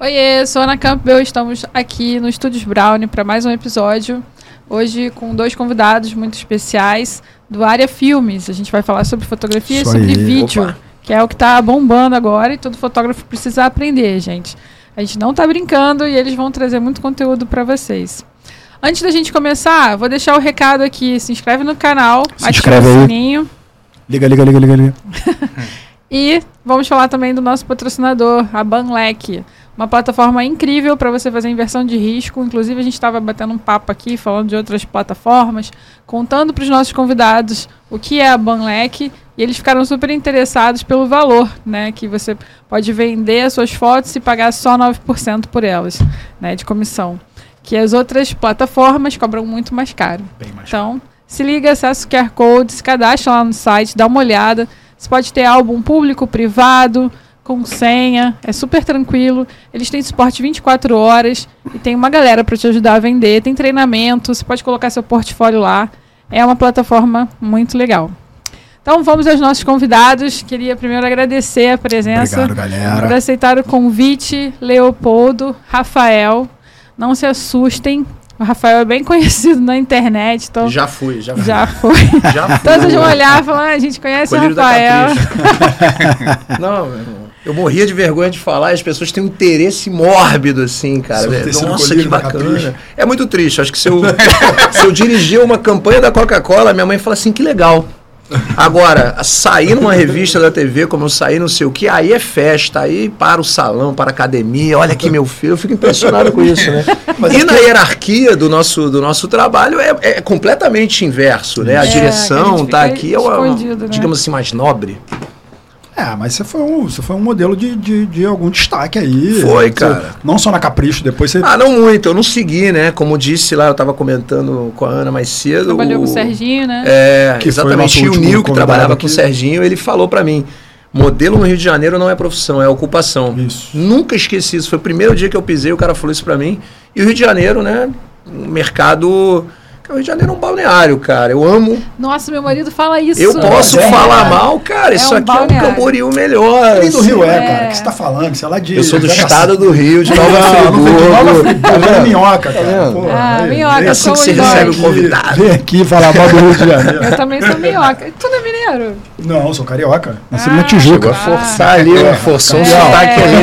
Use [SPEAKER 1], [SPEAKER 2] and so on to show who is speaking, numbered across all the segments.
[SPEAKER 1] Oiê, sou Ana Campbell, estamos aqui no Estúdios Brown para mais um episódio. Hoje com dois convidados muito especiais do Área Filmes. A gente vai falar sobre fotografia e
[SPEAKER 2] Isso
[SPEAKER 1] sobre
[SPEAKER 2] aí.
[SPEAKER 1] vídeo,
[SPEAKER 3] Opa.
[SPEAKER 1] que é o que está bombando agora e todo fotógrafo precisa aprender, gente. A gente não está brincando e eles vão trazer muito conteúdo para vocês. Antes da gente começar, vou deixar o recado aqui. Se inscreve no canal,
[SPEAKER 2] Se inscreve
[SPEAKER 1] o
[SPEAKER 2] aí.
[SPEAKER 1] sininho.
[SPEAKER 2] Liga, liga, liga, liga, liga.
[SPEAKER 1] E vamos falar também do nosso patrocinador, a Banlec. Uma plataforma incrível para você fazer inversão de risco. Inclusive, a gente estava batendo um papo aqui, falando de outras plataformas, contando para os nossos convidados o que é a Banlec. E eles ficaram super interessados pelo valor, né? Que você pode vender as suas fotos e pagar só 9% por elas, né? De comissão. Que as outras plataformas cobram muito mais caro.
[SPEAKER 2] Bem mais.
[SPEAKER 1] Então, se liga, acessa o QR Code, se cadastra lá no site, dá uma olhada. Você pode ter álbum público, privado, com senha, é super tranquilo. Eles têm suporte 24 horas e tem uma galera para te ajudar a vender, tem treinamento, você pode colocar seu portfólio lá. É uma plataforma muito legal. Então vamos aos nossos convidados. Queria primeiro agradecer a presença
[SPEAKER 2] Obrigado,
[SPEAKER 1] por
[SPEAKER 2] galera.
[SPEAKER 1] aceitar o convite, Leopoldo, Rafael. Não se assustem. O Rafael é bem conhecido na internet, então já,
[SPEAKER 3] Já fui, já fui.
[SPEAKER 1] foi.
[SPEAKER 3] já fui.
[SPEAKER 1] Todos vão olhar e falar, "Ah, a gente conhece o
[SPEAKER 3] Colírio da
[SPEAKER 1] Rafael.
[SPEAKER 3] Capricho. Não, meu irmão, eu morria de vergonha de falar, as pessoas têm um interesse mórbido, assim, cara.
[SPEAKER 2] Sobre ter sido
[SPEAKER 3] Nossa,
[SPEAKER 2] Colírio
[SPEAKER 3] que
[SPEAKER 2] da
[SPEAKER 3] bacana.
[SPEAKER 2] Capricho.
[SPEAKER 3] É muito triste. Acho que se eu, se eu dirigir uma campanha da Coca-Cola, minha mãe fala assim, que legal. Agora, sair numa revista da TV, como eu saí, não sei o que, aí é festa, aí para o salão, para a academia, olha aqui meu filho, eu fico impressionado com isso, né? e na hierarquia do nosso, do nosso trabalho é, é completamente inverso, né? A
[SPEAKER 1] É, que a
[SPEAKER 3] direção
[SPEAKER 1] gente
[SPEAKER 3] tá
[SPEAKER 1] fica
[SPEAKER 3] aqui, é uma,
[SPEAKER 1] escondido, né?
[SPEAKER 3] digamos assim, mais nobre.
[SPEAKER 2] É, mas você foi um, você foi um modelo de, de, de algum destaque aí.
[SPEAKER 3] Foi,
[SPEAKER 2] Você-
[SPEAKER 3] cara.
[SPEAKER 2] não só na Capricho, depois você.
[SPEAKER 3] Ah, não muito, eu não segui, né? Como disse lá, eu tava comentando com a Ana mais cedo.
[SPEAKER 1] Trabalhou com o
[SPEAKER 3] o-
[SPEAKER 1] Serginho, né?
[SPEAKER 3] É,
[SPEAKER 2] Que foi
[SPEAKER 3] exatamente.
[SPEAKER 2] nosso
[SPEAKER 3] E o
[SPEAKER 2] último
[SPEAKER 3] Nil, que
[SPEAKER 2] convidado
[SPEAKER 3] trabalhava
[SPEAKER 2] aqui.
[SPEAKER 3] com o Serginho, ele falou pra mim: modelo no Rio de Janeiro não é profissão, é ocupação.
[SPEAKER 2] Isso.
[SPEAKER 3] Nunca esqueci isso. Foi o primeiro dia que eu pisei, o cara falou isso pra mim. E o Rio de Janeiro, né? Um mercado. cara, O Rio de Janeiro é um balneário, cara. Eu amo.
[SPEAKER 1] Nossa, meu marido fala isso.
[SPEAKER 3] Eu posso
[SPEAKER 2] é
[SPEAKER 3] falar
[SPEAKER 2] verdade.
[SPEAKER 3] mal, cara.
[SPEAKER 1] É
[SPEAKER 3] isso
[SPEAKER 1] um
[SPEAKER 3] aqui é
[SPEAKER 1] balneário.
[SPEAKER 3] um Camboriú melhor.
[SPEAKER 2] Nem do
[SPEAKER 3] assim.
[SPEAKER 2] Rio é,
[SPEAKER 1] é.
[SPEAKER 2] cara. O que você tá falando? Você é lá de.
[SPEAKER 3] Eu sou do estado do Rio, de
[SPEAKER 2] Nova
[SPEAKER 3] Nova
[SPEAKER 2] Friburgo. Nova
[SPEAKER 3] Friburgo. Tá
[SPEAKER 2] Friburgo. é Minhoca, cara.
[SPEAKER 3] vendo?
[SPEAKER 2] Pô,
[SPEAKER 1] Ah,
[SPEAKER 2] aí,
[SPEAKER 1] minhoca,
[SPEAKER 2] vem
[SPEAKER 3] É assim que
[SPEAKER 1] Somos
[SPEAKER 3] você
[SPEAKER 1] nós.
[SPEAKER 3] recebe o
[SPEAKER 2] aqui-
[SPEAKER 3] convidado.
[SPEAKER 2] Vem aqui falar mal do Rio de Janeiro.
[SPEAKER 1] Eu também sou minhoca. Tu não é mineiro?
[SPEAKER 2] Não, eu sou carioca. Nasci
[SPEAKER 1] Ah,
[SPEAKER 2] na Tijuca.
[SPEAKER 1] tá. Forçar
[SPEAKER 3] ali,
[SPEAKER 2] É.
[SPEAKER 3] forçou um
[SPEAKER 2] É.
[SPEAKER 3] né,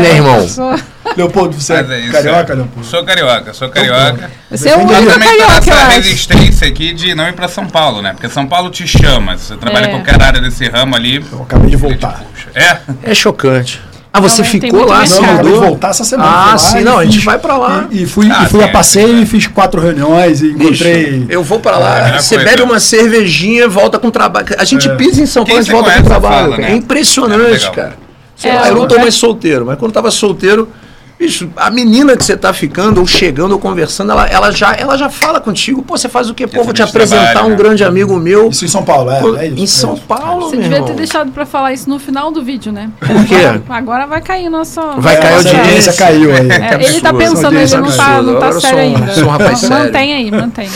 [SPEAKER 1] Sou-
[SPEAKER 2] Leopoldo, você
[SPEAKER 4] Mas é
[SPEAKER 2] é
[SPEAKER 4] isso,
[SPEAKER 2] carioca,
[SPEAKER 4] é.
[SPEAKER 2] Leopoldo? Então,
[SPEAKER 4] Sou carioca, sou carioca.
[SPEAKER 1] Você é o
[SPEAKER 2] Depende
[SPEAKER 4] Eu
[SPEAKER 1] único
[SPEAKER 4] também tô
[SPEAKER 1] carioca, eu
[SPEAKER 4] nessa
[SPEAKER 1] acho.
[SPEAKER 4] resistência aqui de não ir pra São Paulo, né? Porque São Paulo te chama. Se você
[SPEAKER 1] É.
[SPEAKER 4] trabalha em qualquer área desse ramo ali.
[SPEAKER 2] Eu acabei de voltar.
[SPEAKER 4] É,
[SPEAKER 3] É chocante. Ah, você
[SPEAKER 1] Não, mas tem
[SPEAKER 3] ficou
[SPEAKER 1] muito
[SPEAKER 3] lá,
[SPEAKER 1] mais
[SPEAKER 3] se
[SPEAKER 2] Não, eu acabei de
[SPEAKER 3] mudou?
[SPEAKER 2] voltar essa semana.
[SPEAKER 3] Ah,
[SPEAKER 2] Fui lá
[SPEAKER 3] sim,
[SPEAKER 2] e
[SPEAKER 3] não, a gente
[SPEAKER 2] fiz-
[SPEAKER 3] vai pra lá.
[SPEAKER 2] E, e fui,
[SPEAKER 4] Ah,
[SPEAKER 2] e fui
[SPEAKER 4] sim,
[SPEAKER 2] a passeio
[SPEAKER 4] é.
[SPEAKER 2] e fiz quatro reuniões e
[SPEAKER 3] Bicho,
[SPEAKER 2] encontrei.
[SPEAKER 3] eu vou pra
[SPEAKER 4] É,
[SPEAKER 3] lá,
[SPEAKER 4] melhor
[SPEAKER 3] você
[SPEAKER 4] coisa.
[SPEAKER 3] bebe uma cervejinha, volta com trabalho. A gente
[SPEAKER 2] É.
[SPEAKER 3] pisa em São
[SPEAKER 4] Quem
[SPEAKER 3] Paulo e
[SPEAKER 4] você
[SPEAKER 3] volta com
[SPEAKER 4] conhece,
[SPEAKER 3] trabalho.
[SPEAKER 4] fala,
[SPEAKER 3] cara.
[SPEAKER 4] né?
[SPEAKER 3] É
[SPEAKER 4] É
[SPEAKER 3] impressionante,
[SPEAKER 4] legal.
[SPEAKER 3] cara. Sei
[SPEAKER 1] É,
[SPEAKER 3] lá, eu
[SPEAKER 1] eu
[SPEAKER 3] não tô
[SPEAKER 1] nunca-
[SPEAKER 3] mais solteiro, mas quando eu tava solteiro, bicho, a menina que você tá ficando, ou chegando, ou conversando, ela, ela já, ela já fala contigo, pô, você faz o quê? Pô,
[SPEAKER 4] Esse
[SPEAKER 3] vou te
[SPEAKER 4] bicho
[SPEAKER 3] apresentar
[SPEAKER 4] trabalha,
[SPEAKER 3] um
[SPEAKER 4] né?
[SPEAKER 3] grande amigo meu.
[SPEAKER 2] Isso em São Paulo, é, é isso.
[SPEAKER 3] em São
[SPEAKER 2] é isso.
[SPEAKER 3] Paulo,
[SPEAKER 1] Você
[SPEAKER 3] meu
[SPEAKER 1] devia ter
[SPEAKER 3] irmão.
[SPEAKER 1] deixado pra falar isso no final do vídeo, né?
[SPEAKER 3] Por quê?
[SPEAKER 1] Agora vai cair nossa.
[SPEAKER 2] É,
[SPEAKER 3] Vai cair
[SPEAKER 2] nossa
[SPEAKER 3] o dinheiro.
[SPEAKER 2] audiência caiu aí.
[SPEAKER 1] É, ele tá pensando,
[SPEAKER 3] absurdo.
[SPEAKER 1] ele
[SPEAKER 2] Audiência
[SPEAKER 1] não tá, não
[SPEAKER 3] absurda.
[SPEAKER 1] tá
[SPEAKER 3] Agora eu
[SPEAKER 1] sério
[SPEAKER 3] sou um-
[SPEAKER 1] ainda.
[SPEAKER 3] sou um rapaz
[SPEAKER 1] Ma-
[SPEAKER 3] sério.
[SPEAKER 1] Mantém aí, mantém.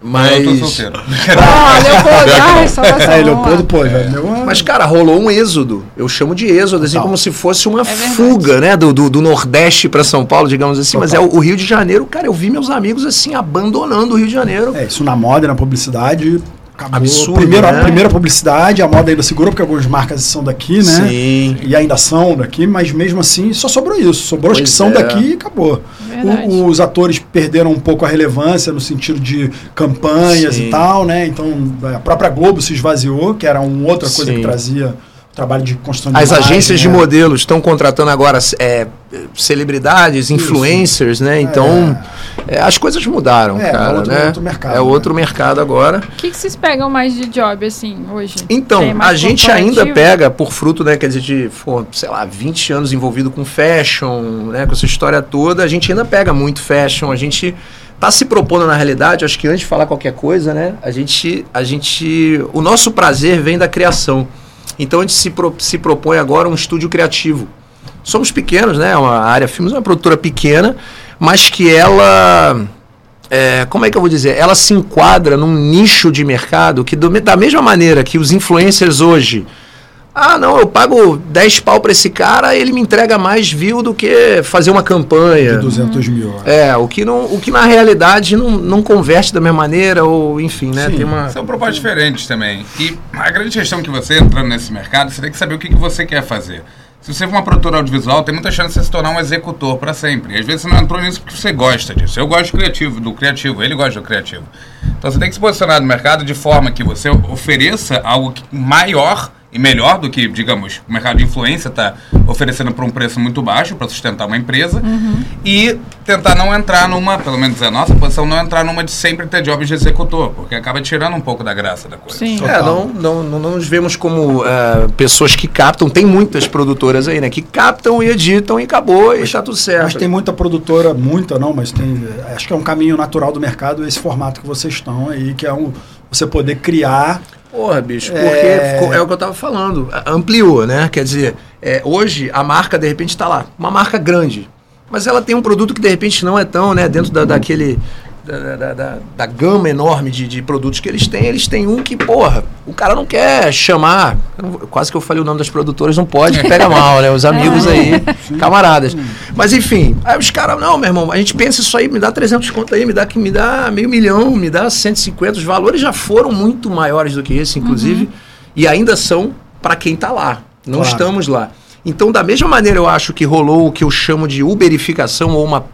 [SPEAKER 4] Então eu tô
[SPEAKER 3] Mas.
[SPEAKER 4] solteiro.
[SPEAKER 1] Ah, Leopoldo, ai, salvação.
[SPEAKER 2] É, Leopoldo, pô, já deu uma...
[SPEAKER 3] Mas, cara, rolou um êxodo. Eu chamo de êxodo, assim,
[SPEAKER 2] Total.
[SPEAKER 3] como se fosse uma
[SPEAKER 1] É verdade.
[SPEAKER 3] fuga, né? Do, do, do Nordeste pra São Paulo, digamos assim. Mas é
[SPEAKER 2] Total.
[SPEAKER 3] o, o Rio de Janeiro, cara, eu vi meus amigos, assim, abandonando o Rio de Janeiro.
[SPEAKER 2] É, isso na moda, na publicidade. Acabou.
[SPEAKER 3] Absurdo,
[SPEAKER 2] primeira,
[SPEAKER 3] né?
[SPEAKER 2] primeira publicidade, a moda ainda segurou, porque algumas marcas são daqui, né?
[SPEAKER 3] Sim.
[SPEAKER 2] E ainda são daqui, mas mesmo assim só sobrou isso. Sobrou os que
[SPEAKER 3] Pois
[SPEAKER 2] são
[SPEAKER 3] é.
[SPEAKER 2] daqui e acabou.
[SPEAKER 1] Verdade.
[SPEAKER 2] O- os atores perderam um pouco a relevância no sentido de campanhas
[SPEAKER 3] Sim.
[SPEAKER 2] e tal, né? Então a própria Globo se esvaziou, que era uma outra coisa
[SPEAKER 3] Sim.
[SPEAKER 2] que trazia o trabalho de construção de
[SPEAKER 3] As
[SPEAKER 2] imagem,
[SPEAKER 3] agências de
[SPEAKER 2] né?
[SPEAKER 3] modelos estão contratando agora é, celebridades, influencers, né? Então, é, as coisas mudaram,
[SPEAKER 2] É, é
[SPEAKER 3] cara,
[SPEAKER 2] outro-
[SPEAKER 3] né?
[SPEAKER 2] outro mercado,
[SPEAKER 3] é
[SPEAKER 2] né?
[SPEAKER 3] outro mercado agora.
[SPEAKER 1] O que, que vocês pegam mais de job, assim, hoje? Tem
[SPEAKER 3] Então,
[SPEAKER 1] mais
[SPEAKER 3] a gente ainda
[SPEAKER 1] corporativo?
[SPEAKER 3] pega por fruto, né, quer dizer, de, pô, sei lá, 20 anos envolvido com fashion, né, com essa história toda, a gente ainda pega muito fashion, a gente tá se propondo na realidade, acho que antes de falar qualquer coisa, né, a gente, a gente, o nosso prazer vem da criação. Então a gente se, pro- se propõe agora um estúdio criativo. Somos pequenos, né, uma área filmes, é uma produtora pequena, mas que ela é, como é que eu vou dizer? Ela se enquadra num nicho de mercado que, do- da mesma maneira que os influencers hoje Ah, não, eu pago 10 pau pra esse cara, ele me entrega mais view do que fazer uma
[SPEAKER 2] de
[SPEAKER 3] campanha.
[SPEAKER 2] 200 mil. né?
[SPEAKER 3] É, o que, não, o que na realidade não, não converte da mesma maneira, ou enfim, né?
[SPEAKER 2] Sim.
[SPEAKER 3] Tem uma.
[SPEAKER 4] São propostas diferentes também. E a grande questão que você, entrando nesse mercado, você tem que saber o que, que você quer fazer. Se você for uma produtora audiovisual, tem muita chance de você se tornar um executor para sempre. E às vezes você não entrou nisso porque você gosta disso. Eu gosto do criativo, do criativo, ele gosta do criativo. Então você tem que se posicionar no mercado de forma que você ofereça algo que- maior e melhor do que, digamos, o mercado de influência está oferecendo por um preço muito baixo para sustentar uma empresa e tentar não entrar numa, pelo menos é a nossa posição, não entrar numa de sempre ter jobs de executor, porque acaba tirando um pouco da graça da coisa.
[SPEAKER 1] Sim.
[SPEAKER 3] É, não, não, não, não nos vemos como é, pessoas que captam. Tem muitas produtoras aí, né? Que captam e editam e acabou e está tudo certo.
[SPEAKER 2] Mas tem muita produtora, muita não, mas tem. Acho que é um caminho natural do mercado esse formato que vocês estão aí, que é um, você poder criar.
[SPEAKER 3] Porra, bicho, porque
[SPEAKER 2] É.
[SPEAKER 3] ficou- é... o que eu tava falando. a- Ampliou, né? Quer dizer, é, hoje a marca, de repente, tá lá. Uma marca grande. Mas ela tem um produto que, de repente, não é tão, né? Dentro da, daquele. Da, da- da, da, da gama enorme de, de produtos que eles têm, eles têm um que, porra, o cara não quer chamar. eu não vou- Quase que eu falei o nome das produtoras, não pode, que pega mal, né? Os amigos aí, camaradas. Mas enfim, aí os caras, não, meu irmão, a gente pensa isso aí, me dá 300 conto aí, me dá, que me dá meio milhão, me dá 150. Os valores já foram muito maiores do que esse, inclusive, e ainda são para quem tá lá. Não
[SPEAKER 2] Claro.
[SPEAKER 3] estamos lá. Então, da mesma maneira, eu acho que rolou o que eu chamo de uberificação ou uma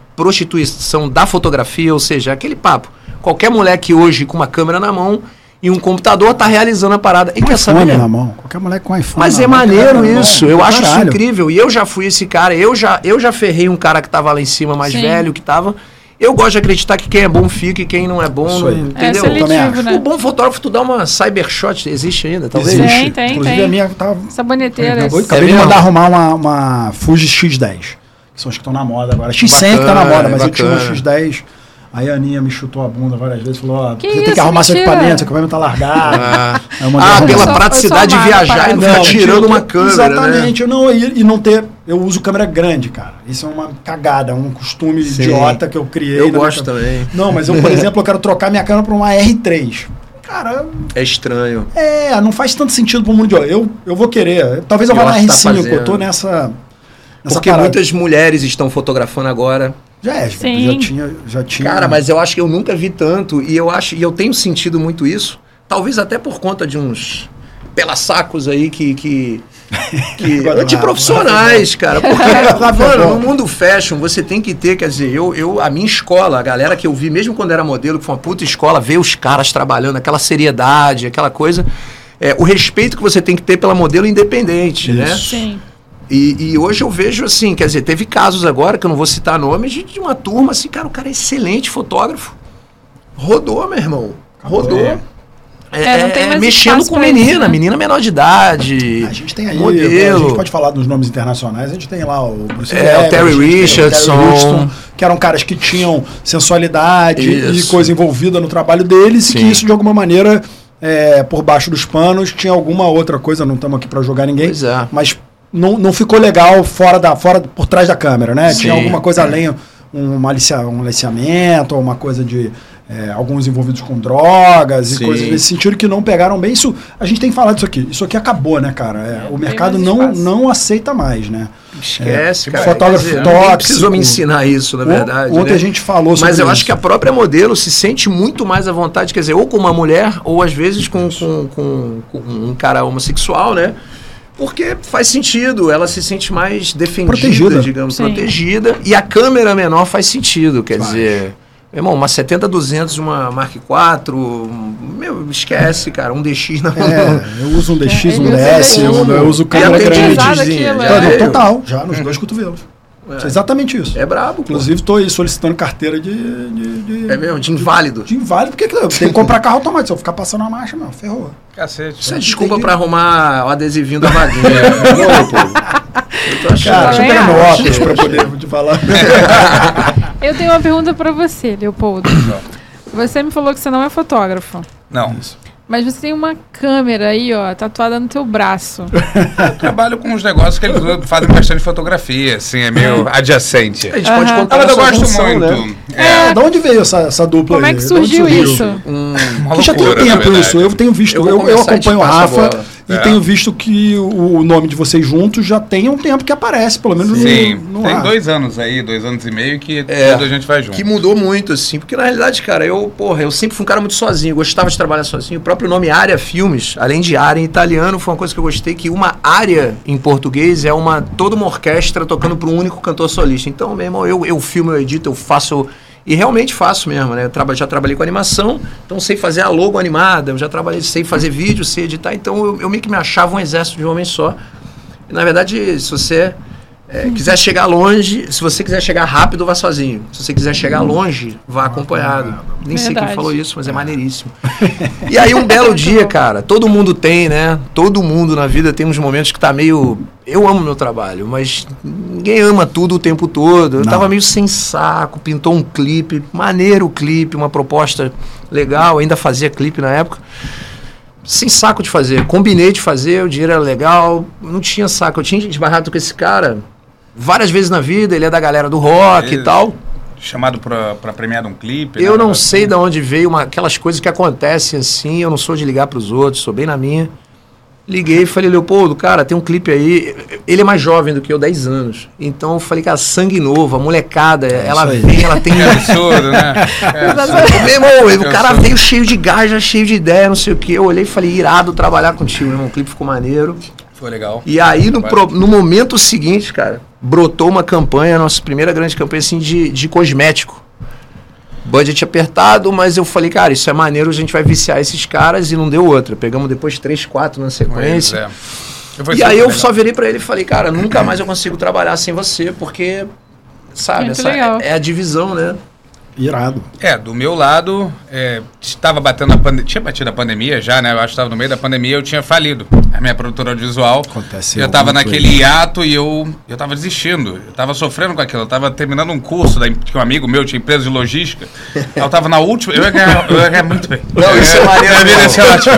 [SPEAKER 3] prostituição da fotografia, ou seja, aquele papo. Qualquer moleque hoje com uma câmera na mão e um computador tá realizando a parada. E quer saber?
[SPEAKER 2] iPhone na mão. Qualquer moleque com iPhone.
[SPEAKER 3] Mas
[SPEAKER 2] na
[SPEAKER 3] é
[SPEAKER 2] mão,
[SPEAKER 3] maneiro
[SPEAKER 2] tem na mão.
[SPEAKER 3] isso. Eu acho isso
[SPEAKER 2] Caralho.
[SPEAKER 3] incrível. E eu já fui esse cara. Eu já, eu já ferrei um cara que tava lá em cima, mais
[SPEAKER 1] Sim.
[SPEAKER 3] velho, que tava. Eu gosto de acreditar que quem é bom fica e quem não é bom,
[SPEAKER 2] Isso
[SPEAKER 3] não,
[SPEAKER 2] aí.
[SPEAKER 1] É
[SPEAKER 3] entendeu?
[SPEAKER 2] seletivo, também
[SPEAKER 1] seletivo,
[SPEAKER 2] acho.
[SPEAKER 1] né?
[SPEAKER 3] o bom fotógrafo, tu dá uma cybershot, existe ainda, talvez?
[SPEAKER 1] Sim.
[SPEAKER 2] Existe.
[SPEAKER 1] Tem, tem,
[SPEAKER 2] Inclusive
[SPEAKER 1] tem.
[SPEAKER 2] a minha tá tava.
[SPEAKER 1] Saboneteira.
[SPEAKER 2] Acabei,
[SPEAKER 3] É
[SPEAKER 2] acabei de
[SPEAKER 3] mesmo?
[SPEAKER 2] mandar arrumar uma, uma Fuji X10. Que são as que estão na moda agora. X100 que tá na
[SPEAKER 3] Bacana,
[SPEAKER 2] moda, mas eu tinha uma
[SPEAKER 3] bacana.
[SPEAKER 2] X10. Aí a Aninha me chutou a bunda várias vezes falou: ó,
[SPEAKER 1] Que
[SPEAKER 2] você tem que
[SPEAKER 1] isso,
[SPEAKER 2] arrumar seu
[SPEAKER 1] mentira.
[SPEAKER 2] equipamento, seu equipamento tá largado.
[SPEAKER 3] Ah,
[SPEAKER 2] Aí eu mandei
[SPEAKER 3] ah
[SPEAKER 2] arrumar.
[SPEAKER 1] Eu
[SPEAKER 3] pela
[SPEAKER 1] sou- eu
[SPEAKER 3] praticidade de
[SPEAKER 1] sou amada,
[SPEAKER 3] viajar e não
[SPEAKER 1] parada.
[SPEAKER 3] ficar
[SPEAKER 2] Não,
[SPEAKER 3] tirando
[SPEAKER 2] mentira,
[SPEAKER 3] uma
[SPEAKER 2] eu-
[SPEAKER 3] câmera, né?
[SPEAKER 2] Exatamente. Eu não, e, e não ter. Eu uso câmera grande, cara. Isso é uma cagada, um costume
[SPEAKER 3] Sim.
[SPEAKER 2] idiota que eu criei.
[SPEAKER 3] Eu
[SPEAKER 2] na minha
[SPEAKER 3] gosto
[SPEAKER 2] câmera.
[SPEAKER 3] também.
[SPEAKER 2] Não, mas eu, por exemplo, eu quero trocar minha câmera pra uma R3. Cara,
[SPEAKER 3] É estranho.
[SPEAKER 2] é, não faz tanto sentido pro mundo de hoje. Eu, eu vou querer. Talvez eu vá
[SPEAKER 3] Eu
[SPEAKER 2] na
[SPEAKER 3] acho que tá
[SPEAKER 2] R5,
[SPEAKER 3] fazendo.
[SPEAKER 2] eu tô nessa. nessa
[SPEAKER 3] Porque
[SPEAKER 2] parada.
[SPEAKER 3] muitas mulheres estão fotografando agora.
[SPEAKER 2] Já é, já
[SPEAKER 1] Sim.
[SPEAKER 2] tinha, já tinha. um.
[SPEAKER 3] Cara, mas eu acho que eu nunca vi tanto e eu acho e eu tenho sentido muito isso. Talvez até por conta de uns pela sacos aí que que, que
[SPEAKER 2] Agora,
[SPEAKER 3] antiprofissionais, cara. Porque,
[SPEAKER 2] Agora,
[SPEAKER 3] mano,
[SPEAKER 2] agora.
[SPEAKER 3] no mundo fashion você tem que ter, quer dizer, eu, eu a minha escola, a galera que eu vi mesmo quando era modelo, que foi uma puta escola, ver os caras trabalhando, aquela seriedade, aquela coisa, é, o respeito que você tem que ter pela modelo independente, né?
[SPEAKER 2] Isso.
[SPEAKER 1] Sim.
[SPEAKER 3] E, e hoje eu vejo assim, quer dizer, teve casos agora, que eu não vou citar nomes, de, de uma turma assim, cara, o cara é excelente fotógrafo. Rodou, meu irmão. Rodou.
[SPEAKER 2] É.
[SPEAKER 3] É,
[SPEAKER 1] É, não tem
[SPEAKER 3] é,
[SPEAKER 1] mais
[SPEAKER 3] mexendo
[SPEAKER 1] espaço
[SPEAKER 3] com
[SPEAKER 1] pra
[SPEAKER 3] menina,
[SPEAKER 1] isso, né?
[SPEAKER 3] menina menor de idade.
[SPEAKER 2] A gente tem aí,
[SPEAKER 3] Modelo.
[SPEAKER 2] a gente pode falar dos nomes internacionais, a gente tem lá o Bruce
[SPEAKER 3] É,
[SPEAKER 2] Willis,
[SPEAKER 3] o Terry
[SPEAKER 2] a gente tem
[SPEAKER 3] Richardson.
[SPEAKER 2] que eram caras que tinham sensualidade
[SPEAKER 3] Isso.
[SPEAKER 2] e coisa envolvida no trabalho deles, e que
[SPEAKER 3] Sim.
[SPEAKER 2] isso de alguma maneira, é, por baixo dos panos, tinha alguma outra coisa, não estamos aqui para jogar ninguém,
[SPEAKER 3] Pois é.
[SPEAKER 2] mas não, não ficou legal fora da, fora, por trás da câmera, né? Tinha
[SPEAKER 3] Sim. é.
[SPEAKER 2] alguma coisa além, um, malicia, um aliciamento, uma coisa de. é, alguns envolvidos com drogas e
[SPEAKER 3] Sim.
[SPEAKER 2] coisas nesse sentido que não pegaram bem. Isso, a gente tem falado isso aqui. Isso aqui acabou, né, cara? É, o mercado
[SPEAKER 1] mais
[SPEAKER 2] não,
[SPEAKER 1] espaço.
[SPEAKER 2] não aceita mais, né?
[SPEAKER 3] Esquece,
[SPEAKER 2] É,
[SPEAKER 3] cara.
[SPEAKER 2] fotógrafo
[SPEAKER 3] Quer dizer, Não
[SPEAKER 2] tóxico.
[SPEAKER 3] precisou me ensinar isso, na
[SPEAKER 2] O-
[SPEAKER 3] verdade.
[SPEAKER 2] Ontem
[SPEAKER 3] né?
[SPEAKER 2] a gente falou sobre
[SPEAKER 3] Mas eu
[SPEAKER 2] isso.
[SPEAKER 3] acho que a própria modelo se sente muito mais à vontade, quer dizer, ou com uma mulher, ou às vezes com, com, com- com um cara homossexual, né? Porque faz sentido, ela se sente mais defendida,
[SPEAKER 2] Protegida.
[SPEAKER 3] digamos,
[SPEAKER 1] Sim.
[SPEAKER 3] protegida. E a câmera menor faz sentido, quer
[SPEAKER 2] Faz.
[SPEAKER 3] dizer. Meu irmão, uma 70-200, uma Mark IV, um- meu, esquece, cara, um DX na mão.
[SPEAKER 2] É, eu uso um DX, um
[SPEAKER 1] ele usa
[SPEAKER 2] DS, eu,
[SPEAKER 1] DX.
[SPEAKER 2] eu uso
[SPEAKER 3] E ela
[SPEAKER 2] câmera
[SPEAKER 3] tem né?
[SPEAKER 2] grande.
[SPEAKER 1] utilizado
[SPEAKER 3] limitzinho,
[SPEAKER 1] aquilo,
[SPEAKER 3] já
[SPEAKER 2] Tá, não,
[SPEAKER 3] veio.
[SPEAKER 2] total, já nos dois cotovelos. Isso é exatamente isso.
[SPEAKER 3] É brabo, pô.
[SPEAKER 2] Inclusive, estou aí solicitando carteira de, de, de-
[SPEAKER 3] É mesmo, de inválido.
[SPEAKER 2] de inválido, porque aquilo- tem que comprar carro automático. Se eu ficar passando a marcha, não, ferrou.
[SPEAKER 4] Cacete.
[SPEAKER 3] Isso é desculpa pra arrumar o adesivinho da vaguinha. Não, pô. Eu tô
[SPEAKER 1] também
[SPEAKER 2] Cara, deixa eu pegar meu
[SPEAKER 3] acho.
[SPEAKER 2] óculos pra poder te falar.
[SPEAKER 1] Eu tenho uma pergunta pra você, Leopoldo. Você me falou que você não é fotógrafo.
[SPEAKER 4] Não.
[SPEAKER 1] Mas você tem uma câmera aí, ó, tatuada no teu braço.
[SPEAKER 4] Eu trabalho com uns negócios que eles fazem bastante fotografia, assim, é meio adjacente.
[SPEAKER 3] É, A gente pode
[SPEAKER 1] Aham.
[SPEAKER 3] contar
[SPEAKER 4] Ah, mas eu
[SPEAKER 3] nossa
[SPEAKER 4] gosto
[SPEAKER 3] função,
[SPEAKER 4] muito.
[SPEAKER 3] né?
[SPEAKER 2] É, da onde veio essa, essa dupla
[SPEAKER 1] Como
[SPEAKER 2] aí?
[SPEAKER 1] é que
[SPEAKER 2] Da onde
[SPEAKER 1] surgiu isso?
[SPEAKER 3] Um-
[SPEAKER 4] uma
[SPEAKER 2] Porque já tem um
[SPEAKER 4] É, loucura, na
[SPEAKER 2] tempo
[SPEAKER 4] verdade.
[SPEAKER 2] isso. Eu tenho visto,
[SPEAKER 3] Eu
[SPEAKER 2] eu,
[SPEAKER 3] vou
[SPEAKER 2] eu
[SPEAKER 3] começar e te
[SPEAKER 2] acompanho o
[SPEAKER 3] passo a
[SPEAKER 2] Rafa
[SPEAKER 3] bola.
[SPEAKER 2] E
[SPEAKER 4] É.
[SPEAKER 2] tenho visto que o nome de vocês juntos já tem um tempo que aparece, pelo menos
[SPEAKER 4] Sim,
[SPEAKER 2] no, no
[SPEAKER 4] tem
[SPEAKER 2] ar.
[SPEAKER 4] dois anos aí, dois anos e meio que
[SPEAKER 3] É.
[SPEAKER 4] tudo a gente vai junto.
[SPEAKER 3] Que mudou muito, assim. Porque na realidade, cara, eu, porra, eu sempre fui um cara muito sozinho, eu gostava de trabalhar sozinho. O próprio nome área filmes, além de área em italiano, foi uma coisa que eu gostei, que uma área em português é uma toda uma orquestra tocando para um único cantor solista. Então, meu irmão, eu, eu filmo, eu edito, eu faço. eu- E realmente faço mesmo, né? Eu traba- já trabalhei com animação, então sei fazer a logo animada, eu já trabalhei, sei fazer vídeo, sei editar, então eu, eu meio que me achava um exército de um homem só. Na verdade, se você é, quiser chegar longe, se você quiser chegar rápido, vá sozinho. Se você quiser chegar longe, vá acompanhado. Nem sei quem
[SPEAKER 1] Verdade.
[SPEAKER 3] falou isso, mas é maneiríssimo. E aí, um belo dia, cara, todo mundo tem, né? Todo mundo na vida tem uns momentos que tá meio. Eu amo meu trabalho, mas ninguém ama tudo o tempo todo. Eu
[SPEAKER 2] Não.
[SPEAKER 3] tava meio sem saco, pintou um clipe, maneiro o clipe, uma proposta legal, ainda fazia clipe na época sem saco de fazer. Combinei de fazer, o dinheiro era legal, não tinha saco. Eu tinha esbarrado com esse cara várias vezes na vida, ele é da galera do rock
[SPEAKER 4] Ele-
[SPEAKER 3] e tal.
[SPEAKER 4] Chamado pra, pra premiar de um clipe.
[SPEAKER 3] Eu
[SPEAKER 4] né?
[SPEAKER 3] não sei de onde veio uma, aquelas coisas que acontecem assim, eu não sou de ligar pros outros, sou bem na minha. Liguei e falei, Leopoldo, cara, tem um clipe aí. Ele é mais jovem do que eu, 10 anos. Então eu falei, cara, sangue novo, a molecada, ela
[SPEAKER 2] isso aí.
[SPEAKER 3] vem, ela tem um
[SPEAKER 4] É absurdo, né? É absurdo.
[SPEAKER 3] meu irmão, o
[SPEAKER 4] Eu
[SPEAKER 3] cara
[SPEAKER 4] sou-
[SPEAKER 3] veio cheio de gás, já cheio de ideia, não sei o que. Eu olhei e falei, irado trabalhar contigo, meu irmão. O clipe ficou maneiro.
[SPEAKER 4] Foi legal.
[SPEAKER 3] E aí, no, pro- no momento seguinte, cara, brotou uma campanha, nossa primeira grande campanha, assim, de, de cosmético. Budget apertado, mas eu falei, cara, isso é maneiro, a gente vai viciar esses caras e não deu outra. Pegamos depois três, quatro na
[SPEAKER 4] Pois
[SPEAKER 3] sequência.
[SPEAKER 4] é. Foi
[SPEAKER 3] E
[SPEAKER 4] super
[SPEAKER 3] aí eu
[SPEAKER 4] legal.
[SPEAKER 3] só virei pra ele e falei, cara, nunca mais eu consigo trabalhar sem você, porque, sabe,
[SPEAKER 1] Muito
[SPEAKER 3] essa
[SPEAKER 1] legal.
[SPEAKER 3] é a divisão, né?
[SPEAKER 2] Irado.
[SPEAKER 4] É, do meu lado, é, estava batendo a pandemia. Tinha batido a pandemia já, né? Eu acho que estava no meio da pandemia eu tinha falido. A minha produtora audiovisual.
[SPEAKER 2] Acontece
[SPEAKER 4] Eu estava
[SPEAKER 2] alguma coisa.
[SPEAKER 4] naquele hiato e eu, eu tava desistindo. Eu estava sofrendo com aquilo. Eu estava terminando um curso da, em- que um amigo meu tinha empresa de logística. Eu estava na última. Eu ia ganhar, eu ia ganhar muito bem.
[SPEAKER 3] Não, isso é maneiro,
[SPEAKER 4] Minha vida ia ser
[SPEAKER 3] não.
[SPEAKER 4] ótima.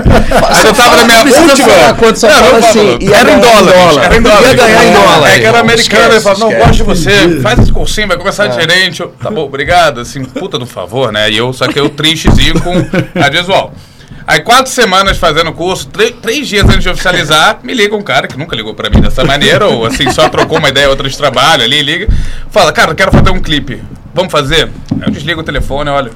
[SPEAKER 4] Aí eu tava na minha
[SPEAKER 3] Não precisa
[SPEAKER 4] última.
[SPEAKER 3] falar quanto, só
[SPEAKER 4] Não,
[SPEAKER 3] fala
[SPEAKER 4] não falo.
[SPEAKER 3] assim, e
[SPEAKER 4] era
[SPEAKER 3] era
[SPEAKER 4] em
[SPEAKER 3] em
[SPEAKER 4] dólar. Era em dólar.
[SPEAKER 3] Ia ganhar em dólar.
[SPEAKER 4] É que era americano. Ele falava, não,
[SPEAKER 3] Esquece,
[SPEAKER 4] gosto de você.
[SPEAKER 2] esquece.
[SPEAKER 4] Faz esse cursinho, vai começar gerente. Eu, tá bom, obrigado. Assim, puta do favor, né? E eu, só que eu tristezinho com a visual. Aí quatro semanas fazendo o curso, tre- três dias antes de oficializar, me liga um cara que nunca ligou pra mim dessa maneira, ou assim, só trocou uma ideia, outra de trabalho ali, liga. Fala, cara, eu quero fazer um clipe. Vamos fazer? Aí eu desligo o telefone, olha.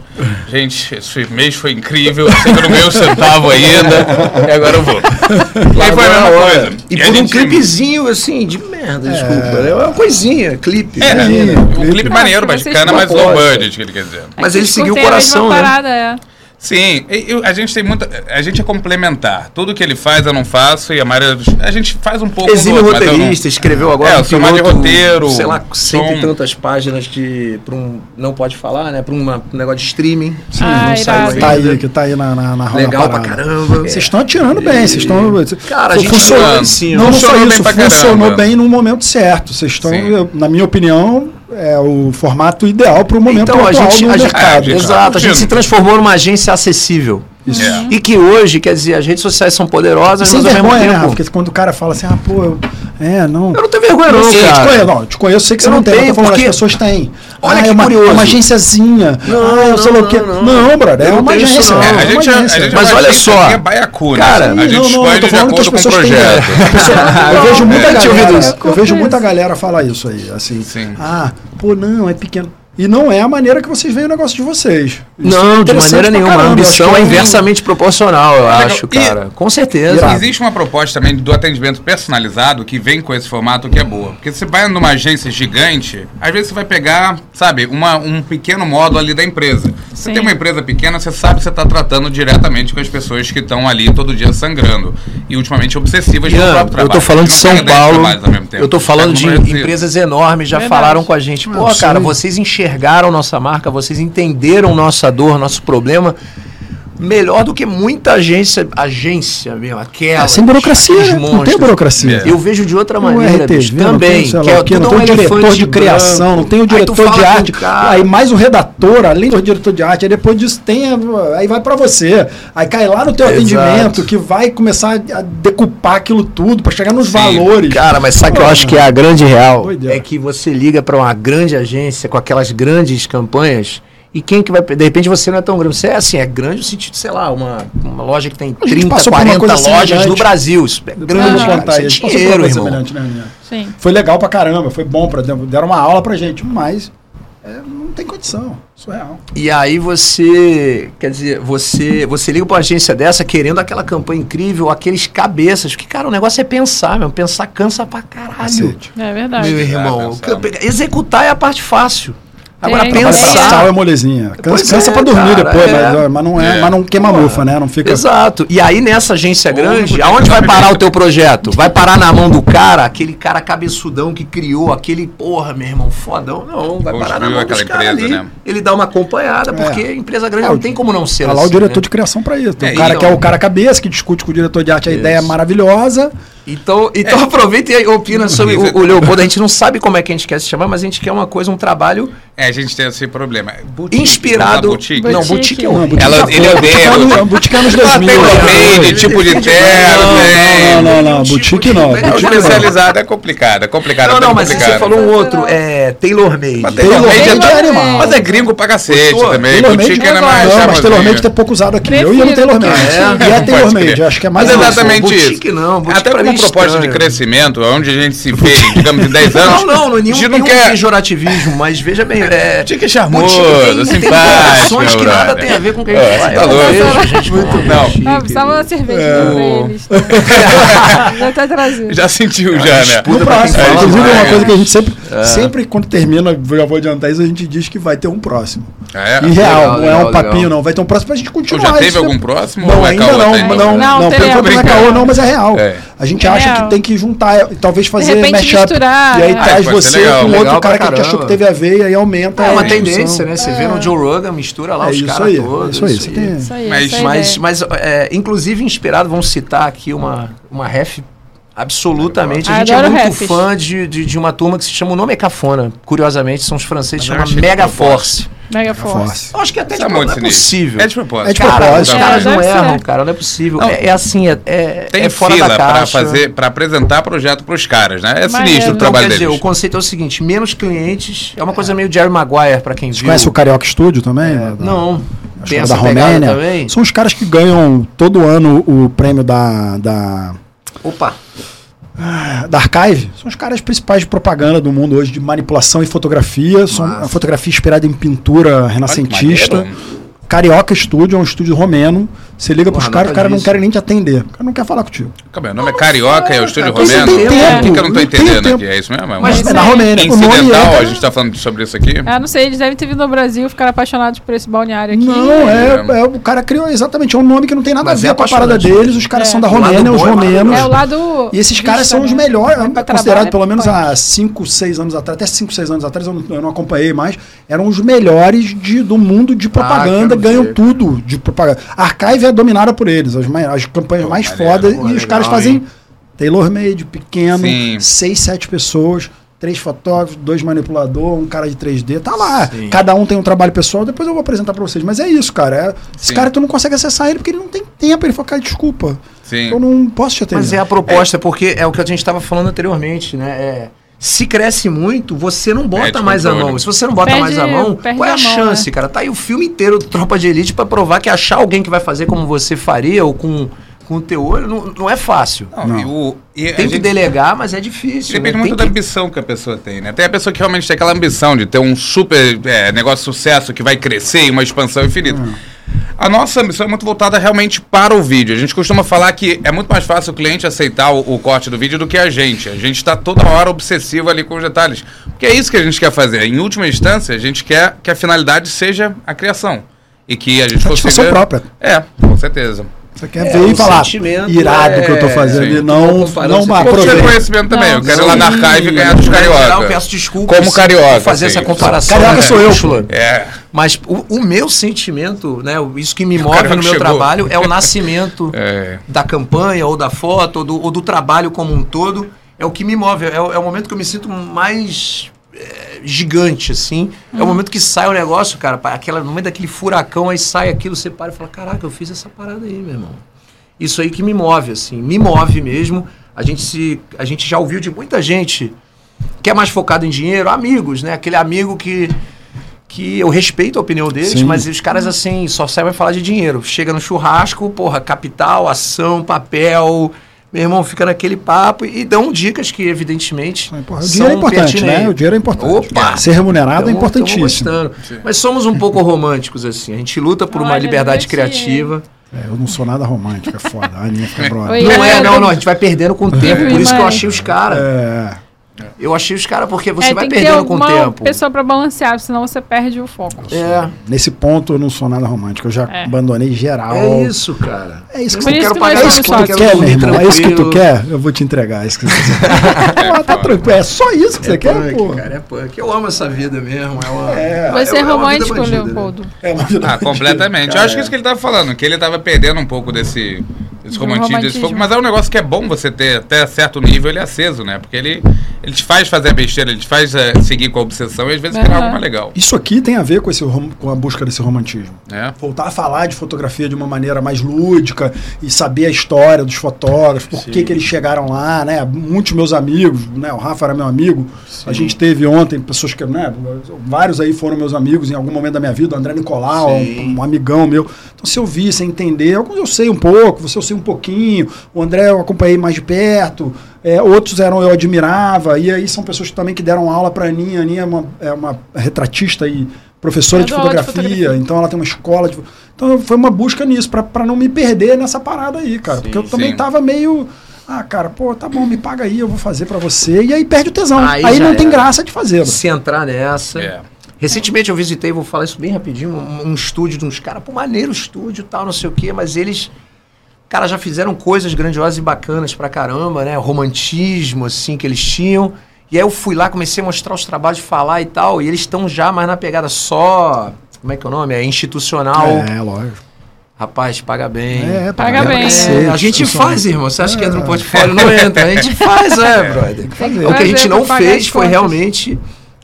[SPEAKER 4] Gente, esse mês foi incrível, eu sei que eu não ganhei um centavo ainda, e agora eu vou.
[SPEAKER 3] é
[SPEAKER 4] Aí foi a mesma coisa.
[SPEAKER 3] E,
[SPEAKER 4] a
[SPEAKER 3] por um
[SPEAKER 4] gente-
[SPEAKER 3] clipezinho, assim, de merda, desculpa. É uma coisinha, clipe.
[SPEAKER 4] É,
[SPEAKER 3] né?
[SPEAKER 4] um clipe
[SPEAKER 1] Ah,
[SPEAKER 4] maneiro,
[SPEAKER 1] porque
[SPEAKER 4] bacana,
[SPEAKER 1] vocês
[SPEAKER 4] mas low
[SPEAKER 3] propõem.
[SPEAKER 4] budget, que ele quer dizer.
[SPEAKER 3] Mas
[SPEAKER 1] É que
[SPEAKER 3] ele
[SPEAKER 1] eles
[SPEAKER 3] seguiu o
[SPEAKER 1] curtem a mesma
[SPEAKER 3] coração, né?
[SPEAKER 1] Parada, é.
[SPEAKER 4] Sim, e- eu- a gente tem muita. A gente é complementar. Tudo que ele faz, eu não faço, e a maioria dos. A gente faz um pouco. um
[SPEAKER 3] Exime
[SPEAKER 4] do outro, mas eu não-
[SPEAKER 3] roteirista, escreveu agora.
[SPEAKER 4] É,
[SPEAKER 3] um
[SPEAKER 4] eu sou mais de
[SPEAKER 3] piloto,
[SPEAKER 4] roteiro, um
[SPEAKER 3] Sei lá, cento e
[SPEAKER 4] som.
[SPEAKER 3] tantas páginas de. Pra um, não pode falar, né? Pra uma- um negócio de streaming.
[SPEAKER 2] Sim,
[SPEAKER 1] Ah,
[SPEAKER 2] não
[SPEAKER 1] irado.
[SPEAKER 2] saiu tá aí, que tá aí na, na, na roda
[SPEAKER 3] Legal pra
[SPEAKER 2] parada. É.
[SPEAKER 3] caramba.
[SPEAKER 2] Vocês estão atirando bem, vocês estão.
[SPEAKER 3] É. Cara, a gente
[SPEAKER 2] funcionou.
[SPEAKER 3] tá-
[SPEAKER 2] Não, não só
[SPEAKER 4] Funcionou bem
[SPEAKER 2] isso,
[SPEAKER 4] pra
[SPEAKER 2] funcionou
[SPEAKER 4] caramba.
[SPEAKER 2] bem no momento certo. Vocês estão,
[SPEAKER 4] Sim.
[SPEAKER 2] eu- na minha opinião, é o formato ideal para o momento
[SPEAKER 3] Então, a
[SPEAKER 2] atual
[SPEAKER 3] gente.
[SPEAKER 2] do
[SPEAKER 3] a gente-
[SPEAKER 2] mercado.
[SPEAKER 4] É, gente- tá
[SPEAKER 3] Exato, a gente
[SPEAKER 4] Curtindo.
[SPEAKER 3] se transformou numa agência acessível.
[SPEAKER 4] Isso. É.
[SPEAKER 3] E que hoje, quer dizer, as redes sociais são poderosas,
[SPEAKER 2] Sem
[SPEAKER 3] é, mas ao mesmo
[SPEAKER 2] vergonha, né,
[SPEAKER 3] tempo.
[SPEAKER 2] Rafa? Porque quando o cara fala assim, ah, pô, eu. É, não.
[SPEAKER 3] Eu não tenho vergonha, não,
[SPEAKER 2] sei, eu te
[SPEAKER 3] cara.
[SPEAKER 2] conheço, não, eu te conheço, sei que
[SPEAKER 3] Eu
[SPEAKER 2] você não,
[SPEAKER 3] não
[SPEAKER 2] tem, mas eu
[SPEAKER 3] tenho,
[SPEAKER 2] tô falando que
[SPEAKER 3] porque-
[SPEAKER 2] as pessoas têm.
[SPEAKER 3] Olha
[SPEAKER 2] ah,
[SPEAKER 3] que
[SPEAKER 2] é uma,
[SPEAKER 3] curioso.
[SPEAKER 2] É uma agenciazinha.
[SPEAKER 3] Não,
[SPEAKER 2] ah, eu sei lá
[SPEAKER 3] não,
[SPEAKER 2] o quê.
[SPEAKER 3] não.
[SPEAKER 2] Não, brother, é
[SPEAKER 3] Eu não
[SPEAKER 2] uma
[SPEAKER 3] tenho isso,
[SPEAKER 2] agência.
[SPEAKER 3] não.
[SPEAKER 2] é
[SPEAKER 4] A
[SPEAKER 2] uma
[SPEAKER 4] gente, é- a
[SPEAKER 2] agência.
[SPEAKER 4] gente
[SPEAKER 3] Mas
[SPEAKER 4] é
[SPEAKER 3] olha
[SPEAKER 4] agência,
[SPEAKER 3] só.
[SPEAKER 4] aqui é baiacu, né?
[SPEAKER 3] Cara,
[SPEAKER 4] a gente
[SPEAKER 2] não, não, eu
[SPEAKER 4] escolhe
[SPEAKER 2] tô
[SPEAKER 4] de
[SPEAKER 2] falando que as
[SPEAKER 4] acordo com o
[SPEAKER 2] pessoas têm.
[SPEAKER 4] projeto.
[SPEAKER 2] a pessoa- eu vejo muita
[SPEAKER 3] Eu tinha ouvido
[SPEAKER 2] galera,
[SPEAKER 3] isso.
[SPEAKER 2] eu, vejo muita
[SPEAKER 1] Acontece.
[SPEAKER 2] galera falar isso aí, assim.
[SPEAKER 4] Sim.
[SPEAKER 2] Ah, pô, não, é pequeno. E não é a maneira que vocês veem o negócio de vocês. Isso é
[SPEAKER 3] Não, de
[SPEAKER 2] interessante
[SPEAKER 3] maneira
[SPEAKER 2] pra
[SPEAKER 3] nenhuma.
[SPEAKER 2] caramba,
[SPEAKER 3] a
[SPEAKER 2] eu acho que
[SPEAKER 3] ambição
[SPEAKER 2] um-
[SPEAKER 3] é inversamente proporcional, eu acho,
[SPEAKER 4] E-
[SPEAKER 3] cara. Com certeza.
[SPEAKER 2] Irado.
[SPEAKER 4] Existe uma proposta também do atendimento personalizado que vem com esse formato que é boa. Porque você vai numa agência gigante, às vezes você vai pegar, sabe, uma, um pequeno módulo ali da empresa. Você
[SPEAKER 1] Sim.
[SPEAKER 4] tem uma empresa pequena, você sabe que você está tratando diretamente com as pessoas que estão ali todo dia sangrando. E ultimamente obsessivas pelo
[SPEAKER 3] Ian,
[SPEAKER 4] próprio
[SPEAKER 3] eu
[SPEAKER 4] trabalho.
[SPEAKER 3] tô falando de
[SPEAKER 4] Não pega
[SPEAKER 3] São
[SPEAKER 4] dez
[SPEAKER 3] Paulo.
[SPEAKER 4] trabalhos ao mesmo tempo.
[SPEAKER 3] Eu tô falando
[SPEAKER 4] Pega
[SPEAKER 3] de
[SPEAKER 4] um número reduzido.
[SPEAKER 3] empresas enormes, já
[SPEAKER 1] Verdade.
[SPEAKER 3] falaram com a gente. Pô,
[SPEAKER 2] É Não,
[SPEAKER 3] cara,
[SPEAKER 2] sim.
[SPEAKER 3] vocês enxergaram nossa marca, vocês entenderam nossa dor, nosso problema. Melhor do que muita agência, agência mesmo, aquela.
[SPEAKER 2] É, sem burocracia,
[SPEAKER 3] aqueles
[SPEAKER 2] né? Não tem
[SPEAKER 3] monstros.
[SPEAKER 2] burocracia. um
[SPEAKER 4] É.
[SPEAKER 3] Eu vejo de outra
[SPEAKER 2] Não é
[SPEAKER 3] maneira,
[SPEAKER 2] RTV,
[SPEAKER 3] bicho,
[SPEAKER 2] não
[SPEAKER 3] também.
[SPEAKER 2] tem, sei lá
[SPEAKER 3] que é
[SPEAKER 2] o quê,
[SPEAKER 3] tudo
[SPEAKER 2] não tem
[SPEAKER 3] um
[SPEAKER 2] o diretor
[SPEAKER 3] elefante
[SPEAKER 2] de criação, não
[SPEAKER 3] branco.
[SPEAKER 2] tem o
[SPEAKER 3] Aí tu
[SPEAKER 2] diretor
[SPEAKER 3] fala
[SPEAKER 2] de
[SPEAKER 3] com o
[SPEAKER 2] arte,
[SPEAKER 3] cara.
[SPEAKER 2] aí mais o redator, além do diretor de arte, aí depois disso tem, a- aí vai pra você, aí cai lá no teu
[SPEAKER 3] Exato.
[SPEAKER 2] atendimento, que vai começar a decupar aquilo tudo pra chegar nos
[SPEAKER 4] Sim,
[SPEAKER 2] valores.
[SPEAKER 3] Cara, mas sabe o que eu acho que é a grande real?
[SPEAKER 2] Doideira.
[SPEAKER 3] É que você liga pra uma grande agência com aquelas grandes campanhas E quem que vai. De repente você não é tão grande. Você é assim, é grande no sentido, sei lá, uma, uma loja que tem
[SPEAKER 2] A gente
[SPEAKER 3] 30,
[SPEAKER 2] passou por uma
[SPEAKER 3] 40
[SPEAKER 2] coisa
[SPEAKER 3] lojas
[SPEAKER 2] semelhante.
[SPEAKER 3] no Brasil. Isso é
[SPEAKER 2] Depois eu
[SPEAKER 3] grande,
[SPEAKER 2] vou
[SPEAKER 3] cara.
[SPEAKER 2] contar aí.
[SPEAKER 3] Isso é
[SPEAKER 2] Passou por uma
[SPEAKER 3] dinheiro,
[SPEAKER 2] coisa
[SPEAKER 3] irmão.
[SPEAKER 2] semelhante, né, Daniel?
[SPEAKER 1] Sim.
[SPEAKER 2] Foi legal pra caramba, foi bom, por exemplo, deram uma aula pra gente, mas é, não tem condição, surreal.
[SPEAKER 3] E aí você, quer dizer, você, você liga pra uma agência dessa querendo aquela campanha incrível, aqueles cabeças, que cara, o negócio é pensar, meu, pensar cansa pra caralho.
[SPEAKER 2] Cacete.
[SPEAKER 1] É
[SPEAKER 3] Meu
[SPEAKER 1] verdade.
[SPEAKER 3] irmão,
[SPEAKER 4] pensar.
[SPEAKER 3] camp- executar é a parte fácil. Agora
[SPEAKER 1] Tem,
[SPEAKER 2] Trabalho
[SPEAKER 1] Pensar.
[SPEAKER 2] braçal
[SPEAKER 3] pensar
[SPEAKER 2] é molezinha.
[SPEAKER 3] Pois
[SPEAKER 2] Cansa, cansa
[SPEAKER 3] é,
[SPEAKER 2] pra dormir
[SPEAKER 3] cara,
[SPEAKER 2] depois,
[SPEAKER 3] é.
[SPEAKER 2] mas, mas não é,
[SPEAKER 4] É.
[SPEAKER 2] mas não queima
[SPEAKER 3] Porra.
[SPEAKER 2] mufa, né? Não fica.
[SPEAKER 3] Exato. E aí nessa agência
[SPEAKER 4] Ou
[SPEAKER 3] grande,
[SPEAKER 4] podia
[SPEAKER 3] aonde
[SPEAKER 4] ter
[SPEAKER 3] vai
[SPEAKER 4] uma
[SPEAKER 3] parar o
[SPEAKER 4] agência-
[SPEAKER 3] teu projeto? Vai parar na mão do cara, aquele cara cabeçudão que criou aquele, porra, meu irmão, fodão? Não, vai parar na mão
[SPEAKER 4] Construiu
[SPEAKER 3] dos
[SPEAKER 4] aquela
[SPEAKER 3] caras
[SPEAKER 4] empresa,
[SPEAKER 3] ali.
[SPEAKER 4] né?
[SPEAKER 3] Ele dá uma acompanhada,
[SPEAKER 2] É.
[SPEAKER 3] porque empresa grande
[SPEAKER 2] É,
[SPEAKER 3] não
[SPEAKER 2] o-
[SPEAKER 3] tem como não ser
[SPEAKER 2] Tá lá o
[SPEAKER 3] assim,
[SPEAKER 2] diretor
[SPEAKER 3] né?
[SPEAKER 2] de criação pra isso. Tem
[SPEAKER 4] É,
[SPEAKER 2] o cara
[SPEAKER 3] então.
[SPEAKER 2] que é o cara cabeça, que discute com o diretor de arte a ideia
[SPEAKER 3] Isso.
[SPEAKER 2] maravilhosa.
[SPEAKER 3] Então,
[SPEAKER 4] É.
[SPEAKER 3] então aproveita e opina sobre o, o Leopoldo. A gente não sabe como é que a gente quer se chamar, mas a gente quer uma coisa, um trabalho
[SPEAKER 4] É, a gente tem esse problema. É Boutique,
[SPEAKER 3] inspirado.
[SPEAKER 4] uma boutique.
[SPEAKER 3] Não,
[SPEAKER 1] Boutique.
[SPEAKER 3] boutique é
[SPEAKER 2] Não,
[SPEAKER 3] horrível.
[SPEAKER 2] boutique
[SPEAKER 4] Ela-
[SPEAKER 2] já foi.
[SPEAKER 4] ele odeia-
[SPEAKER 2] Boutique é no- Boutique é nos
[SPEAKER 3] Ah,
[SPEAKER 2] 2000.
[SPEAKER 3] tem
[SPEAKER 2] né?
[SPEAKER 4] Tem
[SPEAKER 3] Não,
[SPEAKER 4] tipo de
[SPEAKER 3] não,
[SPEAKER 4] terno,
[SPEAKER 3] não,
[SPEAKER 4] tem.
[SPEAKER 2] Não, não, não,
[SPEAKER 3] Tipo
[SPEAKER 2] boutique
[SPEAKER 3] de-
[SPEAKER 2] não.
[SPEAKER 3] É,
[SPEAKER 4] É,
[SPEAKER 2] Boutique não.
[SPEAKER 4] especializada é complicada, é complicada.
[SPEAKER 3] Não, não,
[SPEAKER 4] tá
[SPEAKER 3] mas você
[SPEAKER 4] complicada.
[SPEAKER 3] falou um outro, é Taylor Made.
[SPEAKER 4] Mas
[SPEAKER 2] Taylor
[SPEAKER 4] Taylor
[SPEAKER 2] Made
[SPEAKER 4] Made
[SPEAKER 2] é
[SPEAKER 4] é-
[SPEAKER 2] animal.
[SPEAKER 4] Mas é gringo pra cacete
[SPEAKER 3] Gostou?
[SPEAKER 4] também.
[SPEAKER 2] Taylor
[SPEAKER 4] Boutique
[SPEAKER 2] Made-
[SPEAKER 4] era mais
[SPEAKER 2] Não, mas
[SPEAKER 4] chamazinha.
[SPEAKER 2] Taylor
[SPEAKER 3] tá
[SPEAKER 2] Made é pouco usado aqui. Eu ia no
[SPEAKER 1] Prefiro.
[SPEAKER 2] Taylor Made.
[SPEAKER 3] É,
[SPEAKER 2] E é
[SPEAKER 4] não
[SPEAKER 2] Taylor
[SPEAKER 4] pode
[SPEAKER 2] Made,
[SPEAKER 4] crer.
[SPEAKER 2] acho que é mais
[SPEAKER 4] Mas
[SPEAKER 2] isso.
[SPEAKER 4] exatamente
[SPEAKER 3] Boutique
[SPEAKER 4] isso.
[SPEAKER 3] não, boutique
[SPEAKER 4] Até
[SPEAKER 3] pra
[SPEAKER 4] como
[SPEAKER 3] mim é
[SPEAKER 4] proposta de
[SPEAKER 3] estranho.
[SPEAKER 4] crescimento, onde a gente se vê, digamos, em 10 anos.
[SPEAKER 3] Não, não, não,
[SPEAKER 4] a
[SPEAKER 3] nenhum,
[SPEAKER 4] gente
[SPEAKER 3] nenhum
[SPEAKER 4] não quer.
[SPEAKER 3] pejorativismo, mas veja bem, é...
[SPEAKER 4] Boutique é charmoso,
[SPEAKER 3] Boutique tem- tem
[SPEAKER 4] simpático.
[SPEAKER 3] variações que nada
[SPEAKER 4] brother.
[SPEAKER 3] tem a ver com o que a gente
[SPEAKER 4] É,
[SPEAKER 3] faz.
[SPEAKER 4] tá louco.
[SPEAKER 3] Veja, gente,
[SPEAKER 4] Muito
[SPEAKER 3] não,
[SPEAKER 4] não.
[SPEAKER 3] boutique.
[SPEAKER 1] Ah, precisava uma cerveja
[SPEAKER 4] É,
[SPEAKER 1] pra
[SPEAKER 4] o-
[SPEAKER 1] eles. né? Já tá trazido.
[SPEAKER 4] Já sentiu,
[SPEAKER 3] A
[SPEAKER 4] já, né?
[SPEAKER 3] disputa
[SPEAKER 2] No
[SPEAKER 3] pra quem
[SPEAKER 2] próximo.
[SPEAKER 3] fala
[SPEAKER 2] É. Inclusive, é
[SPEAKER 3] mais,
[SPEAKER 2] uma
[SPEAKER 3] né?
[SPEAKER 2] coisa que a gente sempre,
[SPEAKER 4] É.
[SPEAKER 2] sempre quando termina, eu já vou adiantar isso, a gente diz que vai ter um próximo.
[SPEAKER 4] Ah, é?
[SPEAKER 2] E real,
[SPEAKER 3] legal,
[SPEAKER 2] não é um
[SPEAKER 3] legal,
[SPEAKER 2] papinho,
[SPEAKER 3] legal.
[SPEAKER 2] não. Vai ter um próximo pra gente
[SPEAKER 4] Então,
[SPEAKER 2] continuar.
[SPEAKER 4] Já teve
[SPEAKER 2] isso.
[SPEAKER 4] algum próximo?
[SPEAKER 2] Não,
[SPEAKER 4] ou é
[SPEAKER 2] ainda
[SPEAKER 4] caô
[SPEAKER 2] não,
[SPEAKER 4] até
[SPEAKER 2] não,
[SPEAKER 4] então?
[SPEAKER 2] não,
[SPEAKER 1] Não,
[SPEAKER 2] não,
[SPEAKER 1] tem
[SPEAKER 2] pelo
[SPEAKER 1] real.
[SPEAKER 2] não é caô não, mas é real.
[SPEAKER 4] É.
[SPEAKER 2] A gente
[SPEAKER 1] É
[SPEAKER 2] acha
[SPEAKER 1] real.
[SPEAKER 2] que tem que juntar, e talvez fazer
[SPEAKER 1] repente
[SPEAKER 2] mashup,
[SPEAKER 1] misturar,
[SPEAKER 2] e aí
[SPEAKER 1] é.
[SPEAKER 3] né?
[SPEAKER 1] Ah,
[SPEAKER 2] traz
[SPEAKER 4] isso pode ser
[SPEAKER 2] você
[SPEAKER 4] legal,
[SPEAKER 2] com
[SPEAKER 3] legal
[SPEAKER 2] outro cara
[SPEAKER 3] pra
[SPEAKER 2] que a gente
[SPEAKER 3] caramba.
[SPEAKER 2] achou que teve a ver e aí aumenta
[SPEAKER 3] É
[SPEAKER 2] a
[SPEAKER 3] uma
[SPEAKER 2] discussão.
[SPEAKER 3] tendência, né? Você vê no Joe Rogan, mistura lá
[SPEAKER 2] É
[SPEAKER 3] os
[SPEAKER 2] isso
[SPEAKER 3] caras
[SPEAKER 2] aí,
[SPEAKER 3] todos.
[SPEAKER 2] isso aí, você tem-
[SPEAKER 1] Isso aí,
[SPEAKER 4] Mas-
[SPEAKER 1] essa é a
[SPEAKER 3] Mas,
[SPEAKER 1] ideia.
[SPEAKER 3] mas é, inclusive inspirado, vamos citar aqui uma, uma ref absolutamente. A
[SPEAKER 1] Ah,
[SPEAKER 3] gente é
[SPEAKER 1] adoro
[SPEAKER 3] muito
[SPEAKER 1] refs.
[SPEAKER 3] fã de, de, de uma turma que se chama o nome é Cafona. Curiosamente, são os franceses,
[SPEAKER 4] Mas eu
[SPEAKER 3] chama
[SPEAKER 4] achei
[SPEAKER 3] Mega
[SPEAKER 4] que foi
[SPEAKER 3] Force.
[SPEAKER 1] Mega force.
[SPEAKER 2] Force.
[SPEAKER 3] Eu acho que até
[SPEAKER 4] Tá
[SPEAKER 3] de
[SPEAKER 4] muito
[SPEAKER 3] não é
[SPEAKER 4] sinistro.
[SPEAKER 3] possível.
[SPEAKER 4] É de propósito.
[SPEAKER 2] É de
[SPEAKER 3] Cara, os
[SPEAKER 2] propósito,
[SPEAKER 3] caras
[SPEAKER 1] né?
[SPEAKER 3] não
[SPEAKER 1] Deve ser.
[SPEAKER 3] erram, cara, não é possível.
[SPEAKER 4] Não.
[SPEAKER 3] É, é assim, é, é,
[SPEAKER 4] Tem
[SPEAKER 3] é fora
[SPEAKER 4] fila
[SPEAKER 3] da
[SPEAKER 4] pra
[SPEAKER 3] caixa.
[SPEAKER 4] fazer, para apresentar projeto pros caras, né? É
[SPEAKER 1] Maneiro.
[SPEAKER 4] sinistro o
[SPEAKER 1] Então,
[SPEAKER 3] Então,
[SPEAKER 4] trabalho
[SPEAKER 3] quer dizer, o
[SPEAKER 4] deles.
[SPEAKER 3] conceito é o seguinte: menos clientes. É uma coisa meio Jerry Maguire, pra quem
[SPEAKER 2] Você
[SPEAKER 3] viu. É,
[SPEAKER 2] conhece o Carioca Studio também? né? Da-
[SPEAKER 3] Não.
[SPEAKER 2] acho que
[SPEAKER 3] Tem
[SPEAKER 2] era
[SPEAKER 3] essa
[SPEAKER 2] da
[SPEAKER 3] pegada
[SPEAKER 2] Romênia.
[SPEAKER 3] também.
[SPEAKER 2] São os caras que ganham todo ano o prêmio da, da,
[SPEAKER 3] Opa.
[SPEAKER 2] da Archive. São os caras principais de propaganda do mundo hoje, de manipulação e fotografia. São
[SPEAKER 3] Massa.
[SPEAKER 2] a fotografia inspirada em pintura
[SPEAKER 4] Olha que
[SPEAKER 2] renascentista.
[SPEAKER 4] maneiro.
[SPEAKER 2] Carioca Estúdio, é um estúdio romeno. Você liga pros
[SPEAKER 3] Porra,
[SPEAKER 2] caras,
[SPEAKER 3] nada
[SPEAKER 2] os caras não
[SPEAKER 3] disso.
[SPEAKER 2] querem nem te atender. O cara não quer falar contigo.
[SPEAKER 4] Calma aí, o nome é Carioca, é o Estúdio
[SPEAKER 3] Porque
[SPEAKER 2] não
[SPEAKER 4] Romeno.
[SPEAKER 2] tem
[SPEAKER 4] Por que
[SPEAKER 2] tempo,
[SPEAKER 4] que eu não tô
[SPEAKER 2] não tem
[SPEAKER 4] entendendo
[SPEAKER 2] tempo.
[SPEAKER 4] aqui? É isso mesmo? É uma-
[SPEAKER 1] Mas
[SPEAKER 2] é
[SPEAKER 1] isso
[SPEAKER 2] na
[SPEAKER 1] aí.
[SPEAKER 2] Romênia. O nome
[SPEAKER 4] Incidental, a
[SPEAKER 2] é...
[SPEAKER 4] gente tá falando sobre isso aqui.
[SPEAKER 1] Ah, não sei, eles devem ter vindo ao Brasil e ficaram apaixonados por esse balneário aqui.
[SPEAKER 2] Não,
[SPEAKER 4] É.
[SPEAKER 2] é, é- o cara criou exatamente, é um nome que não tem nada
[SPEAKER 3] Mas
[SPEAKER 2] a ver
[SPEAKER 3] é
[SPEAKER 2] com a parada
[SPEAKER 3] apaixonante,
[SPEAKER 2] deles, os caras
[SPEAKER 1] É.
[SPEAKER 2] são da
[SPEAKER 3] O lado
[SPEAKER 2] Romênia, os
[SPEAKER 3] bom é
[SPEAKER 2] romenos.
[SPEAKER 1] É o lado.
[SPEAKER 2] E esses caras
[SPEAKER 1] vista,
[SPEAKER 2] são os
[SPEAKER 1] né?
[SPEAKER 2] melhores,
[SPEAKER 1] Vai pra
[SPEAKER 2] considerado
[SPEAKER 1] trabalho,
[SPEAKER 2] pelo menos
[SPEAKER 1] pode.
[SPEAKER 2] há 5, 6 anos atrás, até 5, 6 anos atrás, eu não, eu não acompanhei mais, eram os melhores de- do mundo
[SPEAKER 4] Ah,
[SPEAKER 2] de propaganda,
[SPEAKER 3] quero
[SPEAKER 2] ganham
[SPEAKER 3] ver.
[SPEAKER 2] tudo de propaganda. A Archive é dominada por eles, as, mai- as campanhas
[SPEAKER 4] Pô, é
[SPEAKER 2] mais
[SPEAKER 4] maneiro,
[SPEAKER 2] fodas,
[SPEAKER 3] pô,
[SPEAKER 2] e os
[SPEAKER 3] legal,
[SPEAKER 2] caras fazem
[SPEAKER 3] hein?
[SPEAKER 2] tailor-made, pequeno,
[SPEAKER 4] Sim.
[SPEAKER 2] 6, 7 pessoas, três fotógrafos, dois manipulador, um cara de 3D, tá lá.
[SPEAKER 3] Sim.
[SPEAKER 2] Cada um tem um trabalho pessoal, depois eu vou apresentar pra vocês. Mas é isso, cara. é- esse
[SPEAKER 4] Sim.
[SPEAKER 2] cara tu não consegue acessar ele porque ele não tem tempo. Ele fala, cara, desculpa.
[SPEAKER 4] Sim.
[SPEAKER 2] Eu não posso te atender.
[SPEAKER 3] Mas é a proposta, porque é o que a gente estava falando anteriormente, né? É, se cresce muito, você não bota
[SPEAKER 4] Perde
[SPEAKER 3] mais a
[SPEAKER 4] controle.
[SPEAKER 3] mão. Se você não bota
[SPEAKER 1] Perde-
[SPEAKER 3] mais a mão,
[SPEAKER 1] perde
[SPEAKER 3] qual é a,
[SPEAKER 1] a mão, né?
[SPEAKER 3] chance, cara? Tá aí o filme inteiro do Tropa de Elite para provar que achar alguém que vai fazer como você faria ou com, com o teu olho não, não é fácil.
[SPEAKER 4] Não,
[SPEAKER 2] Não.
[SPEAKER 4] e o- e a
[SPEAKER 3] Tem que
[SPEAKER 4] gente-
[SPEAKER 3] delegar, mas é difícil.
[SPEAKER 4] Depende
[SPEAKER 3] né?
[SPEAKER 4] muito
[SPEAKER 3] Tem
[SPEAKER 4] da
[SPEAKER 3] que-
[SPEAKER 4] ambição que a pessoa tem, né? Tem a pessoa que realmente tem aquela ambição de ter um super é, negócio de sucesso que vai crescer e uma expansão infinita. A nossa ambição é muito voltada realmente para o vídeo. A gente costuma falar que é muito mais fácil o cliente aceitar o, o corte do vídeo do que a gente. A gente está toda hora obsessivo ali com os detalhes. Porque é isso que a gente quer fazer. Em última instância, a gente quer que a finalidade seja a criação. E que a gente
[SPEAKER 2] Satisfação
[SPEAKER 4] consiga...
[SPEAKER 2] própria.
[SPEAKER 4] É, com certeza.
[SPEAKER 2] Você quer
[SPEAKER 3] É,
[SPEAKER 2] ver
[SPEAKER 3] o
[SPEAKER 2] e falar,
[SPEAKER 3] sentimento
[SPEAKER 2] irado que eu tô
[SPEAKER 3] é-
[SPEAKER 2] fazendo.
[SPEAKER 4] Sim.
[SPEAKER 2] E não,
[SPEAKER 3] Comparando,
[SPEAKER 2] não
[SPEAKER 3] você-
[SPEAKER 4] Pô,
[SPEAKER 2] aproveita.
[SPEAKER 4] Você conhecimento também. Eu
[SPEAKER 1] Não,
[SPEAKER 4] quero ir lá na archive e ganhar dos
[SPEAKER 3] Em geral,
[SPEAKER 4] carioca.
[SPEAKER 3] Eu peço desculpas.
[SPEAKER 4] Como carioca,
[SPEAKER 3] por fazer
[SPEAKER 4] assim.
[SPEAKER 3] essa comparação.
[SPEAKER 2] Carioca
[SPEAKER 3] né,
[SPEAKER 2] sou eu.
[SPEAKER 3] Chulano?
[SPEAKER 4] É.
[SPEAKER 3] Mas o, o meu sentimento, né? o- Isso que me move
[SPEAKER 4] carioca
[SPEAKER 3] no meu
[SPEAKER 4] chegou.
[SPEAKER 3] trabalho é o nascimento
[SPEAKER 4] É.
[SPEAKER 3] da campanha ou da foto ou do, ou do trabalho como um todo é o que me move. É, o- é o momento que eu me sinto mais é, gigante, assim.
[SPEAKER 4] Uhum.
[SPEAKER 3] É o momento que sai o negócio, cara. pa- Aquela, no momento daquele furacão, aí sai aquilo, você para e fala: Caraca, eu fiz essa parada aí, meu irmão. Isso aí que me move, assim. Me move mesmo. A gente, se, a gente já ouviu de muita gente que é mais focado em dinheiro, amigos, né? Aquele amigo que que eu respeito a opinião deles,
[SPEAKER 2] Sim.
[SPEAKER 3] mas os caras assim só servem falar de dinheiro. Chega no churrasco, porra, capital, ação, papel. Meu irmão, fica naquele papo e dão dicas que, evidentemente.
[SPEAKER 2] Porra, O
[SPEAKER 1] um
[SPEAKER 2] dinheiro é importante, né? O dinheiro é importante.
[SPEAKER 3] Opa!
[SPEAKER 2] Ser remunerado é
[SPEAKER 1] Então,
[SPEAKER 3] Tamo- tamo
[SPEAKER 2] importantíssimo.
[SPEAKER 3] então, gostando.
[SPEAKER 4] Sim.
[SPEAKER 3] Mas somos um pouco românticos, assim. A gente luta por uma
[SPEAKER 1] Olha,
[SPEAKER 3] liberdade
[SPEAKER 1] divertido.
[SPEAKER 3] criativa.
[SPEAKER 2] É, eu não sou nada romântico, é foda. A Aninha fica brother.
[SPEAKER 1] então. Oi.
[SPEAKER 3] Não é, não, não. A gente vai perdendo com o tempo. Por isso que eu
[SPEAKER 1] Mas-
[SPEAKER 3] achei os caras.
[SPEAKER 2] É,
[SPEAKER 3] Eu achei os caras porque
[SPEAKER 1] É,
[SPEAKER 3] você vai
[SPEAKER 1] tem que
[SPEAKER 3] perdendo com o
[SPEAKER 1] ter uma
[SPEAKER 3] tempo.
[SPEAKER 1] pessoa pra balancear, senão você perde o foco.
[SPEAKER 3] É,
[SPEAKER 2] nesse ponto eu não sou nada romântico. Eu já
[SPEAKER 1] É.
[SPEAKER 2] abandonei geral.
[SPEAKER 3] é isso, cara.
[SPEAKER 2] É isso
[SPEAKER 3] Eu
[SPEAKER 2] que
[SPEAKER 1] Por
[SPEAKER 3] não
[SPEAKER 1] isso
[SPEAKER 3] quero
[SPEAKER 1] que
[SPEAKER 3] pagar
[SPEAKER 1] nós
[SPEAKER 2] É
[SPEAKER 1] somos
[SPEAKER 2] isso que tu
[SPEAKER 1] sócios.
[SPEAKER 2] quer, meu
[SPEAKER 3] Dormir
[SPEAKER 2] irmão. É isso que tu
[SPEAKER 3] tranquilo.
[SPEAKER 2] quer? Eu vou te entregar. É isso que você quer. Pô, tá tranquilo. É só isso que você quer,
[SPEAKER 3] punk,
[SPEAKER 2] pô.
[SPEAKER 3] cara, é punk. Eu amo essa vida mesmo. É uma,
[SPEAKER 1] Você é
[SPEAKER 3] uma vida
[SPEAKER 1] romântico,
[SPEAKER 3] bandida, né?
[SPEAKER 1] Leopoldo?
[SPEAKER 2] É uma vida
[SPEAKER 4] Ah, completamente. Eu acho que isso que ele tava falando, que ele tava perdendo um pouco desse, desse
[SPEAKER 1] Do
[SPEAKER 4] romantismo, desse
[SPEAKER 1] romantismo.
[SPEAKER 4] fogo. Mas é um negócio que é bom você ter até certo nível ele aceso, né? Porque ele, ele te faz fazer a besteira, ele te faz eh, seguir com a obsessão e às vezes criar
[SPEAKER 1] Aham.
[SPEAKER 4] alguma legal.
[SPEAKER 2] Isso aqui tem a ver com, esse, rom- com a busca desse romantismo.
[SPEAKER 4] Né?
[SPEAKER 2] Voltar a falar de fotografia de uma maneira mais lúdica e saber a história dos fotógrafos, por que, que eles chegaram lá, né? Muitos meus amigos, né? O Rafa era meu amigo. A gente teve ontem pessoas que, né? Vários aí foram meus amigos em algum momento da minha vida. O André Nicolau,
[SPEAKER 3] Sim.
[SPEAKER 2] um, um amigão meu. Então, se eu vi, se eu entender, alguns eu sei um pouco, você eu sei um pouquinho. O André eu acompanhei mais de perto. É, outros eram eu admirava. E aí são pessoas que também que deram aula para a Aninha. A Aninha é uma, é uma retratista e professora
[SPEAKER 1] Eu
[SPEAKER 2] de
[SPEAKER 1] dou aula de
[SPEAKER 2] fotografia,
[SPEAKER 1] fotografia.
[SPEAKER 2] então ela tem uma escola de... Então foi uma busca nisso, pra- pra não me perder nessa parada aí, cara. porque eu também
[SPEAKER 4] sim.
[SPEAKER 2] tava meio. Ah, cara, pô, tá bom, me paga aí, eu vou fazer pra você. E aí perde o tesão. Aí,
[SPEAKER 3] Aí já
[SPEAKER 2] não tem
[SPEAKER 3] era.
[SPEAKER 2] graça de fazer.
[SPEAKER 3] Se entrar nessa.
[SPEAKER 4] É.
[SPEAKER 3] Recentemente eu visitei, vou falar isso bem rapidinho, um, um estúdio de uns caras, pô, maneiro estúdio tal, não sei o quê, mas eles, cara, já fizeram coisas grandiosas e bacanas pra caramba, né? Romantismo, assim, que eles tinham. E aí eu fui lá, comecei a mostrar os trabalhos, falar e tal, e eles estão já mais na pegada só. Como é que é o nome? É institucional.
[SPEAKER 2] lógico.
[SPEAKER 3] Rapaz, paga bem.
[SPEAKER 2] É,
[SPEAKER 1] Paga
[SPEAKER 2] pra
[SPEAKER 1] bem,
[SPEAKER 2] cacete,
[SPEAKER 3] É, a gente
[SPEAKER 2] isso
[SPEAKER 3] faz,
[SPEAKER 2] é-
[SPEAKER 3] irmão. Você acha que entra no
[SPEAKER 2] É.
[SPEAKER 3] portfólio? Não entra. A gente faz, é, brother.
[SPEAKER 1] Tem
[SPEAKER 2] fazer.
[SPEAKER 3] O que a gente
[SPEAKER 1] fazer pra
[SPEAKER 3] não
[SPEAKER 1] pagar
[SPEAKER 3] fez
[SPEAKER 1] as
[SPEAKER 3] foi
[SPEAKER 1] contas.
[SPEAKER 3] realmente.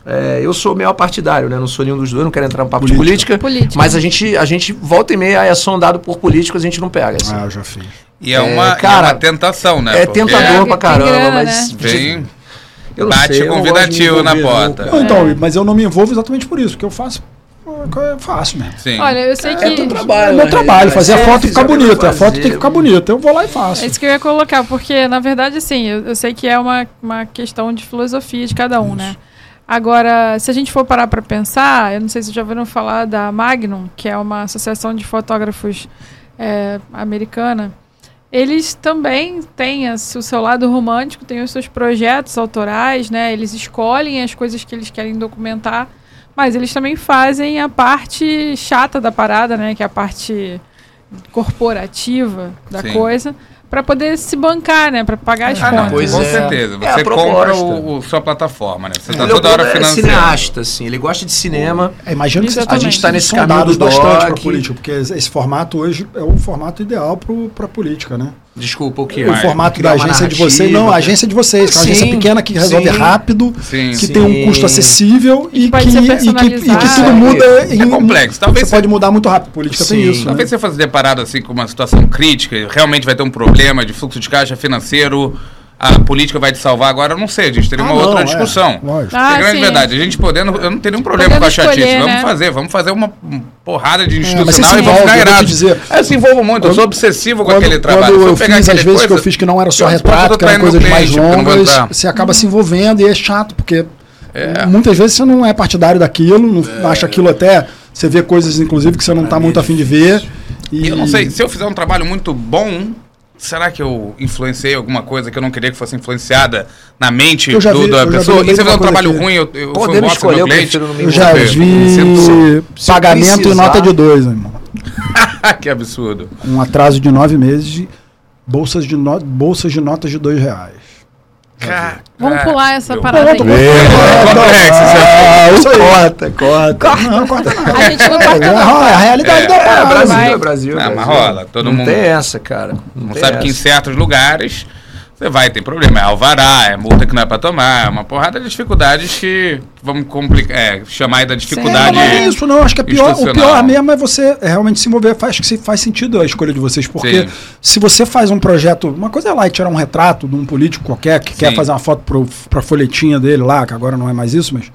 [SPEAKER 3] é, eu sou meio partidário, né? Não sou nenhum dos dois, não quero entrar no papo
[SPEAKER 2] Política.
[SPEAKER 3] de política.
[SPEAKER 1] Política.
[SPEAKER 3] Mas a gente, a gente volta e meia é sondado por políticos, a gente não pega. assim.
[SPEAKER 2] Ah, eu já fiz.
[SPEAKER 4] E é,
[SPEAKER 3] É,
[SPEAKER 4] uma,
[SPEAKER 3] cara,
[SPEAKER 4] é uma tentação, né?
[SPEAKER 3] é
[SPEAKER 4] Porque
[SPEAKER 3] tentador
[SPEAKER 1] Tem
[SPEAKER 3] pra caramba,
[SPEAKER 1] grana, né?
[SPEAKER 3] mas.
[SPEAKER 4] Vem,
[SPEAKER 3] eu não
[SPEAKER 4] bate
[SPEAKER 3] sei, eu não gosto de me
[SPEAKER 4] convidativo na
[SPEAKER 3] envolver, não,
[SPEAKER 4] porta.
[SPEAKER 3] cara.
[SPEAKER 2] Não, então, mas eu não me envolvo exatamente por isso, porque eu faço. Eu faço mesmo.
[SPEAKER 4] sim.
[SPEAKER 1] Olha, eu sei
[SPEAKER 3] É teu
[SPEAKER 1] que.
[SPEAKER 3] trabalho.
[SPEAKER 2] é meu
[SPEAKER 3] né?
[SPEAKER 2] trabalho, fazer a
[SPEAKER 3] Se
[SPEAKER 2] foto
[SPEAKER 3] eu
[SPEAKER 2] ficar
[SPEAKER 3] fizer, eu
[SPEAKER 2] bonita. A
[SPEAKER 3] vou
[SPEAKER 2] foto tem que
[SPEAKER 3] fazer.
[SPEAKER 2] ficar bonita. Eu vou lá e
[SPEAKER 1] É
[SPEAKER 2] faço.
[SPEAKER 1] isso que eu ia colocar, porque na verdade, assim, eu, eu sei que é uma, uma questão de filosofia de cada um, né? Agora, se a gente for parar para pensar, eu não sei se já ouviram falar da Magnum, que é uma associação de fotógrafos é, americana. Eles também têm a- o seu lado romântico, têm os seus projetos autorais, né? Eles escolhem as coisas que eles querem documentar, mas eles também fazem a parte chata da parada, né? Que é a parte corporativa da
[SPEAKER 4] Sim.
[SPEAKER 1] coisa, para poder se bancar, né? Para pagar as
[SPEAKER 4] Ah, não,
[SPEAKER 1] contas.
[SPEAKER 3] pois
[SPEAKER 4] com
[SPEAKER 3] é.
[SPEAKER 4] certeza.
[SPEAKER 3] É a
[SPEAKER 4] Você compra
[SPEAKER 3] proposta.
[SPEAKER 4] o, o- sua plataforma, né? Você
[SPEAKER 3] O
[SPEAKER 4] tá toda
[SPEAKER 3] Leopoldo
[SPEAKER 4] hora
[SPEAKER 3] é
[SPEAKER 4] financiando.
[SPEAKER 3] cineasta, assim, ele gosta de cinema.
[SPEAKER 2] É, imagino que
[SPEAKER 1] Exatamente.
[SPEAKER 2] vocês
[SPEAKER 1] A gente tá
[SPEAKER 2] tenham
[SPEAKER 3] nesse
[SPEAKER 2] sondado
[SPEAKER 3] caminho do
[SPEAKER 2] bastante para
[SPEAKER 3] DOC.
[SPEAKER 2] política, porque esse esse formato hoje é o formato ideal para a política, né?
[SPEAKER 3] Desculpa, o que? é
[SPEAKER 2] o formato da
[SPEAKER 4] é
[SPEAKER 2] agência de vocês, não, a agência de vocês, que é uma
[SPEAKER 3] Sim,
[SPEAKER 2] agência pequena que resolve
[SPEAKER 3] sim.
[SPEAKER 2] rápido,
[SPEAKER 4] Sim.
[SPEAKER 2] que tem um
[SPEAKER 3] Sim.
[SPEAKER 2] custo acessível e que,
[SPEAKER 1] pode ser
[SPEAKER 2] e que- e que
[SPEAKER 1] personalizado.
[SPEAKER 2] tudo muda um-
[SPEAKER 4] É complexo, talvez
[SPEAKER 2] Você
[SPEAKER 4] seja-
[SPEAKER 2] pode mudar muito rápido. Política tem
[SPEAKER 3] Sim.
[SPEAKER 2] isso. Né?
[SPEAKER 4] Talvez você fosse deparado assim com uma situação crítica, realmente vai ter um problema de fluxo de caixa financeiro, a política vai te salvar agora, eu não sei, a gente teria
[SPEAKER 2] Ah,
[SPEAKER 4] uma
[SPEAKER 2] não,
[SPEAKER 4] outra
[SPEAKER 2] é,
[SPEAKER 4] discussão.
[SPEAKER 2] lógico.
[SPEAKER 4] Isso é
[SPEAKER 1] Ah,
[SPEAKER 4] grande
[SPEAKER 1] sim.
[SPEAKER 4] verdade. A gente podendo, eu não tenho nenhum problema
[SPEAKER 1] Podendo
[SPEAKER 4] com a chatice.
[SPEAKER 1] escolher,
[SPEAKER 4] vamos
[SPEAKER 1] né?
[SPEAKER 4] fazer, vamos fazer uma um porrada de
[SPEAKER 2] É, mas você
[SPEAKER 4] institucional
[SPEAKER 2] se
[SPEAKER 4] e vamos
[SPEAKER 2] envolve,
[SPEAKER 4] ficar
[SPEAKER 2] eu vou te
[SPEAKER 4] irado. É,
[SPEAKER 2] dizer.
[SPEAKER 4] Eu se envolvo muito, eu sou obsessivo com aquele trabalho. Se
[SPEAKER 2] Quando eu,
[SPEAKER 4] pegar
[SPEAKER 2] fiz,
[SPEAKER 4] aquela
[SPEAKER 2] às vezes que eu
[SPEAKER 4] coisa-
[SPEAKER 2] fiz que não era só
[SPEAKER 4] eu- eu tô
[SPEAKER 2] retrato, que eram
[SPEAKER 4] traindo
[SPEAKER 2] coisas mais
[SPEAKER 4] cliente, porque eu não vou
[SPEAKER 2] longas,
[SPEAKER 4] entrar.
[SPEAKER 2] você acaba se envolvendo e é chato, porque muitas vezes você não é partidário daquilo, não
[SPEAKER 4] É.
[SPEAKER 2] acha aquilo até. Você vê coisas, inclusive, que você não está muito afim de ver.
[SPEAKER 4] E eu não sei, se eu fizer um trabalho muito bom, será que eu influenciei alguma coisa que eu não queria que fosse influenciada na mente
[SPEAKER 2] Eu já
[SPEAKER 4] do-
[SPEAKER 2] vi-
[SPEAKER 4] da
[SPEAKER 2] eu já vi
[SPEAKER 4] pessoa?
[SPEAKER 2] também
[SPEAKER 4] E se eu
[SPEAKER 2] uma
[SPEAKER 4] fizer um
[SPEAKER 2] coisa
[SPEAKER 4] trabalho
[SPEAKER 2] que-
[SPEAKER 4] ruim, eu, eu fui um
[SPEAKER 3] Podemos
[SPEAKER 4] bosta do
[SPEAKER 3] escolher, eu
[SPEAKER 4] meu cliente?
[SPEAKER 3] prefiro não me
[SPEAKER 2] Eu já
[SPEAKER 4] envolver. Me
[SPEAKER 2] vi
[SPEAKER 4] sinto-
[SPEAKER 3] se eu
[SPEAKER 2] pagamento em
[SPEAKER 3] precisar-
[SPEAKER 2] nota de dois, né, irmão.
[SPEAKER 4] Ah, que absurdo.
[SPEAKER 2] Um atraso de nove meses de bolsas de, no... bolsas de notas de dois reais.
[SPEAKER 4] Cara,
[SPEAKER 1] Vamos
[SPEAKER 4] é,
[SPEAKER 1] pular essa
[SPEAKER 4] meu.
[SPEAKER 1] parada aí.
[SPEAKER 4] é
[SPEAKER 2] Ah, isso aí. Corta, corta. Não, corta não.
[SPEAKER 1] A gente não corta, não.
[SPEAKER 2] É a realidade da
[SPEAKER 3] É,
[SPEAKER 2] parada.
[SPEAKER 3] Brasil,
[SPEAKER 1] vai.
[SPEAKER 3] é Brasil.
[SPEAKER 4] Ah, mas
[SPEAKER 3] Brasil.
[SPEAKER 4] rola, todo
[SPEAKER 3] não
[SPEAKER 4] mundo-
[SPEAKER 3] tem essa, cara.
[SPEAKER 4] Não
[SPEAKER 3] tem
[SPEAKER 4] sabe que em
[SPEAKER 3] essa.
[SPEAKER 4] certos lugares você vai ter problema. É alvará, é multa que não é pra tomar, é uma porrada de dificuldades que vamos complicar. É, chamar aí da
[SPEAKER 2] É,
[SPEAKER 4] dificuldade.
[SPEAKER 2] não é isso, não. Acho que a pior, o
[SPEAKER 4] institucional.
[SPEAKER 2] pior mesmo é você realmente se envolver. Faz, acho que se- faz sentido a escolha de vocês, porque
[SPEAKER 4] Sim.
[SPEAKER 2] se você faz um projeto. Uma coisa é lá e tirar um retrato de um político qualquer que quer
[SPEAKER 4] Sim.
[SPEAKER 2] fazer uma foto pro, pra folhetinha dele lá, que agora não é mais isso, mas.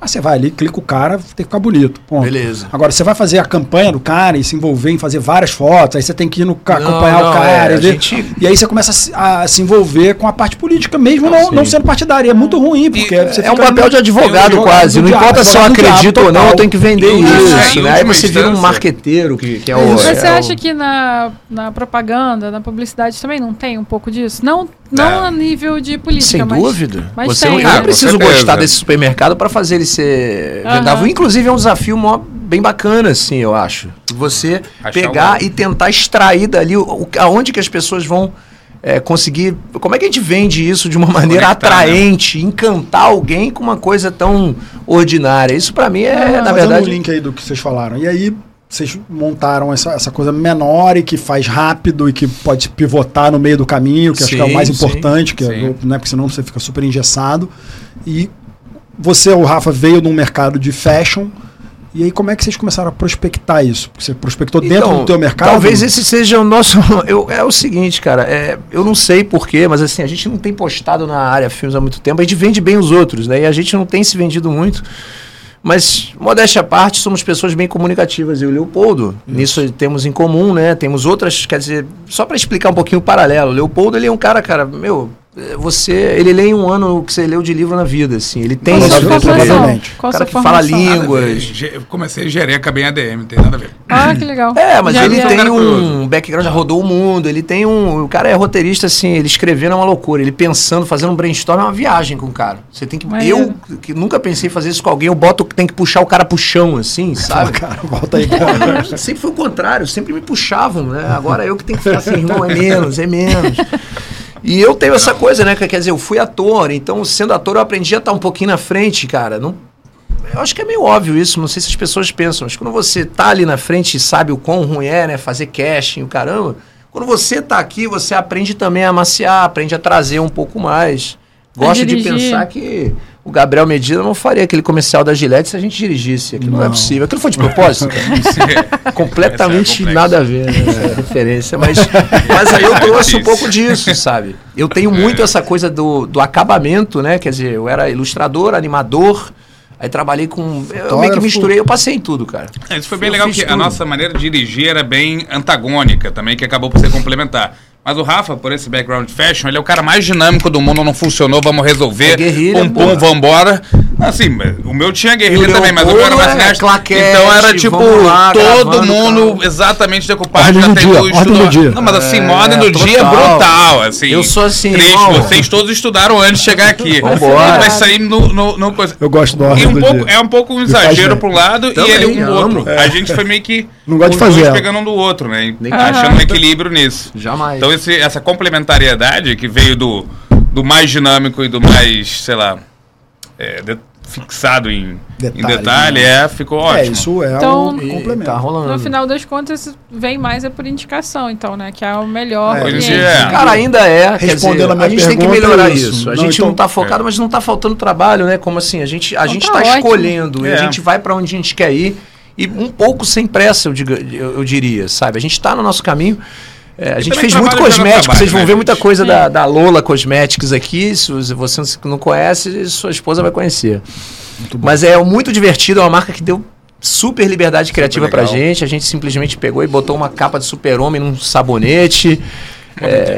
[SPEAKER 2] Aí você vai ali, clica o cara, tem que ficar bonito. ponto.
[SPEAKER 3] Beleza.
[SPEAKER 2] Agora, você vai fazer a campanha do cara e se envolver em fazer várias fotos, aí você tem que ir no ca-
[SPEAKER 3] Não,
[SPEAKER 2] acompanhar
[SPEAKER 3] não,
[SPEAKER 2] o cara.
[SPEAKER 3] é, a
[SPEAKER 2] e ver-
[SPEAKER 3] gente-
[SPEAKER 2] E aí você começa a se- a, se envolver com a parte política, mesmo não, não sendo partidária. É muito ruim, porque você
[SPEAKER 3] É um
[SPEAKER 2] fica-
[SPEAKER 3] papel de advogado
[SPEAKER 2] Eu-
[SPEAKER 3] quase. Não
[SPEAKER 2] do diabo,
[SPEAKER 3] importa se eu
[SPEAKER 2] advogado do
[SPEAKER 3] acredito
[SPEAKER 2] diabo
[SPEAKER 3] ou não, eu
[SPEAKER 2] total.
[SPEAKER 3] tenho que vender
[SPEAKER 4] Em
[SPEAKER 3] isso.
[SPEAKER 4] última- em
[SPEAKER 3] né? Aí
[SPEAKER 4] última
[SPEAKER 3] você vira um
[SPEAKER 4] instância.
[SPEAKER 3] marqueteiro que, que é o.
[SPEAKER 1] Você
[SPEAKER 3] é o-
[SPEAKER 1] acha que na, na propaganda, na publicidade também não tem um pouco disso? Não, não
[SPEAKER 4] Não.
[SPEAKER 1] a nível de política,
[SPEAKER 3] Sem
[SPEAKER 1] mas.
[SPEAKER 3] dúvida.
[SPEAKER 1] mas
[SPEAKER 3] você
[SPEAKER 1] tem.
[SPEAKER 3] não, eu
[SPEAKER 1] Ah,
[SPEAKER 3] não
[SPEAKER 1] com
[SPEAKER 3] preciso
[SPEAKER 4] certeza.
[SPEAKER 3] gostar desse supermercado para fazer ele ser
[SPEAKER 1] Aham.
[SPEAKER 3] vendável. Inclusive, é um desafio mó- bem bacana, assim, eu acho. Você
[SPEAKER 4] Achar
[SPEAKER 3] pegar
[SPEAKER 4] o-
[SPEAKER 3] e tentar extrair dali o, o- aonde que as pessoas vão é, conseguir. Como é que a gente vende isso de uma maneira
[SPEAKER 4] Conectar, né?
[SPEAKER 3] atraente, encantar alguém com uma coisa tão ordinária? Isso para mim é,
[SPEAKER 1] Ah,
[SPEAKER 3] na
[SPEAKER 2] fazendo
[SPEAKER 3] verdade.
[SPEAKER 2] o link aí do que vocês falaram. E aí vocês montaram essa, essa coisa menor e que faz rápido e que pode pivotar no meio do caminho, que acho que é o
[SPEAKER 3] Sim,
[SPEAKER 2] mais
[SPEAKER 3] sim,
[SPEAKER 2] importante, que é,
[SPEAKER 4] sim.
[SPEAKER 2] né, porque senão você fica super engessado. E você, o Rafa, veio num mercado de fashion. E aí como é que vocês começaram a prospectar isso? Porque você prospectou dentro
[SPEAKER 3] Então,
[SPEAKER 2] do teu mercado?
[SPEAKER 3] Talvez esse seja o nosso. eu- é o seguinte, cara. é, eu não sei porquê, mas assim, a gente não tem postado na área filmes há muito tempo. A gente vende bem os outros, né? E a gente não tem se vendido muito. Mas, modéstia à parte, somos pessoas bem comunicativas, eu e o Leopoldo. Nisso temos em comum, né? Temos outras, quer dizer, só para explicar um pouquinho o paralelo. O Leopoldo, ele é um cara, cara, meu, eh, você. Ele lê em um ano o que você leu de livro na vida, assim. Ele tem
[SPEAKER 1] Qual
[SPEAKER 2] Tem
[SPEAKER 1] a sua
[SPEAKER 2] isso
[SPEAKER 3] dentro dele.
[SPEAKER 2] comparação?
[SPEAKER 1] formação?
[SPEAKER 2] obviamente.
[SPEAKER 1] Qual a
[SPEAKER 3] Cara
[SPEAKER 1] sua
[SPEAKER 3] que fala
[SPEAKER 1] formação?
[SPEAKER 3] língua.
[SPEAKER 4] Nada a ver. Ge- eu comecei jereca bem ADM, não tem nada a ver.
[SPEAKER 1] Ah, que legal.
[SPEAKER 3] É, mas
[SPEAKER 1] Já
[SPEAKER 3] ele
[SPEAKER 1] vi.
[SPEAKER 4] é um
[SPEAKER 3] tem
[SPEAKER 4] cara
[SPEAKER 3] um
[SPEAKER 4] curioso.
[SPEAKER 3] background, já rodou o mundo, ele tem um. O cara é roteirista, assim, ele escrevendo é uma loucura. Ele pensando, fazendo um brainstorm é uma viagem com o cara. Você tem que.
[SPEAKER 1] Maneiro.
[SPEAKER 3] Eu, que nunca pensei em fazer isso com alguém, eu boto, tem que puxar o cara pro chão, assim,
[SPEAKER 2] Ah,
[SPEAKER 3] sabe?
[SPEAKER 2] cara, volta aí. cara.
[SPEAKER 3] sempre foi o contrário, sempre me puxavam, né? Agora eu que tenho que ficar assim, irmão, é menos, é menos. E eu tenho essa coisa, né? que Quer dizer, eu fui ator, então sendo ator eu aprendi a estar um pouquinho na frente, cara. Não, eu acho que é meio óbvio isso, não sei se as pessoas pensam, mas quando você tá ali na frente e sabe o quão ruim é, né? Fazer casting, o caramba. Quando você tá aqui, você aprende também a maciar, aprende a trazer um pouco mais. Gosto de
[SPEAKER 1] dirigir.
[SPEAKER 3] pensar que o Gabriel Medina não faria aquele comercial da Gillette se a gente dirigisse. Aquilo não, é
[SPEAKER 2] Não.
[SPEAKER 3] possível. Aquilo foi de propósito? cara? completamente
[SPEAKER 4] Essa é complexa.
[SPEAKER 3] nada a ver né, essa referência, mas, mas aí eu trouxe um pouco disso, sabe? Eu tenho muito essa coisa do, do acabamento, né? Quer dizer, eu era ilustrador, animador, aí trabalhei com. Eu meio que
[SPEAKER 2] Fotógrafo.
[SPEAKER 3] misturei, eu passei em tudo, cara.
[SPEAKER 4] É, Isso foi bem
[SPEAKER 3] Eu
[SPEAKER 4] legal,
[SPEAKER 3] fiz
[SPEAKER 4] que a
[SPEAKER 3] tudo.
[SPEAKER 4] nossa maneira de dirigir era bem antagônica também, que acabou por ser complementar. Mas o Rafa, por esse background fashion, ele é o cara mais dinâmico do mundo, não funcionou, vamos resolver.
[SPEAKER 3] É guerrilha,
[SPEAKER 4] pum, pum,
[SPEAKER 3] porra.
[SPEAKER 4] vambora. Assim, mas o meu tinha guerrilha
[SPEAKER 3] E o
[SPEAKER 4] também, mas o meu era
[SPEAKER 3] Leopoldo
[SPEAKER 4] mais
[SPEAKER 3] é
[SPEAKER 4] gasto.
[SPEAKER 3] claquete,
[SPEAKER 4] Então era tipo,
[SPEAKER 3] vamos lá,
[SPEAKER 4] todo
[SPEAKER 3] gravando,
[SPEAKER 4] mundo
[SPEAKER 3] cara.
[SPEAKER 4] exatamente decupado,
[SPEAKER 2] Ordem
[SPEAKER 4] já
[SPEAKER 2] do
[SPEAKER 4] tem
[SPEAKER 2] dia,
[SPEAKER 4] o
[SPEAKER 2] ordem do dia.
[SPEAKER 4] Não, mas assim, moda do
[SPEAKER 3] total.
[SPEAKER 4] dia é brutal, assim.
[SPEAKER 3] Eu sou assim,
[SPEAKER 4] Triste,
[SPEAKER 3] irmão.
[SPEAKER 4] vocês todos estudaram antes de chegar aqui.
[SPEAKER 3] Vambora.
[SPEAKER 4] E vai sair no... no, no coisa.
[SPEAKER 2] Eu gosto do
[SPEAKER 4] E
[SPEAKER 2] ordem
[SPEAKER 4] um
[SPEAKER 2] do
[SPEAKER 4] pouco,
[SPEAKER 2] dia.
[SPEAKER 4] é um pouco um
[SPEAKER 2] faz
[SPEAKER 4] exagero
[SPEAKER 2] bem.
[SPEAKER 4] para um lado e
[SPEAKER 3] Também,
[SPEAKER 4] ele um
[SPEAKER 3] eu
[SPEAKER 4] outro.
[SPEAKER 3] amo.
[SPEAKER 4] A gente foi meio que
[SPEAKER 2] Não gosto de
[SPEAKER 4] os dois
[SPEAKER 2] fazer ela.
[SPEAKER 4] pegando um do outro, né? E
[SPEAKER 3] Nem-
[SPEAKER 4] Achando um
[SPEAKER 1] Aham.
[SPEAKER 4] equilíbrio nisso.
[SPEAKER 3] Jamais.
[SPEAKER 4] Então esse, essa complementariedade que veio do, do mais dinâmico e do mais, sei lá, é, de- fixado em detalhe, em
[SPEAKER 2] Detalhe,
[SPEAKER 4] detalhe é, ficou
[SPEAKER 2] É,
[SPEAKER 4] ótimo.
[SPEAKER 2] isso é
[SPEAKER 1] Então,
[SPEAKER 2] um
[SPEAKER 1] E
[SPEAKER 2] complemento.
[SPEAKER 3] tá rolando.
[SPEAKER 1] No final das contas, vem mais é por indicação, então, né? Que é o melhor.
[SPEAKER 2] É,
[SPEAKER 1] cliente.
[SPEAKER 4] hoje em dia é.
[SPEAKER 3] Cara, ainda é. quer
[SPEAKER 2] Respondendo
[SPEAKER 3] dizer,
[SPEAKER 2] a minha
[SPEAKER 3] a gente tem que
[SPEAKER 2] pergunta,
[SPEAKER 3] melhorar
[SPEAKER 2] é
[SPEAKER 3] isso.
[SPEAKER 2] isso.
[SPEAKER 3] A
[SPEAKER 2] Não,
[SPEAKER 3] gente não
[SPEAKER 2] então-
[SPEAKER 3] tá focado, mas não tá faltando trabalho, né? Como assim? A gente, a
[SPEAKER 1] Não,
[SPEAKER 3] gente
[SPEAKER 1] tá
[SPEAKER 3] tá,
[SPEAKER 1] ótimo.
[SPEAKER 3] escolhendo e a
[SPEAKER 4] É.
[SPEAKER 3] gente vai para onde a gente quer ir. E um pouco sem pressa, eu, diga- eu- eu diria, sabe? A gente tá no nosso caminho. É, a gente
[SPEAKER 4] também
[SPEAKER 3] fez muito
[SPEAKER 4] trabalho já dá
[SPEAKER 3] cosmético,
[SPEAKER 4] trabalho,
[SPEAKER 3] vocês vão
[SPEAKER 4] né,
[SPEAKER 3] ver muita
[SPEAKER 4] gente?
[SPEAKER 3] coisa da, da Lola Cosmetics aqui. Se os- você não conhece, sua esposa vai conhecer. Mas é muito divertido, é uma marca que deu super liberdade criativa pra
[SPEAKER 4] legal.
[SPEAKER 3] gente. A gente simplesmente pegou e botou uma capa de super-homem num sabonete.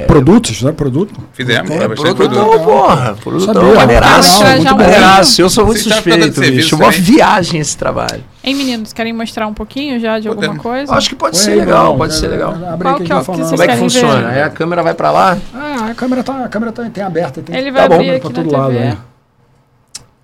[SPEAKER 2] Produtos, né? Produto.
[SPEAKER 4] Fizemos,
[SPEAKER 3] É,
[SPEAKER 4] é, bastante
[SPEAKER 3] produtão,
[SPEAKER 4] produto.
[SPEAKER 3] porra. Produtão,
[SPEAKER 2] Sabia,
[SPEAKER 3] maneiraço.
[SPEAKER 1] legal, muito bom.
[SPEAKER 3] Maneiraço. Eu sou muito
[SPEAKER 4] Vocês já fizeram
[SPEAKER 3] suspeito,
[SPEAKER 4] tanto serviço
[SPEAKER 3] bicho. Uma
[SPEAKER 4] também?
[SPEAKER 3] viagem esse trabalho.
[SPEAKER 1] Hein, meninos, querem mostrar um pouquinho já de alguma
[SPEAKER 4] Podemos.
[SPEAKER 1] coisa?
[SPEAKER 3] Eu acho que pode
[SPEAKER 2] Põe
[SPEAKER 3] ser
[SPEAKER 2] aí,
[SPEAKER 3] legal,
[SPEAKER 2] Bruno.
[SPEAKER 3] pode ser
[SPEAKER 2] É,
[SPEAKER 3] legal.
[SPEAKER 2] abre
[SPEAKER 1] Qual
[SPEAKER 2] aí
[SPEAKER 1] que é o
[SPEAKER 2] a gente
[SPEAKER 1] que
[SPEAKER 2] vai
[SPEAKER 1] é. vocês
[SPEAKER 2] falando.
[SPEAKER 3] Como é que
[SPEAKER 1] querem ver?
[SPEAKER 3] funciona? Aí a câmera vai pra lá,
[SPEAKER 2] Ah, a câmera tá, a câmera tá, tem aberta. Tem,
[SPEAKER 1] Ele vai
[SPEAKER 3] Tá bom.
[SPEAKER 1] abrir aqui
[SPEAKER 2] Pra
[SPEAKER 1] na
[SPEAKER 2] todo
[SPEAKER 1] TV.
[SPEAKER 2] lado, né?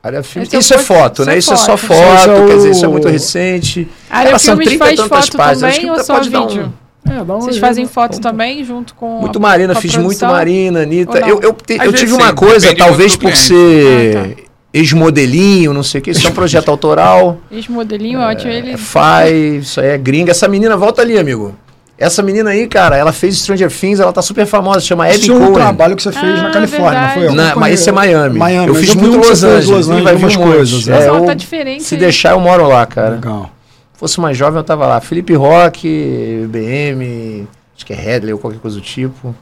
[SPEAKER 3] área filme.
[SPEAKER 1] Esse é
[SPEAKER 3] Isso é
[SPEAKER 1] foto-
[SPEAKER 3] foto,
[SPEAKER 1] isso
[SPEAKER 3] né?
[SPEAKER 1] é
[SPEAKER 3] Isso é só
[SPEAKER 1] foto.
[SPEAKER 3] foto,
[SPEAKER 2] Esse é
[SPEAKER 3] quer dizer, isso é
[SPEAKER 2] o-
[SPEAKER 3] muito recente.
[SPEAKER 1] A área
[SPEAKER 3] Cara, são
[SPEAKER 1] Filmes
[SPEAKER 3] 30 e
[SPEAKER 1] faz
[SPEAKER 3] tantas
[SPEAKER 1] foto
[SPEAKER 3] páginas, acho que
[SPEAKER 1] também ou só
[SPEAKER 3] pode dar um-
[SPEAKER 1] vídeo?
[SPEAKER 2] É, dá uma
[SPEAKER 1] Vocês
[SPEAKER 2] olhada.
[SPEAKER 1] fazem foto também junto com.
[SPEAKER 3] Muito
[SPEAKER 1] a-
[SPEAKER 3] Marina,
[SPEAKER 1] com a
[SPEAKER 3] fiz muito
[SPEAKER 1] produção?
[SPEAKER 3] Marina,
[SPEAKER 1] Ou
[SPEAKER 3] Anitta.
[SPEAKER 1] não?
[SPEAKER 3] Eu, eu, te-
[SPEAKER 4] Às
[SPEAKER 3] eu
[SPEAKER 4] vezes
[SPEAKER 3] tive
[SPEAKER 4] sim,
[SPEAKER 3] uma coisa,
[SPEAKER 4] depende do
[SPEAKER 3] talvez
[SPEAKER 4] do
[SPEAKER 1] Ah,
[SPEAKER 3] por
[SPEAKER 4] cliente.
[SPEAKER 1] tá.
[SPEAKER 3] ser ex-modelinho, não sei o que, isso é um projeto autoral.
[SPEAKER 1] Ex-modelinho, ótimo. Ele.
[SPEAKER 3] É Fai, isso aí é gringa. Essa menina, volta ali, amigo. Essa menina aí, cara, ela fez Stranger Things, ela tá super famosa, chama Abby
[SPEAKER 2] Esse é um
[SPEAKER 3] Cohen.
[SPEAKER 2] trabalho que você fez
[SPEAKER 1] Ah,
[SPEAKER 2] na Califórnia,
[SPEAKER 1] verdade.
[SPEAKER 2] não foi? Eu
[SPEAKER 3] Na-
[SPEAKER 2] acompanhei.
[SPEAKER 3] mas esse é Miami.
[SPEAKER 2] Miami.
[SPEAKER 3] Eu fiz
[SPEAKER 2] vi
[SPEAKER 3] muito
[SPEAKER 2] um que
[SPEAKER 3] Los
[SPEAKER 2] você fez
[SPEAKER 3] Angeles.
[SPEAKER 2] Los Anges,
[SPEAKER 3] vai ver
[SPEAKER 2] algumas
[SPEAKER 3] um monte.
[SPEAKER 2] coisas,
[SPEAKER 3] É,
[SPEAKER 2] né?
[SPEAKER 1] Pessoal,
[SPEAKER 3] eu-
[SPEAKER 1] tá diferente,
[SPEAKER 3] Se
[SPEAKER 1] hein?
[SPEAKER 3] deixar, eu moro lá, cara.
[SPEAKER 2] Legal.
[SPEAKER 3] Se fosse mais jovem, eu tava lá. Felipe Rock, BM, acho que é Headley ou qualquer coisa do tipo.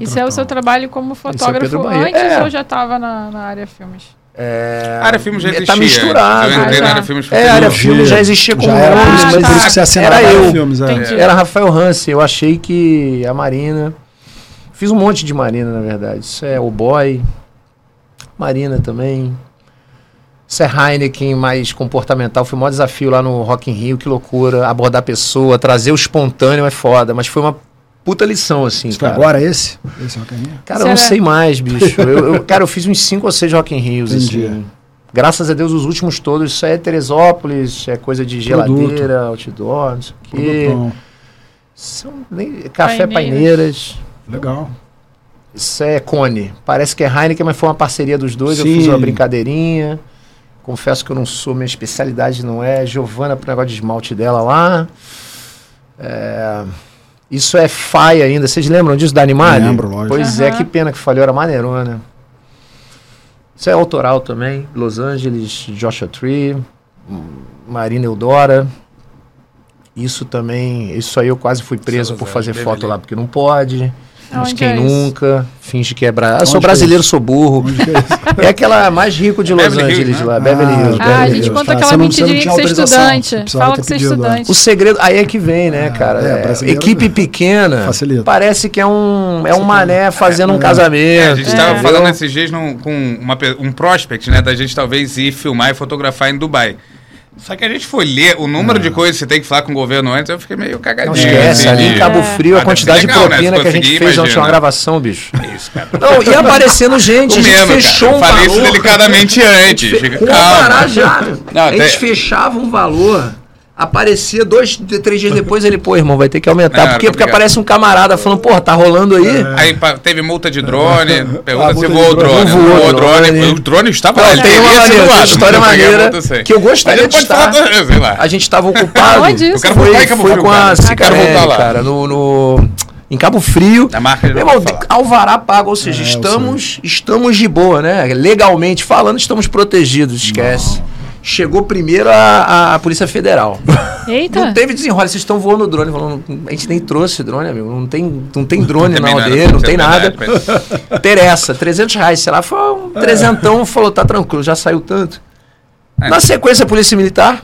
[SPEAKER 1] Isso é o seu trabalho como fotógrafo
[SPEAKER 3] Pedro Bahia.
[SPEAKER 1] antes
[SPEAKER 3] Então. É.
[SPEAKER 1] ou já estava na, na área filmes?
[SPEAKER 3] É,
[SPEAKER 4] A área filme já
[SPEAKER 3] tá
[SPEAKER 4] existia. né?
[SPEAKER 3] misturado,
[SPEAKER 4] Eu entrei
[SPEAKER 1] né?
[SPEAKER 4] na área filme
[SPEAKER 3] É, a área
[SPEAKER 4] foi-
[SPEAKER 3] filme já existia como
[SPEAKER 2] Já era, por isso,
[SPEAKER 1] Ah,
[SPEAKER 2] por isso
[SPEAKER 1] tá.
[SPEAKER 2] que você assinava
[SPEAKER 3] Era
[SPEAKER 2] vários
[SPEAKER 3] eu.
[SPEAKER 2] filmes. é.
[SPEAKER 1] Entendi.
[SPEAKER 3] Era Rafael Hansen. Eu achei que a Marina. Fiz um monte de Marina, na verdade. Isso é o Boy. Marina também. Isso é Heineken mais comportamental. Foi o maior desafio lá no Rock in Rio. Que loucura. Abordar a pessoa, trazer o espontâneo é foda. Mas foi uma puta lição, assim.
[SPEAKER 2] Isso foi
[SPEAKER 3] cara.
[SPEAKER 2] agora esse? Esse é o caminho?
[SPEAKER 3] Cara, eu não
[SPEAKER 1] Será?
[SPEAKER 3] sei mais, bicho. Eu, eu- cara, eu fiz uns 5 ou 6 Rock in Rios.
[SPEAKER 2] Entendi.
[SPEAKER 3] Assim. Graças a Deus, os últimos todos. Isso aí é Teresópolis, é coisa de
[SPEAKER 2] Produto.
[SPEAKER 3] geladeira, outdoor, não sei o quê.
[SPEAKER 2] Produtão.
[SPEAKER 3] São nem- Café
[SPEAKER 1] Paineiras.
[SPEAKER 3] Paineiras.
[SPEAKER 2] Legal.
[SPEAKER 3] Isso é Cone. Parece que é Heineken, mas foi uma parceria dos dois. Eu
[SPEAKER 2] Sim.
[SPEAKER 3] fiz uma brincadeirinha. Confesso que eu não sou, minha especialidade não é. Giovana pro negócio de esmalte dela lá. É, Isso é FAI ainda. Vocês lembram disso da Animale?
[SPEAKER 2] Lembro, lógico.
[SPEAKER 3] Pois é,
[SPEAKER 1] Aham.
[SPEAKER 3] que pena que falhou. Era maneirona. Isso é autoral também. Los Angeles, Joshua Tree, hum, Marina Eudora. Isso também. Isso aí eu quase fui preso
[SPEAKER 4] Los
[SPEAKER 3] por
[SPEAKER 4] Angeles,
[SPEAKER 3] fazer
[SPEAKER 4] Beverly.
[SPEAKER 3] foto lá, porque não pode. Mas
[SPEAKER 1] Aonde
[SPEAKER 3] quem
[SPEAKER 1] é isso?
[SPEAKER 3] nunca finge que é brasileiro. Eu
[SPEAKER 2] Onde
[SPEAKER 3] sou
[SPEAKER 2] que é
[SPEAKER 3] brasileiro, sou burro.
[SPEAKER 2] Onde que é esse?
[SPEAKER 3] É aquela mais rico de
[SPEAKER 4] É
[SPEAKER 3] Los
[SPEAKER 4] Beverly Hills,
[SPEAKER 3] Angeles
[SPEAKER 4] né?
[SPEAKER 3] lá, Beverly
[SPEAKER 2] Ah,
[SPEAKER 3] Hills.
[SPEAKER 2] os
[SPEAKER 1] Ah, a
[SPEAKER 3] Beverly
[SPEAKER 1] gente
[SPEAKER 2] Deus,
[SPEAKER 3] Hills.
[SPEAKER 1] conta
[SPEAKER 2] tá.
[SPEAKER 1] aquela
[SPEAKER 2] Você não- você não
[SPEAKER 1] mentirinha que
[SPEAKER 2] tinha
[SPEAKER 1] você é
[SPEAKER 2] autorização.
[SPEAKER 1] estudante.
[SPEAKER 2] Precisava
[SPEAKER 1] Fala
[SPEAKER 2] ter
[SPEAKER 1] que você é
[SPEAKER 2] pedido, né?
[SPEAKER 1] estudante.
[SPEAKER 3] O segredo, aí é que vem,
[SPEAKER 4] Ah,
[SPEAKER 3] né, cara?
[SPEAKER 2] é,
[SPEAKER 3] É,
[SPEAKER 2] brasileiro-
[SPEAKER 3] equipe pequena,
[SPEAKER 2] Facilita.
[SPEAKER 3] parece que é um, é um mané fazendo um
[SPEAKER 4] É,
[SPEAKER 3] casamento.
[SPEAKER 4] a gente estava
[SPEAKER 3] entendeu?
[SPEAKER 4] falando esses dias num- com uma pe- um prospect, né? Da gente talvez ir filmar e fotografar em Dubai. Só que a gente foi ler o número de coisas que você tem que falar com o governo antes, eu fiquei meio cagadinho.
[SPEAKER 3] Não esquece,
[SPEAKER 4] assim,
[SPEAKER 3] ali
[SPEAKER 4] de-
[SPEAKER 3] em Cabo Frio,
[SPEAKER 4] Ah,
[SPEAKER 3] a
[SPEAKER 4] deve
[SPEAKER 3] quantidade
[SPEAKER 4] ser legal,
[SPEAKER 3] de
[SPEAKER 4] né?
[SPEAKER 3] propina
[SPEAKER 4] Se
[SPEAKER 3] que a gente
[SPEAKER 4] conseguir,
[SPEAKER 3] fez ontem,
[SPEAKER 4] imagina.
[SPEAKER 3] uma gravação, bicho.
[SPEAKER 4] Isso, cara.
[SPEAKER 3] Não, e aparecendo gente, a gente
[SPEAKER 4] Comendo,
[SPEAKER 3] fechou
[SPEAKER 4] cara.
[SPEAKER 3] um
[SPEAKER 4] Eu falei isso
[SPEAKER 3] valor.
[SPEAKER 4] delicadamente antes. Fica
[SPEAKER 3] Vou
[SPEAKER 4] calma.
[SPEAKER 3] parar já.
[SPEAKER 4] Não,
[SPEAKER 3] a gente
[SPEAKER 4] tem-
[SPEAKER 3] fechava um valor, aparecia dois, três dias depois, ele, pô, irmão, vai ter que aumentar.
[SPEAKER 4] Não,
[SPEAKER 3] Por quê? Porque
[SPEAKER 4] obrigado.
[SPEAKER 3] aparece um camarada falando, pô, tá rolando aí?
[SPEAKER 4] Aí pa- teve multa de drone,
[SPEAKER 2] Ah,
[SPEAKER 4] pergunta
[SPEAKER 2] multa
[SPEAKER 4] se
[SPEAKER 2] de
[SPEAKER 4] voou o
[SPEAKER 2] drone.
[SPEAKER 4] drone.
[SPEAKER 3] Não voou,
[SPEAKER 4] voou o
[SPEAKER 3] não,
[SPEAKER 4] drone.
[SPEAKER 3] né?
[SPEAKER 4] O drone estava
[SPEAKER 3] Não,
[SPEAKER 4] lá, ele
[SPEAKER 3] tem uma
[SPEAKER 4] teria sido
[SPEAKER 3] maneira,
[SPEAKER 4] lá,
[SPEAKER 3] tem história
[SPEAKER 4] não peguei a
[SPEAKER 3] maneira
[SPEAKER 4] multa, sei.
[SPEAKER 3] que eu gostaria
[SPEAKER 4] Mas ele
[SPEAKER 3] de
[SPEAKER 4] pode falar
[SPEAKER 3] estar.
[SPEAKER 4] do- sei lá.
[SPEAKER 3] A gente é tava ocupado.
[SPEAKER 1] Aonde isso? Eu quero
[SPEAKER 3] Foi,
[SPEAKER 4] voltar em Cabo
[SPEAKER 3] foi
[SPEAKER 4] Frio,
[SPEAKER 3] com
[SPEAKER 4] cara.
[SPEAKER 3] a
[SPEAKER 4] Quero voltar
[SPEAKER 3] Cicarelli,
[SPEAKER 4] lá.
[SPEAKER 3] cara, no, no- em Cabo Frio.
[SPEAKER 4] Na marca ele
[SPEAKER 3] Meu
[SPEAKER 4] não
[SPEAKER 3] irmão,
[SPEAKER 4] vai falar.
[SPEAKER 3] Alvará pago, ou seja,
[SPEAKER 2] É, eu
[SPEAKER 3] estamos, estamos de boa, né? Legalmente falando, estamos protegidos, esquece. Chegou primeiro a, a Polícia Federal.
[SPEAKER 1] Eita.
[SPEAKER 3] Não teve desenrola, vocês estão voando drone. Falando, a gente nem trouxe drone, amigo. Não tem, não tem drone na
[SPEAKER 4] Também nada,
[SPEAKER 3] aldeia, não tem
[SPEAKER 4] verdade,
[SPEAKER 3] nada. Interessa, 300 reais, sei lá. Foi um trezentão, falou, tá tranquilo, já saiu tanto.
[SPEAKER 4] É.
[SPEAKER 3] Na sequência, a polícia militar.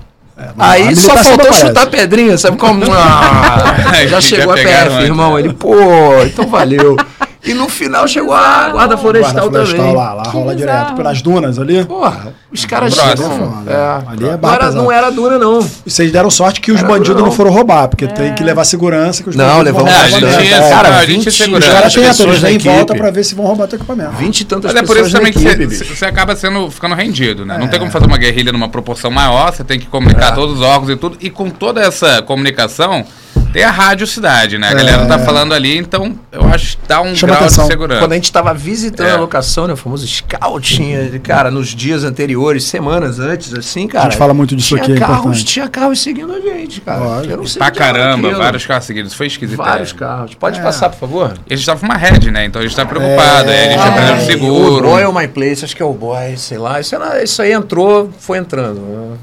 [SPEAKER 2] a
[SPEAKER 3] aí só
[SPEAKER 2] militar sempre
[SPEAKER 3] faltou
[SPEAKER 2] aparece.
[SPEAKER 3] chutar pedrinha, sabe como? Ah, já
[SPEAKER 4] Já
[SPEAKER 3] chegou a
[SPEAKER 4] pegaram
[SPEAKER 3] PF,
[SPEAKER 4] antes.
[SPEAKER 3] irmão. Ele, pô, então valeu. E no final chegou a Guarda Florestal,
[SPEAKER 2] Guarda florestal
[SPEAKER 3] também.
[SPEAKER 2] tá lá, lá rola direto
[SPEAKER 1] bizarro.
[SPEAKER 2] pelas dunas ali.
[SPEAKER 3] Porra, os caras
[SPEAKER 4] É. Próximo.
[SPEAKER 3] chegam.
[SPEAKER 2] Foda.
[SPEAKER 3] É.
[SPEAKER 2] Ali é
[SPEAKER 3] Não, era,
[SPEAKER 2] barra
[SPEAKER 3] não
[SPEAKER 2] pesada.
[SPEAKER 3] era dura, não.
[SPEAKER 2] E Vocês deram sorte que os
[SPEAKER 3] Era
[SPEAKER 2] bandidos
[SPEAKER 3] não.
[SPEAKER 2] não foram roubar, porque tem que levar segurança. Que os
[SPEAKER 3] Não,
[SPEAKER 2] bandidos vão
[SPEAKER 3] levamos
[SPEAKER 4] É, a
[SPEAKER 2] roubar,
[SPEAKER 4] gente
[SPEAKER 2] né?
[SPEAKER 4] tinha-
[SPEAKER 2] É,
[SPEAKER 4] cara,
[SPEAKER 3] cara,
[SPEAKER 4] a gente
[SPEAKER 3] 20
[SPEAKER 4] tinha
[SPEAKER 2] Os
[SPEAKER 4] segurança.
[SPEAKER 2] caras têm ato, eles
[SPEAKER 3] pessoas na
[SPEAKER 2] nem voltam
[SPEAKER 3] equipe.
[SPEAKER 2] pra ver se vão roubar teu equipamento.
[SPEAKER 3] 20 e tantas
[SPEAKER 4] Mas é por
[SPEAKER 3] pessoas
[SPEAKER 4] isso também
[SPEAKER 3] na
[SPEAKER 4] que
[SPEAKER 3] equipe,
[SPEAKER 4] você-
[SPEAKER 3] bicho. É.
[SPEAKER 4] você acaba sendo, ficando rendido, né? Não tem como fazer uma guerrilha numa proporção maior, você tem que comunicar todos os órgãos e tudo. E com toda essa comunicação, tem a Rádio Cidade, né? A galera tá falando ali, então eu acho que dá um
[SPEAKER 2] Chama
[SPEAKER 4] grau
[SPEAKER 2] atenção.
[SPEAKER 4] de segurança.
[SPEAKER 3] É. Quando a gente estava visitando
[SPEAKER 4] É.
[SPEAKER 3] a locação, né, o famoso scouting, cara, nos dias anteriores, semanas antes, assim, cara.
[SPEAKER 2] A gente fala muito disso
[SPEAKER 3] tinha
[SPEAKER 2] aqui, é
[SPEAKER 3] carros,
[SPEAKER 2] importante.
[SPEAKER 3] Tinha carros seguindo a gente, cara.
[SPEAKER 2] Lógico.
[SPEAKER 3] Eu não sei
[SPEAKER 4] Pra
[SPEAKER 3] o que era
[SPEAKER 4] caramba,
[SPEAKER 3] aquilo.
[SPEAKER 4] vários carros seguidos. Foi esquisito. é.
[SPEAKER 3] Vários carros. Pode
[SPEAKER 2] É.
[SPEAKER 3] passar, por favor?
[SPEAKER 4] Eles estavam com uma rede, né? Então a gente tá preocupado. aí a gente
[SPEAKER 1] É.
[SPEAKER 4] entra no
[SPEAKER 3] Ai, Ah, O
[SPEAKER 4] seguro.
[SPEAKER 3] Boy ou My Place, acho que é o Boy, sei lá. Isso, era- isso aí entrou, foi entrando. né?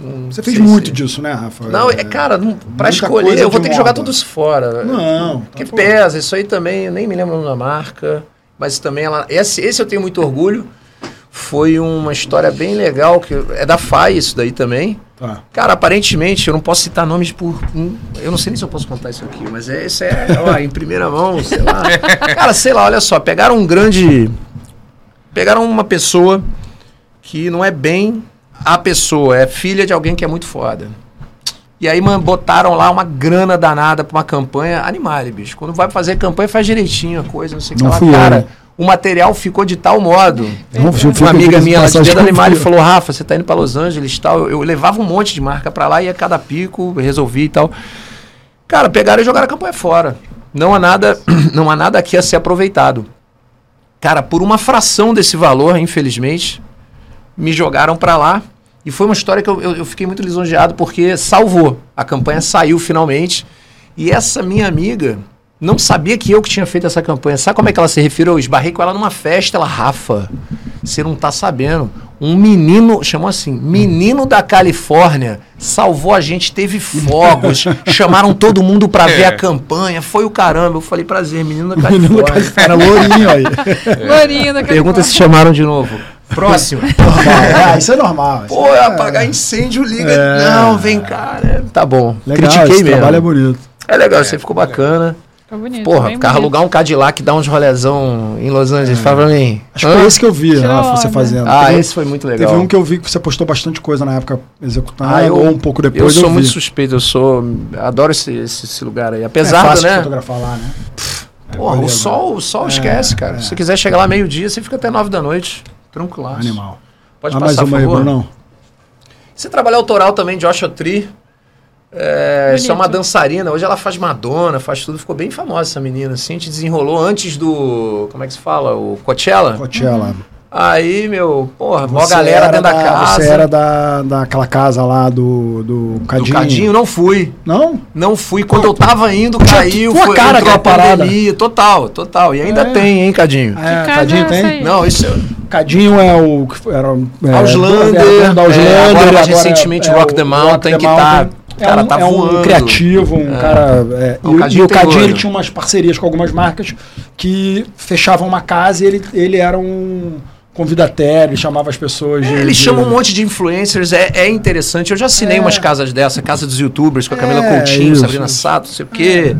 [SPEAKER 3] Não
[SPEAKER 2] Você fez
[SPEAKER 3] sei
[SPEAKER 2] muito
[SPEAKER 3] se-
[SPEAKER 2] disso, né, Rafa?
[SPEAKER 3] Não, é, cara, não, pra
[SPEAKER 2] Muita
[SPEAKER 3] escolher,
[SPEAKER 2] coisa
[SPEAKER 3] eu vou
[SPEAKER 2] de
[SPEAKER 3] ter que jogar
[SPEAKER 2] moda.
[SPEAKER 3] tudo isso fora.
[SPEAKER 2] Não,
[SPEAKER 3] Que
[SPEAKER 2] tá bom.
[SPEAKER 3] pesa, isso aí também, eu nem me lembro o nome da marca, mas também ela. Esse, esse eu tenho muito orgulho. Foi uma história bem legal, que é da FAI isso daí também.
[SPEAKER 2] Tá.
[SPEAKER 3] Cara, aparentemente, eu não posso citar nomes por. hum, Eu não sei nem se eu posso contar isso aqui, mas é, isso é, ó, em primeira mão, sei lá. Cara, sei lá, olha só, pegaram um grande. Pegaram uma pessoa que não é bem a pessoa, é filha de alguém que é muito foda. E aí, mano, botaram lá uma grana danada pra uma campanha. Animale, bicho. Quando vai fazer campanha, faz direitinho a coisa, não sei o que
[SPEAKER 2] Não
[SPEAKER 3] lá.
[SPEAKER 2] fui eu,
[SPEAKER 3] Cara,
[SPEAKER 2] né?
[SPEAKER 3] o material ficou de tal modo.
[SPEAKER 2] Não, eu fico
[SPEAKER 3] Uma amiga
[SPEAKER 2] com
[SPEAKER 3] minha lá de
[SPEAKER 2] sensação
[SPEAKER 3] dentro da
[SPEAKER 2] de
[SPEAKER 3] Animale
[SPEAKER 2] confio.
[SPEAKER 3] falou: Rafa, você tá indo pra Los Angeles e tal. Eu, eu levava um monte de marca pra lá, ia cada pico, resolvi e tal. Cara, pegaram e jogaram a campanha fora. Não há nada, não há nada aqui a ser aproveitado. Cara, por uma fração desse valor, infelizmente, me jogaram pra lá. E foi uma história que eu, eu- eu fiquei muito lisonjeado porque salvou. A campanha saiu finalmente. E essa minha amiga não sabia que eu que tinha feito essa campanha. Sabe como é que ela se referiu? Eu esbarrei com ela numa festa. Ela, Rafa, você não tá sabendo. Um menino, chamou assim, menino da Califórnia, salvou a gente, teve fogos, chamaram todo mundo pra ver
[SPEAKER 4] É.
[SPEAKER 3] a campanha. Foi o caramba. Eu falei, prazer, menino da
[SPEAKER 2] Menino
[SPEAKER 3] Califórnia.
[SPEAKER 2] Cara, lourinho aí.
[SPEAKER 1] Lourinho da
[SPEAKER 3] Pergunta se chamaram de novo. Próximo.
[SPEAKER 2] Normal. É, isso é normal. isso
[SPEAKER 3] Pô,
[SPEAKER 2] é-
[SPEAKER 3] apagar incêndio, liga.
[SPEAKER 2] É.
[SPEAKER 3] Não, vem cá. né? Tá bom.
[SPEAKER 2] Legal,
[SPEAKER 3] Critiquei
[SPEAKER 2] esse
[SPEAKER 3] mesmo.
[SPEAKER 2] trabalho é bonito.
[SPEAKER 3] É legal, você ficou bacana.
[SPEAKER 1] Tá bonito.
[SPEAKER 3] Porra,
[SPEAKER 1] bem
[SPEAKER 3] carro
[SPEAKER 1] bonito.
[SPEAKER 3] alugar um Cadillac e dar uns rolezão em Los Angeles, fala pra mim.
[SPEAKER 2] É. Acho
[SPEAKER 3] Hã?
[SPEAKER 2] que foi esse que eu vi,
[SPEAKER 1] Tirou
[SPEAKER 2] Rafa, você
[SPEAKER 1] onda.
[SPEAKER 2] fazendo.
[SPEAKER 3] Ah,
[SPEAKER 2] teve,
[SPEAKER 3] esse foi muito legal.
[SPEAKER 2] teve um que eu vi que você postou bastante coisa na época executando,
[SPEAKER 3] Ah, eu-
[SPEAKER 2] ou um pouco
[SPEAKER 3] Eu
[SPEAKER 2] depois eu,
[SPEAKER 3] sou muito
[SPEAKER 2] vi.
[SPEAKER 3] suspeito, eu sou. Adoro esse, esse, esse lugar aí. Apesar do,
[SPEAKER 2] É fácil de
[SPEAKER 3] né?
[SPEAKER 2] fotografar lá, né?
[SPEAKER 3] Porra, o
[SPEAKER 2] beleza.
[SPEAKER 3] sol, o sol
[SPEAKER 2] É,
[SPEAKER 3] esquece, cara.
[SPEAKER 2] é.
[SPEAKER 3] Se você quiser chegar lá meio-dia, você fica até nove da noite. Tranquilo.
[SPEAKER 2] Animal.
[SPEAKER 3] Pode
[SPEAKER 2] ah, mais
[SPEAKER 3] passar,
[SPEAKER 2] uma
[SPEAKER 3] por
[SPEAKER 2] aí,
[SPEAKER 3] favor.
[SPEAKER 2] Brunão.
[SPEAKER 3] Você trabalha autoral também, Joshua Tree. É,
[SPEAKER 1] Bonito.
[SPEAKER 3] isso é uma dançarina. Hoje ela faz Madonna, faz tudo. Ficou bem famosa essa menina, assim. A gente desenrolou antes do... Como é que se fala? O Coachella.
[SPEAKER 2] Coachella.
[SPEAKER 3] Aí, meu... Porra, mó
[SPEAKER 2] Você
[SPEAKER 3] galera
[SPEAKER 2] era
[SPEAKER 3] dentro da, casa.
[SPEAKER 2] Você era da, daquela casa lá do, do
[SPEAKER 3] do
[SPEAKER 2] Cadinho.
[SPEAKER 3] Cadinho, não fui.
[SPEAKER 2] Não?
[SPEAKER 3] Não fui. Quando eu tava indo, caiu.
[SPEAKER 2] tua
[SPEAKER 3] Foi,
[SPEAKER 2] cara
[SPEAKER 3] entrou a
[SPEAKER 2] aquela parada.
[SPEAKER 3] pandemia. Total, total. E ainda
[SPEAKER 2] É.
[SPEAKER 3] tem, hein, Cadinho?
[SPEAKER 2] Ah,
[SPEAKER 1] casa é
[SPEAKER 2] Cadinho
[SPEAKER 1] essa
[SPEAKER 2] tem?
[SPEAKER 1] aí?
[SPEAKER 3] Não, isso... é-
[SPEAKER 2] Cadinho é o. que foi- Era, é,
[SPEAKER 3] Auslander,
[SPEAKER 2] era da Auslander,
[SPEAKER 3] é, agora mais
[SPEAKER 2] é-
[SPEAKER 3] recentemente Rock
[SPEAKER 2] o
[SPEAKER 3] the Mountain, que tá-
[SPEAKER 2] É
[SPEAKER 3] cara,
[SPEAKER 2] um,
[SPEAKER 3] tá
[SPEAKER 2] é um
[SPEAKER 3] voando.
[SPEAKER 2] criativo, um cara. é,
[SPEAKER 3] O
[SPEAKER 2] e, o-
[SPEAKER 3] Cadinho
[SPEAKER 2] e o
[SPEAKER 3] tem
[SPEAKER 2] Cadinho ele
[SPEAKER 3] olho.
[SPEAKER 2] tinha umas parcerias com algumas marcas que fechavam uma casa e ele, ele era um convidatério, ele chamava as pessoas. de-
[SPEAKER 3] Ele
[SPEAKER 2] de-
[SPEAKER 3] chama um monte de influencers, é, é interessante. Eu já assinei
[SPEAKER 2] É.
[SPEAKER 3] umas casas dessa, casa dos youtubers, com a Camila
[SPEAKER 2] É,
[SPEAKER 3] Coutinho,
[SPEAKER 2] isso,
[SPEAKER 3] Sabrina
[SPEAKER 2] isso.
[SPEAKER 3] Sato, não sei o quê.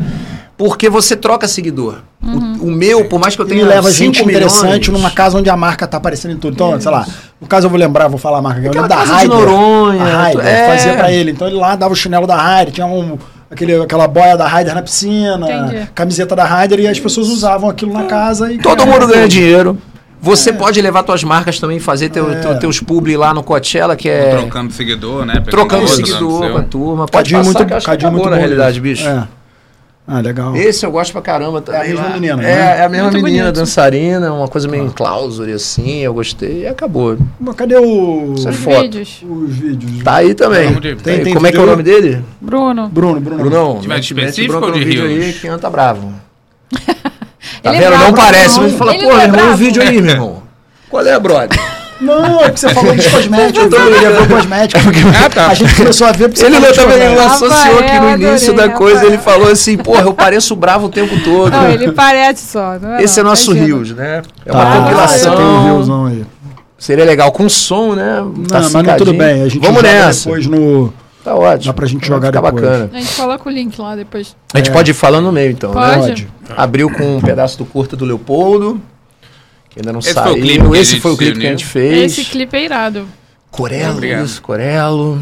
[SPEAKER 3] Porque você troca seguidor. O- O, meu, por mais que eu
[SPEAKER 2] Ele
[SPEAKER 3] tenha
[SPEAKER 2] Uhum. leva
[SPEAKER 3] 5
[SPEAKER 2] gente interessante
[SPEAKER 3] milhões,
[SPEAKER 2] numa casa onde a marca tá aparecendo em tudo. Então, sei lá, no caso eu vou lembrar, vou falar a marca. que Eu
[SPEAKER 3] Aquela
[SPEAKER 2] lembro da
[SPEAKER 3] casa de
[SPEAKER 2] Raider.
[SPEAKER 3] Noronha,
[SPEAKER 2] A Raider,
[SPEAKER 3] é.
[SPEAKER 2] fazia pra ele. Então ele lá dava o chinelo da Raider, tinha um, aquele, aquela boia da Raider na piscina,
[SPEAKER 1] Entendi.
[SPEAKER 2] camiseta da Raider, e as pessoas usavam aquilo na casa. E
[SPEAKER 3] Todo mundo ganha dinheiro. Você pode levar suas marcas também, fazer teu,
[SPEAKER 2] É.
[SPEAKER 3] teu- teus publi lá no Coachella, que é trocando,
[SPEAKER 4] Trocando seguidor, né? Pegando outro,
[SPEAKER 3] seguidor com a
[SPEAKER 4] dando seu.
[SPEAKER 3] turma. Pode
[SPEAKER 2] Cadinho é
[SPEAKER 3] passar,
[SPEAKER 2] muito,
[SPEAKER 3] que eu acho que
[SPEAKER 2] cadinho
[SPEAKER 3] acabou
[SPEAKER 2] muito
[SPEAKER 3] na
[SPEAKER 2] bom
[SPEAKER 3] realidade,
[SPEAKER 2] mesmo.
[SPEAKER 3] bicho.
[SPEAKER 2] É. Ah, legal.
[SPEAKER 3] Esse eu gosto pra caramba também.
[SPEAKER 2] mesma
[SPEAKER 3] lá.
[SPEAKER 2] menina,
[SPEAKER 3] é,
[SPEAKER 2] né?
[SPEAKER 3] é a mesma
[SPEAKER 1] Muito
[SPEAKER 3] menina,
[SPEAKER 1] bonito.
[SPEAKER 3] dançarina, uma coisa meio em clausura, assim, eu gostei e acabou.
[SPEAKER 2] Mas Cadê o-
[SPEAKER 1] Os
[SPEAKER 3] Isso é foto.
[SPEAKER 1] vídeos.
[SPEAKER 2] os vídeos?
[SPEAKER 3] Tá aí também.
[SPEAKER 4] Vamos de-
[SPEAKER 3] Tá aí.
[SPEAKER 2] Tem- tem
[SPEAKER 3] Como é que é o
[SPEAKER 2] vídeo?
[SPEAKER 3] nome dele?
[SPEAKER 1] Bruno.
[SPEAKER 2] Bruno, Bruno.
[SPEAKER 3] Brunão.
[SPEAKER 4] De
[SPEAKER 3] mete-
[SPEAKER 4] específico
[SPEAKER 3] mete bronca
[SPEAKER 4] ou de
[SPEAKER 3] no um vídeo
[SPEAKER 4] Rios?
[SPEAKER 3] aí, quem tá bravo. Tá
[SPEAKER 1] Ele é
[SPEAKER 3] vendo? não
[SPEAKER 1] bravo,
[SPEAKER 3] parece,
[SPEAKER 1] não.
[SPEAKER 3] mas fala,
[SPEAKER 1] Ele
[SPEAKER 3] pô,
[SPEAKER 1] não é
[SPEAKER 3] irmão, o
[SPEAKER 1] bravo.
[SPEAKER 3] um vídeo aí, meu irmão. Qual é, brother?
[SPEAKER 2] Não, é que você falou dos cosméticos.
[SPEAKER 3] Eu tô-
[SPEAKER 2] Ele levou cosméticos.
[SPEAKER 4] Ah, tá.
[SPEAKER 2] A gente começou a ver porque
[SPEAKER 3] Ele não
[SPEAKER 2] falou de
[SPEAKER 3] também ele
[SPEAKER 2] cosméticos.
[SPEAKER 3] associou
[SPEAKER 1] Rafael,
[SPEAKER 3] que no início
[SPEAKER 1] adorei,
[SPEAKER 3] da coisa
[SPEAKER 1] Rafael.
[SPEAKER 3] ele falou assim, porra, eu pareço bravo o tempo todo.
[SPEAKER 1] Não, ele parece só. não
[SPEAKER 3] Esse é
[SPEAKER 1] não,
[SPEAKER 3] nosso
[SPEAKER 1] imagina. Ah,
[SPEAKER 3] Rios, né? É
[SPEAKER 2] Tá,
[SPEAKER 3] uma compilação.
[SPEAKER 2] Você tem um viewzão aí. Tá
[SPEAKER 3] Seria legal com som, né? Não,
[SPEAKER 2] Não, mas não tudo bem. A gente
[SPEAKER 3] Vamos
[SPEAKER 2] joga
[SPEAKER 3] nessa.
[SPEAKER 2] depois no.
[SPEAKER 3] Tá ótimo.
[SPEAKER 2] Dá pra gente
[SPEAKER 3] Vai
[SPEAKER 2] jogar
[SPEAKER 3] ficar
[SPEAKER 2] depois.
[SPEAKER 3] bacana.
[SPEAKER 1] A gente coloca o link lá depois.
[SPEAKER 3] A gente pode ir falando no meio, então, né?
[SPEAKER 1] Pode.
[SPEAKER 3] Abriu com um pedaço do curta do Leopoldo, que ainda não
[SPEAKER 4] Esse
[SPEAKER 3] saiu.
[SPEAKER 4] foi o clipe que a
[SPEAKER 3] Esse
[SPEAKER 4] gente
[SPEAKER 3] foi o clipe
[SPEAKER 4] se
[SPEAKER 3] que a
[SPEAKER 4] uniu.
[SPEAKER 3] gente fez.
[SPEAKER 1] Esse clipe é irado.
[SPEAKER 3] Corelo,
[SPEAKER 4] Obrigado.
[SPEAKER 3] isso, Corelo.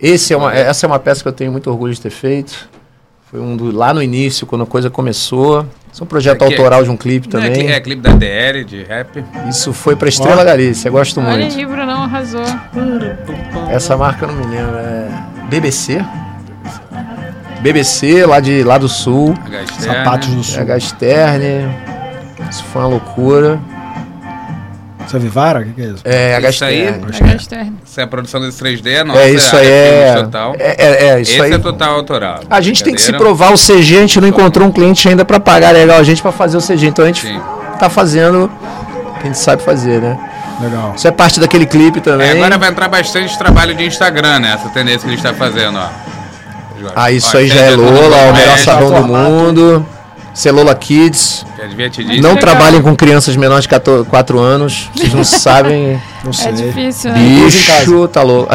[SPEAKER 3] Esse é uma, essa é uma peça que eu tenho muito orgulho de ter feito. Foi um do, lá no início, quando a coisa começou. Isso é um projeto
[SPEAKER 4] É que- é-
[SPEAKER 3] autoral de um clipe
[SPEAKER 4] Não, É,
[SPEAKER 3] também.
[SPEAKER 4] cli- é clipe da DR, de rap.
[SPEAKER 3] Isso foi pra Estrela Galícia, eu gosto
[SPEAKER 1] Olha
[SPEAKER 3] muito.
[SPEAKER 1] aí, Brunão arrasou.
[SPEAKER 3] Essa marca eu não me lembro, é BBC? BBC, lá, de, lá do Sul.
[SPEAKER 4] HST,
[SPEAKER 2] Sapatos
[SPEAKER 4] né?
[SPEAKER 2] do Sul.
[SPEAKER 3] PH Sterne. Isso foi uma loucura.
[SPEAKER 2] Você é Vivara? O que, que é isso?
[SPEAKER 3] É, HST.
[SPEAKER 4] Isso aí,
[SPEAKER 1] É externo.
[SPEAKER 4] Essa é a produção desse 3D, a nossa
[SPEAKER 3] É, isso aí
[SPEAKER 4] a
[SPEAKER 3] é.
[SPEAKER 4] Refúgio
[SPEAKER 3] É,
[SPEAKER 4] Total.
[SPEAKER 3] é, é, isso
[SPEAKER 4] Esse
[SPEAKER 3] aí.
[SPEAKER 4] é total autoral.
[SPEAKER 3] A gente tem que se
[SPEAKER 4] Brincadeira.
[SPEAKER 3] provar o CG, a gente não encontrou um cliente ainda pra pagar legal a gente pra fazer o CG. Então a gente
[SPEAKER 4] Sim.
[SPEAKER 3] tá fazendo o que a gente sabe fazer, né?
[SPEAKER 2] Legal.
[SPEAKER 3] Isso é parte daquele clipe também.
[SPEAKER 4] É, agora vai entrar bastante trabalho de Instagram, né? Essa tendência que a gente tá fazendo, ó.
[SPEAKER 3] Ah, isso
[SPEAKER 4] Ó,
[SPEAKER 3] aí já é
[SPEAKER 4] todo mundo
[SPEAKER 3] Lola, o melhor
[SPEAKER 4] conhece,
[SPEAKER 3] sabão do
[SPEAKER 2] formato.
[SPEAKER 3] mundo. Isso é Lola Kids.
[SPEAKER 4] que É divertidíssimo.
[SPEAKER 3] não
[SPEAKER 1] legal.
[SPEAKER 3] trabalhem com crianças menores de 14 4 anos. Vocês não sabem.
[SPEAKER 2] Eu sei.
[SPEAKER 1] É difícil, né?
[SPEAKER 2] Usa em casa.
[SPEAKER 3] Bicho, tá louco.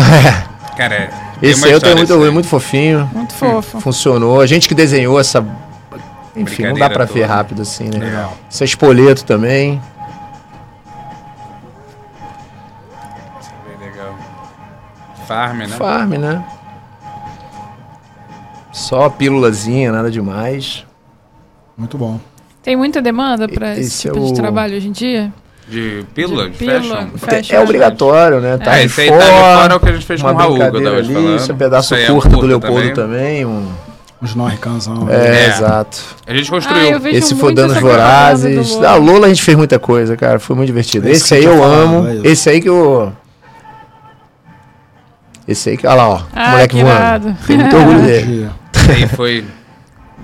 [SPEAKER 4] Cara, é- tem
[SPEAKER 3] Esse
[SPEAKER 4] uma
[SPEAKER 3] aí eu
[SPEAKER 4] história
[SPEAKER 3] tenho
[SPEAKER 4] assim,
[SPEAKER 3] muito
[SPEAKER 4] desse
[SPEAKER 3] orgulho,
[SPEAKER 4] aí.
[SPEAKER 3] muito fofinho.
[SPEAKER 1] Muito fofo.
[SPEAKER 3] Funcionou. A gente que desenhou essa. Enfim, não dá
[SPEAKER 4] Brincadeira
[SPEAKER 3] pra ver
[SPEAKER 4] toda.
[SPEAKER 3] rápido assim, né?
[SPEAKER 2] Legal.
[SPEAKER 3] Isso é espoleto também.
[SPEAKER 4] é Legal. Farm, né?
[SPEAKER 3] Farm, né? Só pílulazinha, nada demais.
[SPEAKER 2] Muito bom.
[SPEAKER 1] Tem muita demanda pra esse,
[SPEAKER 3] Esse é
[SPEAKER 1] tipo de
[SPEAKER 3] o-
[SPEAKER 1] trabalho hoje em dia?
[SPEAKER 4] De pílula, de,
[SPEAKER 1] pílula,
[SPEAKER 4] fashion.
[SPEAKER 1] fashion,
[SPEAKER 3] é obrigatório, né? Tá
[SPEAKER 4] É,
[SPEAKER 3] de
[SPEAKER 4] esse aí
[SPEAKER 3] fora,
[SPEAKER 4] tá de fora é o que a gente fez com
[SPEAKER 3] uma
[SPEAKER 4] o Raul, que eu
[SPEAKER 3] brincadeira
[SPEAKER 4] tava te
[SPEAKER 3] ali,
[SPEAKER 4] falando.
[SPEAKER 3] esse é um pedaço
[SPEAKER 4] Isso aí é
[SPEAKER 3] curto do
[SPEAKER 4] curta
[SPEAKER 3] Leopoldo
[SPEAKER 4] também.
[SPEAKER 3] também. um-
[SPEAKER 2] Os Norricanzão.
[SPEAKER 3] é,
[SPEAKER 4] É.
[SPEAKER 3] exato.
[SPEAKER 4] A gente
[SPEAKER 1] Ah, eu
[SPEAKER 4] construiu.
[SPEAKER 1] vejo
[SPEAKER 3] Esse
[SPEAKER 1] muito
[SPEAKER 3] foi Danos
[SPEAKER 1] essa propaganda do
[SPEAKER 3] Vorazes.
[SPEAKER 1] Lola.
[SPEAKER 3] Da Lola Ah, a gente fez muita coisa, cara. Foi muito divertido.
[SPEAKER 2] Esse
[SPEAKER 3] Esse,
[SPEAKER 2] que
[SPEAKER 3] aí
[SPEAKER 2] eu
[SPEAKER 3] eu
[SPEAKER 2] tinha falado,
[SPEAKER 3] amo.
[SPEAKER 2] é isso.
[SPEAKER 3] Esse aí que eu... Esse aí que... Olha lá, ó.
[SPEAKER 1] Ah,
[SPEAKER 3] moleque
[SPEAKER 1] que
[SPEAKER 3] voando.
[SPEAKER 1] irado.
[SPEAKER 3] Tenho muito orgulho dele.
[SPEAKER 4] Esse aí foi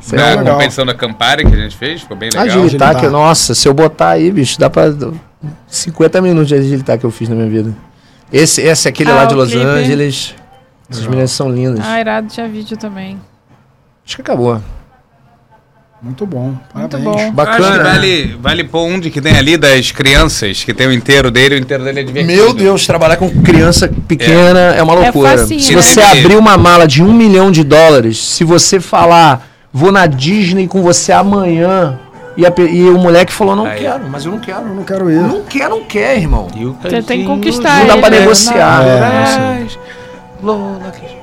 [SPEAKER 3] Isso aí é Ah,
[SPEAKER 4] da
[SPEAKER 2] legal.
[SPEAKER 4] competição da Campari que a gente fez, ficou bem legal.
[SPEAKER 3] Agilitar, que,
[SPEAKER 2] Agilitar.
[SPEAKER 3] nossa, se eu botar aí, bicho, dá pra. 50 minutos de agilitar que eu fiz na minha vida. Esse, esse é aquele
[SPEAKER 1] Ah,
[SPEAKER 3] lá de
[SPEAKER 1] o
[SPEAKER 3] Los
[SPEAKER 1] clipe.
[SPEAKER 3] Angeles. Essas meninas são lindas.
[SPEAKER 1] Ah, irado tinha vídeo também.
[SPEAKER 3] Acho que acabou.
[SPEAKER 2] Muito bom. Parabéns.
[SPEAKER 1] bom.
[SPEAKER 4] Eu acho que
[SPEAKER 3] Bacana.
[SPEAKER 4] vale, vale pôr um de que tem ali das crianças, que tem o inteiro dele, o inteiro dele é divertido.
[SPEAKER 3] Meu Deus, trabalhar com criança pequena é, uma loucura.
[SPEAKER 1] facinho,
[SPEAKER 3] se
[SPEAKER 1] né?
[SPEAKER 3] você abrir uma mala de um milhão de dólares, se você falar, vou na Disney com você amanhã, e, a pe- e o moleque falou, não
[SPEAKER 4] Aí.
[SPEAKER 3] quero, mas eu não quero.
[SPEAKER 2] Eu
[SPEAKER 3] Não,
[SPEAKER 2] não quero ir.
[SPEAKER 3] não quer, não quer, irmão.
[SPEAKER 1] Você tem que conquistar
[SPEAKER 3] Não dá
[SPEAKER 1] ele,
[SPEAKER 3] pra
[SPEAKER 1] né?
[SPEAKER 3] negociar.
[SPEAKER 2] É,
[SPEAKER 4] Ah.
[SPEAKER 5] Lola, que-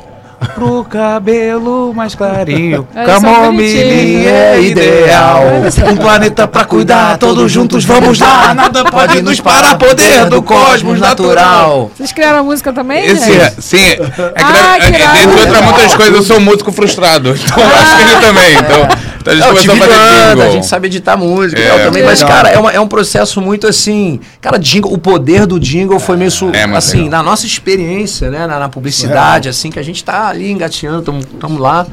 [SPEAKER 5] pro cabelo mais clarinho.
[SPEAKER 1] É, são
[SPEAKER 3] Camomile
[SPEAKER 1] bonitinhos.
[SPEAKER 3] é ideal. Um planeta pra cuidar, todos juntos vamos lá. Nada pode nos parar, poder do cosmos natural.
[SPEAKER 1] Vocês criaram a música também,
[SPEAKER 4] Esse,
[SPEAKER 1] gente?
[SPEAKER 4] sim, é, é,
[SPEAKER 1] Ah,
[SPEAKER 4] que,
[SPEAKER 1] que
[SPEAKER 4] é,
[SPEAKER 1] irado.
[SPEAKER 4] dentre outras muitas coisas, eu sou um músico frustrado. Então eu acho que
[SPEAKER 1] Ah.
[SPEAKER 4] ele também. Então, então a gente
[SPEAKER 3] É, eu
[SPEAKER 4] começou a
[SPEAKER 3] tive
[SPEAKER 4] fazer
[SPEAKER 3] banda,
[SPEAKER 4] jingle.
[SPEAKER 3] a gente sabe editar música e tal
[SPEAKER 4] É.
[SPEAKER 3] também, mas,
[SPEAKER 2] Legal.
[SPEAKER 3] cara, é, uma- é um processo muito assim. Cara, jingle, o poder do jingle foi meio. su-
[SPEAKER 4] É, mas
[SPEAKER 3] assim,
[SPEAKER 4] legal.
[SPEAKER 3] na nossa experiência, né? Na, na publicidade, assim, que a gente tá ali engateando, estamos lá.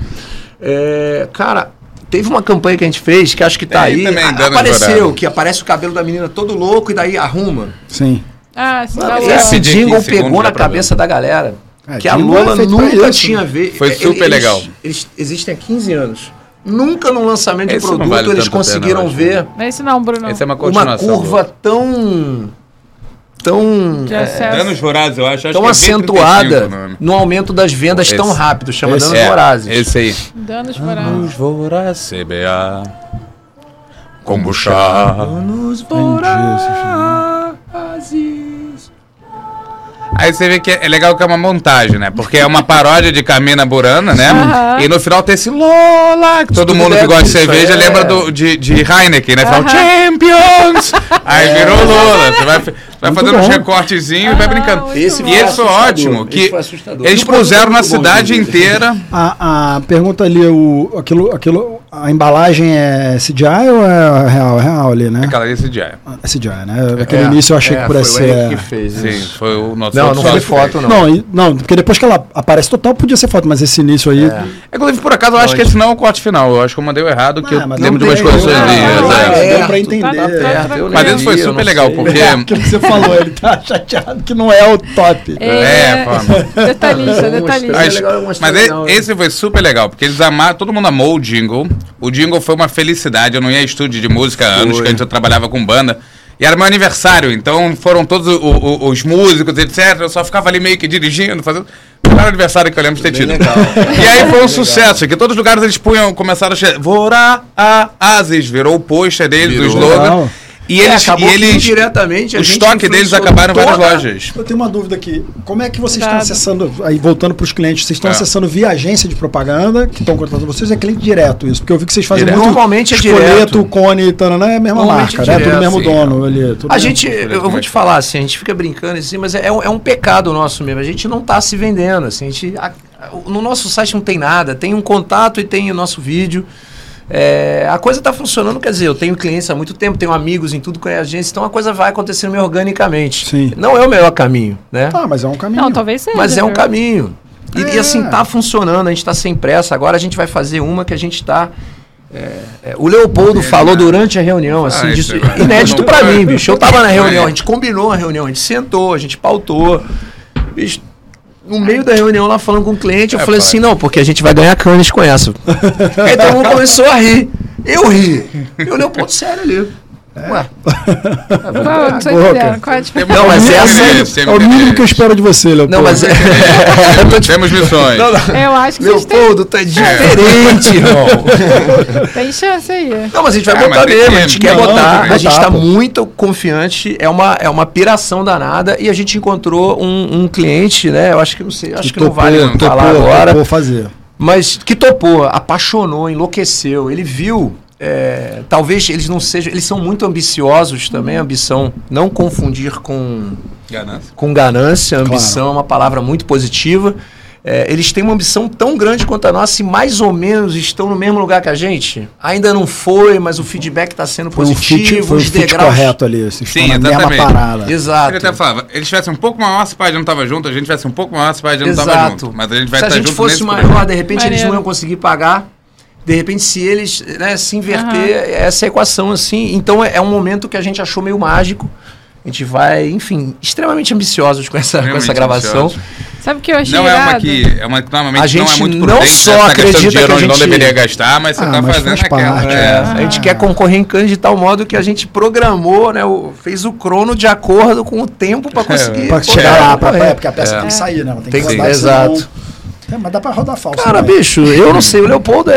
[SPEAKER 3] É, cara. Teve uma campanha que a gente fez, que acho que tá
[SPEAKER 4] É, e
[SPEAKER 3] aí.
[SPEAKER 4] também
[SPEAKER 3] a-
[SPEAKER 4] dando
[SPEAKER 3] apareceu,
[SPEAKER 4] estourado.
[SPEAKER 3] que aparece o cabelo da menina todo louco e daí arruma.
[SPEAKER 2] Sim.
[SPEAKER 1] Ah, sim, tá
[SPEAKER 3] Esse
[SPEAKER 1] bom.
[SPEAKER 4] pedir
[SPEAKER 3] jingle
[SPEAKER 4] 15 segundos
[SPEAKER 3] pegou
[SPEAKER 4] já
[SPEAKER 3] na
[SPEAKER 4] pra
[SPEAKER 3] cabeça da galera.
[SPEAKER 2] É,
[SPEAKER 3] que a
[SPEAKER 2] jingle é
[SPEAKER 3] Lola
[SPEAKER 2] feito pra
[SPEAKER 3] nunca
[SPEAKER 2] isso. né?
[SPEAKER 3] tinha visto.
[SPEAKER 4] Foi super legal.
[SPEAKER 3] Eles existem há 15 anos. Nunca num lançamento
[SPEAKER 4] Esse
[SPEAKER 3] de
[SPEAKER 4] não
[SPEAKER 3] produto
[SPEAKER 4] vale
[SPEAKER 3] eles
[SPEAKER 4] tanto a pena, eu
[SPEAKER 3] conseguiram
[SPEAKER 4] acho.
[SPEAKER 3] ver
[SPEAKER 1] Não é esse não, Bruno.
[SPEAKER 4] Essa é uma
[SPEAKER 3] uma
[SPEAKER 4] continuação.
[SPEAKER 3] curva tão. tão.
[SPEAKER 1] De
[SPEAKER 3] é,
[SPEAKER 1] acesso.
[SPEAKER 4] Danos Vorazes, eu acho. acho
[SPEAKER 3] tão
[SPEAKER 4] que é V35 o
[SPEAKER 3] acentuada
[SPEAKER 4] nome.
[SPEAKER 3] no aumento das vendas
[SPEAKER 4] Esse-
[SPEAKER 3] tão rápido, chama
[SPEAKER 2] esse
[SPEAKER 3] Danos
[SPEAKER 4] É,
[SPEAKER 3] Vorazes.
[SPEAKER 4] Esse aí.
[SPEAKER 1] Danos morais.
[SPEAKER 4] Vorazes. CBA. Kombucha.
[SPEAKER 3] Danos Vorazes.
[SPEAKER 4] Aí você vê que é é legal que é uma montagem, né? Porque é uma paródia de Camina Burana, né?
[SPEAKER 1] Aham.
[SPEAKER 4] E no final tem esse Lola, que todo
[SPEAKER 3] Tudo
[SPEAKER 4] mundo que
[SPEAKER 3] bebe
[SPEAKER 4] gosta de
[SPEAKER 3] isso,
[SPEAKER 4] cerveja
[SPEAKER 3] é.
[SPEAKER 4] lembra do, de, de Heineken, né? Fala,
[SPEAKER 1] Aham.
[SPEAKER 4] Champions! Aí virou Lola. Você vai,
[SPEAKER 3] Tá
[SPEAKER 4] vai
[SPEAKER 2] Muito
[SPEAKER 4] fazendo
[SPEAKER 2] bom.
[SPEAKER 4] uns recortezinhos e vai brincando.
[SPEAKER 1] Ah, muito Esse
[SPEAKER 4] e esse foi ótimo, que eles puseram na cidade inteira.
[SPEAKER 2] A, a pergunta ali, o, aquilo, aquilo, a embalagem é CGI ou é real? É real ali, né?
[SPEAKER 4] Aquela ali, CGI.
[SPEAKER 2] É CGI, né? Aquele início eu
[SPEAKER 3] É,
[SPEAKER 2] achei que pudesse ser.
[SPEAKER 4] Sim, foi o nosso
[SPEAKER 3] Não,
[SPEAKER 4] outro
[SPEAKER 3] não foi
[SPEAKER 4] sócio que fez.
[SPEAKER 3] foto, não.
[SPEAKER 2] Não, e- não, porque depois que ela aparece total, podia ser foto, mas esse início aí.
[SPEAKER 4] É, Inclusive, por acaso, eu acho que esse não é o corte final. Eu acho que eu mandei o errado, que
[SPEAKER 2] Ah,
[SPEAKER 4] eu
[SPEAKER 2] mas
[SPEAKER 4] lembro de
[SPEAKER 2] não
[SPEAKER 4] umas
[SPEAKER 2] tem,
[SPEAKER 4] coisas
[SPEAKER 2] não,
[SPEAKER 4] ali.
[SPEAKER 2] não,
[SPEAKER 4] mas
[SPEAKER 2] não,
[SPEAKER 4] é.
[SPEAKER 2] deu
[SPEAKER 1] Tá,
[SPEAKER 2] pra
[SPEAKER 1] tá,
[SPEAKER 2] entender.
[SPEAKER 1] tá,
[SPEAKER 2] é.
[SPEAKER 3] Eu
[SPEAKER 1] tranquilo.
[SPEAKER 4] Mas esse foi
[SPEAKER 3] Eu É não
[SPEAKER 4] super legal,
[SPEAKER 3] sei.
[SPEAKER 4] porque...
[SPEAKER 2] Aquilo que você falou, ele tá chateado que não é o top.
[SPEAKER 4] É,
[SPEAKER 1] É,
[SPEAKER 4] fama.
[SPEAKER 1] detalhista, detalhista.
[SPEAKER 4] Mas,
[SPEAKER 3] É legal, é uma história
[SPEAKER 4] mas e-
[SPEAKER 3] legal, né?
[SPEAKER 4] esse foi super legal, porque eles amaram, todo mundo amou o jingle. O jingle foi uma felicidade. Eu não ia a estúdio de música há anos, que antes eu trabalhava com banda. E era meu aniversário, então foram todos o- o- os músicos, etc. Eu só ficava ali meio que dirigindo, fazendo. Era o aniversário que eu lembro de ter tido. E aí foi um sucesso, que todos os lugares eles punham, começaram a chegar. Vorá a Asis, virou o pôster deles, o
[SPEAKER 3] Virou.
[SPEAKER 4] slogan.
[SPEAKER 2] Legal.
[SPEAKER 4] E eles.
[SPEAKER 3] É, acabou
[SPEAKER 4] e eles
[SPEAKER 3] diretamente
[SPEAKER 4] o estoque deles acabaram em várias lojas.
[SPEAKER 2] Eu tenho uma dúvida aqui. Como é que vocês estão
[SPEAKER 1] Nada.
[SPEAKER 2] acessando, aí voltando para os clientes, vocês estão
[SPEAKER 4] É.
[SPEAKER 2] acessando via agência de propaganda, que estão contratando vocês, é cliente direto isso? Porque eu vi que vocês fazem
[SPEAKER 3] Direto.
[SPEAKER 2] muito
[SPEAKER 3] Normalmente é
[SPEAKER 2] Espoleto,
[SPEAKER 3] direto.
[SPEAKER 2] Cone, Tananã, é a mesma
[SPEAKER 3] Normalmente
[SPEAKER 2] marca, né?
[SPEAKER 3] é
[SPEAKER 2] Tudo
[SPEAKER 3] direto,
[SPEAKER 2] mesmo
[SPEAKER 3] sim.
[SPEAKER 2] dono ali. tudo
[SPEAKER 3] A
[SPEAKER 2] mesmo.
[SPEAKER 3] gente, eu, eu vou te falar assim, a gente fica brincando assim, mas é, um- é um pecado nosso mesmo. A gente não tá se vendendo, assim, a gente, a- a- no nosso site não tem nada, tem um contato e tem o nosso vídeo. É, a coisa tá funcionando, quer dizer, eu tenho clientes há muito tempo, tenho amigos em tudo que é agência, então a coisa vai acontecendo meio organicamente.
[SPEAKER 2] Sim.
[SPEAKER 3] Não é o melhor caminho, né?
[SPEAKER 2] Tá, mas é um caminho.
[SPEAKER 1] Não, talvez seja.
[SPEAKER 3] Mas é um
[SPEAKER 1] viu?
[SPEAKER 3] caminho. E, e assim,
[SPEAKER 1] É.
[SPEAKER 3] tá funcionando, a gente tá sem pressa. Agora a gente vai fazer uma que a gente tá. é, é, o Leopoldo falou durante a reunião, assim,
[SPEAKER 4] né? Ah, isso
[SPEAKER 3] disso,
[SPEAKER 4] agora.
[SPEAKER 3] inédito
[SPEAKER 4] Não
[SPEAKER 3] pra
[SPEAKER 4] foi.
[SPEAKER 3] mim, bicho. Eu tava na reunião,
[SPEAKER 4] É.
[SPEAKER 3] a gente combinou a reunião, a gente sentou, a gente pautou. Bicho, no meio da reunião lá falando com o cliente, eu
[SPEAKER 4] É,
[SPEAKER 3] falei
[SPEAKER 4] pai.
[SPEAKER 3] assim, não, porque a gente vai ganhar canes com essa. Aí todo mundo começou a rir. Eu ri. E o Leopoldo, sério ali. Ué.
[SPEAKER 1] Qual, não sei
[SPEAKER 2] Boca.
[SPEAKER 1] entendendo, qual é a diferença?
[SPEAKER 3] Não, mas
[SPEAKER 2] É o
[SPEAKER 3] essa
[SPEAKER 2] mínimo-
[SPEAKER 4] Temos
[SPEAKER 2] é o mínimo que eu
[SPEAKER 4] deveres.
[SPEAKER 2] espero de você, Leopoldo.
[SPEAKER 3] Não, mas é. eu tô te-
[SPEAKER 4] Temos missões.
[SPEAKER 3] Não, não.
[SPEAKER 1] Eu acho que vocês têm,
[SPEAKER 3] Leopoldo,
[SPEAKER 4] É.
[SPEAKER 3] tá diferente, irmão.
[SPEAKER 1] tem chance aí.
[SPEAKER 3] Não, mas a gente vai
[SPEAKER 4] Ah,
[SPEAKER 3] botar
[SPEAKER 4] mas tem que-
[SPEAKER 3] mesmo, a gente quer
[SPEAKER 4] não,
[SPEAKER 3] botar.
[SPEAKER 4] tem que
[SPEAKER 3] A gente
[SPEAKER 2] botar,
[SPEAKER 3] está
[SPEAKER 2] pô.
[SPEAKER 3] muito confiante, é uma, é uma piração danada e a gente encontrou um, um cliente, né? Eu acho que não sei, acho que não vale
[SPEAKER 4] topou,
[SPEAKER 3] falar agora,
[SPEAKER 2] topou fazer.
[SPEAKER 3] mas que topou, apaixonou, enlouqueceu. Ele viu. é, talvez eles não sejam, eles são muito ambiciosos também, ambição, não confundir com
[SPEAKER 4] Ganância.
[SPEAKER 3] com ganância, ambição é uma palavra muito positiva. É, eles têm uma ambição tão grande quanto a nossa e mais ou menos estão no mesmo lugar que a gente. Ainda não foi, mas o feedback está sendo
[SPEAKER 2] Foi um fit,
[SPEAKER 3] positivo,
[SPEAKER 2] foi um
[SPEAKER 3] os
[SPEAKER 2] fit
[SPEAKER 3] degraus.
[SPEAKER 2] correto né? ali. Vocês
[SPEAKER 4] Sim,
[SPEAKER 2] estão na mesma
[SPEAKER 4] exatamente.
[SPEAKER 2] parada.
[SPEAKER 4] Ele
[SPEAKER 3] Exato.
[SPEAKER 4] até falava, eles tivessem um pouco maior, se pai já não tava junto, a gente tivesse um pouco maior, se pai já não tava
[SPEAKER 3] Exato.
[SPEAKER 4] junto. Mas a gente vai
[SPEAKER 3] se a
[SPEAKER 4] estar
[SPEAKER 3] gente
[SPEAKER 4] junto
[SPEAKER 3] fosse
[SPEAKER 4] nesse
[SPEAKER 3] maior,
[SPEAKER 4] programa.
[SPEAKER 3] de repente eles
[SPEAKER 1] Maneiro.
[SPEAKER 3] não iam conseguir pagar. De repente, se eles né, se inverter essa equação assim. Então é, é um momento que a gente achou meio mágico. A gente vai, enfim, extremamente ambiciosos com essa, com essa
[SPEAKER 4] Extremamente
[SPEAKER 3] gravação.
[SPEAKER 4] ambiciosos.
[SPEAKER 1] Sabe o que eu achei
[SPEAKER 4] Não é uma
[SPEAKER 1] irado?
[SPEAKER 4] que é uma que normalmente
[SPEAKER 3] A gente
[SPEAKER 4] não é muito
[SPEAKER 3] não
[SPEAKER 4] prudente
[SPEAKER 3] só
[SPEAKER 4] essa questão de
[SPEAKER 3] acredita
[SPEAKER 4] dinheiro
[SPEAKER 3] que a
[SPEAKER 4] onde não
[SPEAKER 3] gente-
[SPEAKER 4] deveria gastar, mas você
[SPEAKER 2] Ah,
[SPEAKER 4] tá
[SPEAKER 2] mas
[SPEAKER 4] fazendo
[SPEAKER 2] faz
[SPEAKER 4] aquela.
[SPEAKER 2] parte,
[SPEAKER 4] é.
[SPEAKER 3] A gente quer concorrer em cães de tal modo que a gente programou, né? o- fez o crono de acordo com o tempo para conseguir.
[SPEAKER 2] É, Pra
[SPEAKER 3] pô,
[SPEAKER 2] chegar lá, pra,
[SPEAKER 3] concorrer.
[SPEAKER 2] é, porque a peça tem que sair, né? Ela tem,
[SPEAKER 3] Tem
[SPEAKER 2] que
[SPEAKER 3] que-
[SPEAKER 2] rodar,
[SPEAKER 3] exato.
[SPEAKER 2] senão- É, mas dá pra rodar falso.
[SPEAKER 3] Cara,
[SPEAKER 2] também.
[SPEAKER 3] bicho, eu não sei. O Leopoldo é.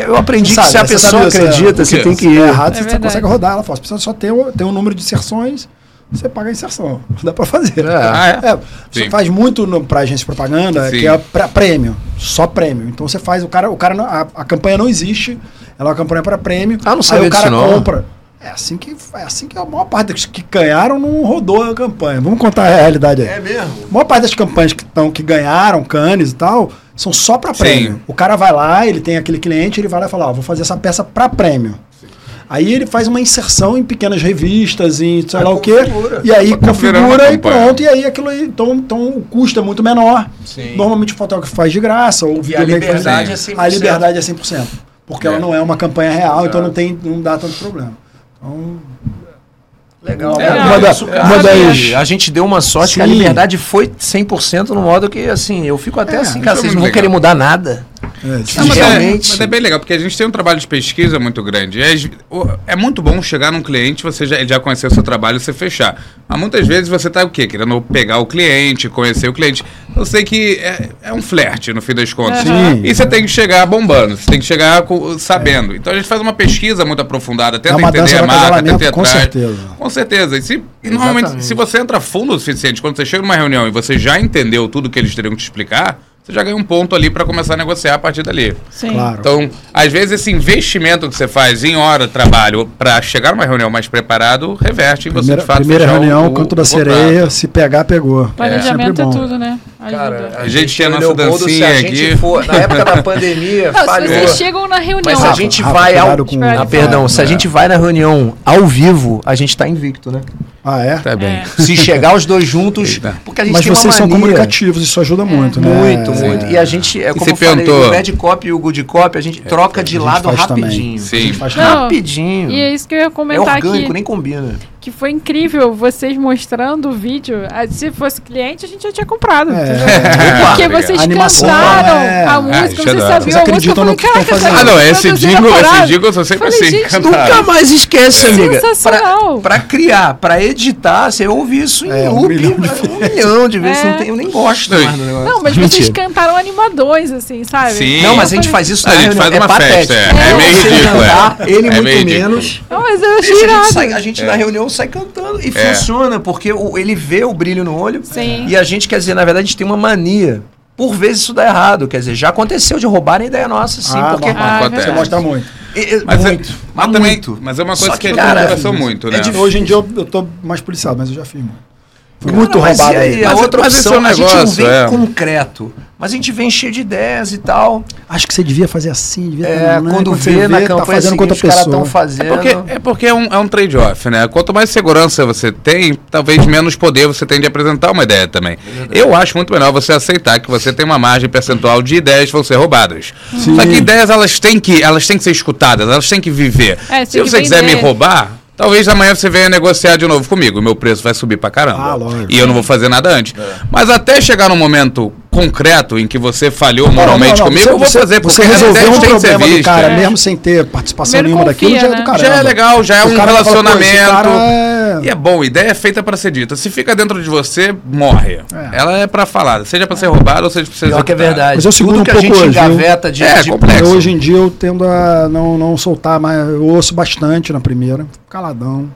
[SPEAKER 3] é- Eu aprendi
[SPEAKER 2] Você
[SPEAKER 3] que
[SPEAKER 2] sabe,
[SPEAKER 3] se a
[SPEAKER 2] você
[SPEAKER 3] pessoa
[SPEAKER 2] sabe disso,
[SPEAKER 3] acredita,
[SPEAKER 4] né?
[SPEAKER 3] você
[SPEAKER 4] O quê?
[SPEAKER 3] tem que
[SPEAKER 2] É
[SPEAKER 3] ir.
[SPEAKER 2] errado,
[SPEAKER 1] É
[SPEAKER 2] você
[SPEAKER 1] verdade.
[SPEAKER 2] consegue rodar ela falso. Precisa só ter o, ter um número de inserções, você paga a inserção. Dá pra fazer.
[SPEAKER 3] É.
[SPEAKER 4] Ah, é?
[SPEAKER 2] É, você
[SPEAKER 4] Sim.
[SPEAKER 2] faz muito no, pra agência de propaganda,
[SPEAKER 4] Sim.
[SPEAKER 2] que é pra prêmio, só prêmio. Então você faz, o cara, o cara não- a, a campanha não existe, ela é uma campanha pra prêmio.
[SPEAKER 3] Ah, não
[SPEAKER 2] aí
[SPEAKER 3] sabia
[SPEAKER 2] o cara
[SPEAKER 3] disso, não.
[SPEAKER 2] compra. É assim que é assim que a maior parte dos que ganharam não rodou a campanha. Vamos contar a realidade aí.
[SPEAKER 4] É
[SPEAKER 3] É mesmo?
[SPEAKER 2] A maior parte das campanhas que, tão, que ganharam, canes e tal, são só pra
[SPEAKER 4] Sim.
[SPEAKER 2] prêmio. O cara vai lá, ele tem aquele cliente, ele vai lá e fala, ó, vou fazer essa peça pra prêmio. Aí ele faz uma inserção em pequenas revistas, em sei
[SPEAKER 3] Aí
[SPEAKER 2] lá o quê,
[SPEAKER 3] configura.
[SPEAKER 2] e aí
[SPEAKER 4] É Tá
[SPEAKER 2] configura
[SPEAKER 4] virando
[SPEAKER 2] e
[SPEAKER 4] campanha.
[SPEAKER 2] pronto, e aí aquilo aí, então, então o custo é muito menor.
[SPEAKER 3] Sim.
[SPEAKER 2] Normalmente o fotógrafo faz de graça, ou o
[SPEAKER 3] E a
[SPEAKER 2] videomaker faz de graça.
[SPEAKER 3] liberdade é 100%.
[SPEAKER 2] A liberdade é 100%, porque
[SPEAKER 4] É.
[SPEAKER 2] ela não é uma campanha real, então
[SPEAKER 3] Exato.
[SPEAKER 2] não, tem, não dá tanto problema. Então,
[SPEAKER 3] Legal.
[SPEAKER 2] É,
[SPEAKER 3] Legal.
[SPEAKER 1] uma da-
[SPEAKER 3] Isso, cara. é
[SPEAKER 1] uma das-
[SPEAKER 3] A gente deu uma sorte que a
[SPEAKER 2] Sim.
[SPEAKER 3] liberdade foi 100% no modo que, assim, eu fico até
[SPEAKER 2] É,
[SPEAKER 3] assim,
[SPEAKER 2] isso
[SPEAKER 3] cara,
[SPEAKER 4] é
[SPEAKER 3] vocês
[SPEAKER 4] muito
[SPEAKER 3] não vão
[SPEAKER 4] legal.
[SPEAKER 3] querer mudar nada.
[SPEAKER 2] é,
[SPEAKER 4] Não, mas, é,
[SPEAKER 3] Realmente.
[SPEAKER 4] mas é bem legal, porque a gente tem um trabalho de pesquisa muito grande. E às- o- É, muito bom chegar num cliente, você já, ele já conhecer o seu trabalho e você fechar. Mas muitas vezes você está o quê? Querendo pegar o cliente, conhecer o cliente. Eu sei que é, é um flerte, no fim das contas.
[SPEAKER 2] Sim.
[SPEAKER 4] E você tem que chegar bombando, você tem que chegar com- sabendo. Então a gente faz uma pesquisa muito aprofundada, tenta
[SPEAKER 2] É uma
[SPEAKER 4] entender
[SPEAKER 2] dança
[SPEAKER 4] a
[SPEAKER 2] do
[SPEAKER 4] marca,
[SPEAKER 2] acasalamento,
[SPEAKER 4] tenta ir
[SPEAKER 2] com
[SPEAKER 4] atrás.
[SPEAKER 2] certeza.
[SPEAKER 4] Com certeza. E, se, e normalmente,
[SPEAKER 3] Exatamente.
[SPEAKER 4] se você entra fundo o suficiente, quando você chega numa reunião e você já entendeu tudo que eles teriam que te explicar, você já ganha um ponto ali para começar a negociar a partir dali.
[SPEAKER 1] Sim.
[SPEAKER 2] claro.
[SPEAKER 4] Então, às vezes, esse investimento que você faz em hora de trabalho para chegar numa reunião mais preparado, reverte em você,
[SPEAKER 2] primeira
[SPEAKER 4] de fato,
[SPEAKER 2] primeira
[SPEAKER 4] fechar o-
[SPEAKER 2] reunião,
[SPEAKER 4] o-
[SPEAKER 2] canto
[SPEAKER 4] o
[SPEAKER 2] da
[SPEAKER 4] contrato.
[SPEAKER 2] sereia, se pegar, pegou.
[SPEAKER 1] Planejamento
[SPEAKER 2] Sempre
[SPEAKER 1] é,
[SPEAKER 2] bom.
[SPEAKER 1] tudo, né? Ajuda.
[SPEAKER 3] é
[SPEAKER 4] a gente tem a
[SPEAKER 3] o
[SPEAKER 4] nossa
[SPEAKER 3] se a
[SPEAKER 4] dancinha
[SPEAKER 3] gente
[SPEAKER 4] aqui.
[SPEAKER 3] for, na época da pandemia,
[SPEAKER 1] Não, se
[SPEAKER 3] falhou.
[SPEAKER 1] vocês chegam na reunião.
[SPEAKER 3] Mas se a
[SPEAKER 1] Rafa,
[SPEAKER 3] gente
[SPEAKER 2] Rafa,
[SPEAKER 3] vai ao.
[SPEAKER 2] cuidado com-
[SPEAKER 4] Tá,
[SPEAKER 3] Ah, perdão, se a gente vai na reunião ao vivo, a gente tá invicto, né?
[SPEAKER 2] Ah, é?
[SPEAKER 4] Tá bem.
[SPEAKER 1] É.
[SPEAKER 3] Se chegar os dois juntos,
[SPEAKER 4] Eita.
[SPEAKER 3] porque a gente
[SPEAKER 2] Mas
[SPEAKER 3] tem uma
[SPEAKER 2] vocês são
[SPEAKER 3] mania.
[SPEAKER 2] comunicativos, isso ajuda muito, né?
[SPEAKER 3] Muito,
[SPEAKER 2] É,
[SPEAKER 3] muito. E a gente, é como
[SPEAKER 4] você
[SPEAKER 3] eu falei,
[SPEAKER 4] perguntou- É,
[SPEAKER 3] o bad cop e o good cop, a gente troca de
[SPEAKER 2] gente
[SPEAKER 3] lado
[SPEAKER 2] faz também.
[SPEAKER 3] rapidinho.
[SPEAKER 4] Sim.
[SPEAKER 2] Faz
[SPEAKER 1] Não,
[SPEAKER 3] Rapidinho.
[SPEAKER 1] E é isso que eu ia
[SPEAKER 3] é
[SPEAKER 1] comentar
[SPEAKER 3] orgânico,
[SPEAKER 1] aqui.
[SPEAKER 3] nem combina.
[SPEAKER 1] Que foi incrível vocês mostrando o vídeo. Ah, Se fosse cliente, a gente já tinha comprado.
[SPEAKER 2] É.
[SPEAKER 1] entendeu? Porque
[SPEAKER 4] Obrigado.
[SPEAKER 1] vocês
[SPEAKER 2] A animação,
[SPEAKER 1] cantaram
[SPEAKER 2] é.
[SPEAKER 1] a
[SPEAKER 4] Ah,
[SPEAKER 1] música,
[SPEAKER 4] isso é
[SPEAKER 1] vocês
[SPEAKER 4] da
[SPEAKER 1] sabiam
[SPEAKER 4] hora.
[SPEAKER 2] Vocês
[SPEAKER 1] a música. Eu
[SPEAKER 2] acreditam
[SPEAKER 1] falei,
[SPEAKER 2] no que estão
[SPEAKER 1] caraca,
[SPEAKER 2] fazendo.
[SPEAKER 1] essa
[SPEAKER 4] Ah, não, esse
[SPEAKER 1] produzida
[SPEAKER 4] jingle, esse
[SPEAKER 1] parada.
[SPEAKER 4] jingle eu sou sempre
[SPEAKER 1] Falei,
[SPEAKER 4] assim.
[SPEAKER 1] gente,
[SPEAKER 4] encantado.
[SPEAKER 3] Nunca mais
[SPEAKER 4] É.
[SPEAKER 3] esquece, amiga.
[SPEAKER 1] Sensacional.
[SPEAKER 3] Pra criar, pra editar, você ouve isso em
[SPEAKER 2] É, um
[SPEAKER 3] loop um
[SPEAKER 2] milhão
[SPEAKER 3] milhão
[SPEAKER 2] de
[SPEAKER 3] de
[SPEAKER 2] vezes.
[SPEAKER 3] vezes. não
[SPEAKER 1] É.
[SPEAKER 3] tem- eu nem gosto mais do negócio.
[SPEAKER 1] Não, mas vocês cantaram animadores, assim, sabe?
[SPEAKER 4] Sim.
[SPEAKER 3] Não, mas a
[SPEAKER 1] Eu
[SPEAKER 3] gente
[SPEAKER 1] falei,
[SPEAKER 3] faz isso
[SPEAKER 4] A
[SPEAKER 3] na
[SPEAKER 4] gente
[SPEAKER 3] reunião,
[SPEAKER 4] faz uma festa, é.
[SPEAKER 3] patético.
[SPEAKER 1] É meio
[SPEAKER 3] Você
[SPEAKER 4] ridículo, é.
[SPEAKER 3] cantar, Ele
[SPEAKER 4] É
[SPEAKER 3] muito
[SPEAKER 4] meio ridículo.
[SPEAKER 3] menos.
[SPEAKER 1] Não, mas eu
[SPEAKER 3] Esse
[SPEAKER 1] achei
[SPEAKER 3] a gente,
[SPEAKER 1] irado.
[SPEAKER 3] sai- a gente na reunião sai cantando e
[SPEAKER 4] É.
[SPEAKER 3] funciona, porque o- ele vê o brilho no olho.
[SPEAKER 1] Sim.
[SPEAKER 3] E a gente, quer dizer, na verdade, a gente tem uma mania. Por vezes isso dá errado, quer dizer, já aconteceu de roubar a ideia nossa, sim,
[SPEAKER 2] Ah,
[SPEAKER 3] porque.
[SPEAKER 2] normal.
[SPEAKER 1] Ah,
[SPEAKER 4] acontece.
[SPEAKER 2] Você mostra muito.
[SPEAKER 3] E- e-
[SPEAKER 4] Mas,
[SPEAKER 3] muito,
[SPEAKER 4] é,
[SPEAKER 3] mas
[SPEAKER 4] mas também,
[SPEAKER 3] muito.
[SPEAKER 4] mas é uma
[SPEAKER 3] Só que,
[SPEAKER 4] coisa que, a gente
[SPEAKER 3] cara,
[SPEAKER 4] conversou muito, né?
[SPEAKER 2] É de- hoje em dia eu, eu tô mais policiado, mas eu já fiz, mano. Fui
[SPEAKER 3] Cara,
[SPEAKER 2] muito
[SPEAKER 3] mas
[SPEAKER 2] roubado.
[SPEAKER 3] e aí,
[SPEAKER 2] ali.
[SPEAKER 3] a
[SPEAKER 4] Mas-
[SPEAKER 3] outra
[SPEAKER 4] mas esse é
[SPEAKER 3] opção,
[SPEAKER 4] um
[SPEAKER 3] a gente não
[SPEAKER 4] negócio,
[SPEAKER 3] vem
[SPEAKER 4] é.
[SPEAKER 3] concreto, mas a gente vem cheio de ideias e tal.
[SPEAKER 2] Acho que você devia fazer assim, devia
[SPEAKER 3] É,
[SPEAKER 2] né?
[SPEAKER 3] quando
[SPEAKER 2] você
[SPEAKER 3] vê na
[SPEAKER 2] tá
[SPEAKER 3] campanha
[SPEAKER 2] fazendo com
[SPEAKER 3] seguinte,
[SPEAKER 2] outra
[SPEAKER 3] os caras estão
[SPEAKER 2] pessoa.
[SPEAKER 4] É
[SPEAKER 3] fazendo.
[SPEAKER 4] porque, é, porque é um, é um trade-off, né? Quanto mais segurança você tem, talvez menos poder você tem de apresentar uma ideia também. Eu acho muito melhor você aceitar que você tem uma margem percentual de ideias que vão ser roubadas. Só que ideias, elas têm que, elas têm que ser escutadas, elas têm que viver.
[SPEAKER 1] É,
[SPEAKER 4] Se
[SPEAKER 1] tem que
[SPEAKER 4] você quiser me
[SPEAKER 1] vender.
[SPEAKER 4] roubar, talvez amanhã você venha negociar de novo comigo. Meu preço vai subir pra caramba.
[SPEAKER 2] Ah, lógico. É.
[SPEAKER 4] E eu não vou fazer nada antes. Mas até chegar num momento concreto em que você falhou moralmente
[SPEAKER 2] Não, não, não,
[SPEAKER 4] comigo,
[SPEAKER 2] você-
[SPEAKER 4] eu vou
[SPEAKER 2] você-
[SPEAKER 4] fazer, porque
[SPEAKER 2] Você
[SPEAKER 4] as
[SPEAKER 2] resolveu
[SPEAKER 4] ideias
[SPEAKER 2] um
[SPEAKER 4] têm que ser
[SPEAKER 2] problema do cara,
[SPEAKER 4] vistas.
[SPEAKER 2] mesmo sem ter participação
[SPEAKER 1] Primeiro
[SPEAKER 2] nenhuma daquilo,
[SPEAKER 1] confia,
[SPEAKER 2] já é do
[SPEAKER 1] né?
[SPEAKER 2] caramba.
[SPEAKER 4] Já é legal, já é
[SPEAKER 2] O
[SPEAKER 4] um
[SPEAKER 2] cara fala, pô, esse
[SPEAKER 4] relacionamento.
[SPEAKER 2] cara é-
[SPEAKER 4] E é bom, ideia é feita pra ser dita. Se fica dentro de você, morre.
[SPEAKER 2] É.
[SPEAKER 4] Ela é pra falar, seja pra ser roubada ou seja pra ser
[SPEAKER 3] Pior que é
[SPEAKER 4] executada.
[SPEAKER 3] verdade.
[SPEAKER 2] Mas eu seguro
[SPEAKER 3] Tudo
[SPEAKER 2] um
[SPEAKER 3] que a
[SPEAKER 2] pouco
[SPEAKER 3] gente
[SPEAKER 2] hoje, viu?
[SPEAKER 3] engaveta de,
[SPEAKER 4] É,
[SPEAKER 3] de-
[SPEAKER 4] complexo.
[SPEAKER 2] Eu, hoje em dia eu tendo a não, não soltar, mas eu ouço bastante na primeira, fico caladão.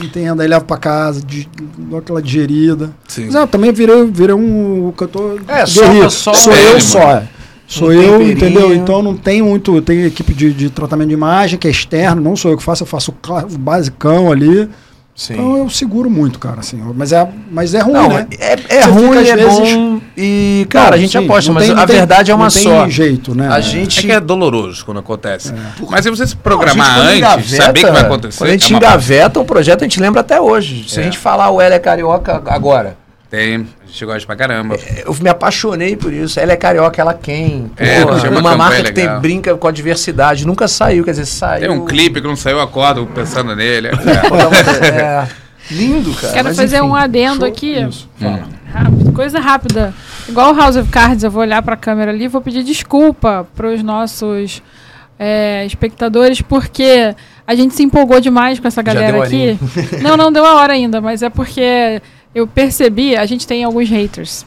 [SPEAKER 2] Entendo, aí levo pra casa, di- dou aquela digerida.
[SPEAKER 4] Sim.
[SPEAKER 2] Mas eu também virei, virei um cantor.
[SPEAKER 3] É,
[SPEAKER 2] guerreiro.
[SPEAKER 3] só- só-
[SPEAKER 2] Sou
[SPEAKER 4] É,
[SPEAKER 2] eu
[SPEAKER 4] mano.
[SPEAKER 2] só. Sou
[SPEAKER 3] Um
[SPEAKER 2] eu,
[SPEAKER 3] temperinho.
[SPEAKER 2] entendeu? Então não tem muito. Tem equipe de, de tratamento de imagem, que é externo, não sou eu que faço, eu faço o cla- o basicão ali.
[SPEAKER 3] Sim.
[SPEAKER 2] Então eu seguro muito, cara, assim. Mas é, mas é ruim,
[SPEAKER 3] Não,
[SPEAKER 2] né?
[SPEAKER 3] é, é
[SPEAKER 2] Você
[SPEAKER 3] ruim,
[SPEAKER 2] fica, às
[SPEAKER 3] é
[SPEAKER 2] vezes-
[SPEAKER 3] bom. E, cara, a gente
[SPEAKER 2] Sim,
[SPEAKER 3] aposta,
[SPEAKER 2] não
[SPEAKER 3] mas
[SPEAKER 2] tem- não
[SPEAKER 3] a
[SPEAKER 2] tem-
[SPEAKER 3] verdade é uma
[SPEAKER 2] não
[SPEAKER 3] só.
[SPEAKER 2] Tem jeito, né?
[SPEAKER 3] A
[SPEAKER 4] É
[SPEAKER 3] gente.
[SPEAKER 4] que é doloroso quando acontece. Mas se você se
[SPEAKER 3] Não,
[SPEAKER 4] programar
[SPEAKER 3] a gente, quando
[SPEAKER 4] antes, saber que vai acontecer.
[SPEAKER 3] Quando a gente
[SPEAKER 4] é uma-
[SPEAKER 3] engaveta um projeto, a gente lembra até hoje. Se
[SPEAKER 4] É.
[SPEAKER 3] a gente falar o Ela é Carioca agora,
[SPEAKER 4] Tem, a gente gosta pra caramba.
[SPEAKER 3] eu me apaixonei por isso. Ela é Carioca, ela quem?
[SPEAKER 4] É,
[SPEAKER 3] Pô,
[SPEAKER 4] tinha uma
[SPEAKER 3] uma marca
[SPEAKER 4] campanha
[SPEAKER 3] que tem,
[SPEAKER 4] legal.
[SPEAKER 3] brinca com a diversidade. Nunca saiu, quer dizer, saiu.
[SPEAKER 4] Tem um clipe que não saiu, eu acordo pensando nele. é.
[SPEAKER 3] Pô, dá uma- é, lindo, cara.
[SPEAKER 1] Quero
[SPEAKER 3] mas
[SPEAKER 1] fazer
[SPEAKER 3] enfim.
[SPEAKER 1] um adendo aqui. Rápido, coisa rápida. Igual o House of Cards, eu vou olhar para a câmera ali e vou pedir desculpa para os nossos é, espectadores, porque a gente se empolgou demais com essa galera
[SPEAKER 3] deu a
[SPEAKER 1] aqui. Não, não deu a hora ainda, mas é porque eu percebi, a gente tem alguns haters.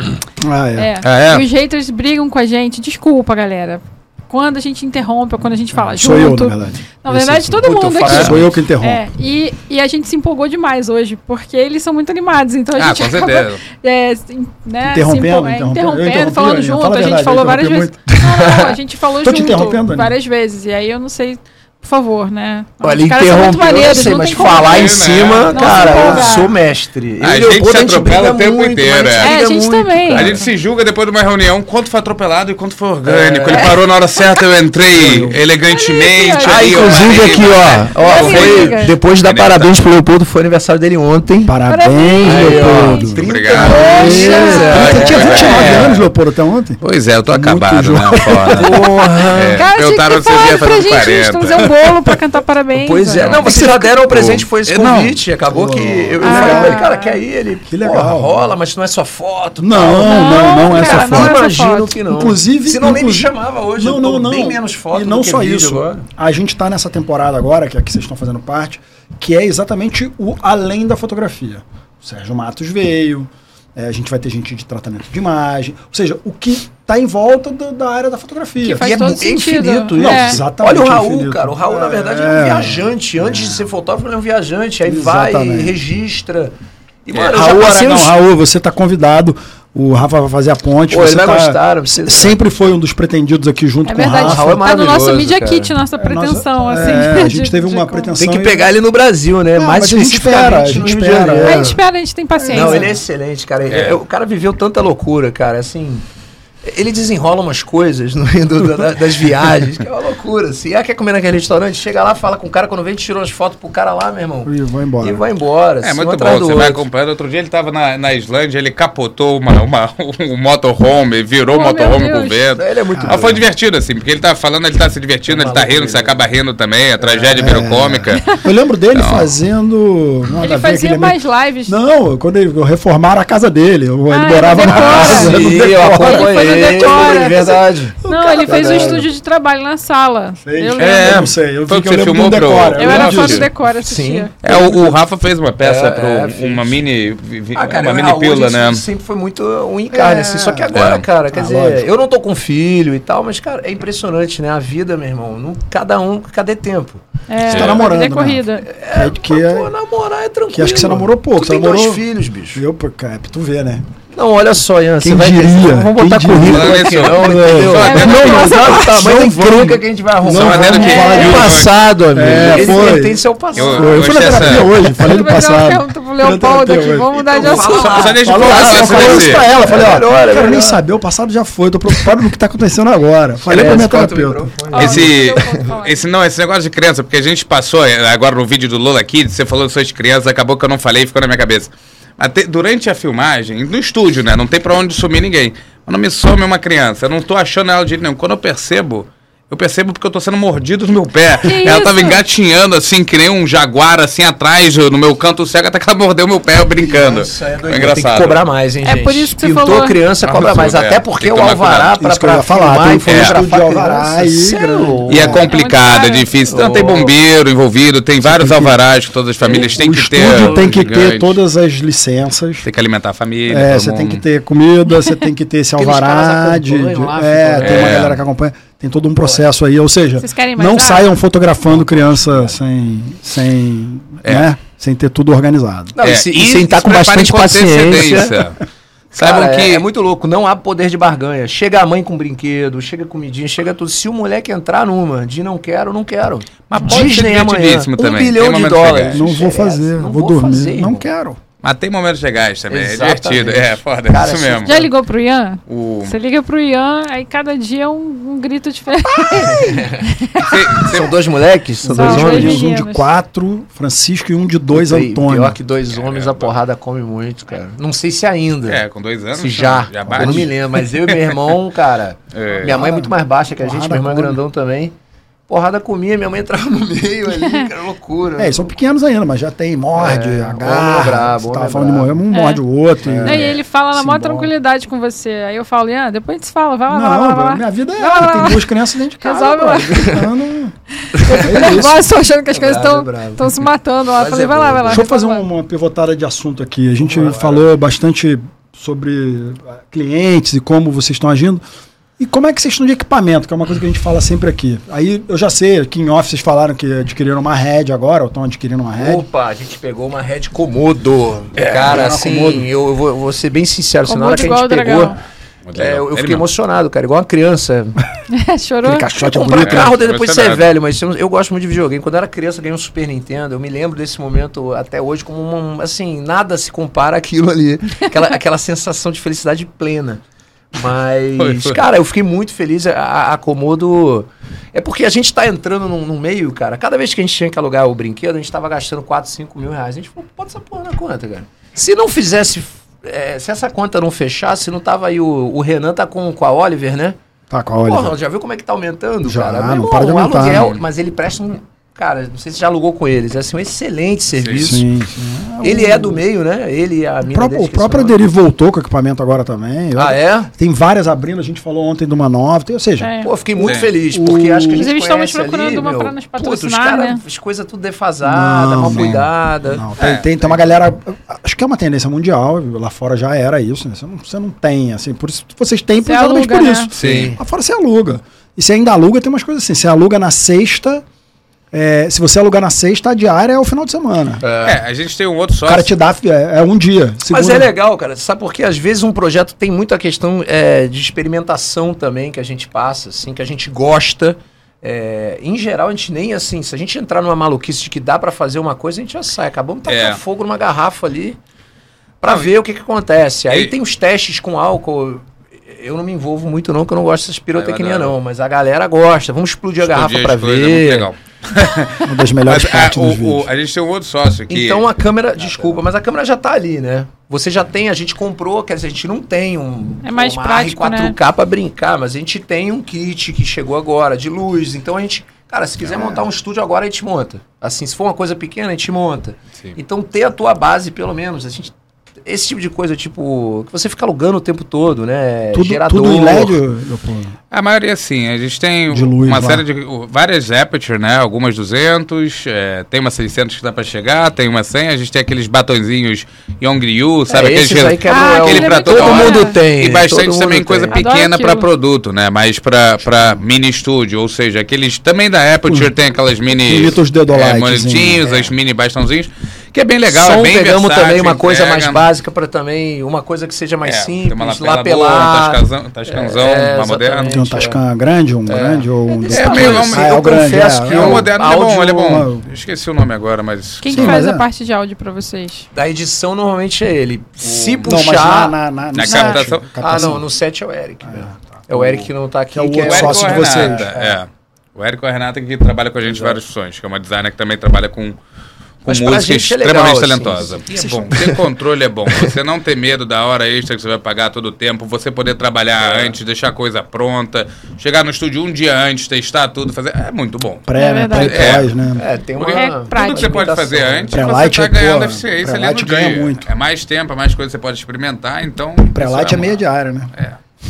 [SPEAKER 2] Ah, é.
[SPEAKER 1] É.
[SPEAKER 6] Ah, é?
[SPEAKER 1] E os haters brigam com a gente. Desculpa, galera. Quando a gente interrompe, ou quando a gente fala
[SPEAKER 2] Sou eu,
[SPEAKER 1] junto.
[SPEAKER 2] na verdade.
[SPEAKER 1] na verdade, todo
[SPEAKER 3] Puta, eu
[SPEAKER 1] mundo
[SPEAKER 3] faço-
[SPEAKER 1] aqui.
[SPEAKER 2] Sou eu que interrompo.
[SPEAKER 1] É, e, e a gente se empolgou demais hoje, porque eles são muito animados, então a
[SPEAKER 4] Ah,
[SPEAKER 1] gente
[SPEAKER 4] com
[SPEAKER 1] acaba,
[SPEAKER 4] certeza.
[SPEAKER 1] é, se- né,
[SPEAKER 2] Interrompendo,
[SPEAKER 1] se empol- é,
[SPEAKER 2] interrompendo. Eu
[SPEAKER 1] interrompendo,
[SPEAKER 2] interrompi,
[SPEAKER 1] falando
[SPEAKER 2] Aninha,
[SPEAKER 1] junto,
[SPEAKER 2] fala
[SPEAKER 1] a
[SPEAKER 2] a
[SPEAKER 1] gente
[SPEAKER 2] verdade,
[SPEAKER 1] falou
[SPEAKER 2] eu
[SPEAKER 1] várias vezes.
[SPEAKER 2] interrompi
[SPEAKER 1] Não, não, a gente falou
[SPEAKER 2] Tô te interrompendo,
[SPEAKER 1] junto
[SPEAKER 2] Aninha.
[SPEAKER 1] várias vezes, e aí eu não sei, por favor, né?
[SPEAKER 3] Ah,
[SPEAKER 6] Olha,
[SPEAKER 1] Os caras são muito
[SPEAKER 6] interrompeu, eu não
[SPEAKER 1] maneiros,
[SPEAKER 6] sei,
[SPEAKER 1] não
[SPEAKER 6] mas
[SPEAKER 1] tem como.
[SPEAKER 6] falar em
[SPEAKER 4] né?
[SPEAKER 6] cima,
[SPEAKER 1] Não se
[SPEAKER 6] cara, eu
[SPEAKER 1] empolgar.
[SPEAKER 6] sou mestre. Eu
[SPEAKER 4] A
[SPEAKER 6] e
[SPEAKER 4] gente
[SPEAKER 6] Leopoldo,
[SPEAKER 4] se atropela
[SPEAKER 6] briga
[SPEAKER 4] o tempo
[SPEAKER 6] muito,
[SPEAKER 4] inteiro,
[SPEAKER 6] mas
[SPEAKER 4] é.
[SPEAKER 1] É, a
[SPEAKER 6] briga
[SPEAKER 1] gente
[SPEAKER 6] muito,
[SPEAKER 1] também.
[SPEAKER 6] cara.
[SPEAKER 4] A gente se julga depois de uma reunião, quanto foi atropelado e quanto foi orgânico. Ele parou na hora certa, eu entrei elegantemente.
[SPEAKER 1] Olha isso,
[SPEAKER 4] ali,
[SPEAKER 6] Ah,
[SPEAKER 1] olha.
[SPEAKER 4] eu
[SPEAKER 6] inclusive
[SPEAKER 4] parei,
[SPEAKER 6] aqui, ó. ó
[SPEAKER 1] Amiga.
[SPEAKER 6] foi, depois da
[SPEAKER 4] né? Amiga. tá.
[SPEAKER 6] parabéns pro Leopoldo, foi aniversário dele ontem.
[SPEAKER 2] Parabéns,
[SPEAKER 1] Parabéns.
[SPEAKER 2] Leopoldo.
[SPEAKER 4] Muito obrigado.
[SPEAKER 2] Você
[SPEAKER 4] é,
[SPEAKER 2] tinha
[SPEAKER 4] é,
[SPEAKER 2] 29
[SPEAKER 4] é.
[SPEAKER 2] anos, Leopoldo, até ontem?
[SPEAKER 4] Pois é, eu tô acabado, né?
[SPEAKER 2] jovem.
[SPEAKER 4] Foda.
[SPEAKER 6] Porra.
[SPEAKER 4] É,
[SPEAKER 1] Cara, tinha que
[SPEAKER 4] perguntaram
[SPEAKER 1] ter
[SPEAKER 4] se eu
[SPEAKER 1] falado
[SPEAKER 4] ia
[SPEAKER 1] pra
[SPEAKER 4] fazer
[SPEAKER 1] gente, a gente
[SPEAKER 4] 40.
[SPEAKER 1] fazer um bolo pra cantar parabéns.
[SPEAKER 3] Pois é,
[SPEAKER 1] né?
[SPEAKER 3] não, vocês já deram o presente, foi esse
[SPEAKER 4] É, não.
[SPEAKER 3] convite. Acabou que. Eu, eu
[SPEAKER 1] Ah.
[SPEAKER 3] falei pra ele, cara, quer ir? Ele. Que
[SPEAKER 2] legal.
[SPEAKER 3] rola, mas não é só foto.
[SPEAKER 2] Não, não, não é
[SPEAKER 1] cara,
[SPEAKER 2] essa
[SPEAKER 1] não
[SPEAKER 2] foto.
[SPEAKER 1] é essa
[SPEAKER 3] Imagino
[SPEAKER 1] foto.
[SPEAKER 3] que não.
[SPEAKER 2] Inclusive-
[SPEAKER 3] Senão nem me
[SPEAKER 2] inclusive-
[SPEAKER 3] chamava hoje. eu
[SPEAKER 2] Não, não,
[SPEAKER 3] tô
[SPEAKER 2] não.
[SPEAKER 3] Bem menos foto
[SPEAKER 2] e não
[SPEAKER 3] do que
[SPEAKER 2] só
[SPEAKER 3] vídeo
[SPEAKER 2] isso.
[SPEAKER 3] agora.
[SPEAKER 2] A gente está nessa temporada agora, que é a que vocês estão fazendo parte, que é exatamente o além da fotografia. O Sérgio Matos veio, é, a gente vai ter gente de tratamento de imagem, ou seja, o que está em volta do- da área da fotografia.
[SPEAKER 1] Que faz
[SPEAKER 3] E é
[SPEAKER 1] todo
[SPEAKER 3] mu- é
[SPEAKER 1] sentido.
[SPEAKER 3] infinito isso.
[SPEAKER 2] Não,
[SPEAKER 1] É.
[SPEAKER 2] exatamente.
[SPEAKER 3] Olha o Raul,
[SPEAKER 2] infinito.
[SPEAKER 3] cara. O Raul, na verdade, ele é um viajante. Antes de ser fotógrafo, ele é um viajante. Aí vai,
[SPEAKER 2] Exatamente.
[SPEAKER 3] registra. E, mano, eu já
[SPEAKER 2] Raul,
[SPEAKER 3] passei
[SPEAKER 2] Aragão,
[SPEAKER 3] uns-
[SPEAKER 2] Raul, você está convidaram. O Rafa vai fazer a ponte.
[SPEAKER 3] Pô, ele
[SPEAKER 2] você
[SPEAKER 3] vai
[SPEAKER 2] tá-
[SPEAKER 3] gostar. Você...
[SPEAKER 2] Sempre foi um dos pretendidos aqui junto
[SPEAKER 1] É
[SPEAKER 2] com o
[SPEAKER 1] verdade,
[SPEAKER 2] Rafa.
[SPEAKER 3] Raul é
[SPEAKER 1] tá no nosso
[SPEAKER 3] maravilhoso,
[SPEAKER 1] Media
[SPEAKER 3] cara.
[SPEAKER 1] Kit, nossa pretensão,
[SPEAKER 2] Nós-
[SPEAKER 1] assim.
[SPEAKER 2] é, a gente
[SPEAKER 1] de-
[SPEAKER 2] teve
[SPEAKER 1] de
[SPEAKER 2] uma
[SPEAKER 1] como-
[SPEAKER 2] pretensão.
[SPEAKER 3] Tem que
[SPEAKER 2] e-
[SPEAKER 3] pegar ele no Brasil, né?
[SPEAKER 2] Não, mas
[SPEAKER 3] Mais
[SPEAKER 2] a gente
[SPEAKER 3] especificamente
[SPEAKER 2] espera, a gente
[SPEAKER 3] no Rio de
[SPEAKER 2] espera,
[SPEAKER 3] Janeiro.
[SPEAKER 1] A
[SPEAKER 2] é.
[SPEAKER 1] gente espera, a gente tem paciência.
[SPEAKER 3] Não, ele é excelente, cara. Ele-
[SPEAKER 4] É.
[SPEAKER 3] O cara viveu tanta loucura, cara. Assim, ele desenrola umas coisas no meio do- da- das viagens, que é uma loucura. Assim. Ah, quer comer naquele restaurante? Chega lá, fala com o cara. Quando vem, tirou as fotos pro cara lá, meu irmão.
[SPEAKER 2] E vai embora.
[SPEAKER 3] E vai embora.
[SPEAKER 4] É
[SPEAKER 3] assim, um
[SPEAKER 4] muito
[SPEAKER 3] atrás
[SPEAKER 4] bom,
[SPEAKER 3] do
[SPEAKER 4] você vai
[SPEAKER 3] outro.
[SPEAKER 4] acompanhando. Outro dia ele tava na, na Islândia, ele capotou uma, uma, um motorhome, virou
[SPEAKER 1] Oh,
[SPEAKER 4] o
[SPEAKER 1] meu
[SPEAKER 4] motorhome
[SPEAKER 1] Deus.
[SPEAKER 4] com o vento.
[SPEAKER 3] Ele é muito
[SPEAKER 4] Mas foi divertido, assim, porque ele tá falando, ele tá se divertindo, ele tá
[SPEAKER 3] maluco
[SPEAKER 4] rindo,
[SPEAKER 3] mesmo.
[SPEAKER 4] você acaba rindo também, a tragédia virou cômica.
[SPEAKER 2] Eu lembro dele fazendo. nada
[SPEAKER 1] Ele
[SPEAKER 2] a ver, aquele é
[SPEAKER 1] fazia
[SPEAKER 2] amigo-
[SPEAKER 1] mais lives.
[SPEAKER 2] Não, quando ele reformaram a casa dele, eu- ele
[SPEAKER 1] Ah,
[SPEAKER 2] morava
[SPEAKER 1] ele
[SPEAKER 2] na
[SPEAKER 1] decora.
[SPEAKER 2] casa.
[SPEAKER 1] Sim,
[SPEAKER 2] do
[SPEAKER 3] eu
[SPEAKER 2] decora.
[SPEAKER 1] acompanho. Ele foi no Decora.
[SPEAKER 3] acompanhei. Verdade.
[SPEAKER 1] Não, ele fez
[SPEAKER 2] tá
[SPEAKER 1] um estúdio de trabalho na sala. Eu lembro.
[SPEAKER 4] É,
[SPEAKER 2] Eu não sei, eu
[SPEAKER 4] foi
[SPEAKER 2] vi que
[SPEAKER 4] o que
[SPEAKER 2] eu
[SPEAKER 4] você
[SPEAKER 2] lembro de um
[SPEAKER 4] filmou pro-
[SPEAKER 2] decora.
[SPEAKER 1] Eu
[SPEAKER 4] Eu
[SPEAKER 1] era
[SPEAKER 4] lembro
[SPEAKER 1] fã do
[SPEAKER 4] disso.
[SPEAKER 1] decor, assistia.
[SPEAKER 3] Sim.
[SPEAKER 4] É, o, o Rafa fez uma peça
[SPEAKER 3] É,
[SPEAKER 4] pro
[SPEAKER 3] é,
[SPEAKER 4] uma
[SPEAKER 3] fiz.
[SPEAKER 4] mini. vi- vi-
[SPEAKER 3] Ah, cara,
[SPEAKER 4] uma
[SPEAKER 3] eu-
[SPEAKER 4] mini
[SPEAKER 3] ah, hoje
[SPEAKER 4] pílula,
[SPEAKER 3] isso
[SPEAKER 4] né?
[SPEAKER 3] sempre foi muito um encarne, assim. Só que
[SPEAKER 2] É.
[SPEAKER 3] agora,
[SPEAKER 4] É.
[SPEAKER 3] cara, quer
[SPEAKER 2] Ah,
[SPEAKER 3] dizer,
[SPEAKER 2] lógico.
[SPEAKER 3] eu não tô com filho e tal, mas, cara, é impressionante, né? A vida, meu irmão, não, cada um, cada tempo.
[SPEAKER 1] É,
[SPEAKER 4] Você
[SPEAKER 2] tá namorando,
[SPEAKER 1] vida é corrida.
[SPEAKER 2] É de que
[SPEAKER 3] Pô,
[SPEAKER 2] é.
[SPEAKER 3] namorar é tranquilo.
[SPEAKER 2] que acho que você namorou pouco,
[SPEAKER 3] Tu
[SPEAKER 2] você
[SPEAKER 3] tem
[SPEAKER 2] namorou-
[SPEAKER 3] dois filhos, bicho.
[SPEAKER 2] Eu, pô, cara, tu vê, né?
[SPEAKER 3] Não, olha só, Ian,
[SPEAKER 2] Quem
[SPEAKER 3] você vai
[SPEAKER 2] diria?
[SPEAKER 3] Vamos botar
[SPEAKER 2] Quem
[SPEAKER 3] currículo
[SPEAKER 4] diria?
[SPEAKER 3] aqui, É, não,
[SPEAKER 4] Falando
[SPEAKER 3] entendeu?
[SPEAKER 4] é Só até
[SPEAKER 3] não, não, não, tá, mas
[SPEAKER 2] Não
[SPEAKER 3] tem
[SPEAKER 2] vamos.
[SPEAKER 3] bronca que a gente vai arrumar.
[SPEAKER 2] Não,
[SPEAKER 4] Só maneira que
[SPEAKER 2] é.
[SPEAKER 4] fala de
[SPEAKER 3] É
[SPEAKER 4] um-
[SPEAKER 3] o passado, amigo.
[SPEAKER 2] É,
[SPEAKER 3] Ele
[SPEAKER 2] foi.
[SPEAKER 3] pertence ao
[SPEAKER 4] Eu-
[SPEAKER 3] passado.
[SPEAKER 2] Eu, fui na
[SPEAKER 4] gostei dessa-
[SPEAKER 2] terapia hoje, falei do
[SPEAKER 1] Vou fazer uma
[SPEAKER 2] passado.
[SPEAKER 1] pergunta pro Leopoldo aqui, vamos mudar de assunto.
[SPEAKER 4] Só, só deixa eu
[SPEAKER 2] Falou,
[SPEAKER 4] falar
[SPEAKER 2] eu
[SPEAKER 4] antes
[SPEAKER 2] falei isso
[SPEAKER 4] desse.
[SPEAKER 2] pra ela, falei, ó,
[SPEAKER 3] melhor, é
[SPEAKER 2] quero nem
[SPEAKER 3] melhor.
[SPEAKER 2] saber, o passado já foi, eu tô preocupado com o que tá acontecendo agora. Falei
[SPEAKER 4] é
[SPEAKER 2] pra minha terapeuta.
[SPEAKER 3] Ah,
[SPEAKER 1] Ó,
[SPEAKER 4] Esse,
[SPEAKER 1] deixa Ah, eu falar.
[SPEAKER 4] esse não, esse negócio de criança, porque a gente passou eh, agora no vídeo do Lola Kids, você falou de suas crianças, acabou que eu não falei, ficou na minha cabeça. Até, durante a filmagem, no estúdio, né? Não tem pra onde sumir ninguém. Mas não me some uma criança, eu não tô achando ela de jeito nenhum. Quando eu percebo, eu percebo porque eu tô sendo mordido no meu pé. ela
[SPEAKER 1] isso?
[SPEAKER 4] tava engatinhando, assim, que nem um jaguar, assim, atrás, no meu canto cego, até que ela mordeu meu pé, eu brincando.
[SPEAKER 3] Isso aí é
[SPEAKER 4] Foi
[SPEAKER 3] doido. Tem que cobrar mais, hein,
[SPEAKER 1] É
[SPEAKER 3] gente?
[SPEAKER 1] por isso que você
[SPEAKER 3] Pintou
[SPEAKER 1] falou.
[SPEAKER 3] criança,
[SPEAKER 4] Ah,
[SPEAKER 3] cobra
[SPEAKER 4] mas
[SPEAKER 3] mais.
[SPEAKER 4] é,
[SPEAKER 3] Até
[SPEAKER 4] tem
[SPEAKER 3] porque
[SPEAKER 4] que
[SPEAKER 3] o
[SPEAKER 4] tomar
[SPEAKER 3] alvará
[SPEAKER 4] cuidado.
[SPEAKER 3] pra,
[SPEAKER 2] Isso que eu
[SPEAKER 3] pra
[SPEAKER 2] ia falar,
[SPEAKER 3] filmar
[SPEAKER 2] tem
[SPEAKER 3] e
[SPEAKER 2] fundo de
[SPEAKER 3] fotografar
[SPEAKER 2] estúdio alvará
[SPEAKER 3] criança,
[SPEAKER 2] aí,
[SPEAKER 3] cê é
[SPEAKER 2] grande.
[SPEAKER 3] louco.
[SPEAKER 4] E é complicado,
[SPEAKER 1] É
[SPEAKER 4] é
[SPEAKER 1] muito
[SPEAKER 4] difícil.
[SPEAKER 3] caro.
[SPEAKER 4] Não, tem bombeiro envolvido, tem vários alvarás que todas as
[SPEAKER 3] É.
[SPEAKER 4] famílias têm
[SPEAKER 2] O
[SPEAKER 4] que ter. é, um
[SPEAKER 2] estúdio tem que ter
[SPEAKER 4] gigante.
[SPEAKER 2] todas as licenças.
[SPEAKER 4] Tem que alimentar a família.
[SPEAKER 2] É,
[SPEAKER 4] todo
[SPEAKER 2] você tem
[SPEAKER 4] mundo.
[SPEAKER 2] que ter comida, você tem que ter esse
[SPEAKER 3] Aqueles
[SPEAKER 2] alvará
[SPEAKER 3] caras
[SPEAKER 2] de.
[SPEAKER 3] acompanham
[SPEAKER 2] de-
[SPEAKER 3] lá,
[SPEAKER 2] é,
[SPEAKER 3] ficam-
[SPEAKER 2] tem uma
[SPEAKER 4] É.
[SPEAKER 2] galera que acompanha. Tem todo um processo aí. Ou seja,
[SPEAKER 1] Vocês querem mais
[SPEAKER 2] não
[SPEAKER 1] água?
[SPEAKER 2] saiam fotografando criança sem. sem. né? Sem ter tudo organizado.
[SPEAKER 3] Não,
[SPEAKER 4] É,
[SPEAKER 3] e, se, e sem tá
[SPEAKER 4] se
[SPEAKER 3] com
[SPEAKER 4] preparem
[SPEAKER 3] bastante
[SPEAKER 4] com
[SPEAKER 3] paciência.
[SPEAKER 4] antecedência. Saibam
[SPEAKER 3] Cara,
[SPEAKER 4] que.
[SPEAKER 3] é, é muito louco, não há poder de barganha. Chega a mãe com brinquedo, chega comidinha, chega tudo. Se o moleque entrar numa de não quero, não quero.
[SPEAKER 4] Mas pode ser divertidíssimo
[SPEAKER 3] um
[SPEAKER 4] também.
[SPEAKER 3] bilhão
[SPEAKER 4] Tem
[SPEAKER 3] de
[SPEAKER 4] momentos
[SPEAKER 3] dólares.
[SPEAKER 4] legais.
[SPEAKER 2] Não vou
[SPEAKER 3] Esquece,
[SPEAKER 2] fazer,
[SPEAKER 3] é, não
[SPEAKER 2] vou dormir.
[SPEAKER 3] fazer,
[SPEAKER 2] não
[SPEAKER 3] irmão.
[SPEAKER 2] quero.
[SPEAKER 4] Mas tem momentos legais também.
[SPEAKER 3] Exatamente.
[SPEAKER 4] É divertido. É, foda.
[SPEAKER 3] Cara,
[SPEAKER 4] isso
[SPEAKER 3] é
[SPEAKER 4] mesmo.
[SPEAKER 1] Já ligou pro Ian?
[SPEAKER 4] O-
[SPEAKER 1] Você liga pro Ian, aí cada dia é um, um grito diferente.
[SPEAKER 4] cê- cê-
[SPEAKER 3] São dois moleques? São
[SPEAKER 1] São
[SPEAKER 3] dois
[SPEAKER 1] dois
[SPEAKER 3] homens?
[SPEAKER 2] Temos um de
[SPEAKER 1] meninos.
[SPEAKER 2] quatro, Francisco e um de dois,
[SPEAKER 3] Puta, e
[SPEAKER 2] Antônio.
[SPEAKER 3] Pior que dois homens, a porrada come muito, cara. Não sei se ainda.
[SPEAKER 4] É, com dois anos.
[SPEAKER 3] Se já,
[SPEAKER 4] Já
[SPEAKER 3] eu não me
[SPEAKER 4] bate.
[SPEAKER 3] lembro, mas eu e meu irmão, cara,
[SPEAKER 4] É.
[SPEAKER 3] minha mãe é muito mais baixa que a gente,
[SPEAKER 2] Porrada
[SPEAKER 3] meu irmão é
[SPEAKER 2] come.
[SPEAKER 3] grandão também. porrada comia, minha mãe entrava no meio ali, que era loucura.
[SPEAKER 2] É, eles são pequenos ainda, mas já tem, morde,
[SPEAKER 3] É, homem é
[SPEAKER 2] agarra.
[SPEAKER 3] brabo, É.
[SPEAKER 2] Você
[SPEAKER 3] homem
[SPEAKER 2] tava
[SPEAKER 3] é
[SPEAKER 2] falando de morrer,
[SPEAKER 3] brabo.
[SPEAKER 2] um morde o outro. e-
[SPEAKER 1] Não, e ele fala na maior
[SPEAKER 2] Simbora.
[SPEAKER 1] tranquilidade com você. Aí eu falo, Ian, depois a gente se fala, vai lá, vai lá, vai lá,
[SPEAKER 2] Não,
[SPEAKER 1] vai lá.
[SPEAKER 2] minha vida é
[SPEAKER 1] Vai lá, vai
[SPEAKER 2] ela.
[SPEAKER 1] lá.
[SPEAKER 2] Tem duas crianças dentro de casa.
[SPEAKER 1] Resolve lá.
[SPEAKER 2] pô. Eu não- É isso.
[SPEAKER 1] Nervosa, tô achando que as coisas
[SPEAKER 3] brabo,
[SPEAKER 1] estão
[SPEAKER 3] é brabo.
[SPEAKER 1] estão se matando lá. Eu
[SPEAKER 3] Mas
[SPEAKER 1] Falei,
[SPEAKER 3] é
[SPEAKER 1] vai lá,
[SPEAKER 3] boa.
[SPEAKER 1] vai lá.
[SPEAKER 2] Deixa eu fazer
[SPEAKER 1] vai lá.
[SPEAKER 2] uma pivotada de assunto aqui. A gente falou bastante sobre ah, clientes e como vocês estão agindo. E como é que vocês estão de equipamento, que é uma coisa que a gente fala sempre aqui. Aí eu já sei, aqui em off vocês falaram que adquiriram uma head agora, ou estão adquirindo uma head.
[SPEAKER 3] Opa, a gente pegou uma Red Komodo. cara,
[SPEAKER 2] É, uma
[SPEAKER 3] assim,
[SPEAKER 2] Komodo.
[SPEAKER 3] eu, eu vou, eu vou ser bem sincero, senão na hora
[SPEAKER 1] Comodo
[SPEAKER 3] que a
[SPEAKER 1] igual o
[SPEAKER 3] gente
[SPEAKER 1] dragão.
[SPEAKER 3] pegou, é, eu, eu fiquei emocionado, cara, igual uma criança.
[SPEAKER 2] um-
[SPEAKER 1] Chorou?
[SPEAKER 2] caixote
[SPEAKER 3] comprar
[SPEAKER 4] bonito, né?
[SPEAKER 3] carro daí depois você é
[SPEAKER 4] Impressionante.
[SPEAKER 3] velho, mas eu, eu gosto muito de videogame. Quando eu era criança, eu ganhei um Super Nintendo. Eu me lembro desse momento até hoje como uma, assim, nada se compara àquilo ali. Aquela, aquela sensação de felicidade plena. Mas,
[SPEAKER 4] Foi, foi.
[SPEAKER 3] cara, eu fiquei muito feliz. A- A, a Komodo. É porque a gente tá entrando num, num meio, cara. Cada vez que a gente tinha que alugar o brinquedo, a gente tava gastando 4, 5 mil reais. A gente falou, pode essa porra na conta, cara. Se não fizesse. é, se essa conta não fechasse, não tava aí o, o Renan tá com, com a Oliver, né?
[SPEAKER 2] Tá, com a olha.
[SPEAKER 3] Porra, já viu como é que tá aumentando,
[SPEAKER 2] Já,
[SPEAKER 3] cara?
[SPEAKER 2] não
[SPEAKER 3] Meu irmão,
[SPEAKER 2] para de
[SPEAKER 3] o
[SPEAKER 2] aumentar,
[SPEAKER 3] aluguel,
[SPEAKER 2] né?
[SPEAKER 3] mas ele presta um. Cara, não sei se já alugou com eles. É assim, um excelente serviço.
[SPEAKER 2] Sim, sim.
[SPEAKER 3] Ele é do meio, né? Ele e a
[SPEAKER 2] O
[SPEAKER 3] mina
[SPEAKER 2] próprio,
[SPEAKER 3] dele,
[SPEAKER 2] o próprio
[SPEAKER 3] esqueci
[SPEAKER 2] Aderi voltou com o equipamento agora também.
[SPEAKER 3] o nome. Ah, é?
[SPEAKER 2] Tem várias abrindo, a gente falou ontem de uma nova. Tem, ou seja,
[SPEAKER 1] É.
[SPEAKER 3] Pô, fiquei muito
[SPEAKER 4] Sim.
[SPEAKER 3] feliz, porque acho que a gente
[SPEAKER 1] Inclusive, estamos
[SPEAKER 3] conhece
[SPEAKER 1] procurando
[SPEAKER 3] ali,
[SPEAKER 1] uma
[SPEAKER 3] meu,
[SPEAKER 1] pra nos
[SPEAKER 3] puta,
[SPEAKER 1] patrocinar,
[SPEAKER 3] os cara,
[SPEAKER 1] né?
[SPEAKER 3] As coisas tudo defasadas,
[SPEAKER 2] Não,
[SPEAKER 3] mal
[SPEAKER 2] não.
[SPEAKER 3] cuidada.
[SPEAKER 2] Não, tem,
[SPEAKER 4] É,
[SPEAKER 2] tem, tem uma galera. Acho que é uma tendência mundial, lá fora já era isso, né? Você não, você não tem, assim, por isso vocês têm
[SPEAKER 1] Você
[SPEAKER 2] exatamente
[SPEAKER 1] aluga,
[SPEAKER 2] por
[SPEAKER 1] né?
[SPEAKER 2] isso.
[SPEAKER 3] Sim.
[SPEAKER 2] Lá fora você aluga. E se ainda aluga, tem umas coisas assim. Você aluga na sexta. é, se você alugar na sexta, a diária é o final de semana.
[SPEAKER 4] É, a gente tem um outro
[SPEAKER 2] O cara
[SPEAKER 4] sócio.
[SPEAKER 2] te dá. É, é um dia.
[SPEAKER 3] Mas
[SPEAKER 2] segunda-
[SPEAKER 3] é legal, cara. Sabe por quê? Às vezes um projeto tem muita questão é, de experimentação também que a gente passa, assim, que a gente gosta. É, em geral, a gente nem assim, se a gente entrar numa maluquice de que dá pra fazer uma coisa, a gente já sai. Acabamos tacando
[SPEAKER 4] É.
[SPEAKER 3] fogo numa garrafa ali pra ver o que, que acontece. Aí
[SPEAKER 4] E-
[SPEAKER 3] tem os testes com álcool. Eu não me envolvo muito, não, que eu não gosto dessas pirotecnia,
[SPEAKER 4] adoro.
[SPEAKER 3] não. Mas a galera gosta. Vamos explodir a garrafa
[SPEAKER 4] Explodir,
[SPEAKER 3] pra
[SPEAKER 4] explodir,
[SPEAKER 3] ver.
[SPEAKER 4] É muito legal.
[SPEAKER 2] Uma das melhores
[SPEAKER 4] Mas
[SPEAKER 3] é,
[SPEAKER 4] a,
[SPEAKER 2] partes dos
[SPEAKER 4] o,
[SPEAKER 2] vídeos.
[SPEAKER 4] o- a gente tem um outro sócio aqui.
[SPEAKER 3] Então a câmera, desculpa, mas a câmera já tá ali, né? Você já tem, a gente comprou, quer dizer, a gente não tem um
[SPEAKER 1] É mais
[SPEAKER 3] uma
[SPEAKER 1] prático, né?
[SPEAKER 3] R4K pra brincar, mas a gente tem um kit que chegou agora de luz, então a gente, cara, se
[SPEAKER 4] Ah.
[SPEAKER 3] quiser montar um estúdio agora a gente monta. Assim, se for uma coisa pequena, a gente monta.
[SPEAKER 4] Sim.
[SPEAKER 3] Então ter a tua base pelo menos, a gente esse tipo de coisa, tipo, que você fica alugando o tempo todo, né?
[SPEAKER 2] tudo, tudo em LED, Leopoldo?
[SPEAKER 4] A maioria sim. A gente tem
[SPEAKER 2] De luz
[SPEAKER 4] uma
[SPEAKER 2] lá.
[SPEAKER 4] série de o- várias aperture, né? Algumas 200, é, tem uma 600 que dá pra chegar, tem uma 100. A gente tem aqueles batonzinhos Yongryu, sabe?
[SPEAKER 3] É, esses
[SPEAKER 4] aqueles
[SPEAKER 3] aí que é,
[SPEAKER 1] Ah,
[SPEAKER 3] Noel.
[SPEAKER 1] aquele pra
[SPEAKER 3] todo
[SPEAKER 1] toda
[SPEAKER 3] mundo
[SPEAKER 1] hora.
[SPEAKER 3] tem. né?
[SPEAKER 4] E bastante
[SPEAKER 3] todo
[SPEAKER 4] também
[SPEAKER 3] mundo
[SPEAKER 4] coisa
[SPEAKER 3] tem.
[SPEAKER 4] pequena
[SPEAKER 1] Adoro
[SPEAKER 4] pra
[SPEAKER 1] aquilo.
[SPEAKER 4] produto, né? Mas pra, pra mini estúdio, ou seja, aqueles também da Aperture
[SPEAKER 3] Hum.
[SPEAKER 4] tem aquelas mini
[SPEAKER 2] Limita os
[SPEAKER 4] é,
[SPEAKER 2] dedolitezinhos.
[SPEAKER 4] monetinhos, as mini bastãozinhos, que é bem legal,
[SPEAKER 3] É. Som
[SPEAKER 4] é bem
[SPEAKER 3] pegamos
[SPEAKER 4] versátil,
[SPEAKER 3] também uma coisa
[SPEAKER 4] pega-
[SPEAKER 3] mais básica para também uma coisa que seja mais
[SPEAKER 4] É, Tem uma
[SPEAKER 3] simples,
[SPEAKER 4] lapela
[SPEAKER 3] lapelar.
[SPEAKER 4] boa, um tascazão- tascãozão,
[SPEAKER 3] É,
[SPEAKER 4] uma moderna.
[SPEAKER 3] exatamente.
[SPEAKER 2] Tem um Tascan grande, um grande ou um.
[SPEAKER 3] desse
[SPEAKER 4] É,
[SPEAKER 3] tamanho,
[SPEAKER 4] meu,
[SPEAKER 3] assim,
[SPEAKER 4] ah, é
[SPEAKER 3] eu
[SPEAKER 4] o
[SPEAKER 2] grande,
[SPEAKER 3] confesso
[SPEAKER 2] é,
[SPEAKER 3] que
[SPEAKER 2] é
[SPEAKER 4] É um
[SPEAKER 2] o
[SPEAKER 4] moderno, ele é bom,
[SPEAKER 3] áudio-
[SPEAKER 4] ele é bom.
[SPEAKER 2] áudio-
[SPEAKER 4] Eu esqueci o nome agora, mas.
[SPEAKER 1] Quem
[SPEAKER 2] Sim,
[SPEAKER 1] que faz
[SPEAKER 2] mas
[SPEAKER 1] a
[SPEAKER 2] é.
[SPEAKER 1] parte de áudio pra vocês?
[SPEAKER 3] Da edição normalmente é ele. Se
[SPEAKER 2] Não, mas na,
[SPEAKER 3] puxar.
[SPEAKER 2] na, na,
[SPEAKER 4] Na
[SPEAKER 2] no
[SPEAKER 4] captação-
[SPEAKER 2] set,
[SPEAKER 3] Ah, não, no set é o Eric. meu. É o Eric que não tá aqui.
[SPEAKER 2] Que é o
[SPEAKER 4] O
[SPEAKER 2] outro
[SPEAKER 4] Érico
[SPEAKER 2] sócio
[SPEAKER 4] ou a
[SPEAKER 2] de vocês.
[SPEAKER 4] Renata, É. O Érico é a Renata que trabalha com a gente em várias funções, que é uma designer que também trabalha com, com
[SPEAKER 3] Mas pra
[SPEAKER 4] música
[SPEAKER 3] gente é legal,
[SPEAKER 4] extremamente
[SPEAKER 3] assim.
[SPEAKER 4] talentosa. É bom, ter controle é bom. Você não ter medo da hora extra que você vai pagar todo o tempo, você poder trabalhar
[SPEAKER 2] É.
[SPEAKER 4] antes, deixar a coisa pronta, chegar no estúdio um dia antes, testar tudo, fazer. É muito bom.
[SPEAKER 1] É
[SPEAKER 2] Pré, né? Pré
[SPEAKER 1] verdade.
[SPEAKER 2] e pós, né?
[SPEAKER 3] É, tem uma.
[SPEAKER 4] Porque
[SPEAKER 1] É
[SPEAKER 4] tudo
[SPEAKER 1] prático.
[SPEAKER 4] que você pode fazer
[SPEAKER 3] limitação, né?
[SPEAKER 4] antes, você
[SPEAKER 2] Pré-light
[SPEAKER 4] está
[SPEAKER 2] é
[SPEAKER 4] ganhando
[SPEAKER 2] boa,
[SPEAKER 4] eficiência ali
[SPEAKER 2] pré-light
[SPEAKER 4] no dia.
[SPEAKER 2] ganha muito.
[SPEAKER 4] É mais tempo, é mais coisa que você pode experimentar, então...
[SPEAKER 2] Pré-light
[SPEAKER 4] isso
[SPEAKER 2] é meia
[SPEAKER 4] uma-
[SPEAKER 2] diária, né?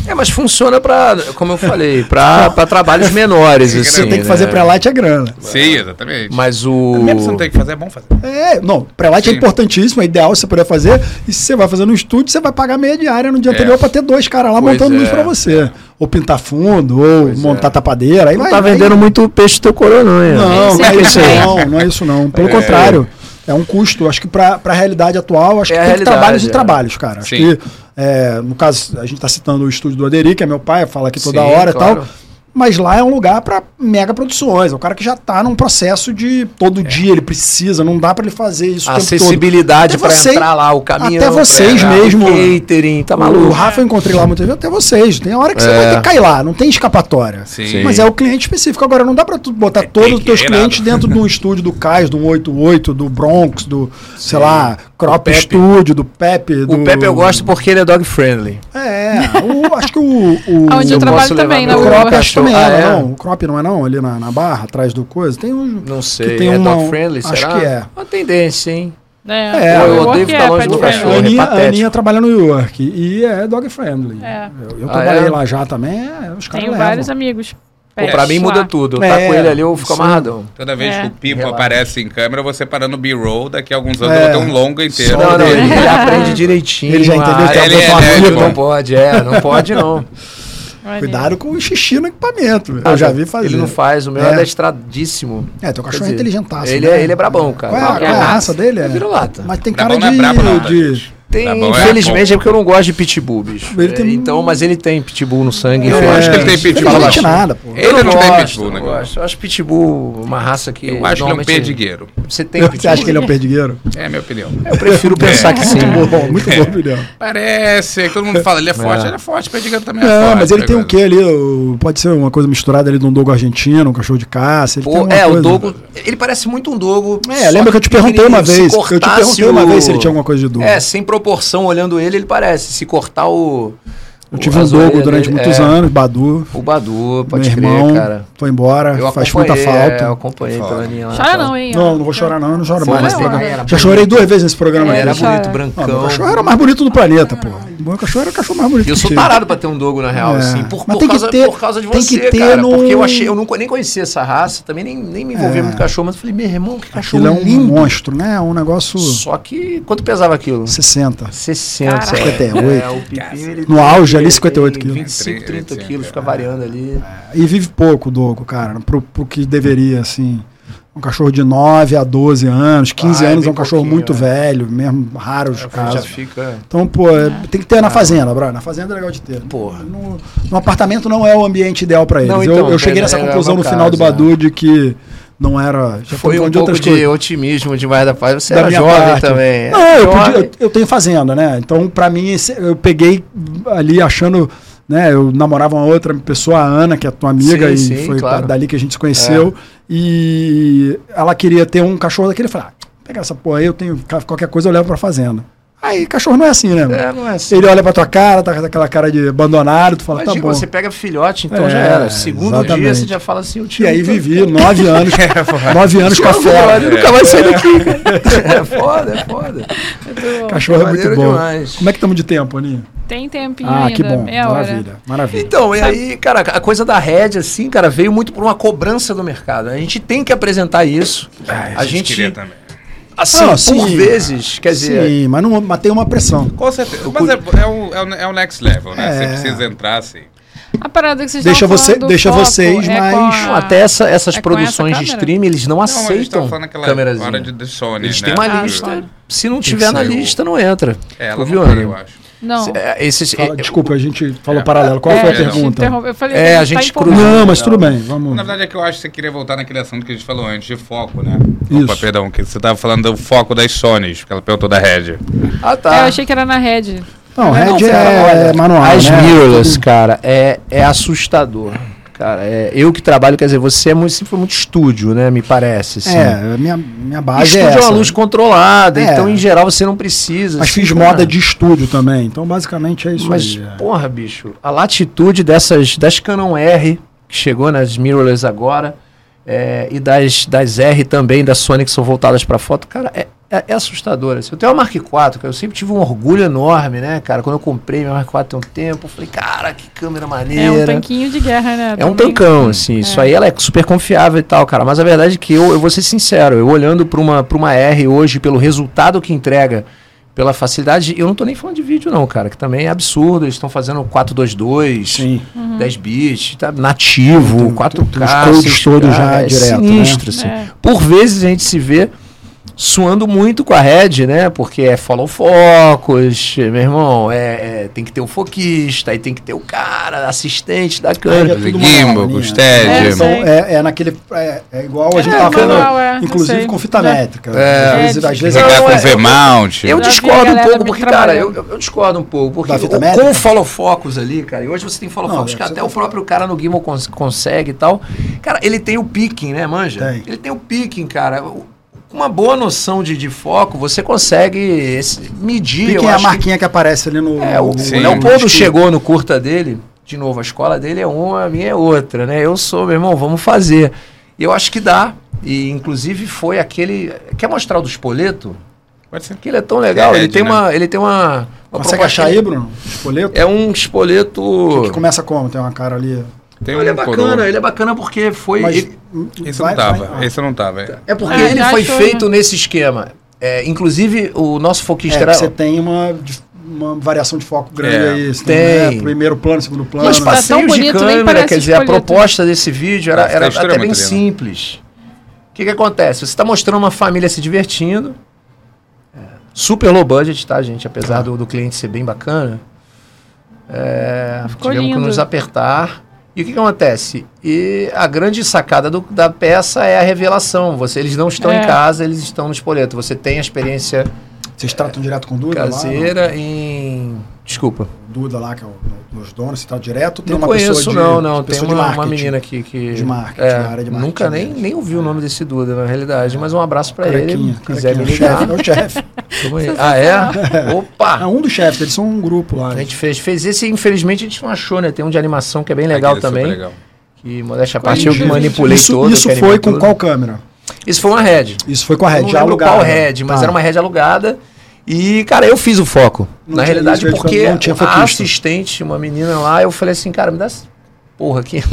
[SPEAKER 3] É, mas funciona pra, como eu falei, pra, pra trabalhos menores, assim.
[SPEAKER 2] Você tem que fazer
[SPEAKER 3] né?
[SPEAKER 2] pré-light é grana.
[SPEAKER 4] Sim, exatamente.
[SPEAKER 3] Mas o.
[SPEAKER 4] Mesmo se não tem que fazer, é bom fazer.
[SPEAKER 2] É, não, pré-light é
[SPEAKER 4] Sim.
[SPEAKER 2] importantíssimo, é ideal você poder fazer. E se você vai fazer no estúdio, você vai pagar meia diária no dia
[SPEAKER 4] É.
[SPEAKER 2] anterior pra ter dois caras lá
[SPEAKER 3] Pois
[SPEAKER 2] montando luz
[SPEAKER 3] é.
[SPEAKER 2] pra você. Ou pintar fundo, ou montar tapadeira. Aí
[SPEAKER 3] Não
[SPEAKER 2] vai,
[SPEAKER 3] tá
[SPEAKER 2] vai-
[SPEAKER 3] vendendo muito peixe do teu coroa, não, hein?
[SPEAKER 2] Não, não é
[SPEAKER 1] Sempre
[SPEAKER 2] isso
[SPEAKER 1] tem.
[SPEAKER 2] não, não é isso não. Pelo contrário, é um custo. Acho que pra pra realidade atual, acho que
[SPEAKER 3] É a
[SPEAKER 2] tem que
[SPEAKER 3] realidade,
[SPEAKER 2] trabalhos e
[SPEAKER 3] é.
[SPEAKER 2] trabalhos, cara. Acho
[SPEAKER 4] Sim.
[SPEAKER 2] que, é, no caso, a gente tá citando o estúdio do Aderi, que é meu pai, fala aqui toda
[SPEAKER 3] Sim,
[SPEAKER 2] hora e
[SPEAKER 3] claro.
[SPEAKER 2] tal. Mas lá é um lugar pra mega produções. É o cara que já tá num processo de todo
[SPEAKER 3] É.
[SPEAKER 2] dia ele precisa, não dá pra ele fazer isso o tempo todo.
[SPEAKER 3] acessibilidade
[SPEAKER 2] Até
[SPEAKER 3] pra
[SPEAKER 2] você-
[SPEAKER 3] entrar lá, o caminhão.
[SPEAKER 2] até vocês
[SPEAKER 3] pra-
[SPEAKER 2] mesmo.
[SPEAKER 3] Catering, tá
[SPEAKER 2] O
[SPEAKER 3] maluco.
[SPEAKER 2] Rafa eu encontrei lá muitas vezes, até vocês. Tem hora que você
[SPEAKER 3] É.
[SPEAKER 2] vai ter que cair lá, não tem escapatória.
[SPEAKER 4] Sim.
[SPEAKER 2] Mas é o cliente específico. Agora, não dá pra tu
[SPEAKER 3] É
[SPEAKER 2] botar todos os
[SPEAKER 4] que
[SPEAKER 2] teus
[SPEAKER 3] né?
[SPEAKER 4] ir,
[SPEAKER 2] clientes
[SPEAKER 4] nada.
[SPEAKER 2] um dentro de um estúdio do Cais, do 188, do Bronx, do, sei lá, Crop
[SPEAKER 3] Pepe.
[SPEAKER 2] Studio, do Pepe.
[SPEAKER 3] O
[SPEAKER 2] do-
[SPEAKER 3] Pepe eu gosto porque ele é dog friendly.
[SPEAKER 2] É, o- acho que o. o
[SPEAKER 1] Aonde eu trabalho
[SPEAKER 3] posso levar
[SPEAKER 1] também, né?
[SPEAKER 2] o
[SPEAKER 3] meu
[SPEAKER 1] Hugo?
[SPEAKER 2] Crop acho que também
[SPEAKER 3] Ah,
[SPEAKER 2] era,
[SPEAKER 3] é?
[SPEAKER 2] não. O Crop não é não, ali na, na barra, atrás do coisa. Tem um.
[SPEAKER 3] Não sei.
[SPEAKER 2] tem
[SPEAKER 3] é
[SPEAKER 2] uma-
[SPEAKER 3] dog friendly,
[SPEAKER 2] acho
[SPEAKER 3] será?
[SPEAKER 2] que é.
[SPEAKER 3] Uma tendência, hein?
[SPEAKER 1] É,
[SPEAKER 2] É,
[SPEAKER 1] o
[SPEAKER 2] eu
[SPEAKER 1] Hugo
[SPEAKER 3] odeio
[SPEAKER 1] que
[SPEAKER 3] ficar
[SPEAKER 1] é
[SPEAKER 3] longe do
[SPEAKER 1] pet friendly.
[SPEAKER 2] A
[SPEAKER 3] cachorro.
[SPEAKER 2] Aninha, a
[SPEAKER 3] patético.
[SPEAKER 2] Aninha trabalha no York e é dog friendly.
[SPEAKER 1] É.
[SPEAKER 2] Eu, eu
[SPEAKER 3] Ah,
[SPEAKER 2] trabalhei
[SPEAKER 3] é?
[SPEAKER 2] lá já também, é, os caras
[SPEAKER 1] Tenho
[SPEAKER 2] levam.
[SPEAKER 1] vários amigos.
[SPEAKER 4] É.
[SPEAKER 3] Pô,
[SPEAKER 1] pets
[SPEAKER 3] pra mim muda
[SPEAKER 1] lá.
[SPEAKER 3] tudo. Eu
[SPEAKER 2] É,
[SPEAKER 3] tá com ele ali, eu fico
[SPEAKER 2] sim.
[SPEAKER 3] amarradão.
[SPEAKER 4] Toda vez
[SPEAKER 1] É.
[SPEAKER 4] que o Pipo
[SPEAKER 3] Relaxa.
[SPEAKER 4] aparece em câmera, você parando B-roll, daqui a alguns anos
[SPEAKER 2] É.
[SPEAKER 4] eu vou ter um longa inteiro.
[SPEAKER 2] Só
[SPEAKER 3] Não, não,
[SPEAKER 2] dele.
[SPEAKER 3] ele, ele aprende direitinho.
[SPEAKER 2] Ele já entendeu
[SPEAKER 3] ah,
[SPEAKER 2] que é
[SPEAKER 3] ele,
[SPEAKER 2] o
[SPEAKER 3] ele,
[SPEAKER 2] teu
[SPEAKER 3] ele
[SPEAKER 4] amigo.
[SPEAKER 3] não pode, é, não pode não.
[SPEAKER 1] Maneiro.
[SPEAKER 2] Cuidado com o xixi no equipamento.
[SPEAKER 3] Ah,
[SPEAKER 2] eu já vi fazer.
[SPEAKER 3] Ele não faz, o meu é,
[SPEAKER 2] É.
[SPEAKER 3] adestradíssimo.
[SPEAKER 2] É, teu cachorro
[SPEAKER 3] Quer dizer,
[SPEAKER 2] é inteligentaço.
[SPEAKER 3] ele,
[SPEAKER 2] né?
[SPEAKER 3] é, ele é brabão, cara.
[SPEAKER 2] Qual é, a- qual é a raça dele?
[SPEAKER 3] É vira-lata.
[SPEAKER 2] Mas tem
[SPEAKER 4] Tá
[SPEAKER 2] cara
[SPEAKER 4] bom, não é
[SPEAKER 2] de.
[SPEAKER 4] brabo, não, tá,
[SPEAKER 2] de-
[SPEAKER 4] gente?
[SPEAKER 3] Tem,
[SPEAKER 4] Tá bom, é?
[SPEAKER 3] infelizmente, é, porque eu não gosto de pitbull, bicho.
[SPEAKER 2] Ele tem-
[SPEAKER 3] É, Então, mas ele tem pitbull no sangue.
[SPEAKER 4] Eu
[SPEAKER 3] infelizmente.
[SPEAKER 4] acho que ele tem pitbull.
[SPEAKER 2] Não
[SPEAKER 3] Fala
[SPEAKER 2] sente
[SPEAKER 3] baixinho.
[SPEAKER 2] nada, pô.
[SPEAKER 4] Ele não tem
[SPEAKER 3] gosto,
[SPEAKER 4] pitbull,
[SPEAKER 3] não
[SPEAKER 4] né, cara?
[SPEAKER 3] gosto. Eu acho pitbull uma raça que.
[SPEAKER 4] Eu acho que ele é um
[SPEAKER 3] normalmente-
[SPEAKER 4] perdigueiro.
[SPEAKER 3] Você tem pitbull.
[SPEAKER 2] Você acha que ele é um perdigueiro?
[SPEAKER 4] É a minha opinião.
[SPEAKER 3] Eu prefiro pensar que sim.
[SPEAKER 2] Muito bom, muito bom, Juliano.
[SPEAKER 4] Parece, todo mundo fala, ele é forte,
[SPEAKER 3] É.
[SPEAKER 4] ele é forte, perdigueiro também é, forte.
[SPEAKER 2] É, mas ele tem o
[SPEAKER 4] né,
[SPEAKER 2] quê ali? O- Pode ser uma coisa misturada ali de um dogo argentino, um cachorro de caça. Ele tem
[SPEAKER 3] Pô,
[SPEAKER 2] uma
[SPEAKER 3] é, o
[SPEAKER 2] coisa-
[SPEAKER 3] dogo. Ele parece muito um dogo.
[SPEAKER 2] É, lembra que eu te perguntei uma vez. Eu te perguntei uma vez se ele tinha alguma coisa de dogo.
[SPEAKER 3] dogo. É, sem proporção, olhando ele, ele parece. Se cortar o.
[SPEAKER 2] eu
[SPEAKER 3] o-
[SPEAKER 2] tive um
[SPEAKER 3] as
[SPEAKER 2] dogo
[SPEAKER 3] orelhas
[SPEAKER 2] durante
[SPEAKER 3] dele,
[SPEAKER 2] muitos
[SPEAKER 3] é,
[SPEAKER 2] anos, Badu,
[SPEAKER 3] O Badu,
[SPEAKER 2] meu
[SPEAKER 3] pode
[SPEAKER 2] irmão,
[SPEAKER 3] crer, cara.
[SPEAKER 2] foi embora,
[SPEAKER 3] Eu
[SPEAKER 2] faz muita
[SPEAKER 3] acompanhei,
[SPEAKER 2] falta.
[SPEAKER 3] é, Eu acompanhei pela linha lá. tá?
[SPEAKER 1] Chora não, hein?
[SPEAKER 2] né? Não, não vou chorar não, eu não choro
[SPEAKER 3] Pô,
[SPEAKER 2] mais.
[SPEAKER 3] mas
[SPEAKER 2] nesse
[SPEAKER 1] não,
[SPEAKER 3] teve-
[SPEAKER 2] programa.
[SPEAKER 1] era
[SPEAKER 2] Já chorei duas vezes nesse programa.
[SPEAKER 3] Era
[SPEAKER 2] aqui.
[SPEAKER 3] bonito,
[SPEAKER 1] Ah,
[SPEAKER 2] Ah, meu
[SPEAKER 3] brancão.
[SPEAKER 2] cachorro era o mais bonito do planeta, pô. O meu cachorro era o cachorro mais bonito
[SPEAKER 3] Eu
[SPEAKER 2] que
[SPEAKER 3] sou
[SPEAKER 2] tinha.
[SPEAKER 3] tarado pra ter um dogo, na real,
[SPEAKER 2] É.
[SPEAKER 3] assim. Por,
[SPEAKER 2] Mas
[SPEAKER 3] por
[SPEAKER 2] tem que
[SPEAKER 3] causa,
[SPEAKER 2] ter-
[SPEAKER 3] por causa de
[SPEAKER 2] tem
[SPEAKER 3] você,
[SPEAKER 2] que ter
[SPEAKER 3] cara.
[SPEAKER 2] no-
[SPEAKER 3] Porque eu achei, eu nunca nem conhecia essa raça, também nem, nem me envolvia
[SPEAKER 2] É.
[SPEAKER 3] muito com cachorro, mas eu falei, meu irmão, que cachorro
[SPEAKER 2] Aquilo é um
[SPEAKER 3] lindo.
[SPEAKER 2] monstro, né? É um negócio
[SPEAKER 3] Só que. Quanto pesava aquilo?
[SPEAKER 2] 60.
[SPEAKER 3] 60,
[SPEAKER 1] Caraca.
[SPEAKER 2] 58.
[SPEAKER 3] É, o pipinho, ele
[SPEAKER 2] No auge
[SPEAKER 3] ele
[SPEAKER 2] ali,
[SPEAKER 3] tem
[SPEAKER 2] 58 quilos.
[SPEAKER 3] 25, 30
[SPEAKER 4] Sim,
[SPEAKER 3] quilos,
[SPEAKER 4] é.
[SPEAKER 3] fica variando ali.
[SPEAKER 2] E vive pouco o Dogo, cara, pro, pro que deveria, assim. Um cachorro de 9 a 12 anos, 15
[SPEAKER 3] Ah, é
[SPEAKER 2] anos é
[SPEAKER 3] bem
[SPEAKER 2] um cachorro
[SPEAKER 3] pouquinho,
[SPEAKER 2] muito
[SPEAKER 3] é.
[SPEAKER 2] velho, mesmo raro os
[SPEAKER 3] Já
[SPEAKER 2] casos.
[SPEAKER 3] fica.
[SPEAKER 2] Então, pô, é, tem que ter
[SPEAKER 3] Ah.
[SPEAKER 2] na fazenda, bro. Na fazenda é legal de ter.
[SPEAKER 3] Porra.
[SPEAKER 2] No, no apartamento não é o ambiente ideal pra eles.
[SPEAKER 3] Não,
[SPEAKER 2] Eu-
[SPEAKER 3] então,
[SPEAKER 2] eu, cheguei
[SPEAKER 3] é-
[SPEAKER 2] nessa
[SPEAKER 3] é
[SPEAKER 2] conclusão no
[SPEAKER 3] uma
[SPEAKER 2] final do
[SPEAKER 3] casa,
[SPEAKER 2] Badu de que não era. Já
[SPEAKER 3] Foi
[SPEAKER 2] tô
[SPEAKER 3] um
[SPEAKER 2] falando
[SPEAKER 3] pouco de, otimismo demais da paz. Você
[SPEAKER 2] da
[SPEAKER 3] era
[SPEAKER 2] minha
[SPEAKER 3] jovem
[SPEAKER 2] parte.
[SPEAKER 3] também.
[SPEAKER 2] Não,
[SPEAKER 3] Era
[SPEAKER 2] eu,
[SPEAKER 3] jovem.
[SPEAKER 2] podia- eu- eu tenho fazenda, né? Então, pra mim, esse- eu peguei ali achando. Né, eu namorava uma outra pessoa, a Ana, que é tua amiga,
[SPEAKER 3] Sim,
[SPEAKER 2] e
[SPEAKER 3] sim,
[SPEAKER 2] foi
[SPEAKER 3] claro. É.
[SPEAKER 2] dali que a gente se conheceu. E ela queria ter um cachorro daquele. Eu falei, ah, pega essa porra aí, eu tenho. ca- Qualquer coisa eu levo pra fazenda. Aí, cachorro não é assim, né? mano?
[SPEAKER 3] É, não é assim.
[SPEAKER 2] Ele olha pra tua cara, tá com aquela cara de abandonado, tu fala,
[SPEAKER 3] Imagina,
[SPEAKER 2] tá bom.
[SPEAKER 3] você pega filhote, então
[SPEAKER 2] É,
[SPEAKER 3] já era. Segundo dia
[SPEAKER 2] exatamente.
[SPEAKER 3] você já fala assim, eu te
[SPEAKER 2] E aí vivi né? nove anos,
[SPEAKER 3] É,
[SPEAKER 2] nove anos com a
[SPEAKER 3] Foda,
[SPEAKER 2] fera. É.
[SPEAKER 3] nunca vai sair daqui, cara. É foda, é foda.
[SPEAKER 2] Cachorro é muito
[SPEAKER 3] Maneiro
[SPEAKER 2] bom.
[SPEAKER 3] demais.
[SPEAKER 2] Como é que estamos de tempo, Aninha?
[SPEAKER 1] Tem tempinho
[SPEAKER 2] Ah,
[SPEAKER 1] ainda.
[SPEAKER 2] que bom.
[SPEAKER 1] Meia hora.
[SPEAKER 2] Maravilha, maravilha.
[SPEAKER 3] Então, e aí, cara, a coisa da rede, assim, cara, veio muito por uma cobrança do mercado. né? A gente tem que apresentar isso. Ah, a gente,
[SPEAKER 4] queria também.
[SPEAKER 3] assim,
[SPEAKER 2] Ah,
[SPEAKER 3] por
[SPEAKER 2] sim.
[SPEAKER 3] vezes, quer dizer,
[SPEAKER 2] Sim, mas, não, mas tem uma pressão.
[SPEAKER 4] Com certeza. Mas é, é, o, é, o, é o next level, né? Você
[SPEAKER 2] É.
[SPEAKER 4] precisa entrar assim.
[SPEAKER 1] A parada que vocês
[SPEAKER 2] Deixa
[SPEAKER 1] estavam
[SPEAKER 2] você-
[SPEAKER 1] falando do
[SPEAKER 2] deixa
[SPEAKER 1] foco
[SPEAKER 2] vocês,
[SPEAKER 1] é
[SPEAKER 2] mas-
[SPEAKER 1] com
[SPEAKER 3] Não,
[SPEAKER 1] a-
[SPEAKER 3] até essa- essas
[SPEAKER 1] é com
[SPEAKER 3] produções
[SPEAKER 1] essa
[SPEAKER 3] de
[SPEAKER 1] câmera?
[SPEAKER 3] stream, eles não,
[SPEAKER 4] a gente
[SPEAKER 3] aceitam
[SPEAKER 4] tava falando naquela
[SPEAKER 3] câmerazinha.
[SPEAKER 4] hora de, de Sony,
[SPEAKER 3] Eles
[SPEAKER 4] né?
[SPEAKER 3] têm uma
[SPEAKER 1] Ah,
[SPEAKER 3] lista.
[SPEAKER 1] claro.
[SPEAKER 3] Se não tiver na
[SPEAKER 4] saiu.
[SPEAKER 3] lista, não entra.
[SPEAKER 4] É, ela
[SPEAKER 3] Viu,
[SPEAKER 4] não veio,
[SPEAKER 3] Ana?
[SPEAKER 4] eu acho.
[SPEAKER 1] Não.
[SPEAKER 3] Se- é, esses-
[SPEAKER 2] Fala,
[SPEAKER 3] é-
[SPEAKER 2] desculpa, a gente falou paralelo. Qual foi
[SPEAKER 4] é,
[SPEAKER 2] a
[SPEAKER 4] não.
[SPEAKER 2] pergunta?
[SPEAKER 1] Interrompe- Eu falei,
[SPEAKER 3] É,
[SPEAKER 1] tá
[SPEAKER 3] a gente
[SPEAKER 1] empolgado.
[SPEAKER 3] cruzou.
[SPEAKER 2] Não, mas tudo bem, vamos.
[SPEAKER 4] Na verdade é que eu acho que você queria voltar naquele assunto que a gente falou antes, de foco, né?
[SPEAKER 2] Isso.
[SPEAKER 4] Opa, perdão, que você tava falando do foco das Sonys, porque ela perguntou da Red.
[SPEAKER 3] Ah, tá.
[SPEAKER 1] É, eu achei que era na rede.
[SPEAKER 2] Não, Red
[SPEAKER 3] Não, cara,
[SPEAKER 2] é,
[SPEAKER 3] olha,
[SPEAKER 2] manual.
[SPEAKER 3] As
[SPEAKER 2] né?
[SPEAKER 3] mirrorless, cara, é, é assustador. Cara, é, eu que trabalho, quer dizer, você é muito, sempre foi muito estúdio, né? Me parece. Assim.
[SPEAKER 2] É, minha, minha base
[SPEAKER 3] estúdio
[SPEAKER 2] é
[SPEAKER 3] é
[SPEAKER 2] essa.
[SPEAKER 3] uma luz controlada,
[SPEAKER 2] É.
[SPEAKER 3] então em geral você não precisa.
[SPEAKER 2] Mas
[SPEAKER 3] assim,
[SPEAKER 2] fiz
[SPEAKER 3] cara.
[SPEAKER 2] moda de estúdio também, então basicamente é isso
[SPEAKER 3] Mas,
[SPEAKER 2] aí. é.
[SPEAKER 3] porra, bicho, a latitude dessas, das Canon R, que chegou nas mirrorless agora, é, e das, das R também, da Sony, que são voltadas pra foto, cara, é, é, é assustadora. assim. Eu tenho uma Mark IV, cara, eu sempre tive um orgulho enorme, né, cara? Quando eu comprei minha Mark IV tem um tempo, eu falei, cara, que câmera maneira.
[SPEAKER 1] É um tanquinho de guerra, né?
[SPEAKER 3] É um
[SPEAKER 1] Também.
[SPEAKER 3] tancão, assim. Isso aí ela é super confiável e tal, cara. Mas a verdade é que eu, eu vou ser sincero, eu olhando pra uma, pra uma R hoje, pelo resultado que entrega, pela facilidade, eu não tô nem falando de vídeo, não, cara, que também é absurdo. Eles estão fazendo 422,
[SPEAKER 2] Sim.
[SPEAKER 1] Uhum.
[SPEAKER 3] 10 bits, tá? nativo,
[SPEAKER 2] Tem- tem-
[SPEAKER 3] 4K.
[SPEAKER 2] tem os codes
[SPEAKER 3] 6K,
[SPEAKER 2] todos já
[SPEAKER 3] é
[SPEAKER 2] direto, né?
[SPEAKER 3] Sinistro, assim.
[SPEAKER 1] É.
[SPEAKER 3] Por vezes a gente se vê suando muito com a Red, né? Porque é follow focus, meu irmão, é, é- tem que ter o foquista, aí tem que ter o cara, assistente da câmera.
[SPEAKER 2] tudo
[SPEAKER 4] Gimbal,
[SPEAKER 2] manual, né?
[SPEAKER 1] É,
[SPEAKER 4] Gusted.
[SPEAKER 1] sim.
[SPEAKER 2] Então, é, é naquele. É, é igual a gente
[SPEAKER 1] É,
[SPEAKER 2] tava
[SPEAKER 1] manual,
[SPEAKER 2] falando,
[SPEAKER 1] é, eu
[SPEAKER 2] inclusive
[SPEAKER 1] sei.
[SPEAKER 2] com fita
[SPEAKER 1] Já-
[SPEAKER 2] métrica.
[SPEAKER 3] É.
[SPEAKER 2] Às vezes,
[SPEAKER 1] É,
[SPEAKER 2] às vezes
[SPEAKER 4] Ligar
[SPEAKER 3] Não,
[SPEAKER 4] com
[SPEAKER 3] é-
[SPEAKER 4] V-mount.
[SPEAKER 3] Eu
[SPEAKER 1] Já vi a
[SPEAKER 3] discordo um
[SPEAKER 1] galera
[SPEAKER 3] pouco,
[SPEAKER 1] me
[SPEAKER 3] porque, cara, eu,
[SPEAKER 1] trabalhando.
[SPEAKER 3] eu- eu discordo um pouco. Porque
[SPEAKER 2] Da fita
[SPEAKER 3] o-
[SPEAKER 2] métrica?
[SPEAKER 3] com o follow focus ali, cara, e hoje você tem follow
[SPEAKER 2] é Não,
[SPEAKER 3] focus
[SPEAKER 2] é,
[SPEAKER 3] que
[SPEAKER 2] você
[SPEAKER 3] até
[SPEAKER 2] tá
[SPEAKER 3] o próprio cara no Gimbal cons- consegue e tal. Cara, ele tem o picking, né, manja?
[SPEAKER 2] Tem.
[SPEAKER 3] Ele tem o picking, cara. O- com uma boa noção de, de foco, você consegue esse- medir.
[SPEAKER 2] E
[SPEAKER 3] eu
[SPEAKER 2] quem é a
[SPEAKER 3] acho que-
[SPEAKER 2] marquinha que, aparece ali no.
[SPEAKER 3] é, o,
[SPEAKER 2] no-
[SPEAKER 4] Sim.
[SPEAKER 3] o Leopoldo
[SPEAKER 2] no-
[SPEAKER 3] chegou no curta dele, de novo, a escola dele é uma, a minha é outra, né? Eu sou, meu irmão, vamos fazer. E eu acho que dá. E inclusive foi aquele. Quer mostrar o do Espoleto?
[SPEAKER 4] Pode ser.
[SPEAKER 3] Que ele é tão legal. ele,
[SPEAKER 4] Ed,
[SPEAKER 3] tem
[SPEAKER 4] né?
[SPEAKER 3] uma, ele tem uma. uma
[SPEAKER 2] Consegue
[SPEAKER 3] proposta-
[SPEAKER 2] achar aí, Bruno? Espoleto?
[SPEAKER 3] É um
[SPEAKER 2] Que,
[SPEAKER 3] espoleto.
[SPEAKER 2] que começa como? Tem uma cara ali.
[SPEAKER 4] Tem
[SPEAKER 3] Ele é
[SPEAKER 4] um
[SPEAKER 3] bacana,
[SPEAKER 4] coroa.
[SPEAKER 3] ele é bacana porque foi.
[SPEAKER 2] Mas,
[SPEAKER 3] ele-
[SPEAKER 4] Esse eu não
[SPEAKER 2] vai-
[SPEAKER 4] tava.
[SPEAKER 2] vai-
[SPEAKER 4] Esse eu não tava. é.
[SPEAKER 3] é porque
[SPEAKER 1] Ah,
[SPEAKER 3] ele
[SPEAKER 1] já
[SPEAKER 3] foi
[SPEAKER 1] achou,
[SPEAKER 3] feito nesse esquema. É, inclusive, o nosso foquista
[SPEAKER 2] É,
[SPEAKER 3] era.
[SPEAKER 2] você tem uma, dif- uma variação de foco grande
[SPEAKER 4] É,
[SPEAKER 2] aí. Você
[SPEAKER 3] tem.
[SPEAKER 2] né, primeiro plano, segundo plano.
[SPEAKER 3] Mas
[SPEAKER 1] Tá tão
[SPEAKER 3] passeios de
[SPEAKER 1] bonito, nem
[SPEAKER 3] câmera,
[SPEAKER 1] parece
[SPEAKER 3] quer dizer, a
[SPEAKER 1] espoleto.
[SPEAKER 3] proposta desse vídeo era,
[SPEAKER 4] Nossa,
[SPEAKER 3] era
[SPEAKER 4] a história
[SPEAKER 3] até
[SPEAKER 4] é
[SPEAKER 3] bem
[SPEAKER 4] muito linda.
[SPEAKER 3] simples. O que, que acontece? Você está mostrando uma família se divertindo, é, super low budget, tá, gente? Apesar do, do cliente ser bem bacana, é,
[SPEAKER 1] Ficou
[SPEAKER 3] tivemos que
[SPEAKER 1] lindo.
[SPEAKER 3] nos apertar. E o que, que acontece? E a grande sacada do- da peça é a revelação. Você, eles não estão
[SPEAKER 1] É.
[SPEAKER 3] em casa, eles estão no espoleto. Você tem a experiência
[SPEAKER 2] Vocês tratam direto com o Duda lá?
[SPEAKER 3] caseira em. Desculpa.
[SPEAKER 2] não? O Duda lá, que é o, dos donos, você trata direto? ou Tem
[SPEAKER 3] Não
[SPEAKER 2] é uma
[SPEAKER 3] conheço,
[SPEAKER 2] pessoa de,
[SPEAKER 3] não, não. Tem
[SPEAKER 2] pessoa
[SPEAKER 3] uma,
[SPEAKER 2] de
[SPEAKER 3] uma
[SPEAKER 2] marketing?
[SPEAKER 3] menina aqui que.
[SPEAKER 2] De marketing,
[SPEAKER 3] é,
[SPEAKER 2] da área de marketing.
[SPEAKER 3] Nunca nem,
[SPEAKER 2] mesmo. É.
[SPEAKER 3] nem ouvi o nome desse Duda, na realidade, mas um abraço pra ele.
[SPEAKER 2] Carequinha,
[SPEAKER 3] Se quiser me
[SPEAKER 2] carequinha,
[SPEAKER 3] ligar.
[SPEAKER 2] é o chefe, é o chefe.
[SPEAKER 3] tamo aí. ah, é?
[SPEAKER 2] É
[SPEAKER 3] Opa!
[SPEAKER 2] um dos chefes, eles são um grupo lá.
[SPEAKER 3] A gente fez, fez esse, infelizmente a gente não achou, né? Tem um de animação que é bem legal
[SPEAKER 4] Aquele é super
[SPEAKER 3] também.
[SPEAKER 4] legal.
[SPEAKER 3] Que modéstia à parte eu que
[SPEAKER 1] Coisa,
[SPEAKER 3] manipulei
[SPEAKER 2] isso
[SPEAKER 3] todo.
[SPEAKER 2] isso
[SPEAKER 3] que
[SPEAKER 2] foi
[SPEAKER 3] animei
[SPEAKER 2] com
[SPEAKER 3] tudo.
[SPEAKER 2] qual câmera?
[SPEAKER 3] Isso foi uma Red.
[SPEAKER 2] Isso foi com a
[SPEAKER 3] Eu
[SPEAKER 2] Red,
[SPEAKER 3] não
[SPEAKER 2] já É,
[SPEAKER 3] lembro
[SPEAKER 2] alugada.
[SPEAKER 3] qual Red, mas
[SPEAKER 2] Tá.
[SPEAKER 3] era uma Red alugada. E, cara, eu fiz o foco.
[SPEAKER 2] Não
[SPEAKER 3] na
[SPEAKER 2] tinha-
[SPEAKER 3] realidade,
[SPEAKER 2] isso eu ia
[SPEAKER 3] porque
[SPEAKER 2] falar, não tinha
[SPEAKER 3] a
[SPEAKER 2] foquista.
[SPEAKER 3] assistente, uma menina lá, eu falei assim, cara, me dá essa porra aqui.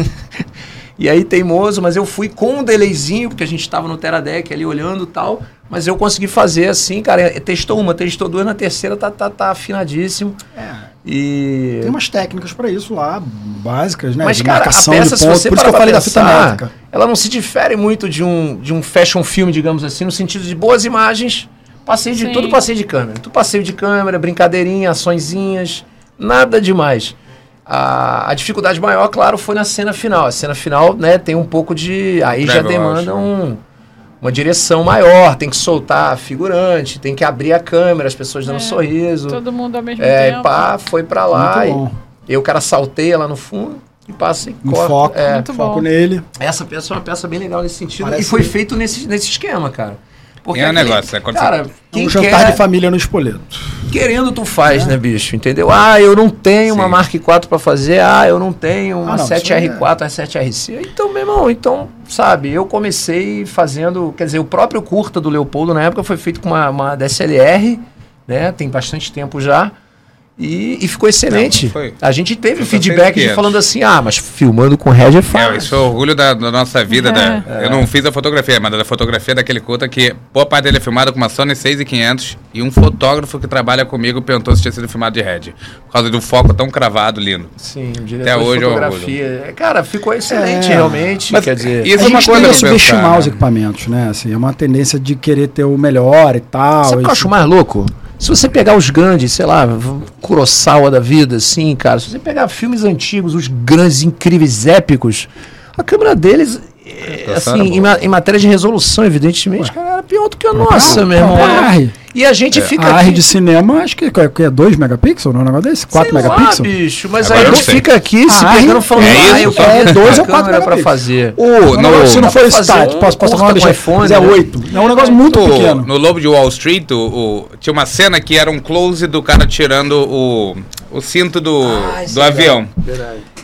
[SPEAKER 3] e aí, teimoso, mas eu fui com um delayzinho, porque a gente tava no Teradeck ali olhando e tal. Mas eu consegui fazer assim, cara. eh, Testou uma, testou duas, na terceira tá, tá, tá afinadíssimo.
[SPEAKER 2] É,
[SPEAKER 3] E.
[SPEAKER 2] tem umas técnicas pra isso lá, básicas, né?
[SPEAKER 3] Mas,
[SPEAKER 2] de
[SPEAKER 3] cara,
[SPEAKER 2] marcação
[SPEAKER 3] a peça,
[SPEAKER 2] de
[SPEAKER 3] se
[SPEAKER 2] ponto.
[SPEAKER 3] você
[SPEAKER 2] Por isso que eu
[SPEAKER 3] parar
[SPEAKER 2] falei
[SPEAKER 3] pra
[SPEAKER 2] da fita
[SPEAKER 3] pensar,
[SPEAKER 2] métrica.
[SPEAKER 3] ela não se difere muito de um, de um fashion filme, digamos assim, no sentido de boas imagens, passeio de
[SPEAKER 1] Sim.
[SPEAKER 3] todo passeio de câmera. Tu passeio de câmera, brincadeirinha, açõezinhas, nada demais. A, a dificuldade maior, claro, foi na cena final. A cena final, né, tem um pouco de. Aí já
[SPEAKER 4] Entrega, eu
[SPEAKER 3] demanda
[SPEAKER 4] acho,
[SPEAKER 3] um, uma direção maior, tem que soltar a figurante, tem que abrir a câmera, as pessoas dando
[SPEAKER 1] É,
[SPEAKER 3] sorriso.
[SPEAKER 1] Todo mundo ao mesmo
[SPEAKER 3] É,
[SPEAKER 1] tempo.
[SPEAKER 3] pá, foi pra lá.
[SPEAKER 2] Muito
[SPEAKER 3] E,
[SPEAKER 2] bom.
[SPEAKER 3] e o cara salteia lá no fundo e passa e
[SPEAKER 2] Um
[SPEAKER 3] corta.
[SPEAKER 2] foco,
[SPEAKER 3] É.
[SPEAKER 1] Muito
[SPEAKER 2] foco
[SPEAKER 1] bom.
[SPEAKER 2] nele.
[SPEAKER 3] Essa peça é uma peça bem legal nesse sentido.
[SPEAKER 2] Parece-
[SPEAKER 3] E foi feito nesse, nesse esquema, cara.
[SPEAKER 4] E é um
[SPEAKER 3] aqui,
[SPEAKER 4] negócio, é quando
[SPEAKER 3] cara,
[SPEAKER 2] É
[SPEAKER 3] quem
[SPEAKER 2] um jantar
[SPEAKER 3] quer,
[SPEAKER 2] de É. família no espoleto.
[SPEAKER 3] querendo tu faz, né, bicho? Entendeu? Ah, eu não tenho uma
[SPEAKER 4] Sim.
[SPEAKER 3] Mark IV pra fazer. Ah, eu não tenho uma
[SPEAKER 2] Ah, não, isso
[SPEAKER 3] 7R4, R7RC. Então, meu irmão, então, sabe, eu comecei fazendo... Quer dizer, o próprio curta do Leopoldo, na época, foi feito com uma, uma DSLR, né? Tem bastante tempo já. E, e ficou excelente.
[SPEAKER 4] Não, foi.
[SPEAKER 3] A gente teve
[SPEAKER 4] Foi
[SPEAKER 3] feedback de
[SPEAKER 4] 600.
[SPEAKER 3] falando assim, ah, mas filmando com Red é fácil.
[SPEAKER 4] É, isso é o orgulho da, da nossa vida.
[SPEAKER 3] É.
[SPEAKER 4] da- eu não fiz a fotografia, mas da fotografia daquele curta que boa parte dele é filmado com uma Sony 6500 e um fotógrafo que trabalha comigo perguntou se tinha sido filmado de Red. Por causa do foco tão cravado, lindo.
[SPEAKER 3] Sim, o
[SPEAKER 4] Até
[SPEAKER 3] diretor
[SPEAKER 4] hoje
[SPEAKER 3] de
[SPEAKER 4] é um
[SPEAKER 3] fotografia. É, Cara, ficou excelente,
[SPEAKER 2] É.
[SPEAKER 3] realmente.
[SPEAKER 4] Mas
[SPEAKER 3] quer dizer,
[SPEAKER 4] isso
[SPEAKER 2] a
[SPEAKER 4] é uma
[SPEAKER 2] gente
[SPEAKER 4] coisa
[SPEAKER 2] tende a
[SPEAKER 4] pra
[SPEAKER 2] subestimar
[SPEAKER 4] pensar,
[SPEAKER 2] os
[SPEAKER 4] né?
[SPEAKER 2] equipamentos, né? Assim, é uma tendência de querer ter o melhor e tal.
[SPEAKER 3] sabe o que eu
[SPEAKER 2] esse-
[SPEAKER 3] acho mais louco? Se você pegar os grandes, sei lá, v- Kurosawa da vida, assim, cara, se você pegar filmes antigos, os grandes, incríveis, épicos, a câmera deles, é,
[SPEAKER 4] Kurosawa
[SPEAKER 3] assim,
[SPEAKER 4] era
[SPEAKER 3] em, ma- em matéria de resolução, evidentemente, cara, era pior do que a nossa, meu irmão.
[SPEAKER 2] Não, a R,
[SPEAKER 3] E a
[SPEAKER 4] É.
[SPEAKER 3] gente fica
[SPEAKER 2] a R
[SPEAKER 3] aqui.
[SPEAKER 2] de cinema, acho que que é 2 megapixels, não é um negócio desse? 4
[SPEAKER 3] sei lá,
[SPEAKER 2] megapixels?
[SPEAKER 3] bicho, mas
[SPEAKER 4] Agora
[SPEAKER 3] aí a
[SPEAKER 4] eu
[SPEAKER 3] gente
[SPEAKER 4] sei.
[SPEAKER 3] fica aqui se
[SPEAKER 2] Ah,
[SPEAKER 3] pegando falando,
[SPEAKER 4] é
[SPEAKER 3] ah,
[SPEAKER 4] isso?
[SPEAKER 3] eu quero
[SPEAKER 2] É dois ou quatro
[SPEAKER 3] câmera pra
[SPEAKER 2] megapixels.
[SPEAKER 3] fazer.
[SPEAKER 2] O,
[SPEAKER 4] no-
[SPEAKER 2] se
[SPEAKER 3] dá
[SPEAKER 2] não for
[SPEAKER 3] pra
[SPEAKER 2] esse
[SPEAKER 3] fazer
[SPEAKER 2] tático,
[SPEAKER 3] um
[SPEAKER 2] posso, posso
[SPEAKER 3] curta
[SPEAKER 2] falar
[SPEAKER 3] com
[SPEAKER 2] deixar,
[SPEAKER 3] iPhone,
[SPEAKER 2] mas é
[SPEAKER 3] né?
[SPEAKER 2] 8. É um negócio muito
[SPEAKER 4] O-
[SPEAKER 2] pequeno.
[SPEAKER 4] No Lobo de Wall Street, o, o- tinha uma cena que era um close do cara tirando o, o cinto do, do avião.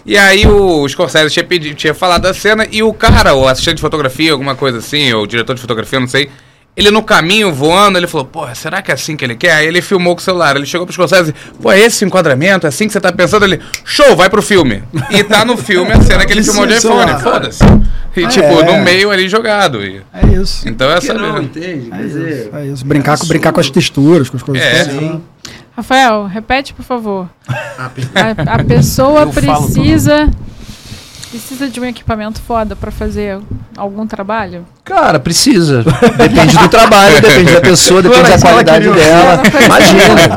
[SPEAKER 4] E aí o Scorsese tinha, pedi- tinha falado a cena e o cara, o assistente de fotografia, alguma coisa assim, ou o diretor de fotografia, não sei, ele no caminho voando, ele falou, porra, será que é assim que ele quer? Aí ele filmou com o celular, ele chegou pro Scorsese, pô, é esse o enquadramento, é assim que você tá pensando? Ele, show, vai pro filme. E tá no filme a cena que ele
[SPEAKER 2] Isso,
[SPEAKER 4] filmou de
[SPEAKER 2] isso,
[SPEAKER 4] iPhone,
[SPEAKER 2] ah.
[SPEAKER 4] foda-se. E
[SPEAKER 2] Ah,
[SPEAKER 4] tipo,
[SPEAKER 2] é.
[SPEAKER 4] no meio ali jogado. E-
[SPEAKER 2] É isso.
[SPEAKER 4] Então é essa
[SPEAKER 3] não,
[SPEAKER 4] mesmo.
[SPEAKER 3] entende?
[SPEAKER 2] É
[SPEAKER 3] Quer dizer,
[SPEAKER 2] isso, é isso. Brincar, com, brincar com as texturas, com as coisas.
[SPEAKER 4] É.
[SPEAKER 2] todas, né?
[SPEAKER 1] Rafael, repete, por favor.
[SPEAKER 2] Ah,
[SPEAKER 1] A, a pessoa
[SPEAKER 3] Eu falo
[SPEAKER 1] precisa precisa de um equipamento foda pra fazer algum trabalho?
[SPEAKER 3] Cara, precisa. Depende do trabalho, depende da pessoa, depende da qualidade dela. Imagina.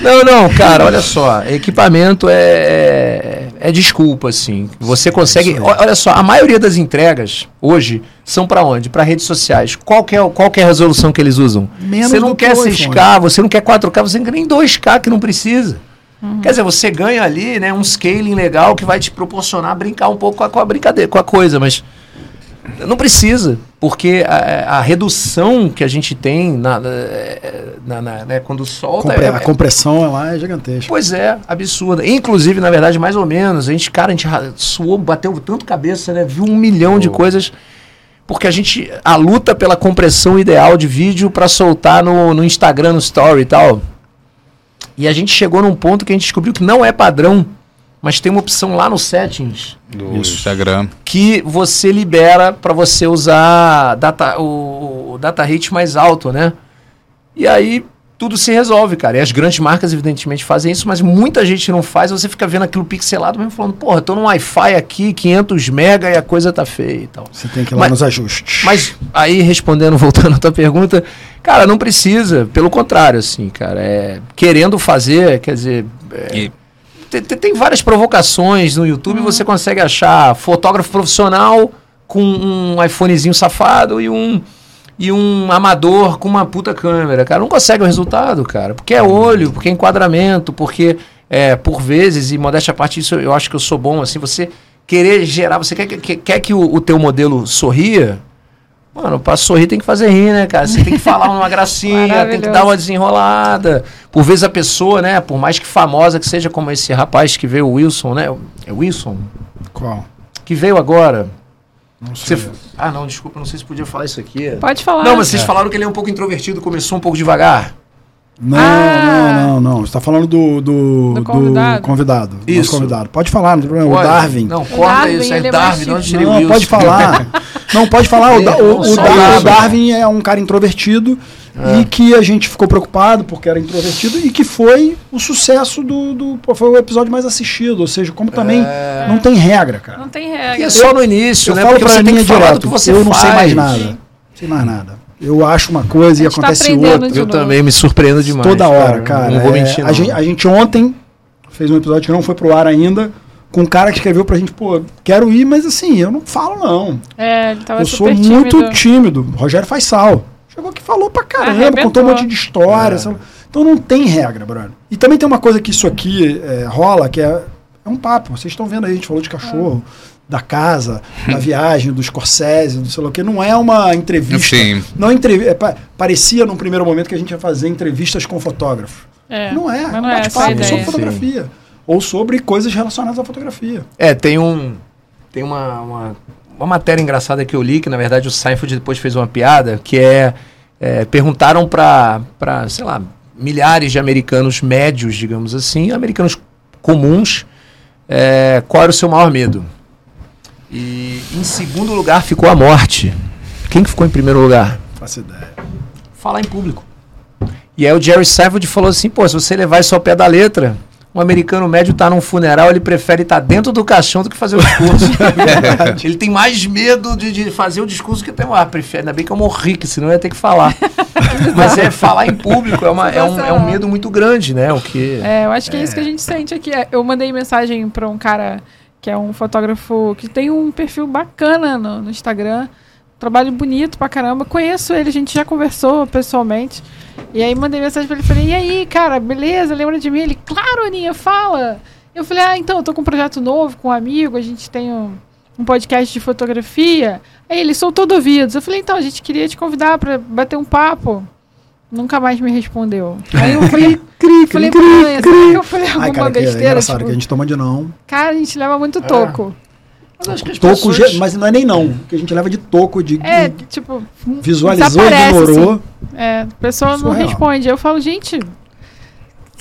[SPEAKER 3] Não, não, cara, olha só. Equipamento é, é desculpa, assim. Você consegue. o- Olha só, a maioria das entregas hoje são pra onde? Pra redes sociais. Qual que é, o- qual que é a resolução que eles usam?
[SPEAKER 2] Menos
[SPEAKER 3] você não
[SPEAKER 2] do
[SPEAKER 3] quer
[SPEAKER 2] que o
[SPEAKER 3] 6K, você não quer 4K, você não quer nem 2K que não precisa.
[SPEAKER 2] Uhum.
[SPEAKER 3] Quer dizer, você ganha ali, né, um scaling legal que vai te proporcionar brincar um pouco com a, com a brincadeira, com a coisa, mas Não precisa, porque a, a redução que a gente tem na, na- na- na- né, quando solta
[SPEAKER 2] Compre-
[SPEAKER 3] é-
[SPEAKER 2] a compressão é lá é gigantesca.
[SPEAKER 3] Pois é, absurda. Inclusive, na verdade, mais ou menos, a gente, cara, a gente ra- suou, bateu tanto cabeça, né? Viu um milhão de coisas. Porque a gente. A luta pela compressão ideal de vídeo pra soltar no, no Instagram, no Story e tal. E a gente chegou num ponto que a gente descobriu que não é padrão, mas tem uma opção lá no settings
[SPEAKER 4] Do Instagram.
[SPEAKER 3] que você libera para você usar data, o, o data rate mais alto, né? E aí tudo se resolve, cara. E as grandes marcas, evidentemente, fazem isso, mas muita gente não faz. Você fica vendo aquilo pixelado mesmo, falando, porra, tô num Wi-Fi aqui, 500 mega e a coisa tá feia e tal.
[SPEAKER 2] Você tem que ir lá
[SPEAKER 3] Mas-
[SPEAKER 2] nos ajustes.
[SPEAKER 3] Mas aí, respondendo, voltando à tua pergunta, cara, não precisa. Pelo contrário, assim, cara. É, querendo fazer, quer dizer. é,
[SPEAKER 4] E-
[SPEAKER 3] te- te- tem várias provocações no YouTube, você consegue achar fotógrafo profissional com um iPhonezinho safado e um. E um amador com uma puta câmera, cara, não consegue o resultado, cara. Porque é olho, porque é enquadramento, porque é, por vezes, e modéstia à parte, isso eu acho que eu sou bom, assim, você querer gerar, você quer que, que- quer que o, o teu modelo sorria, mano, pra sorrir tem que fazer rir, né, cara? Você tem que falar uma gracinha, tem que
[SPEAKER 1] Maravilhoso.
[SPEAKER 3] dar uma desenrolada. Por vezes a pessoa, né, por mais que famosa que seja, como esse rapaz que veio, o Wilson, né, é o Wilson,
[SPEAKER 2] Qual?
[SPEAKER 3] que veio agora.
[SPEAKER 2] Não sei.
[SPEAKER 3] Você- ah, não, desculpa, não sei se podia falar isso aqui.
[SPEAKER 1] Pode falar.
[SPEAKER 3] Não, mas vocês falaram que ele é um pouco introvertido, começou um pouco devagar.
[SPEAKER 2] Não,
[SPEAKER 1] Ah!
[SPEAKER 2] não, não, não. Você tá falando do, do,
[SPEAKER 1] Do
[SPEAKER 2] do
[SPEAKER 1] convidado.
[SPEAKER 2] convidado. nosso
[SPEAKER 3] Isso.
[SPEAKER 2] convidado. Pode falar, não tem problema. O
[SPEAKER 3] Olha,
[SPEAKER 2] Darwin.
[SPEAKER 3] Não, corta
[SPEAKER 1] Darwin,
[SPEAKER 3] isso. É
[SPEAKER 1] ele é
[SPEAKER 3] Darwin,
[SPEAKER 1] mais
[SPEAKER 3] não
[SPEAKER 1] chique.
[SPEAKER 3] tirei o
[SPEAKER 2] Não,
[SPEAKER 3] Wilson.
[SPEAKER 2] pode falar. Não, pode falar. O, Da- o-
[SPEAKER 3] É, não,
[SPEAKER 2] o
[SPEAKER 3] só
[SPEAKER 2] Dar-
[SPEAKER 3] isso. É.
[SPEAKER 2] o Darwin é um cara introvertido e que a gente ficou preocupado porque era introvertido e que foi o sucesso do. do- pô, foi o episódio mais assistido. Ou seja, como também
[SPEAKER 3] É.
[SPEAKER 2] não tem regra, cara.
[SPEAKER 1] Não tem regra.
[SPEAKER 3] E é só no início,
[SPEAKER 2] eu
[SPEAKER 3] né?
[SPEAKER 2] falo
[SPEAKER 3] Porque
[SPEAKER 2] pra
[SPEAKER 3] você
[SPEAKER 2] mim
[SPEAKER 3] tem que
[SPEAKER 2] é
[SPEAKER 3] falar do
[SPEAKER 2] direto.
[SPEAKER 3] que você
[SPEAKER 2] eu
[SPEAKER 3] faz.
[SPEAKER 2] não sei mais nada. Não sei mais nada. Eu acho uma coisa e
[SPEAKER 1] A gente tá
[SPEAKER 2] acontece
[SPEAKER 1] aprendendo
[SPEAKER 2] outra.
[SPEAKER 1] de
[SPEAKER 3] Eu
[SPEAKER 1] novo.
[SPEAKER 3] também me surpreendo demais.
[SPEAKER 2] Toda hora, cara.
[SPEAKER 3] Não vou
[SPEAKER 2] É,
[SPEAKER 3] mentir, não.
[SPEAKER 2] A gente, a gente ontem fez um episódio que não foi pro ar ainda, com um cara que escreveu pra gente, pô, quero ir, mas assim, eu não falo não.
[SPEAKER 1] É, ele tava
[SPEAKER 2] eu sou
[SPEAKER 1] super tímido.
[SPEAKER 2] muito tímido. Rogério faz sal. Chegou aqui, falou pra caramba,
[SPEAKER 1] Arrebentou.
[SPEAKER 2] contou um monte de história. sei lá. Então não tem regra, Bruno. E também tem uma coisa que isso aqui é, rola, que é, é um papo. Vocês estão vendo aí, a gente falou de cachorro,
[SPEAKER 1] É.
[SPEAKER 2] da casa, da viagem, do Scorsese, do sei lá o quê. Não é uma entrevista.
[SPEAKER 4] Sim.
[SPEAKER 2] Não é entrevi é, pa- parecia num primeiro momento que a gente ia fazer entrevistas com fotógrafos.
[SPEAKER 1] É.
[SPEAKER 2] Não é.
[SPEAKER 1] Mas não é essa a
[SPEAKER 2] bate-papo sobre
[SPEAKER 1] ideia.
[SPEAKER 2] fotografia. Ou sobre coisas relacionadas à fotografia.
[SPEAKER 3] É, tem um. Tem uma, uma, uma matéria engraçada que eu li, que na verdade o Seinfeld depois fez uma piada, que é. é, perguntaram pra, pra, sei lá, milhares de americanos médios, digamos assim, americanos comuns, é, qual era o seu maior medo. E em segundo lugar ficou a morte. Quem que ficou em primeiro lugar?
[SPEAKER 2] Faço ideia.
[SPEAKER 3] falar em público. E aí o Jerry Seinfeld falou assim, pô, se você levar isso ao pé da letra, um americano médio tá num funeral, ele prefere estar dentro do caixão do que fazer o discurso. É ele tem mais medo de, de fazer o discurso que tem um ah, prefere. Ainda bem que eu morri, que senão eu ia ter que falar. Mas é, falar em público é, uma- é um, é um medo muito grande, né? O que...
[SPEAKER 1] É, eu acho que é isso que a gente sente aqui. É, Eu mandei mensagem pra um cara que é um fotógrafo que tem um perfil bacana no, no Instagram. Trabalho bonito pra caramba. Conheço ele, a gente já conversou pessoalmente. E aí mandei mensagem pra ele falei, e aí, cara, beleza? Lembra de mim? Ele, claro, Aninha, fala! Eu falei, ah, então, eu tô com um projeto novo com um amigo, a gente tem um, um podcast de fotografia. Aí ele soltou do ouvidos. Eu falei, então, a gente queria te convidar pra bater um papo. Nunca mais me respondeu. Aí eu falei, falei, pô, será que eu falei alguma
[SPEAKER 2] Ai, cara, que é
[SPEAKER 1] besteira?
[SPEAKER 2] engraçado
[SPEAKER 1] Tipo,
[SPEAKER 2] que a gente toma de não.
[SPEAKER 1] Cara, a gente leva muito toco.
[SPEAKER 3] Mas acho que as
[SPEAKER 2] Toco,
[SPEAKER 3] pessoas-
[SPEAKER 2] ge- mas não é nem não. Que a gente leva de toco, de
[SPEAKER 1] É,
[SPEAKER 2] de-
[SPEAKER 1] tipo,
[SPEAKER 2] visualizou,
[SPEAKER 1] desaparece,
[SPEAKER 2] ignorou.
[SPEAKER 1] é, a pessoa não
[SPEAKER 2] Surreal.
[SPEAKER 1] responde. Aí Eu falo, gente,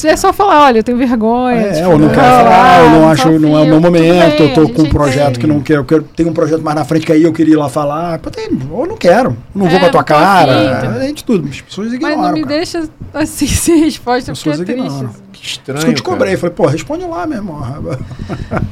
[SPEAKER 1] é só falar, olha, eu tenho vergonha.
[SPEAKER 2] É,
[SPEAKER 1] tipo,
[SPEAKER 2] eu não quero
[SPEAKER 1] lá,
[SPEAKER 2] falar, eu não acho,
[SPEAKER 1] desafio,
[SPEAKER 2] não é o meu
[SPEAKER 1] tudo
[SPEAKER 2] momento,
[SPEAKER 1] bem,
[SPEAKER 2] eu
[SPEAKER 1] a
[SPEAKER 2] tô
[SPEAKER 1] gente
[SPEAKER 2] com um projeto
[SPEAKER 1] entende.
[SPEAKER 2] que não quero, eu quero, tem um projeto mais na frente que aí eu queria ir lá falar, Pô, tem, ou não quero, não vou
[SPEAKER 1] É,
[SPEAKER 2] com a tua
[SPEAKER 1] não tô afim,
[SPEAKER 2] cara,
[SPEAKER 1] então.
[SPEAKER 2] é de tudo, as pessoas
[SPEAKER 1] Mas
[SPEAKER 2] ignoram,
[SPEAKER 1] não me
[SPEAKER 2] cara.
[SPEAKER 1] deixa assim sem resposta,
[SPEAKER 2] As
[SPEAKER 1] porque é
[SPEAKER 2] pessoas
[SPEAKER 1] triste.
[SPEAKER 2] ignoram.
[SPEAKER 1] assim.
[SPEAKER 3] Que
[SPEAKER 2] Por
[SPEAKER 3] estranho,
[SPEAKER 2] isso que eu te
[SPEAKER 3] cara.
[SPEAKER 2] cobrei, falei, pô, responde lá, meu irmão.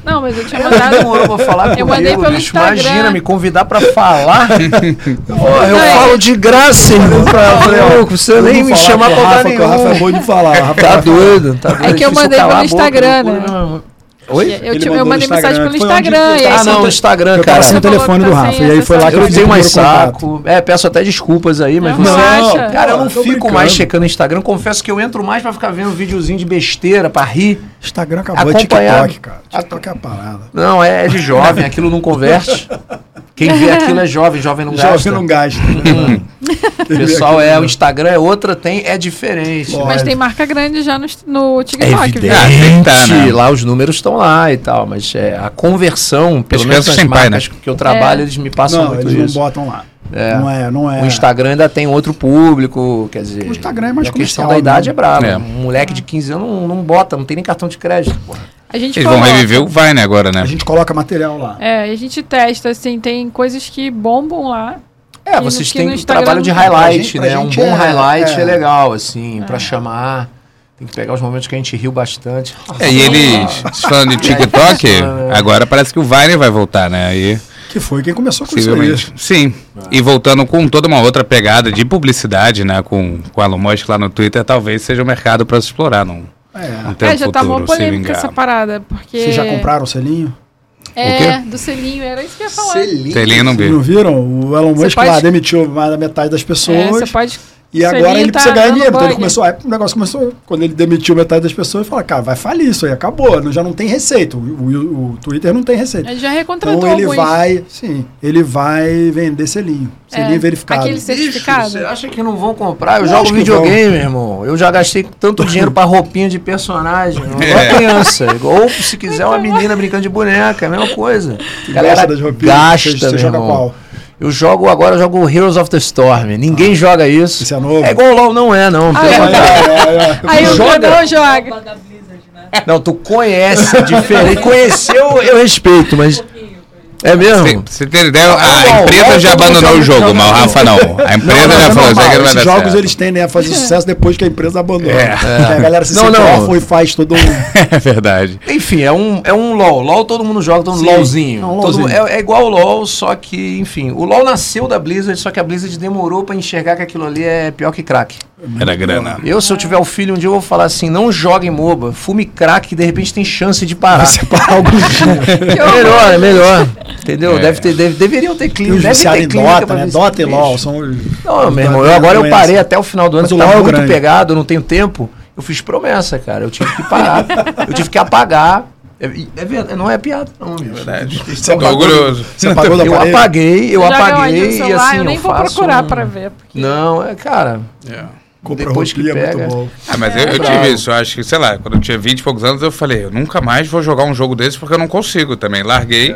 [SPEAKER 1] Não, mas eu tinha
[SPEAKER 3] Ela
[SPEAKER 1] mandado.
[SPEAKER 3] demorou pra falar
[SPEAKER 1] Eu mandei
[SPEAKER 3] comigo,
[SPEAKER 1] pelo
[SPEAKER 3] bicho.
[SPEAKER 1] Instagram.
[SPEAKER 3] Imagina, me convidar pra falar. Porra, eu
[SPEAKER 1] Não, é-
[SPEAKER 3] falo de graça, irmão. Tá louco, você nem me chamar pra
[SPEAKER 2] falar
[SPEAKER 3] lugar
[SPEAKER 2] que o Rafa é
[SPEAKER 3] nenhum.
[SPEAKER 2] bom de falar, o Rafa
[SPEAKER 3] Tá
[SPEAKER 2] vai falar.
[SPEAKER 3] doido, tá doido.
[SPEAKER 1] É que eu
[SPEAKER 3] Difícil
[SPEAKER 1] mandei
[SPEAKER 3] calar
[SPEAKER 1] pelo
[SPEAKER 3] a boca,
[SPEAKER 1] Instagram,
[SPEAKER 3] loucura,
[SPEAKER 1] né?
[SPEAKER 3] meu irmão. Oi?
[SPEAKER 1] Eu,
[SPEAKER 2] Ele
[SPEAKER 1] te- eu
[SPEAKER 2] mandou no
[SPEAKER 1] mandei mensagem
[SPEAKER 2] um Instagram,
[SPEAKER 1] pelo
[SPEAKER 2] foi onde-
[SPEAKER 1] Instagram. e aí você
[SPEAKER 3] Ah, não, no
[SPEAKER 1] mandou-
[SPEAKER 3] Instagram,
[SPEAKER 2] Eu
[SPEAKER 3] cara.
[SPEAKER 2] tava sem o
[SPEAKER 1] Você falei-
[SPEAKER 2] telefone do
[SPEAKER 1] falou que tá
[SPEAKER 2] Rafa,
[SPEAKER 1] sem
[SPEAKER 2] e aí foi lá
[SPEAKER 1] acesso
[SPEAKER 2] que
[SPEAKER 3] Eu não
[SPEAKER 1] Aquele
[SPEAKER 3] tenho
[SPEAKER 2] tive o
[SPEAKER 3] mais
[SPEAKER 2] primeiro contato.
[SPEAKER 3] saco. É, peço até desculpas aí, mas
[SPEAKER 1] Não,
[SPEAKER 3] você.
[SPEAKER 1] acha?
[SPEAKER 3] Cara, eu não
[SPEAKER 2] Tô
[SPEAKER 3] fico
[SPEAKER 2] brincando.
[SPEAKER 3] mais checando o Instagram. Confesso que eu entro mais pra ficar vendo videozinho de besteira, pra rir.
[SPEAKER 2] Instagram acabou, é
[SPEAKER 3] Acompanhar-
[SPEAKER 2] TikTok, cara. TikTok é a parada.
[SPEAKER 3] Não, é de jovem, aquilo não converte. Quem vê aquilo é jovem, jovem não gasta.
[SPEAKER 2] Jovem não gasta. né?
[SPEAKER 3] O pessoal é, o Instagram é outra, tem, é diferente.
[SPEAKER 2] Lógico.
[SPEAKER 1] Mas
[SPEAKER 2] Olha.
[SPEAKER 1] tem marca grande já no, no
[SPEAKER 3] É
[SPEAKER 1] TikTok.
[SPEAKER 3] evidente,
[SPEAKER 1] viu?
[SPEAKER 4] Ah, tem que tá, né?
[SPEAKER 3] lá os números estão lá e tal, mas é, a conversão, pelo menos
[SPEAKER 4] crianças
[SPEAKER 3] as
[SPEAKER 4] sem pai,
[SPEAKER 3] marcas que eu
[SPEAKER 1] É.
[SPEAKER 3] trabalho, eles me passam
[SPEAKER 2] Não,
[SPEAKER 3] muito
[SPEAKER 2] eles
[SPEAKER 3] isso.
[SPEAKER 2] não botam lá. Não é, não é.
[SPEAKER 3] O Instagram ainda tem outro público, quer dizer.
[SPEAKER 2] O Instagram é mais
[SPEAKER 3] e A questão
[SPEAKER 2] comercial,
[SPEAKER 3] da idade
[SPEAKER 2] né?
[SPEAKER 3] é brava.
[SPEAKER 4] É.
[SPEAKER 3] Um moleque de 15 anos não, não bota, não tem nem cartão de crédito. porra.
[SPEAKER 1] A gente
[SPEAKER 4] Eles vão
[SPEAKER 1] coloca-
[SPEAKER 4] reviver o Vine agora, né?
[SPEAKER 2] A gente coloca material lá.
[SPEAKER 1] É, a gente testa, assim, tem coisas que bombam lá. E
[SPEAKER 3] É,
[SPEAKER 1] no-
[SPEAKER 3] vocês
[SPEAKER 1] que
[SPEAKER 3] têm
[SPEAKER 1] no
[SPEAKER 3] um
[SPEAKER 1] Instagram
[SPEAKER 3] trabalho de
[SPEAKER 1] não tem.
[SPEAKER 3] highlight,
[SPEAKER 2] Pra gente- pra
[SPEAKER 3] né? Um
[SPEAKER 2] gente
[SPEAKER 3] bom
[SPEAKER 2] é-
[SPEAKER 3] highlight é,
[SPEAKER 2] é.
[SPEAKER 3] legal, assim,
[SPEAKER 1] É.
[SPEAKER 3] pra chamar. Tem que pegar os momentos que a gente riu bastante.
[SPEAKER 4] É, e eles, falando de TikTok, agora parece que o Vine vai voltar, né? Aí,
[SPEAKER 2] Que foi quem começou com isso aí.
[SPEAKER 4] possivelmente. Sim. E voltando com toda uma outra pegada de publicidade, né? Com, com o Elon Musk lá no Twitter, talvez seja um mercado pra se explorar num, num
[SPEAKER 2] É.
[SPEAKER 3] um
[SPEAKER 4] tempo
[SPEAKER 1] é, já
[SPEAKER 4] um futuro,
[SPEAKER 1] tá uma
[SPEAKER 4] se
[SPEAKER 1] polêmica
[SPEAKER 4] vingar.
[SPEAKER 1] essa parada, porque...
[SPEAKER 2] Vocês já compraram o selinho?
[SPEAKER 1] É, do selinho, era isso que eu ia falar.
[SPEAKER 4] Selinho não
[SPEAKER 2] Vocês
[SPEAKER 4] vê.
[SPEAKER 2] não viram? O Elon
[SPEAKER 1] é? Você
[SPEAKER 2] Musk
[SPEAKER 1] pode-
[SPEAKER 2] lá demitiu mais da metade das
[SPEAKER 1] É,
[SPEAKER 2] pessoas.
[SPEAKER 1] você pode...
[SPEAKER 2] E
[SPEAKER 1] Selinho
[SPEAKER 2] agora ele
[SPEAKER 1] tá
[SPEAKER 2] precisa ganhar
[SPEAKER 1] dando
[SPEAKER 2] dinheiro. Então ele
[SPEAKER 1] bug.
[SPEAKER 2] começou, aí o negócio começou. Quando ele demitiu metade das pessoas, ele falou, cara, vai falir isso aí, acabou. não- Já não tem receita. O, o- o Twitter não tem receita.
[SPEAKER 1] Ele já recontratou
[SPEAKER 2] Então ele
[SPEAKER 1] alguns. É.
[SPEAKER 2] vai. Sim, ele vai vender selinho. Selinho verificado.
[SPEAKER 1] Aquele certificado.
[SPEAKER 3] Você acha que não vão comprar? Eu
[SPEAKER 2] Lógico
[SPEAKER 3] jogo
[SPEAKER 2] que
[SPEAKER 3] videogame, irmão. Eu já gastei tanto dinheiro pra roupinha de personagem. Não é
[SPEAKER 4] É.
[SPEAKER 3] criança. Ou se quiser, uma menina brincando de boneca. É a mesma coisa.
[SPEAKER 2] Que
[SPEAKER 3] Galera,
[SPEAKER 2] gosta das roupinhas.
[SPEAKER 3] gasta,
[SPEAKER 2] Você- Você
[SPEAKER 3] meu
[SPEAKER 2] joga
[SPEAKER 3] irmão.
[SPEAKER 2] qual?
[SPEAKER 3] Eu jogo agora, eu jogo Heroes of the Storm. Ninguém joga isso.
[SPEAKER 2] Isso é novo?
[SPEAKER 3] É igual o LOL, não é, não. Pelo
[SPEAKER 1] é?
[SPEAKER 3] amor de Deus.
[SPEAKER 1] Aí o
[SPEAKER 3] Joga.
[SPEAKER 1] Godão joga.
[SPEAKER 3] Não, tu conhece, é diferente. Conheceu, eu respeito,
[SPEAKER 1] Um
[SPEAKER 3] mas. É
[SPEAKER 4] Pra
[SPEAKER 3] mesmo?
[SPEAKER 4] você ter ideia, a
[SPEAKER 3] Não,
[SPEAKER 4] empresa
[SPEAKER 3] não,
[SPEAKER 4] já
[SPEAKER 3] não,
[SPEAKER 4] abandonou
[SPEAKER 3] não,
[SPEAKER 4] o jogo,
[SPEAKER 3] não,
[SPEAKER 4] mas o
[SPEAKER 3] não.
[SPEAKER 4] Rafa não. A empresa
[SPEAKER 2] mas
[SPEAKER 4] já
[SPEAKER 2] é
[SPEAKER 4] falou,
[SPEAKER 1] né,
[SPEAKER 4] isso
[SPEAKER 2] normal,
[SPEAKER 4] aqui não vai
[SPEAKER 2] Esses
[SPEAKER 4] dar
[SPEAKER 2] jogos
[SPEAKER 4] certo.
[SPEAKER 2] eles tendem a fazer sucesso depois que a empresa abandona.
[SPEAKER 4] É.
[SPEAKER 2] Porque A galera se
[SPEAKER 3] É. Não,
[SPEAKER 2] sente
[SPEAKER 3] não.
[SPEAKER 2] órfã e faz todo um.
[SPEAKER 4] É verdade.
[SPEAKER 3] Enfim, é um, é um LOL. LOL todo mundo joga, todo mundo
[SPEAKER 2] Sim,
[SPEAKER 3] LOLzinho.
[SPEAKER 2] é um
[SPEAKER 3] Todo
[SPEAKER 2] LOLzinho.
[SPEAKER 3] mundo- é, é igual o LOL, só que, enfim. O LOL nasceu da Blizzard, só que a Blizzard demorou pra enxergar que aquilo ali é pior que crack.
[SPEAKER 4] Era grana.
[SPEAKER 3] Eu, se eu tiver o filho, um dia eu vou falar assim: não joguem MOBA, fume crack e de repente tem chance de parar. É melhor, é melhor. Entendeu?
[SPEAKER 4] É.
[SPEAKER 3] Deve ter, deve- deveriam ter
[SPEAKER 2] Tem
[SPEAKER 3] clínica.
[SPEAKER 2] os
[SPEAKER 3] Deve
[SPEAKER 2] viciados
[SPEAKER 3] ter
[SPEAKER 2] em
[SPEAKER 3] clínica
[SPEAKER 2] Dota,
[SPEAKER 3] pra
[SPEAKER 2] né?
[SPEAKER 3] ver esse
[SPEAKER 2] Dota e
[SPEAKER 3] bicho.
[SPEAKER 2] LOL são os.
[SPEAKER 3] Não,
[SPEAKER 2] os
[SPEAKER 3] meu irmão,
[SPEAKER 2] da-
[SPEAKER 3] eu
[SPEAKER 2] da
[SPEAKER 3] agora eu
[SPEAKER 2] doença.
[SPEAKER 3] parei até o final do ano,
[SPEAKER 2] Mas
[SPEAKER 3] que
[SPEAKER 2] o
[SPEAKER 3] tá
[SPEAKER 2] LOL
[SPEAKER 3] muito
[SPEAKER 2] grande.
[SPEAKER 3] pegado, eu não tenho tempo. Eu fiz promessa, cara. Eu tive que parar. eu tive que apagar. É, é verdade, não é piada, não, meu.
[SPEAKER 4] Tô orgulhoso.
[SPEAKER 2] Você um apagou da
[SPEAKER 3] é Eu
[SPEAKER 2] parede?
[SPEAKER 3] apaguei, eu
[SPEAKER 1] Joga onde no
[SPEAKER 3] apaguei e
[SPEAKER 1] celular,
[SPEAKER 3] assim
[SPEAKER 1] eu
[SPEAKER 3] eu,
[SPEAKER 1] nem vou
[SPEAKER 3] faço
[SPEAKER 1] procurar
[SPEAKER 3] um-
[SPEAKER 1] pra ver. porque-
[SPEAKER 3] Não, é, cara.
[SPEAKER 2] Compra
[SPEAKER 3] Depois que
[SPEAKER 2] roupinha, é muito
[SPEAKER 3] pega.
[SPEAKER 2] bom.
[SPEAKER 4] Ah, mas eu, eu
[SPEAKER 3] bravo.
[SPEAKER 4] tive isso, eu acho que, sei lá, quando eu tinha 20 e poucos anos, eu falei, eu nunca mais vou jogar um jogo desse porque eu não consigo também. Larguei,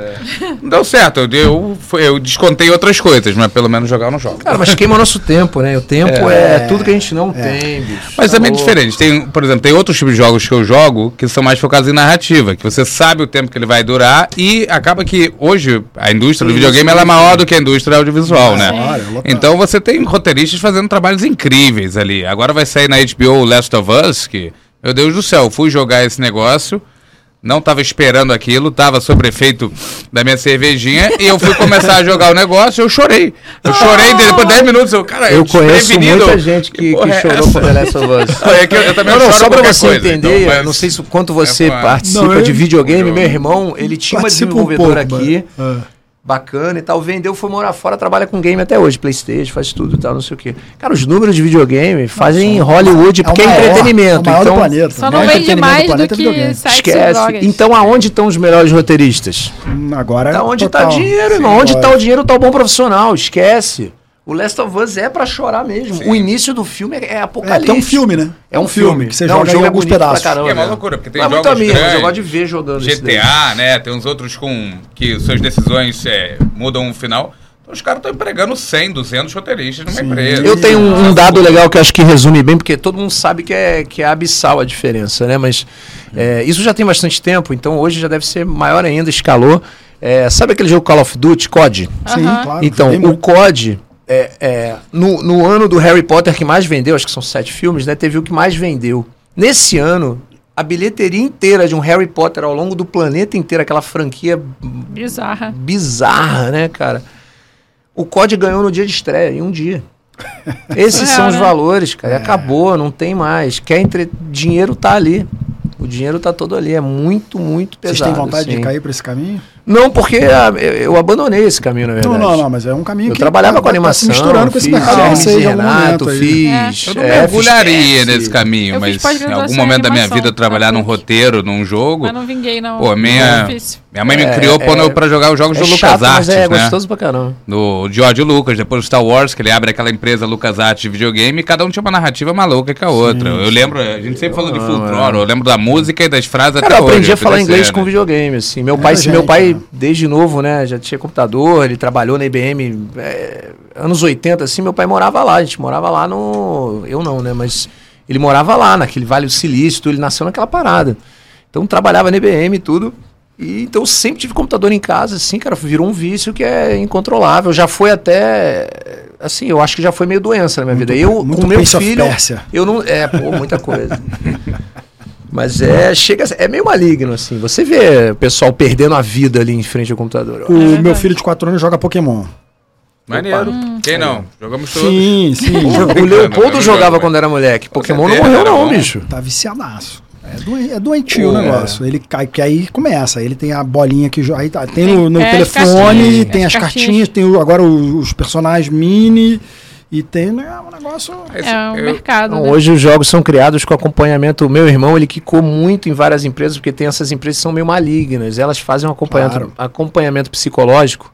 [SPEAKER 4] não deu certo, eu, eu, fui- eu descontei outras coisas, mas pelo menos jogar eu não jogo.
[SPEAKER 3] Cara, mas queima nosso tempo, né? O tempo é, tudo que a gente não tem, bicho.
[SPEAKER 4] Mas
[SPEAKER 3] Tá
[SPEAKER 4] também é
[SPEAKER 3] louco.
[SPEAKER 4] diferente. Tem, por exemplo, tem outros tipos de jogos que eu jogo que são mais focados em narrativa, que você sabe o tempo que ele vai durar e acaba que hoje a indústria do videogame ela é maior do que a indústria audiovisual, né?
[SPEAKER 2] Claro, é lotado.
[SPEAKER 4] Então você tem roteiristas fazendo trabalhos incríveis ali. Agora vai sair na HBO Last of Us, que, meu Deus do céu, fui jogar esse negócio. Não tava esperando aquilo, tava sob efeito da minha cervejinha e eu fui começar a jogar o negócio, eu chorei. Eu chorei depois de 10 minutos, eu, cara,
[SPEAKER 3] Ah. Eu conheço
[SPEAKER 4] desprevenido.
[SPEAKER 3] muita gente que, que
[SPEAKER 4] porra é
[SPEAKER 3] chorou
[SPEAKER 4] essa?
[SPEAKER 3] com The Last of Us.
[SPEAKER 4] É que eu, eu também
[SPEAKER 3] Não, não,
[SPEAKER 4] choro
[SPEAKER 3] só pra
[SPEAKER 4] qualquer
[SPEAKER 3] você
[SPEAKER 4] coisa,
[SPEAKER 3] entender,
[SPEAKER 4] então, mas-
[SPEAKER 3] eu não sei se- quanto você
[SPEAKER 4] É, claro.
[SPEAKER 3] participa
[SPEAKER 2] Não, eu-
[SPEAKER 3] de videogame,
[SPEAKER 4] eu-
[SPEAKER 3] meu irmão, ele tinha uma
[SPEAKER 2] Participa um
[SPEAKER 3] desenvolvedora
[SPEAKER 2] pouco, é.
[SPEAKER 3] aqui,
[SPEAKER 2] mano.
[SPEAKER 3] bacana e tal, vendeu, foi morar fora, trabalha com game até hoje, Playstation, faz tudo e tal, não sei o quê. Cara, os números de videogame fazem Hollywood,
[SPEAKER 2] É.
[SPEAKER 3] porque é,
[SPEAKER 2] o maior-
[SPEAKER 3] entretenimento,
[SPEAKER 2] é o maior do
[SPEAKER 3] então
[SPEAKER 2] planeta.
[SPEAKER 1] Só
[SPEAKER 2] O
[SPEAKER 1] não
[SPEAKER 2] maior
[SPEAKER 1] vende
[SPEAKER 2] entretenimento
[SPEAKER 1] mais do
[SPEAKER 2] planeta é
[SPEAKER 1] que
[SPEAKER 2] videogame.
[SPEAKER 1] sexo e
[SPEAKER 3] esquece.
[SPEAKER 1] drogas.
[SPEAKER 3] Então aonde estão os melhores roteiristas?
[SPEAKER 2] Hum, Agora
[SPEAKER 3] Tá onde
[SPEAKER 2] total.
[SPEAKER 3] tá dinheiro, irmão.
[SPEAKER 2] Sim,
[SPEAKER 3] Onde
[SPEAKER 2] agora.
[SPEAKER 3] tá o dinheiro, tá o bom profissional. Esquece. O Last of Us é pra chorar mesmo. O início do filme é, é
[SPEAKER 2] É,
[SPEAKER 3] apocalipse.
[SPEAKER 2] tem um filme, né?
[SPEAKER 3] É um filme.
[SPEAKER 2] que você
[SPEAKER 3] Não, o
[SPEAKER 2] joga em
[SPEAKER 3] jogo é
[SPEAKER 2] alguns
[SPEAKER 3] bonito pra
[SPEAKER 2] pedaços.
[SPEAKER 3] caramba.
[SPEAKER 4] É uma loucura, porque tem
[SPEAKER 3] Mas
[SPEAKER 4] jogos
[SPEAKER 3] muito amigo,
[SPEAKER 4] grandes,
[SPEAKER 3] eu gosto de ver jogando esse daí.
[SPEAKER 4] GTA, né? Tem uns outros com que suas decisões é, mudam o final. Então os caras estão empregando 100, 200 roteiristas numa empresa.
[SPEAKER 3] Eu tenho um, um dado legal que eu acho que resume bem, porque todo mundo sabe que é, que é abissal a diferença, né? Mas é, isso já tem bastante tempo, então hoje já deve ser maior ainda, escalou. É, sabe aquele jogo Call of Duty, COD?
[SPEAKER 2] Sim,
[SPEAKER 1] Aham.
[SPEAKER 2] claro.
[SPEAKER 3] Então,
[SPEAKER 2] tem
[SPEAKER 3] o
[SPEAKER 2] muito.
[SPEAKER 3] COD, é, é, no, no ano do Harry Potter que mais vendeu, acho que são sete filmes, né? Teve o que mais vendeu. Nesse ano, a bilheteria inteira de um Harry Potter ao longo do planeta inteiro, aquela franquia
[SPEAKER 1] Bizarra.
[SPEAKER 3] bizarra, né, cara? O COD ganhou no dia de estreia, em um dia. Esses
[SPEAKER 1] Surreal,
[SPEAKER 3] são os
[SPEAKER 1] né?
[SPEAKER 3] valores, cara.
[SPEAKER 2] É.
[SPEAKER 3] Acabou, não tem mais. Quer entre... Dinheiro tá ali. O dinheiro tá todo ali. É muito, muito
[SPEAKER 2] Vocês
[SPEAKER 3] pesado.
[SPEAKER 2] têm vontade
[SPEAKER 3] assim.
[SPEAKER 2] de cair pra esse caminho?
[SPEAKER 3] Não, porque ah, eu, eu abandonei esse caminho, na
[SPEAKER 2] Não,
[SPEAKER 3] verdade.
[SPEAKER 2] não, não, mas é um caminho
[SPEAKER 3] Eu
[SPEAKER 2] que
[SPEAKER 3] trabalhava
[SPEAKER 2] tá-
[SPEAKER 3] com animação.
[SPEAKER 2] Tá se misturando com esse
[SPEAKER 3] fiz
[SPEAKER 2] mercado
[SPEAKER 3] RMC
[SPEAKER 2] francês em algum
[SPEAKER 3] Renato,
[SPEAKER 2] momento aí. né?
[SPEAKER 3] fiz.
[SPEAKER 4] Eu não
[SPEAKER 3] é,
[SPEAKER 4] mergulharia né?
[SPEAKER 3] fiz teste.
[SPEAKER 4] nesse caminho,
[SPEAKER 1] Eu fiz
[SPEAKER 4] mas em
[SPEAKER 1] pós-graduação
[SPEAKER 4] algum
[SPEAKER 1] em
[SPEAKER 4] momento da minha
[SPEAKER 1] animação,
[SPEAKER 4] vida trabalhar num
[SPEAKER 1] tá?
[SPEAKER 4] roteiro, num jogo.
[SPEAKER 1] Mas não vinguei, não.
[SPEAKER 4] Pô, minha-
[SPEAKER 1] Foi difícil.
[SPEAKER 4] Minha mãe me
[SPEAKER 3] É,
[SPEAKER 4] criou quando
[SPEAKER 3] é-
[SPEAKER 4] eu pra jogar os jogos
[SPEAKER 3] É
[SPEAKER 4] do
[SPEAKER 3] chato,
[SPEAKER 4] Lucas Artes,
[SPEAKER 3] mas é
[SPEAKER 4] né?
[SPEAKER 3] gostoso pra caramba.
[SPEAKER 4] do George Lucas, depois do Star Wars, que ele abre aquela empresa Lucas Arts de videogame, e cada um tinha uma narrativa maluca que a outra. eu lembro, a gente sempre falou de Full Throttle, eu lembro da música e das frases
[SPEAKER 3] Ah, é. Cara,
[SPEAKER 4] até
[SPEAKER 3] eu aprendi
[SPEAKER 4] hoje,
[SPEAKER 3] a falar
[SPEAKER 4] PDC,
[SPEAKER 3] inglês
[SPEAKER 4] né?
[SPEAKER 3] com videogame, assim. Meu pai,
[SPEAKER 2] gente,
[SPEAKER 3] meu pai
[SPEAKER 2] cara.
[SPEAKER 3] desde novo, né, já tinha computador, ele trabalhou na IBM é, anos 80, assim, meu pai morava lá, a gente morava lá no... Eu não, né, mas ele morava lá, naquele Vale do Silício, tudo, ele nasceu naquela parada. Então, trabalhava na IBM e tudo. E, então, eu sempre tive computador em casa, assim, cara, virou um vício que é incontrolável. Já foi até... Assim, eu acho que já foi meio doença na minha vida. Eu,
[SPEAKER 2] muito
[SPEAKER 3] com meu
[SPEAKER 2] Prince of
[SPEAKER 3] filho...
[SPEAKER 2] Persia.
[SPEAKER 3] Eu não. É, pô, muita coisa. Mas é, chega, a ser- é meio maligno, assim. Você vê o pessoal perdendo a vida ali em frente ao computador. ó.
[SPEAKER 2] O
[SPEAKER 1] É
[SPEAKER 2] meu
[SPEAKER 1] verdade.
[SPEAKER 2] filho de 4 anos joga Pokémon.
[SPEAKER 4] Maneiro. Quem não? Jogamos todos.
[SPEAKER 2] Sim, sim.
[SPEAKER 3] O Leopoldo
[SPEAKER 4] Eu
[SPEAKER 3] jogava
[SPEAKER 4] jogo,
[SPEAKER 3] quando era moleque. Pokémon não
[SPEAKER 4] certeza,
[SPEAKER 3] morreu,
[SPEAKER 4] era
[SPEAKER 3] não,
[SPEAKER 4] bom.
[SPEAKER 3] bicho.
[SPEAKER 2] Tá viciadaço. É, doen- é doentio o negócio. Ele cai, porque aí começa. Ele tem a bolinha que jo- aí tá- tem no, no
[SPEAKER 1] É, as
[SPEAKER 2] telefone,
[SPEAKER 1] cartinhas,
[SPEAKER 2] tem
[SPEAKER 1] as
[SPEAKER 2] as
[SPEAKER 1] cartinhas.
[SPEAKER 2] cartinhas, tem o- agora o- os personagens mini e tem né, um negócio.
[SPEAKER 4] Esse-
[SPEAKER 1] É um
[SPEAKER 4] eu-
[SPEAKER 1] mercado.
[SPEAKER 3] Não,
[SPEAKER 1] né?
[SPEAKER 3] hoje os jogos são criados com acompanhamento. O meu irmão, ele quicou muito em várias empresas, porque tem essas empresas que são meio malignas. Elas fazem um acompanhamento,
[SPEAKER 2] Claro.
[SPEAKER 3] acompanhamento psicológico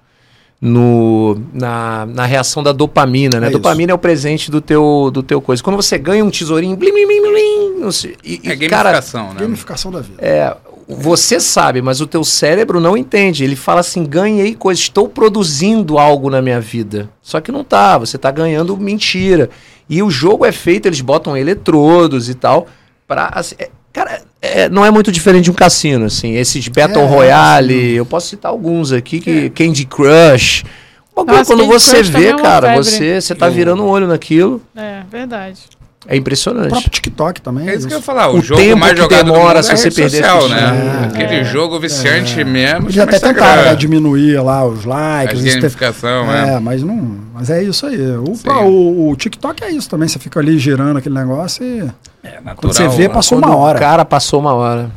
[SPEAKER 3] no, na, na reação da dopamina, né?
[SPEAKER 2] É isso.
[SPEAKER 3] dopamina é o presente do teu, do teu coisa. Quando você ganha um tesourinho, blim, blim, blim, blim, não sei, e, e,
[SPEAKER 4] É
[SPEAKER 3] cara,
[SPEAKER 4] gamificação, né?
[SPEAKER 2] Gamificação da vida.
[SPEAKER 3] é, você sabe, mas o teu cérebro não entende. Ele fala assim: ganhei coisa, estou produzindo algo na minha vida. Só que não tá, você tá ganhando mentira. E o jogo é feito, eles botam eletrodos e tal. Pra, assim, é- cara, é, não é muito diferente de um cassino, assim. Esses Battle
[SPEAKER 2] É,
[SPEAKER 3] Royale, eu posso citar alguns aqui, que Candy Crush. Um bagulho,
[SPEAKER 1] Nossa,
[SPEAKER 3] quando
[SPEAKER 1] Candy
[SPEAKER 3] você
[SPEAKER 1] Crush também é
[SPEAKER 3] vê,
[SPEAKER 1] uma
[SPEAKER 3] cara,
[SPEAKER 1] febre.
[SPEAKER 3] você, você tá virando o olho naquilo.
[SPEAKER 1] É, verdade.
[SPEAKER 3] É
[SPEAKER 2] O
[SPEAKER 3] impressionante.
[SPEAKER 2] próprio TikTok também.
[SPEAKER 4] É isso que eu ia falar, o,
[SPEAKER 3] O
[SPEAKER 4] jogo
[SPEAKER 3] tempo
[SPEAKER 4] mais
[SPEAKER 3] que
[SPEAKER 4] jogado
[SPEAKER 3] demora
[SPEAKER 4] do mundo
[SPEAKER 3] se
[SPEAKER 4] é a
[SPEAKER 3] você
[SPEAKER 4] rede
[SPEAKER 3] perder
[SPEAKER 4] social,
[SPEAKER 3] esse É.
[SPEAKER 4] né?
[SPEAKER 2] time.
[SPEAKER 4] Aquele jogo viciante mesmo.
[SPEAKER 2] Eles até tentaram
[SPEAKER 4] chama Instagram.
[SPEAKER 2] né, diminuir lá os likes.
[SPEAKER 4] As
[SPEAKER 2] esse te-
[SPEAKER 4] gamificação, é.
[SPEAKER 2] É, mas não. Mas é isso aí. O,
[SPEAKER 4] Sim.
[SPEAKER 2] o, o TikTok é isso também. Você fica ali girando aquele negócio e.
[SPEAKER 4] É natural.
[SPEAKER 2] Quando você vê,
[SPEAKER 4] né?
[SPEAKER 2] passou
[SPEAKER 3] Quando
[SPEAKER 2] uma
[SPEAKER 3] O
[SPEAKER 2] hora.
[SPEAKER 3] cara passou uma hora.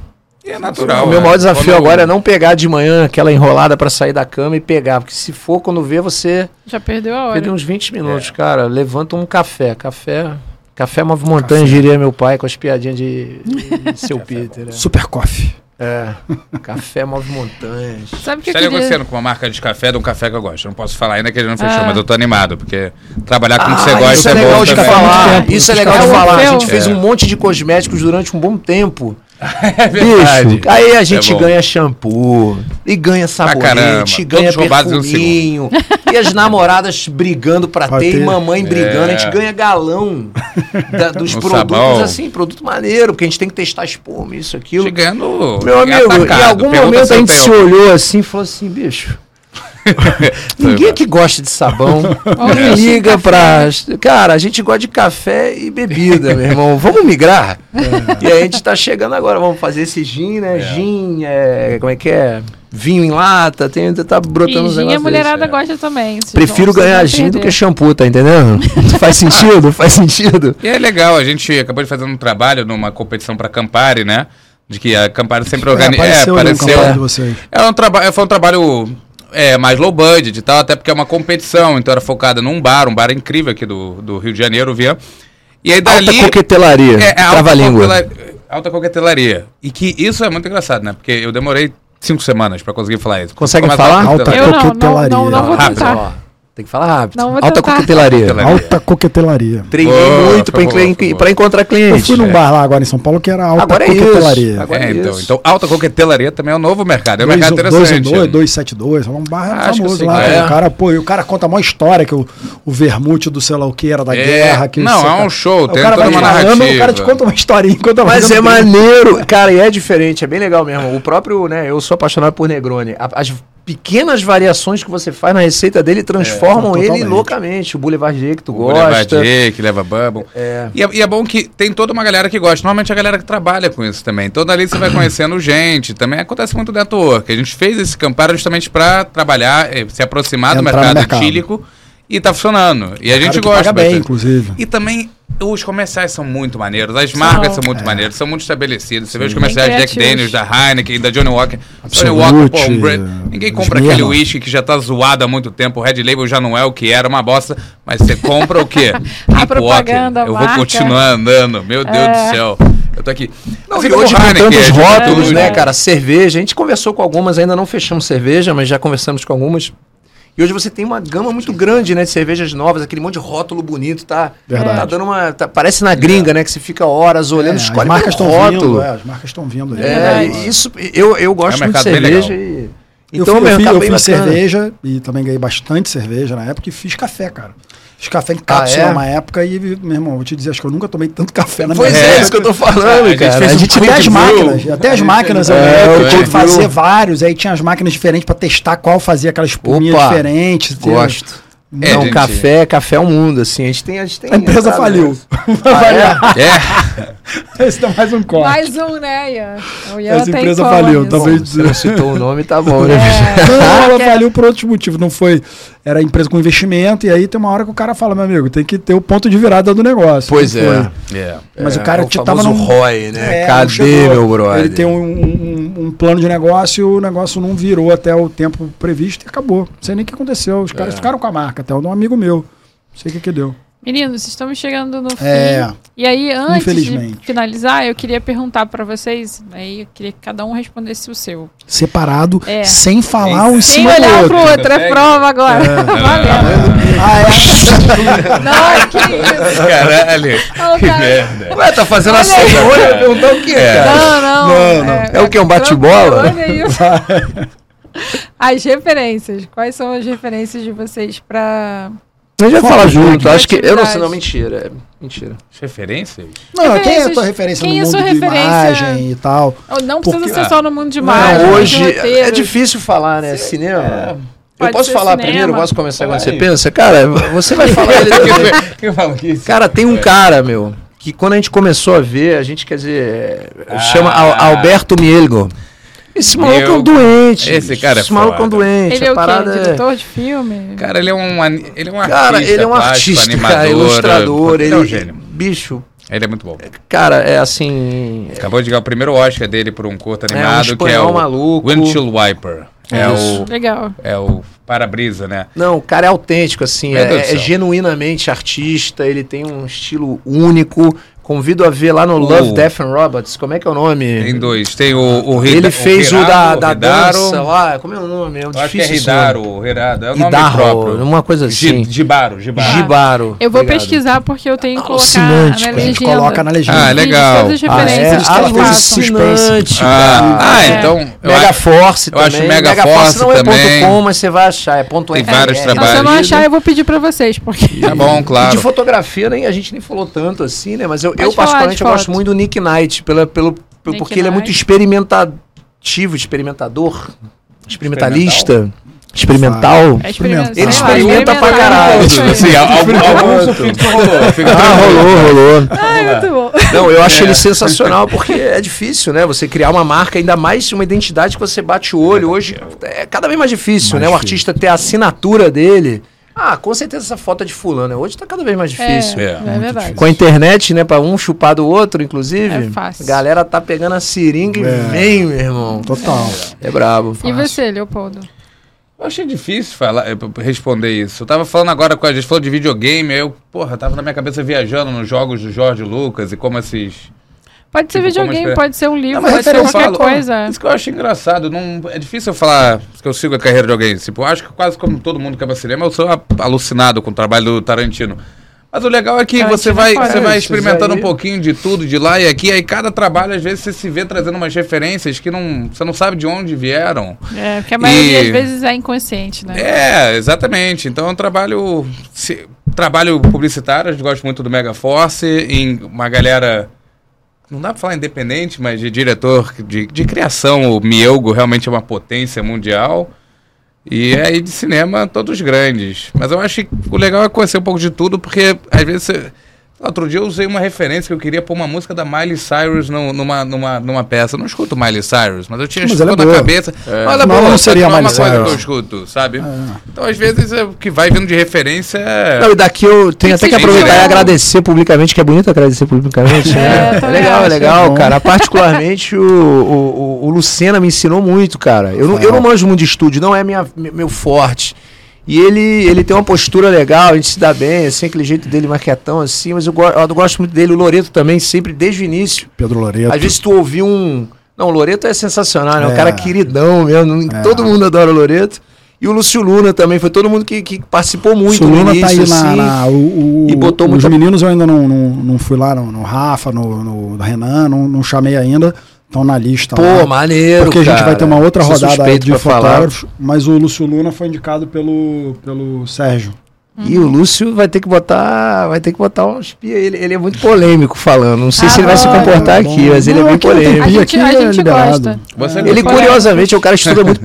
[SPEAKER 4] E É natural.
[SPEAKER 3] O Ah, meu
[SPEAKER 4] né?
[SPEAKER 3] maior desafio
[SPEAKER 4] Quando-
[SPEAKER 3] agora é não pegar de manhã aquela enrolada pra sair da cama e pegar, porque se for quando vê você
[SPEAKER 1] Já perdeu a hora.
[SPEAKER 3] perdeu uns 20 minutos, cara, levanta um café, café, café move montanha, diria meu pai com as piadinhas de, de seu Peter, né?
[SPEAKER 2] Super coffee.
[SPEAKER 3] É. Café move montanhas.
[SPEAKER 1] Sabe o que eu
[SPEAKER 4] Está
[SPEAKER 1] queria?
[SPEAKER 4] negociando com uma marca de café de um café que eu gosto. Eu não posso falar ainda que ele não fechou,
[SPEAKER 1] Ah.
[SPEAKER 4] mas eu tô animado, porque trabalhar com o que
[SPEAKER 3] Ah,
[SPEAKER 4] você gosta
[SPEAKER 3] isso é
[SPEAKER 4] é,
[SPEAKER 3] legal
[SPEAKER 4] bom
[SPEAKER 3] de
[SPEAKER 4] também.
[SPEAKER 3] falar.
[SPEAKER 2] Tempo,
[SPEAKER 3] Isso é
[SPEAKER 2] isso
[SPEAKER 3] legal
[SPEAKER 1] é
[SPEAKER 3] de
[SPEAKER 1] um
[SPEAKER 3] falar. A
[SPEAKER 1] papel.
[SPEAKER 3] gente fez
[SPEAKER 4] É.
[SPEAKER 3] um monte de cosméticos durante um bom tempo.
[SPEAKER 4] É verdade.
[SPEAKER 3] Bicho, aí a gente
[SPEAKER 4] É bom.
[SPEAKER 3] ganha shampoo, e ganha
[SPEAKER 4] caramba,
[SPEAKER 3] sabonete, e ganha
[SPEAKER 4] todos roubados em um
[SPEAKER 3] perfuminho, e as namoradas brigando pra
[SPEAKER 2] Pra
[SPEAKER 3] ter, e
[SPEAKER 2] ter.
[SPEAKER 3] mamãe brigando, a
[SPEAKER 4] É.
[SPEAKER 3] gente ganha galão da- dos
[SPEAKER 4] Um
[SPEAKER 3] produtos,
[SPEAKER 4] sabão.
[SPEAKER 3] assim, produto maneiro, porque a gente tem que testar espuma, isso, aquilo.
[SPEAKER 4] Chegando.
[SPEAKER 3] Meu amigo, em algum momento a gente se olhou assim e falou assim, bicho... Ninguém tá que gosta de sabão
[SPEAKER 1] Olha isso,
[SPEAKER 3] liga pra. Cara, a gente gosta de café e bebida, meu irmão. Vamos migrar? E aí a gente tá chegando agora, vamos fazer esse gin, né? Gin, é, como é que é? Vinho em lata, tem, tá brotando
[SPEAKER 1] E
[SPEAKER 3] uns
[SPEAKER 1] gin a
[SPEAKER 3] negócios.
[SPEAKER 1] mulherada
[SPEAKER 4] desse, é.
[SPEAKER 1] gosta também.
[SPEAKER 3] desses. Prefiro ganhar gin do que shampoo, tá entendendo? Faz sentido? Faz sentido?
[SPEAKER 4] E é legal, a gente acabou de fazer um trabalho numa competição pra Campari, né? De que a Campari sempre organiza. É,
[SPEAKER 2] apareceu ali um
[SPEAKER 4] apareceu.
[SPEAKER 2] campeonato de vocês.
[SPEAKER 4] É um traba- foi um trabalho é, mais low budget e tal, até porque é uma competição, então era focada num bar, um bar incrível aqui do, do Rio de Janeiro, via. E aí dali.
[SPEAKER 3] Alta coquetelaria.
[SPEAKER 4] É, é alta,
[SPEAKER 3] Trava-língua.
[SPEAKER 4] coquetela- alta coquetelaria. E que isso é muito engraçado, né? Porque eu demorei cinco semanas pra conseguir falar isso.
[SPEAKER 3] Consegue
[SPEAKER 4] Começa
[SPEAKER 3] falar?
[SPEAKER 4] a
[SPEAKER 2] Alta
[SPEAKER 4] coquetelaria.
[SPEAKER 1] Eu não, não,
[SPEAKER 2] Coquetelaria.
[SPEAKER 1] não, não vou
[SPEAKER 4] Rápido,
[SPEAKER 1] tentar.
[SPEAKER 3] Ó, Tem que falar rápido.
[SPEAKER 1] Não, vou
[SPEAKER 3] Alta
[SPEAKER 1] tentar.
[SPEAKER 3] coquetelaria.
[SPEAKER 4] Coquetelaria.
[SPEAKER 2] Alta coquetelaria.
[SPEAKER 3] Treinei
[SPEAKER 4] Boa,
[SPEAKER 3] muito pra,
[SPEAKER 4] foi boa,
[SPEAKER 3] enclen-
[SPEAKER 4] foi boa.
[SPEAKER 3] pra encontrar
[SPEAKER 2] Eu
[SPEAKER 3] cliente.
[SPEAKER 2] fui num bar lá agora em São Paulo que era alta
[SPEAKER 3] Agora é isso.
[SPEAKER 2] coquetelaria.
[SPEAKER 3] Agora
[SPEAKER 4] É, então,
[SPEAKER 3] isso.
[SPEAKER 4] então, alta coquetelaria também é um novo mercado. É um mercado
[SPEAKER 2] 212,
[SPEAKER 4] interessante.
[SPEAKER 2] 272, é um
[SPEAKER 4] Ah,
[SPEAKER 2] bar
[SPEAKER 4] acho que eu
[SPEAKER 2] famoso
[SPEAKER 4] sei
[SPEAKER 2] lá.
[SPEAKER 4] qual
[SPEAKER 2] cara.
[SPEAKER 4] é.
[SPEAKER 2] O cara, pô, e o cara conta a maior história que o, o vermute do sei lá o que era da
[SPEAKER 4] É,
[SPEAKER 2] guerra. Que
[SPEAKER 4] não,
[SPEAKER 2] sei
[SPEAKER 4] é
[SPEAKER 2] lá.
[SPEAKER 4] um show,
[SPEAKER 2] Aí
[SPEAKER 4] tem
[SPEAKER 2] o cara
[SPEAKER 4] toda
[SPEAKER 2] vai
[SPEAKER 4] uma
[SPEAKER 2] narrando, o cara te
[SPEAKER 4] narrativa.
[SPEAKER 2] conta uma historinha. Conta
[SPEAKER 3] Mas é
[SPEAKER 2] mais.
[SPEAKER 3] maneiro, cara, e é diferente, é bem legal mesmo. O próprio, né, eu sou apaixonado por Negroni. A- As pequenas variações que você faz na receita dele transformam
[SPEAKER 2] É,
[SPEAKER 3] ele
[SPEAKER 2] totalmente.
[SPEAKER 3] loucamente. O Boulevardier que tu
[SPEAKER 4] O
[SPEAKER 3] gosta.
[SPEAKER 4] Boulevardier, que leva bubble. E, é, e é bom que tem toda uma galera que gosta. Normalmente é a galera que trabalha com isso também. Então dali você vai conhecendo gente. Também acontece muito network. A gente fez esse campar justamente para trabalhar, eh, se aproximar do
[SPEAKER 2] Entrar no
[SPEAKER 4] mercado
[SPEAKER 2] mercado.
[SPEAKER 4] etílico E tá funcionando. E a
[SPEAKER 2] Cara
[SPEAKER 4] gente
[SPEAKER 2] que
[SPEAKER 4] gosta
[SPEAKER 2] paga bem,
[SPEAKER 4] bastante.
[SPEAKER 2] inclusive.
[SPEAKER 4] E também os comerciais são muito maneiros, as marcas são
[SPEAKER 2] É.
[SPEAKER 4] muito maneiras, são muito estabelecidas. Você vê os comerciais
[SPEAKER 1] Bem
[SPEAKER 4] Jack
[SPEAKER 1] criativos.
[SPEAKER 4] Daniels, da Heineken, da Johnny Walker.
[SPEAKER 2] Absolute,
[SPEAKER 4] Johnny Walker, pô, um brand. Ninguém compra aquele
[SPEAKER 2] Smirnoff.
[SPEAKER 4] uísque que já tá zoado há muito tempo. O Red Label já não é o que era, uma bosta. Mas você compra o quê? Keep
[SPEAKER 1] propaganda,
[SPEAKER 4] walking. Eu vou
[SPEAKER 1] marca.
[SPEAKER 4] continuar andando, meu Deus
[SPEAKER 1] É.
[SPEAKER 4] do céu. Eu tô aqui.
[SPEAKER 3] Não,
[SPEAKER 4] Assim
[SPEAKER 3] e
[SPEAKER 4] como
[SPEAKER 3] hoje
[SPEAKER 4] o
[SPEAKER 3] com
[SPEAKER 4] Heineken,
[SPEAKER 3] tantos
[SPEAKER 4] a gente tá
[SPEAKER 3] rótulos,
[SPEAKER 4] tudo,
[SPEAKER 3] né, cara? Cerveja. A gente conversou com algumas, ainda não fechamos cerveja, mas já conversamos com algumas. E hoje você tem uma gama muito grande, né, de cervejas novas, aquele monte de rótulo bonito, tá?
[SPEAKER 2] Verdade.
[SPEAKER 3] Tá dando uma. tá- parece na gringa, né? Que você fica horas olhando,
[SPEAKER 2] É,
[SPEAKER 3] escolhe
[SPEAKER 2] as marcas
[SPEAKER 3] pelo
[SPEAKER 2] estão
[SPEAKER 3] rótulo.
[SPEAKER 2] vindo, é, as marcas estão vindo aí.
[SPEAKER 3] É, isso. Eu, eu gosto
[SPEAKER 4] É um
[SPEAKER 3] muito de
[SPEAKER 4] mercado bem
[SPEAKER 3] cerveja e.
[SPEAKER 2] Eu
[SPEAKER 3] Então,
[SPEAKER 2] fi-
[SPEAKER 3] meu,
[SPEAKER 2] eu, fi-
[SPEAKER 3] tá
[SPEAKER 2] eu
[SPEAKER 3] bem
[SPEAKER 2] fiz
[SPEAKER 3] bacana.
[SPEAKER 2] cerveja e também ganhei bastante cerveja na época e fiz café, cara. Fiz café em cápsula
[SPEAKER 3] Ah, é?
[SPEAKER 2] uma época e, meu irmão, vou te dizer, acho que eu nunca tomei tanto café na
[SPEAKER 3] Pois
[SPEAKER 2] minha
[SPEAKER 3] é,
[SPEAKER 2] vida.
[SPEAKER 3] isso que eu tô falando,
[SPEAKER 4] A gente
[SPEAKER 3] cara.
[SPEAKER 4] fez
[SPEAKER 2] A
[SPEAKER 4] um
[SPEAKER 2] gente
[SPEAKER 4] cold
[SPEAKER 2] até as
[SPEAKER 4] brew.
[SPEAKER 2] máquinas, até as máquinas eu
[SPEAKER 4] É,
[SPEAKER 2] lembro, eu
[SPEAKER 4] o
[SPEAKER 2] tinha
[SPEAKER 4] cold
[SPEAKER 2] que fazer
[SPEAKER 3] brew.
[SPEAKER 2] vários, aí tinha as máquinas diferentes pra testar qual fazia aquelas espuminhas
[SPEAKER 3] Opa,
[SPEAKER 2] diferentes. entendeu?
[SPEAKER 3] Gosto.
[SPEAKER 4] É,
[SPEAKER 3] não,
[SPEAKER 4] gente.
[SPEAKER 3] café, café é o mundo, assim. A gente tem. A, gente tem
[SPEAKER 2] A empresa
[SPEAKER 3] entrado
[SPEAKER 2] faliu.
[SPEAKER 3] nessa. Ah,
[SPEAKER 4] É,
[SPEAKER 2] Esse dá mais um corte.
[SPEAKER 1] Mais um, né, Ian? O Ian
[SPEAKER 2] Essa
[SPEAKER 1] tem
[SPEAKER 2] empresa
[SPEAKER 1] cola
[SPEAKER 2] faliu,
[SPEAKER 1] nisso.
[SPEAKER 2] tá
[SPEAKER 3] é?
[SPEAKER 2] bom.
[SPEAKER 3] Bom, você não citou o nome, tá bom, né?
[SPEAKER 1] É.
[SPEAKER 2] Não, ela
[SPEAKER 1] Porque-
[SPEAKER 2] faliu por outros motivos. Não foi. Era empresa com investimento, e aí tem uma hora que o cara fala, meu amigo, tem que ter o ponto de virada do negócio.
[SPEAKER 3] Pois
[SPEAKER 2] Não foi.
[SPEAKER 3] é.
[SPEAKER 2] Mas
[SPEAKER 3] É,
[SPEAKER 2] o cara
[SPEAKER 3] é
[SPEAKER 2] te-
[SPEAKER 3] famoso
[SPEAKER 2] tava num.
[SPEAKER 3] ROI, né?
[SPEAKER 2] É, não
[SPEAKER 3] Cadê,
[SPEAKER 2] chegou.
[SPEAKER 3] meu brother?
[SPEAKER 2] Ele tem um, um- um plano de negócio e o negócio não virou até o tempo previsto e acabou. Não sei nem o que aconteceu. Os
[SPEAKER 3] É.
[SPEAKER 2] caras ficaram com a marca, até o de um amigo meu. Não sei o que, que deu.
[SPEAKER 1] Meninos, estamos chegando no fim.
[SPEAKER 2] É.
[SPEAKER 1] E aí, antes de
[SPEAKER 2] Infelizmente.
[SPEAKER 1] finalizar, eu queria perguntar pra vocês, aí eu queria que cada um respondesse o seu.
[SPEAKER 2] Separado,
[SPEAKER 1] É.
[SPEAKER 2] sem falar um em
[SPEAKER 1] Sem
[SPEAKER 2] cima do
[SPEAKER 1] olhar
[SPEAKER 2] outro.
[SPEAKER 1] pro outro, é
[SPEAKER 4] Consegue?
[SPEAKER 1] prova agora. Valendo.
[SPEAKER 2] Ah, é.
[SPEAKER 1] Não, é que isso.
[SPEAKER 4] caralho.
[SPEAKER 1] Não,
[SPEAKER 4] Que
[SPEAKER 1] cara.
[SPEAKER 4] merda.
[SPEAKER 3] Ué, tá fazendo
[SPEAKER 1] Olha
[SPEAKER 3] a
[SPEAKER 1] aí.
[SPEAKER 3] cerimônia pra perguntar o que, é, cara?
[SPEAKER 1] Não, não.
[SPEAKER 2] Não, não.
[SPEAKER 3] É o quê? Um bate-bola?
[SPEAKER 1] Olha isso. As referências. Quais são as referências de vocês pra.
[SPEAKER 6] A gente vai falar junto. Acho que
[SPEAKER 3] Eu não sei, não, mentira. é Mentira.
[SPEAKER 4] Referências?
[SPEAKER 2] Não, quem é a tua
[SPEAKER 1] Referências-
[SPEAKER 2] referência
[SPEAKER 1] quem é
[SPEAKER 2] no mundo
[SPEAKER 1] sua
[SPEAKER 2] de
[SPEAKER 1] referência?
[SPEAKER 2] imagem e tal?
[SPEAKER 1] Ou Oh, Não precisa
[SPEAKER 2] Porque-
[SPEAKER 1] ser só no mundo de
[SPEAKER 2] Não,
[SPEAKER 1] mais.
[SPEAKER 2] Ah,
[SPEAKER 3] Hoje é difícil falar, né? Cinema. Eu
[SPEAKER 1] Pode
[SPEAKER 3] posso
[SPEAKER 1] ser
[SPEAKER 3] falar
[SPEAKER 1] cinema.
[SPEAKER 3] primeiro? Eu posso começar quando você
[SPEAKER 4] aí.
[SPEAKER 3] pensa? Cara, você vai falar ele depois.
[SPEAKER 4] Quem falou isso?
[SPEAKER 3] Cara, tem um
[SPEAKER 4] É.
[SPEAKER 3] cara, meu, que quando a gente começou a ver, a gente quer dizer. é,
[SPEAKER 4] Ah.
[SPEAKER 3] Chama Al- Alberto Mielgo. Esse maluco é
[SPEAKER 4] Meu-
[SPEAKER 3] um doente.
[SPEAKER 4] Esse cara é
[SPEAKER 3] Esse maluco é um
[SPEAKER 4] foda.
[SPEAKER 3] doente.
[SPEAKER 1] Ele é
[SPEAKER 3] a
[SPEAKER 1] o quê?
[SPEAKER 3] parada é-
[SPEAKER 1] Diretor de filme?
[SPEAKER 4] Cara, ele é um, ani- ele é um artista.
[SPEAKER 3] Cara, ele é um
[SPEAKER 4] plástico,
[SPEAKER 3] artista, cara, ilustrador. Ele
[SPEAKER 4] é um gênio.
[SPEAKER 3] Bicho,
[SPEAKER 4] Ele é muito bom.
[SPEAKER 3] cara, é assim.
[SPEAKER 4] Acabou de ganhar o primeiro Oscar dele por um curto
[SPEAKER 3] um
[SPEAKER 4] animado, que é
[SPEAKER 3] espanhol
[SPEAKER 4] o
[SPEAKER 3] maluco.
[SPEAKER 4] Windshield Wiper. É o,
[SPEAKER 1] Legal.
[SPEAKER 4] é o para-brisa, né?
[SPEAKER 3] Não, o cara é autêntico, assim,
[SPEAKER 4] Meu Deus do
[SPEAKER 3] é, é
[SPEAKER 4] céu.
[SPEAKER 3] genuinamente artista, ele tem um estilo único. Convido a ver lá no
[SPEAKER 4] O-
[SPEAKER 3] Love, Death and Robots, como é que é o nome?
[SPEAKER 4] Uh. Tem dois. Tem o, o Hida-
[SPEAKER 3] Ele fez o,
[SPEAKER 4] Hirado,
[SPEAKER 3] da, da
[SPEAKER 4] Hidaro.
[SPEAKER 3] dança lá, como é o nome? É um
[SPEAKER 4] Eu acho que é
[SPEAKER 3] difícil esse
[SPEAKER 4] Hidaro, o Hirado. É o
[SPEAKER 3] nome.
[SPEAKER 4] nome
[SPEAKER 3] Hidaro,
[SPEAKER 4] próprio.
[SPEAKER 3] uma coisa assim.
[SPEAKER 4] Gi- Gibaro, Gibaro.
[SPEAKER 3] Gibaro.
[SPEAKER 1] Eu vou
[SPEAKER 3] Obrigado.
[SPEAKER 1] pesquisar porque eu tenho que colocar na
[SPEAKER 3] Alucinante,
[SPEAKER 2] A
[SPEAKER 1] legenda.
[SPEAKER 3] cara.
[SPEAKER 2] gente coloca na legenda.
[SPEAKER 4] Ah,
[SPEAKER 1] Sim,
[SPEAKER 4] legal.
[SPEAKER 1] Todas as
[SPEAKER 3] Ah, é?
[SPEAKER 1] referências que um
[SPEAKER 2] Ah,
[SPEAKER 1] eles
[SPEAKER 2] coisa
[SPEAKER 1] façam.
[SPEAKER 3] Alucinante,
[SPEAKER 4] Ah,
[SPEAKER 3] cara.
[SPEAKER 4] ah,
[SPEAKER 1] É.
[SPEAKER 4] então. eu
[SPEAKER 3] Mega
[SPEAKER 4] acho-
[SPEAKER 3] Force
[SPEAKER 4] eu acho
[SPEAKER 3] também.
[SPEAKER 4] Mega Force
[SPEAKER 3] não é
[SPEAKER 4] também.
[SPEAKER 3] ponto .com, mas você vai achar. É ponto
[SPEAKER 4] Tem
[SPEAKER 3] .fr.
[SPEAKER 4] vários
[SPEAKER 1] Então Não, se eu não
[SPEAKER 4] trabalhos.
[SPEAKER 1] achar, eu vou pedir pra vocês, porque.
[SPEAKER 4] Tá bom,
[SPEAKER 3] E de
[SPEAKER 4] claro.
[SPEAKER 3] fotografia, nem, a gente nem falou tanto assim, né? Mas eu,
[SPEAKER 1] Pode
[SPEAKER 3] eu
[SPEAKER 1] falar
[SPEAKER 3] particularmente,
[SPEAKER 1] de
[SPEAKER 3] eu gosto
[SPEAKER 1] foto.
[SPEAKER 3] muito do Nick Knight, pela, pelo, pelo-
[SPEAKER 1] Nick
[SPEAKER 3] porque ele é muito
[SPEAKER 1] Knight.
[SPEAKER 3] experimentativo, experimentador, experimentalista, experimental.
[SPEAKER 1] É experimento.
[SPEAKER 2] Ele
[SPEAKER 1] sei lá,
[SPEAKER 3] experimenta pra
[SPEAKER 1] experimentar.
[SPEAKER 3] caralho. tipo
[SPEAKER 1] Isso aí.
[SPEAKER 4] Assim, al- al- algum sufixo rolou. Fica
[SPEAKER 3] Ah, rolou, É. rolou.
[SPEAKER 1] Ah, é muito bom.
[SPEAKER 3] Não, eu acho ele sensacional porque é difícil, né? Você criar uma marca, ainda mais uma identidade que você bate o olho. Hoje é cada vez mais difícil,
[SPEAKER 2] Mais
[SPEAKER 3] né? O
[SPEAKER 2] difícil.
[SPEAKER 3] artista ter a assinatura dele. Ah, com certeza essa foto é de fulano. né? Hoje tá cada vez mais difícil.
[SPEAKER 1] É, é,
[SPEAKER 2] muito
[SPEAKER 1] verdade.
[SPEAKER 3] Com a internet, né? Pra um chupar do outro, inclusive.
[SPEAKER 1] É fácil.
[SPEAKER 3] A galera tá pegando a seringa
[SPEAKER 2] É. Então-
[SPEAKER 3] e vem, meu irmão.
[SPEAKER 2] Total.
[SPEAKER 3] É brabo.
[SPEAKER 1] E você, Leopoldo?
[SPEAKER 4] Eu achei difícil falar, eh, p- responder isso. Eu tava falando agora com a gente, falou de videogame, aí eu, porra, tava na minha cabeça viajando nos jogos do Jorge Lucas e como esses.
[SPEAKER 1] Pode ser
[SPEAKER 3] é
[SPEAKER 4] Tipo, como
[SPEAKER 1] videogame,
[SPEAKER 4] esper-
[SPEAKER 1] pode ser um livro,
[SPEAKER 4] Não, mas
[SPEAKER 1] pode ser
[SPEAKER 4] eu
[SPEAKER 1] qualquer
[SPEAKER 4] falo-
[SPEAKER 1] coisa.
[SPEAKER 4] Isso que eu acho engraçado. Não, é difícil eu falar que eu sigo a carreira de alguém. Tipo, eu acho que quase como todo mundo que vai ao cinema, eu sou a- alucinado com o trabalho do Tarantino. Mas o legal é que
[SPEAKER 1] Tarantino
[SPEAKER 4] você vai,
[SPEAKER 1] é foda.
[SPEAKER 4] você
[SPEAKER 3] É,
[SPEAKER 4] vai
[SPEAKER 3] esses
[SPEAKER 4] experimentando
[SPEAKER 3] aí-
[SPEAKER 4] um pouquinho de tudo, de lá e aqui. Aí cada trabalho, às vezes, você se vê trazendo umas referências que não, você não sabe de onde vieram.
[SPEAKER 1] É, porque a maioria
[SPEAKER 4] E-
[SPEAKER 1] às vezes é inconsciente, né?
[SPEAKER 4] É, exatamente. Então é um trabalho. se- trabalho publicitário, a gente gosta muito do Mega Force, em uma galera. Não dá pra falar independente, mas de diretor de, de criação, o Mielgo realmente é uma potência mundial. E aí de é cinema, todos grandes. Mas eu acho que o legal é conhecer um pouco de tudo, porque às vezes você,
[SPEAKER 7] Outro dia eu usei uma referência que eu queria pôr uma música da Miley Cyrus no- numa, numa, numa peça. Eu não escuto Miley Cyrus, mas eu tinha
[SPEAKER 2] Mas
[SPEAKER 7] escutado
[SPEAKER 2] ela
[SPEAKER 7] na
[SPEAKER 2] é boa.
[SPEAKER 7] cabeça. Mas ela é
[SPEAKER 2] Não,
[SPEAKER 7] boa,
[SPEAKER 2] não
[SPEAKER 7] sabe?
[SPEAKER 2] seria
[SPEAKER 7] Não é uma
[SPEAKER 2] Miley
[SPEAKER 7] coisa que
[SPEAKER 2] Cyrus.
[SPEAKER 7] eu escuto, sabe? Então, às vezes, é, o que vai vindo de referência é.
[SPEAKER 3] Ah. Não, e daqui eu tenho até que
[SPEAKER 7] Sim,
[SPEAKER 3] aproveitar
[SPEAKER 7] legal.
[SPEAKER 3] e agradecer publicamente, que é bonito agradecer publicamente. né?
[SPEAKER 1] também
[SPEAKER 3] legal, é
[SPEAKER 1] acho.
[SPEAKER 3] legal, cara. Particularmente o, o, o- o Lucena me ensinou muito, cara. Eu não, eu não manjo muito de estúdio, não é minha, me- meu forte. E ele, ele tem uma postura legal, a gente se dá bem, assim, aquele jeito dele maquietão, assim, mas eu, go- eu gosto muito dele. O Loreto também, sempre, desde o início.
[SPEAKER 2] Pedro Loreto.
[SPEAKER 3] Às vezes tu ouviu um. Não, o Loreto é sensacional, né? Um
[SPEAKER 2] É.
[SPEAKER 3] cara queridão mesmo. um, Todo mundo adora o Loreto. E o Lúcio Luna também, foi todo mundo que, que participou muito no
[SPEAKER 2] Soluna tá aí
[SPEAKER 3] início,
[SPEAKER 2] na,
[SPEAKER 3] assim.
[SPEAKER 2] na- o, o-
[SPEAKER 3] e botou
[SPEAKER 2] os
[SPEAKER 3] muita-
[SPEAKER 2] meninos eu ainda não, não, não fui lá, no, no Rafa, no, no Renan, não, não chamei ainda. Estão na lista.
[SPEAKER 3] Pô,
[SPEAKER 2] lá.
[SPEAKER 3] maneiro,
[SPEAKER 2] Tá. Porque a gente
[SPEAKER 3] cara.
[SPEAKER 2] vai ter uma outra
[SPEAKER 3] Sou
[SPEAKER 2] rodada
[SPEAKER 3] suspeito
[SPEAKER 2] de
[SPEAKER 3] pra falar.
[SPEAKER 2] fotógrafos, mas o Lúcio Luna foi indicado pelo, pelo Sérgio.
[SPEAKER 3] E o Lúcio vai ter que botar. Vai ter que botar um espia. Ele, ele é muito polêmico falando. Não sei se ele vai se
[SPEAKER 1] Adoro.
[SPEAKER 3] comportar aqui, mas ele é
[SPEAKER 2] Ah, Não,
[SPEAKER 3] bem
[SPEAKER 2] aqui não tem
[SPEAKER 1] A
[SPEAKER 3] polêmico.
[SPEAKER 2] E
[SPEAKER 1] gente,
[SPEAKER 2] aqui
[SPEAKER 1] a
[SPEAKER 2] é
[SPEAKER 1] gente
[SPEAKER 2] liberado.
[SPEAKER 1] gosta.
[SPEAKER 7] Você
[SPEAKER 3] Ele,
[SPEAKER 1] Polêmico.
[SPEAKER 3] curiosamente, é um cara que estuda muito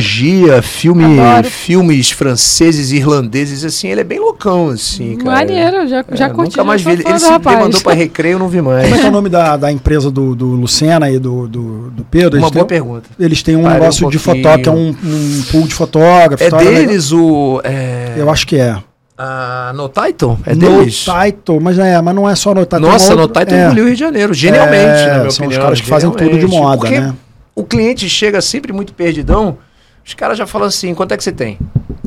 [SPEAKER 3] psicologia, filme,
[SPEAKER 1] Adoro.
[SPEAKER 3] filmes franceses, irlandeses, assim. Ele é bem loucão, assim, cara.
[SPEAKER 1] Maneiro, já,
[SPEAKER 3] É,
[SPEAKER 1] já curti.
[SPEAKER 3] Nunca mais
[SPEAKER 1] já sou
[SPEAKER 3] vi ele.
[SPEAKER 1] fã
[SPEAKER 3] Ele
[SPEAKER 1] do
[SPEAKER 3] se
[SPEAKER 1] rapaz.
[SPEAKER 3] mandou pra recreio, não vi mais.
[SPEAKER 2] Como é que é o nome da, da empresa do, do Lucena e do, do, do Pedro?
[SPEAKER 3] Uma
[SPEAKER 2] Eles têm-
[SPEAKER 3] boa pergunta.
[SPEAKER 2] Eles têm um
[SPEAKER 3] Parei um
[SPEAKER 2] negócio de
[SPEAKER 3] pouquinho.
[SPEAKER 2] fotógrafo, que é um, um pool de fotógrafos.
[SPEAKER 3] É
[SPEAKER 2] tal, né?
[SPEAKER 3] deles o. É,
[SPEAKER 2] Eu acho que é.
[SPEAKER 3] a no Titan? É
[SPEAKER 2] no
[SPEAKER 3] deles?
[SPEAKER 2] Title, mas, é, mas não é só no Title.
[SPEAKER 3] Nossa,
[SPEAKER 2] tem uma
[SPEAKER 3] no
[SPEAKER 2] outra-
[SPEAKER 3] Titan
[SPEAKER 2] é.
[SPEAKER 3] engoliu o Rio de Janeiro. Genialmente,
[SPEAKER 2] É,
[SPEAKER 3] na minha
[SPEAKER 2] são
[SPEAKER 3] opinião.
[SPEAKER 2] os caras que fazem tudo de
[SPEAKER 3] genialmente.
[SPEAKER 2] moda,
[SPEAKER 3] Porque
[SPEAKER 2] né?
[SPEAKER 3] O cliente chega sempre muito perdidão. Os caras já falam assim: quanto é que você tem?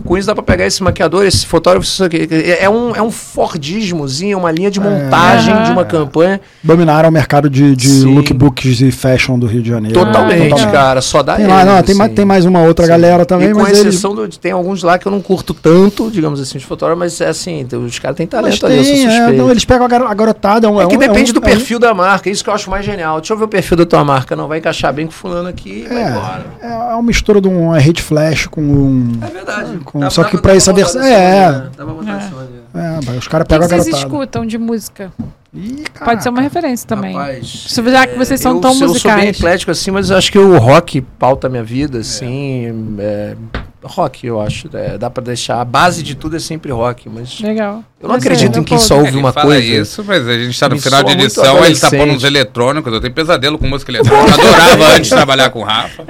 [SPEAKER 3] Com isso dá pra pegar esse maquiador, esse fotógrafo, isso aqui. É um, é um Fordismozinho, é uma linha de
[SPEAKER 2] É.
[SPEAKER 3] montagem
[SPEAKER 1] Aham.
[SPEAKER 3] de uma campanha.
[SPEAKER 2] Dominaram o mercado de, de
[SPEAKER 3] Sim.
[SPEAKER 2] lookbooks e fashion do Rio de Janeiro.
[SPEAKER 3] Totalmente,
[SPEAKER 1] legal.
[SPEAKER 3] cara. Só dá
[SPEAKER 2] É. Tem, lá, não, tem, mais,
[SPEAKER 3] assim.
[SPEAKER 2] tem mais uma outra
[SPEAKER 3] Sim.
[SPEAKER 2] galera também,
[SPEAKER 3] e com
[SPEAKER 2] mas eles...
[SPEAKER 3] exceção do, tem alguns lá que eu não curto tanto, digamos assim, de fotógrafo, mas é assim, os caras têm
[SPEAKER 2] Mas
[SPEAKER 3] talento ali, eu sou
[SPEAKER 2] tem, é,
[SPEAKER 3] suspeito.
[SPEAKER 2] não, eles pegam a garo- a garotada. um-
[SPEAKER 3] É que
[SPEAKER 2] um-
[SPEAKER 3] depende
[SPEAKER 2] um-
[SPEAKER 3] do
[SPEAKER 2] é um-
[SPEAKER 3] perfil da marca, isso que eu acho mais genial. Deixa eu ver o perfil da tua marca, não vai encaixar bem com fulano aqui, vai
[SPEAKER 2] É.
[SPEAKER 3] embora.
[SPEAKER 2] É uma mistura de um hate flash com um...
[SPEAKER 3] É verdade.
[SPEAKER 2] Com- só que pra essa versão-
[SPEAKER 3] né?
[SPEAKER 2] é. É, os caras
[SPEAKER 1] O que
[SPEAKER 2] pegam
[SPEAKER 1] que
[SPEAKER 2] a
[SPEAKER 1] vocês
[SPEAKER 2] garotada.
[SPEAKER 1] escutam de música?
[SPEAKER 2] Ih,
[SPEAKER 1] Pode ser uma
[SPEAKER 2] caraca.
[SPEAKER 1] referência também.
[SPEAKER 3] Rapaz,
[SPEAKER 1] Se- já que vocês são
[SPEAKER 3] eu,
[SPEAKER 1] tão
[SPEAKER 3] sou- Eu sou bem
[SPEAKER 1] musicais.
[SPEAKER 3] eclético assim, mas eu acho que o rock pauta a minha vida, assim. é, rock, eu acho. é, dá pra deixar. A base de tudo é sempre rock, mas.
[SPEAKER 1] Legal.
[SPEAKER 3] Eu não
[SPEAKER 1] Você,
[SPEAKER 3] acredito em quem
[SPEAKER 1] Leopoldo?
[SPEAKER 3] só ouve
[SPEAKER 4] Ele
[SPEAKER 3] uma
[SPEAKER 4] fala
[SPEAKER 3] coisa.
[SPEAKER 4] isso, mas a gente tá no
[SPEAKER 3] Me
[SPEAKER 4] final de
[SPEAKER 3] soa muito
[SPEAKER 4] edição, ele tá pondo
[SPEAKER 3] adolescente.
[SPEAKER 4] uns eletrônicos. Eu tenho pesadelo com música eletrônica. Eu adorava antes trabalhar com o Rafa.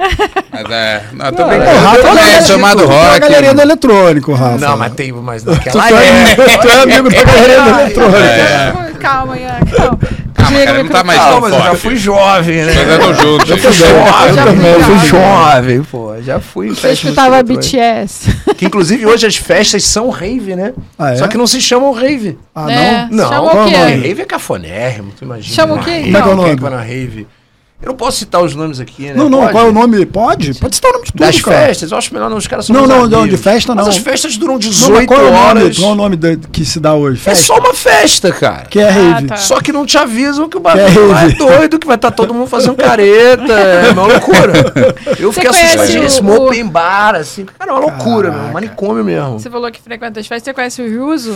[SPEAKER 4] Mas é. Não, eu tô
[SPEAKER 2] Pô,
[SPEAKER 4] brincando.
[SPEAKER 2] o Rafa
[SPEAKER 4] Eu
[SPEAKER 2] é
[SPEAKER 4] também
[SPEAKER 2] da-
[SPEAKER 4] sou chamado
[SPEAKER 2] tu é a
[SPEAKER 4] rock.
[SPEAKER 2] galeria do eletrônico, Rafa.
[SPEAKER 3] Não, mas tem mais naquela
[SPEAKER 2] né? Tu é, tu é amigo da galeria do eletrônico.
[SPEAKER 1] É. Calma, Ian, calma.
[SPEAKER 4] Calma,
[SPEAKER 1] Diego,
[SPEAKER 4] cara, ele não tá mais
[SPEAKER 3] Não,
[SPEAKER 4] tão
[SPEAKER 3] mas é eu já
[SPEAKER 4] forte.
[SPEAKER 3] fui jovem, né?
[SPEAKER 4] Nós andamos juntos.
[SPEAKER 3] Eu fui
[SPEAKER 1] Eu
[SPEAKER 3] jovem, eu
[SPEAKER 1] já
[SPEAKER 3] também, eu
[SPEAKER 1] fui
[SPEAKER 3] fui
[SPEAKER 1] jovem.
[SPEAKER 3] jovem, pô. Já fui. em
[SPEAKER 1] Você
[SPEAKER 3] festa
[SPEAKER 1] escutava
[SPEAKER 3] musical eletrônica.
[SPEAKER 1] BTS.
[SPEAKER 3] Que inclusive hoje as festas são rave, né?
[SPEAKER 2] Ah, é?
[SPEAKER 3] Só que não se chamam rave.
[SPEAKER 2] Ah,
[SPEAKER 1] É.
[SPEAKER 2] não?
[SPEAKER 3] Não,
[SPEAKER 1] Chama o
[SPEAKER 3] não,
[SPEAKER 1] quê?
[SPEAKER 3] não, Rave é cafonérrimo, tu imagina.
[SPEAKER 1] Chama o
[SPEAKER 3] Uma
[SPEAKER 1] quê,
[SPEAKER 3] rave,
[SPEAKER 1] então?
[SPEAKER 3] quem
[SPEAKER 2] Qual é o
[SPEAKER 3] é que vai na rave? Eu não posso citar os nomes aqui, né?
[SPEAKER 2] Não, não,
[SPEAKER 3] Pode?
[SPEAKER 2] qual é o nome? Pode? Pode citar o nome de tudo,
[SPEAKER 3] Das
[SPEAKER 2] cara.
[SPEAKER 3] festas, eu acho melhor não, os caras são
[SPEAKER 2] Não,
[SPEAKER 3] meus
[SPEAKER 2] não, não,
[SPEAKER 3] amigos.
[SPEAKER 2] de festa não.
[SPEAKER 3] Mas as festas duram
[SPEAKER 2] Não, mas
[SPEAKER 3] 18
[SPEAKER 2] qual é o nome?
[SPEAKER 3] horas.
[SPEAKER 2] Qual é o nome da- que se dá hoje?
[SPEAKER 3] É só uma festa, cara.
[SPEAKER 2] Que é rave.
[SPEAKER 1] tá.
[SPEAKER 3] Só que não te avisam que o
[SPEAKER 2] Que é
[SPEAKER 3] bagulho lá é
[SPEAKER 2] rave.
[SPEAKER 3] doido, que vai estar todo mundo fazendo careta. É uma loucura. Eu
[SPEAKER 1] Você
[SPEAKER 3] fiquei
[SPEAKER 1] conhece
[SPEAKER 3] assustadíssimo.
[SPEAKER 1] o-
[SPEAKER 3] Open bar, assim. Cara, é uma loucura, meu. Um manicômio mesmo.
[SPEAKER 1] Você falou que frequenta as festas. Você conhece o Yuzo?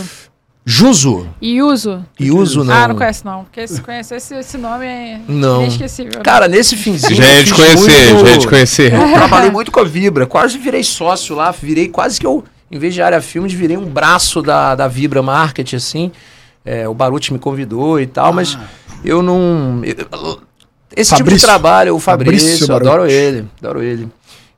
[SPEAKER 3] Juso.
[SPEAKER 1] Yuzo?
[SPEAKER 3] E uso não.
[SPEAKER 1] Ah, não conhece não. Porque se conhecer esse, esse nome é
[SPEAKER 3] Não.
[SPEAKER 1] inesquecível. né?
[SPEAKER 3] Cara, nesse finzinho.
[SPEAKER 4] Já
[SPEAKER 3] eu
[SPEAKER 4] ia
[SPEAKER 3] fiz
[SPEAKER 4] desconhecer,
[SPEAKER 3] muito-
[SPEAKER 4] já ia desconhecer.
[SPEAKER 3] Eu trabalhei muito com a Vibra. Quase virei sócio lá. Virei quase que eu, em vez de área filmes, virei um braço da, da Vibra Market, assim. É, o Baruti me convidou e tal, mas eu não. eu- eu- esse tipo de
[SPEAKER 2] Fabrício.
[SPEAKER 3] trabalho, o Fabrício,
[SPEAKER 2] Fabrício
[SPEAKER 3] eu adoro
[SPEAKER 2] Baruti.
[SPEAKER 3] ele. Adoro ele.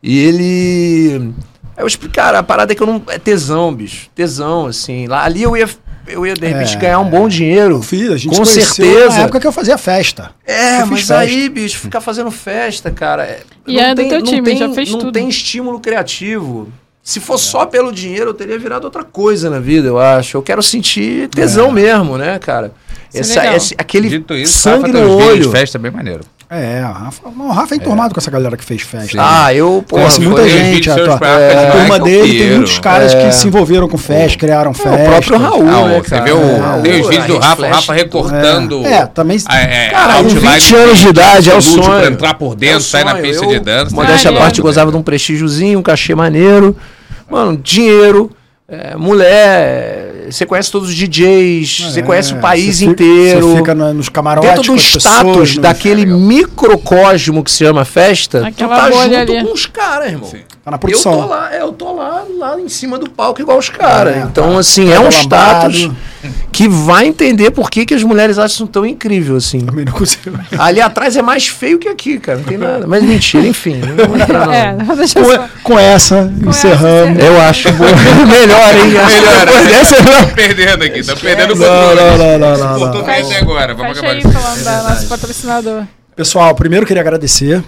[SPEAKER 3] E ele. Aí Eu explico, cara, a parada é que eu não. É tesão, bicho. Tesão, assim. Lá, ali eu ia, eu ia, de repente,
[SPEAKER 2] É.
[SPEAKER 3] ganhar um bom dinheiro.
[SPEAKER 2] Eu fiz, a gente
[SPEAKER 3] Com
[SPEAKER 2] se conheceu
[SPEAKER 3] certeza.
[SPEAKER 2] Na época que eu fazia festa.
[SPEAKER 3] É,
[SPEAKER 2] Eu fiz
[SPEAKER 3] mas
[SPEAKER 2] festa.
[SPEAKER 3] aí, bicho, ficar fazendo festa, cara. é-
[SPEAKER 1] E é do teu time, já fez
[SPEAKER 3] não
[SPEAKER 1] tudo.
[SPEAKER 3] tem estímulo criativo. Se
[SPEAKER 4] É.
[SPEAKER 3] for só pelo dinheiro, eu teria virado outra coisa na vida, eu acho. Eu quero sentir
[SPEAKER 4] É.
[SPEAKER 3] tesão mesmo, né, cara?
[SPEAKER 1] Isso é
[SPEAKER 3] Essa-
[SPEAKER 1] legal.
[SPEAKER 3] esse- aquele
[SPEAKER 4] Dito isso,
[SPEAKER 3] sangue
[SPEAKER 4] Rafa tem
[SPEAKER 3] no
[SPEAKER 4] uns vídeos de
[SPEAKER 3] olho.
[SPEAKER 4] festa bem maneiro.
[SPEAKER 2] É, o Rafa, não, o Rafa é enturmado com essa galera que fez festa.
[SPEAKER 4] Sim.
[SPEAKER 3] Ah, eu, pô,
[SPEAKER 2] Conhece muita
[SPEAKER 4] Tem uns
[SPEAKER 2] gente,
[SPEAKER 4] vídeos
[SPEAKER 2] a
[SPEAKER 4] seus
[SPEAKER 2] tua-
[SPEAKER 4] pra- pra-
[SPEAKER 2] A turma
[SPEAKER 4] pra-
[SPEAKER 2] dele tem
[SPEAKER 4] Piero.
[SPEAKER 2] muitos caras que se envolveram com festa, criaram
[SPEAKER 3] É. o
[SPEAKER 2] festa.
[SPEAKER 3] próprio Raul,
[SPEAKER 4] Ah,
[SPEAKER 3] né,
[SPEAKER 4] você
[SPEAKER 3] cara?
[SPEAKER 4] vê o,
[SPEAKER 3] Raul,
[SPEAKER 4] tem os vídeos do
[SPEAKER 3] a
[SPEAKER 4] Rafa, o
[SPEAKER 3] Flash,
[SPEAKER 4] Rafa recortando.
[SPEAKER 2] É, também.
[SPEAKER 4] a- é,
[SPEAKER 3] Cara, com
[SPEAKER 4] outline
[SPEAKER 3] 20 anos de idade, é o
[SPEAKER 4] glúteo
[SPEAKER 3] sonho.
[SPEAKER 4] Pra entrar por dentro,
[SPEAKER 3] É o
[SPEAKER 4] sair na
[SPEAKER 3] sonho,
[SPEAKER 4] pista
[SPEAKER 3] eu-
[SPEAKER 4] de dança.
[SPEAKER 3] Modéstia à
[SPEAKER 1] Ah,
[SPEAKER 3] parte,
[SPEAKER 1] é.
[SPEAKER 3] gozava de um prestígiozinho, um cachê maneiro. Mano, dinheiro, é, mulher. Você conhece todos os DJs, você conhece o país inteiro.
[SPEAKER 2] Você É, fica na- nos camarotes.
[SPEAKER 3] Dentro
[SPEAKER 2] com
[SPEAKER 3] do
[SPEAKER 2] as
[SPEAKER 3] status
[SPEAKER 2] pessoas, né, nos-
[SPEAKER 3] daquele microcosmo que se chama festa,
[SPEAKER 1] Aquela
[SPEAKER 3] tu tá junto
[SPEAKER 1] bolha ali.
[SPEAKER 3] com os caras, irmão.
[SPEAKER 2] Tá na
[SPEAKER 3] Eu tô
[SPEAKER 2] produção.
[SPEAKER 3] lá, é, eu tô lá, lá em cima do palco igual os caras.
[SPEAKER 2] É,
[SPEAKER 3] então,
[SPEAKER 2] tá.
[SPEAKER 3] assim, é um
[SPEAKER 2] Tá
[SPEAKER 3] status.
[SPEAKER 2] lambado.
[SPEAKER 3] que vai entender por que, que as mulheres acham tão incrível, assim.
[SPEAKER 2] Também não consigo.
[SPEAKER 3] Ali atrás é mais feio que aqui, cara. Não tem nada. Mas mentira, enfim. Não vou entrar, não.
[SPEAKER 1] É, deixa eu
[SPEAKER 2] Com,
[SPEAKER 1] só.
[SPEAKER 2] e- com essa, encerramos.
[SPEAKER 3] Eu acho bom. melhor, hein? é
[SPEAKER 4] Melhor,
[SPEAKER 3] Depois
[SPEAKER 4] né?
[SPEAKER 3] dessa, não.
[SPEAKER 4] Tá perdendo aqui, tá perdendo o
[SPEAKER 2] Não,
[SPEAKER 4] controle.
[SPEAKER 2] não, não, não, não, não.
[SPEAKER 4] Voltou bem até agora, vamos
[SPEAKER 1] Fecha
[SPEAKER 4] acabar
[SPEAKER 1] aí
[SPEAKER 4] é isso.
[SPEAKER 1] falando da nosso patrocinador.
[SPEAKER 2] Pessoal, primeiro queria agradecer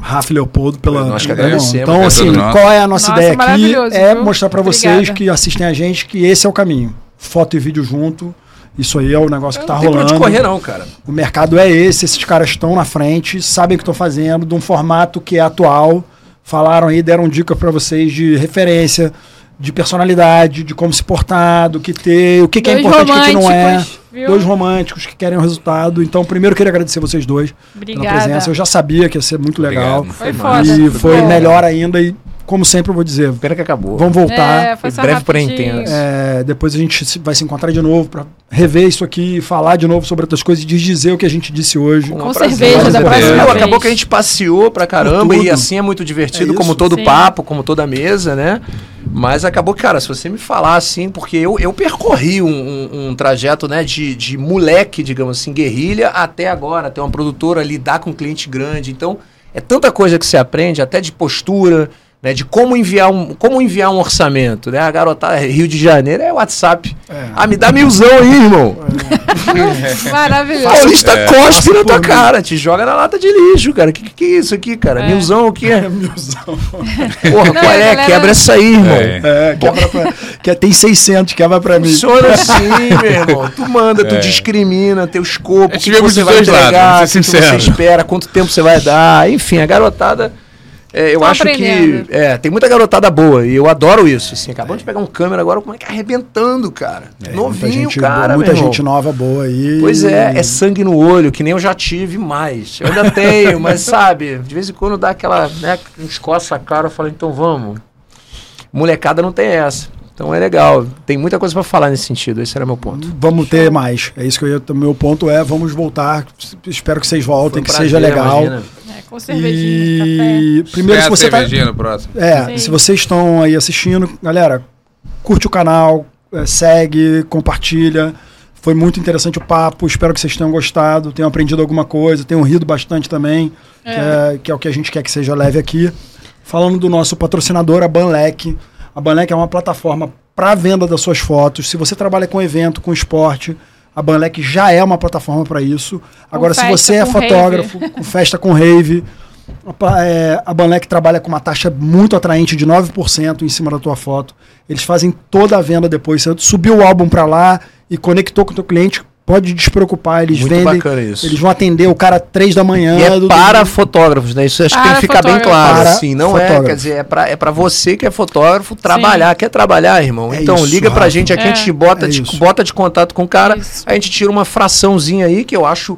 [SPEAKER 2] Rafa e Leopoldo pela.
[SPEAKER 3] Nós que
[SPEAKER 2] Tá bom?
[SPEAKER 3] agradecemos, né,
[SPEAKER 2] Então,
[SPEAKER 8] é
[SPEAKER 2] assim,
[SPEAKER 8] tudo nosso.
[SPEAKER 2] qual é a nossa
[SPEAKER 1] Nossa,
[SPEAKER 2] ideia aqui?
[SPEAKER 1] maravilhoso,
[SPEAKER 2] É
[SPEAKER 1] viu?
[SPEAKER 2] mostrar pra vocês
[SPEAKER 1] Obrigada.
[SPEAKER 2] que assistem a gente que esse é o caminho. Foto e vídeo junto. Isso aí é o negócio que tá
[SPEAKER 3] Não tem pra
[SPEAKER 2] rolando.
[SPEAKER 3] onde correr, não, cara.
[SPEAKER 2] O mercado é esse, esses caras estão na frente, sabem o que estão fazendo, de um formato que é atual. Falaram aí, deram dica pra vocês de referência, de personalidade, de como se portar, do que ter, o que, que é
[SPEAKER 1] Dois
[SPEAKER 2] importante e o que não é.
[SPEAKER 1] românticos, viu?
[SPEAKER 2] Dois românticos que querem o resultado. Então, primeiro queria agradecer vocês dois pela
[SPEAKER 1] Obrigada.
[SPEAKER 2] presença. Eu já sabia que ia ser muito legal.
[SPEAKER 8] Obrigado.
[SPEAKER 1] Foi
[SPEAKER 3] Foi
[SPEAKER 1] foda. É. Foi
[SPEAKER 2] E foi
[SPEAKER 1] bom.
[SPEAKER 2] melhor ainda. E, como sempre, eu vou dizer,
[SPEAKER 3] Pena que acabou.
[SPEAKER 2] vamos voltar.
[SPEAKER 1] É, foi
[SPEAKER 3] Foi
[SPEAKER 1] só
[SPEAKER 3] breve, porém
[SPEAKER 1] rapidinho.
[SPEAKER 3] intenso.
[SPEAKER 2] É, depois a gente se- vai se encontrar de novo para rever isso aqui, falar de novo sobre outras coisas e dizer o que a gente disse hoje.
[SPEAKER 1] Com
[SPEAKER 3] prazer.
[SPEAKER 1] cerveja da
[SPEAKER 2] Prazer.
[SPEAKER 1] próxima
[SPEAKER 3] Não,
[SPEAKER 1] vez.
[SPEAKER 3] acabou que a gente passeou pra caramba
[SPEAKER 2] Por
[SPEAKER 3] e
[SPEAKER 2] tudo.
[SPEAKER 3] assim é muito divertido,
[SPEAKER 2] É isso.
[SPEAKER 3] como todo
[SPEAKER 1] Sim.
[SPEAKER 3] papo, como toda mesa, né? Mas acabou, que, cara, se você me falar assim, porque eu, eu percorri um, um- um trajeto, né, de, de moleque, digamos assim, guerrilha, até agora, até uma produtora, lidar com um cliente grande. Então, é tanta coisa que você aprende, até de postura, né, de como enviar um, como enviar um orçamento, né? A garotada Rio de Janeiro é WhatsApp. Ah, me dá milzão aí, irmão.
[SPEAKER 1] Maravilhoso. É,
[SPEAKER 3] Paulista tá
[SPEAKER 2] é,
[SPEAKER 3] cospe na tua cara, te joga na lata de lixo, cara. Que que, que é isso aqui, cara?
[SPEAKER 1] É.
[SPEAKER 3] Milzão o quê?
[SPEAKER 2] Milzão.
[SPEAKER 3] Porra,
[SPEAKER 1] Não,
[SPEAKER 3] qual
[SPEAKER 1] a
[SPEAKER 3] é?
[SPEAKER 1] galera-
[SPEAKER 3] Quebra essa aí, irmão.
[SPEAKER 8] É.
[SPEAKER 2] É, quebra pra, que tem 600, quebra pra mim.
[SPEAKER 3] Funciona assim, meu irmão. Tu manda,
[SPEAKER 2] É.
[SPEAKER 3] tu discrimina, teu escopo,
[SPEAKER 8] É,
[SPEAKER 3] o que, que
[SPEAKER 2] tipo
[SPEAKER 8] tivemos
[SPEAKER 3] você
[SPEAKER 8] dos
[SPEAKER 3] vai
[SPEAKER 8] dois lados,
[SPEAKER 3] entregar,
[SPEAKER 8] vou
[SPEAKER 3] o que
[SPEAKER 8] ser
[SPEAKER 3] que você
[SPEAKER 8] sincero.
[SPEAKER 3] espera, quanto tempo você vai dar. Enfim, a garotada. é, eu
[SPEAKER 1] Tô
[SPEAKER 3] acho
[SPEAKER 1] aprendendo.
[SPEAKER 3] que. É, tem muita garotada boa e eu adoro isso. Assim, acabamos de pegar um câmera agora, como é que arrebentando, cara?
[SPEAKER 2] É, Muita
[SPEAKER 3] Novinho,
[SPEAKER 2] gente,
[SPEAKER 3] cara.
[SPEAKER 2] muita
[SPEAKER 3] meu irmão.
[SPEAKER 2] gente nova boa aí.
[SPEAKER 3] Pois é, é sangue no olho, que nem eu já tive mais. Eu ainda tenho, mas sabe, de vez em quando dá aquela, né, escoça a cara, eu falo, então vamos. Molecada não tem essa. Então é legal. Tem muita coisa pra falar nesse sentido, esse era meu ponto.
[SPEAKER 2] Vamos ter mais. É isso que eu ia. Meu ponto é: vamos voltar. Espero que vocês
[SPEAKER 3] Foi
[SPEAKER 2] voltem,
[SPEAKER 3] um
[SPEAKER 2] que seja
[SPEAKER 3] prazer,
[SPEAKER 2] legal.
[SPEAKER 3] imagina.
[SPEAKER 1] É, com cervejinha, café.
[SPEAKER 2] E primeiro,
[SPEAKER 4] Tem
[SPEAKER 2] se
[SPEAKER 4] a
[SPEAKER 2] você tá,
[SPEAKER 4] cervejinha no próximo.
[SPEAKER 2] É,
[SPEAKER 1] Sim.
[SPEAKER 2] se vocês estão aí assistindo, galera, curte o canal, eh, segue, compartilha. Foi muito interessante o papo, espero que vocês tenham gostado, tenham aprendido alguma coisa, tenham rido bastante também, que, é, que é o que a gente quer que seja leve aqui. Falando do nosso patrocinador, a Banlec. A Banlec é uma plataforma para venda das suas fotos. Se você trabalha com evento, com esporte, a Banlec já é uma plataforma para isso. Agora, se
[SPEAKER 1] festa,
[SPEAKER 2] você é
[SPEAKER 1] com
[SPEAKER 2] fotógrafo, com festa com rave, a pa- é, a Banlec trabalha com uma taxa muito atraente de 9% em cima da tua foto. Eles fazem toda a venda depois. Você subiu o álbum para lá e conectou com o teu cliente, pode despreocupar. Eles
[SPEAKER 3] Muito
[SPEAKER 2] vendem,
[SPEAKER 3] bacana isso.
[SPEAKER 2] eles vão atender o cara às 3 da manhã.
[SPEAKER 3] E é
[SPEAKER 2] Ah, do
[SPEAKER 3] para
[SPEAKER 2] domingo.
[SPEAKER 3] fotógrafos, né? Isso acho que tem
[SPEAKER 1] Para
[SPEAKER 3] que ficar bem claro.
[SPEAKER 2] fotógrafos.
[SPEAKER 3] assim, não é,
[SPEAKER 2] Fotógrafos.
[SPEAKER 3] quer dizer, é pra, é pra você que é fotógrafo trabalhar. Quer trabalhar, irmão?
[SPEAKER 2] É
[SPEAKER 3] então
[SPEAKER 2] isso,
[SPEAKER 3] liga pra
[SPEAKER 2] Rafa.
[SPEAKER 3] gente aqui,
[SPEAKER 1] É.
[SPEAKER 3] a gente bota,
[SPEAKER 2] É
[SPEAKER 3] de,
[SPEAKER 2] isso.
[SPEAKER 3] bota de contato com o cara.
[SPEAKER 1] Isso.
[SPEAKER 3] A gente tira uma fraçãozinha aí, que eu acho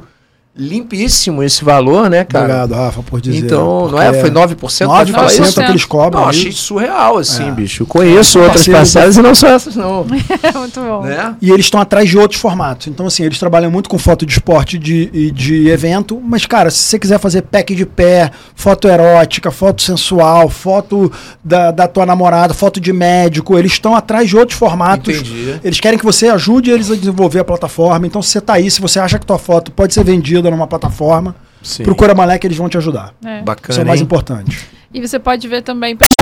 [SPEAKER 3] limpíssimo esse valor, né, cara?
[SPEAKER 2] Obrigado, Rafa, por dizer. né?
[SPEAKER 3] Então, não
[SPEAKER 2] porque
[SPEAKER 3] é? Foi 9%? pode falar
[SPEAKER 2] 9%
[SPEAKER 3] isso?
[SPEAKER 2] é o que eles cobram.
[SPEAKER 3] Não,
[SPEAKER 2] aí.
[SPEAKER 3] achei surreal, assim,
[SPEAKER 2] É.
[SPEAKER 3] bicho. Eu Conheço outras
[SPEAKER 2] Parceiro do-
[SPEAKER 3] parcelas e não são essas, não.
[SPEAKER 1] É Muito bom.
[SPEAKER 3] né?
[SPEAKER 2] E eles estão atrás de outros formatos. Então, assim, eles trabalham muito com foto de esporte de, e de evento. Mas, cara, se você quiser fazer pack de pé, foto erótica, foto sensual, foto da, da tua namorada, foto de médico, eles estão atrás de outros formatos.
[SPEAKER 3] Entendi.
[SPEAKER 2] Eles querem que você ajude eles a desenvolver a plataforma. Então, se você tá aí, se você acha que tua foto pode ser vendida numa plataforma,
[SPEAKER 3] Sim.
[SPEAKER 2] procura a Malek, eles vão te ajudar.
[SPEAKER 1] É.
[SPEAKER 2] Isso é o
[SPEAKER 3] Bacana,
[SPEAKER 2] mais
[SPEAKER 3] hein?
[SPEAKER 2] importante.
[SPEAKER 1] E você pode ver também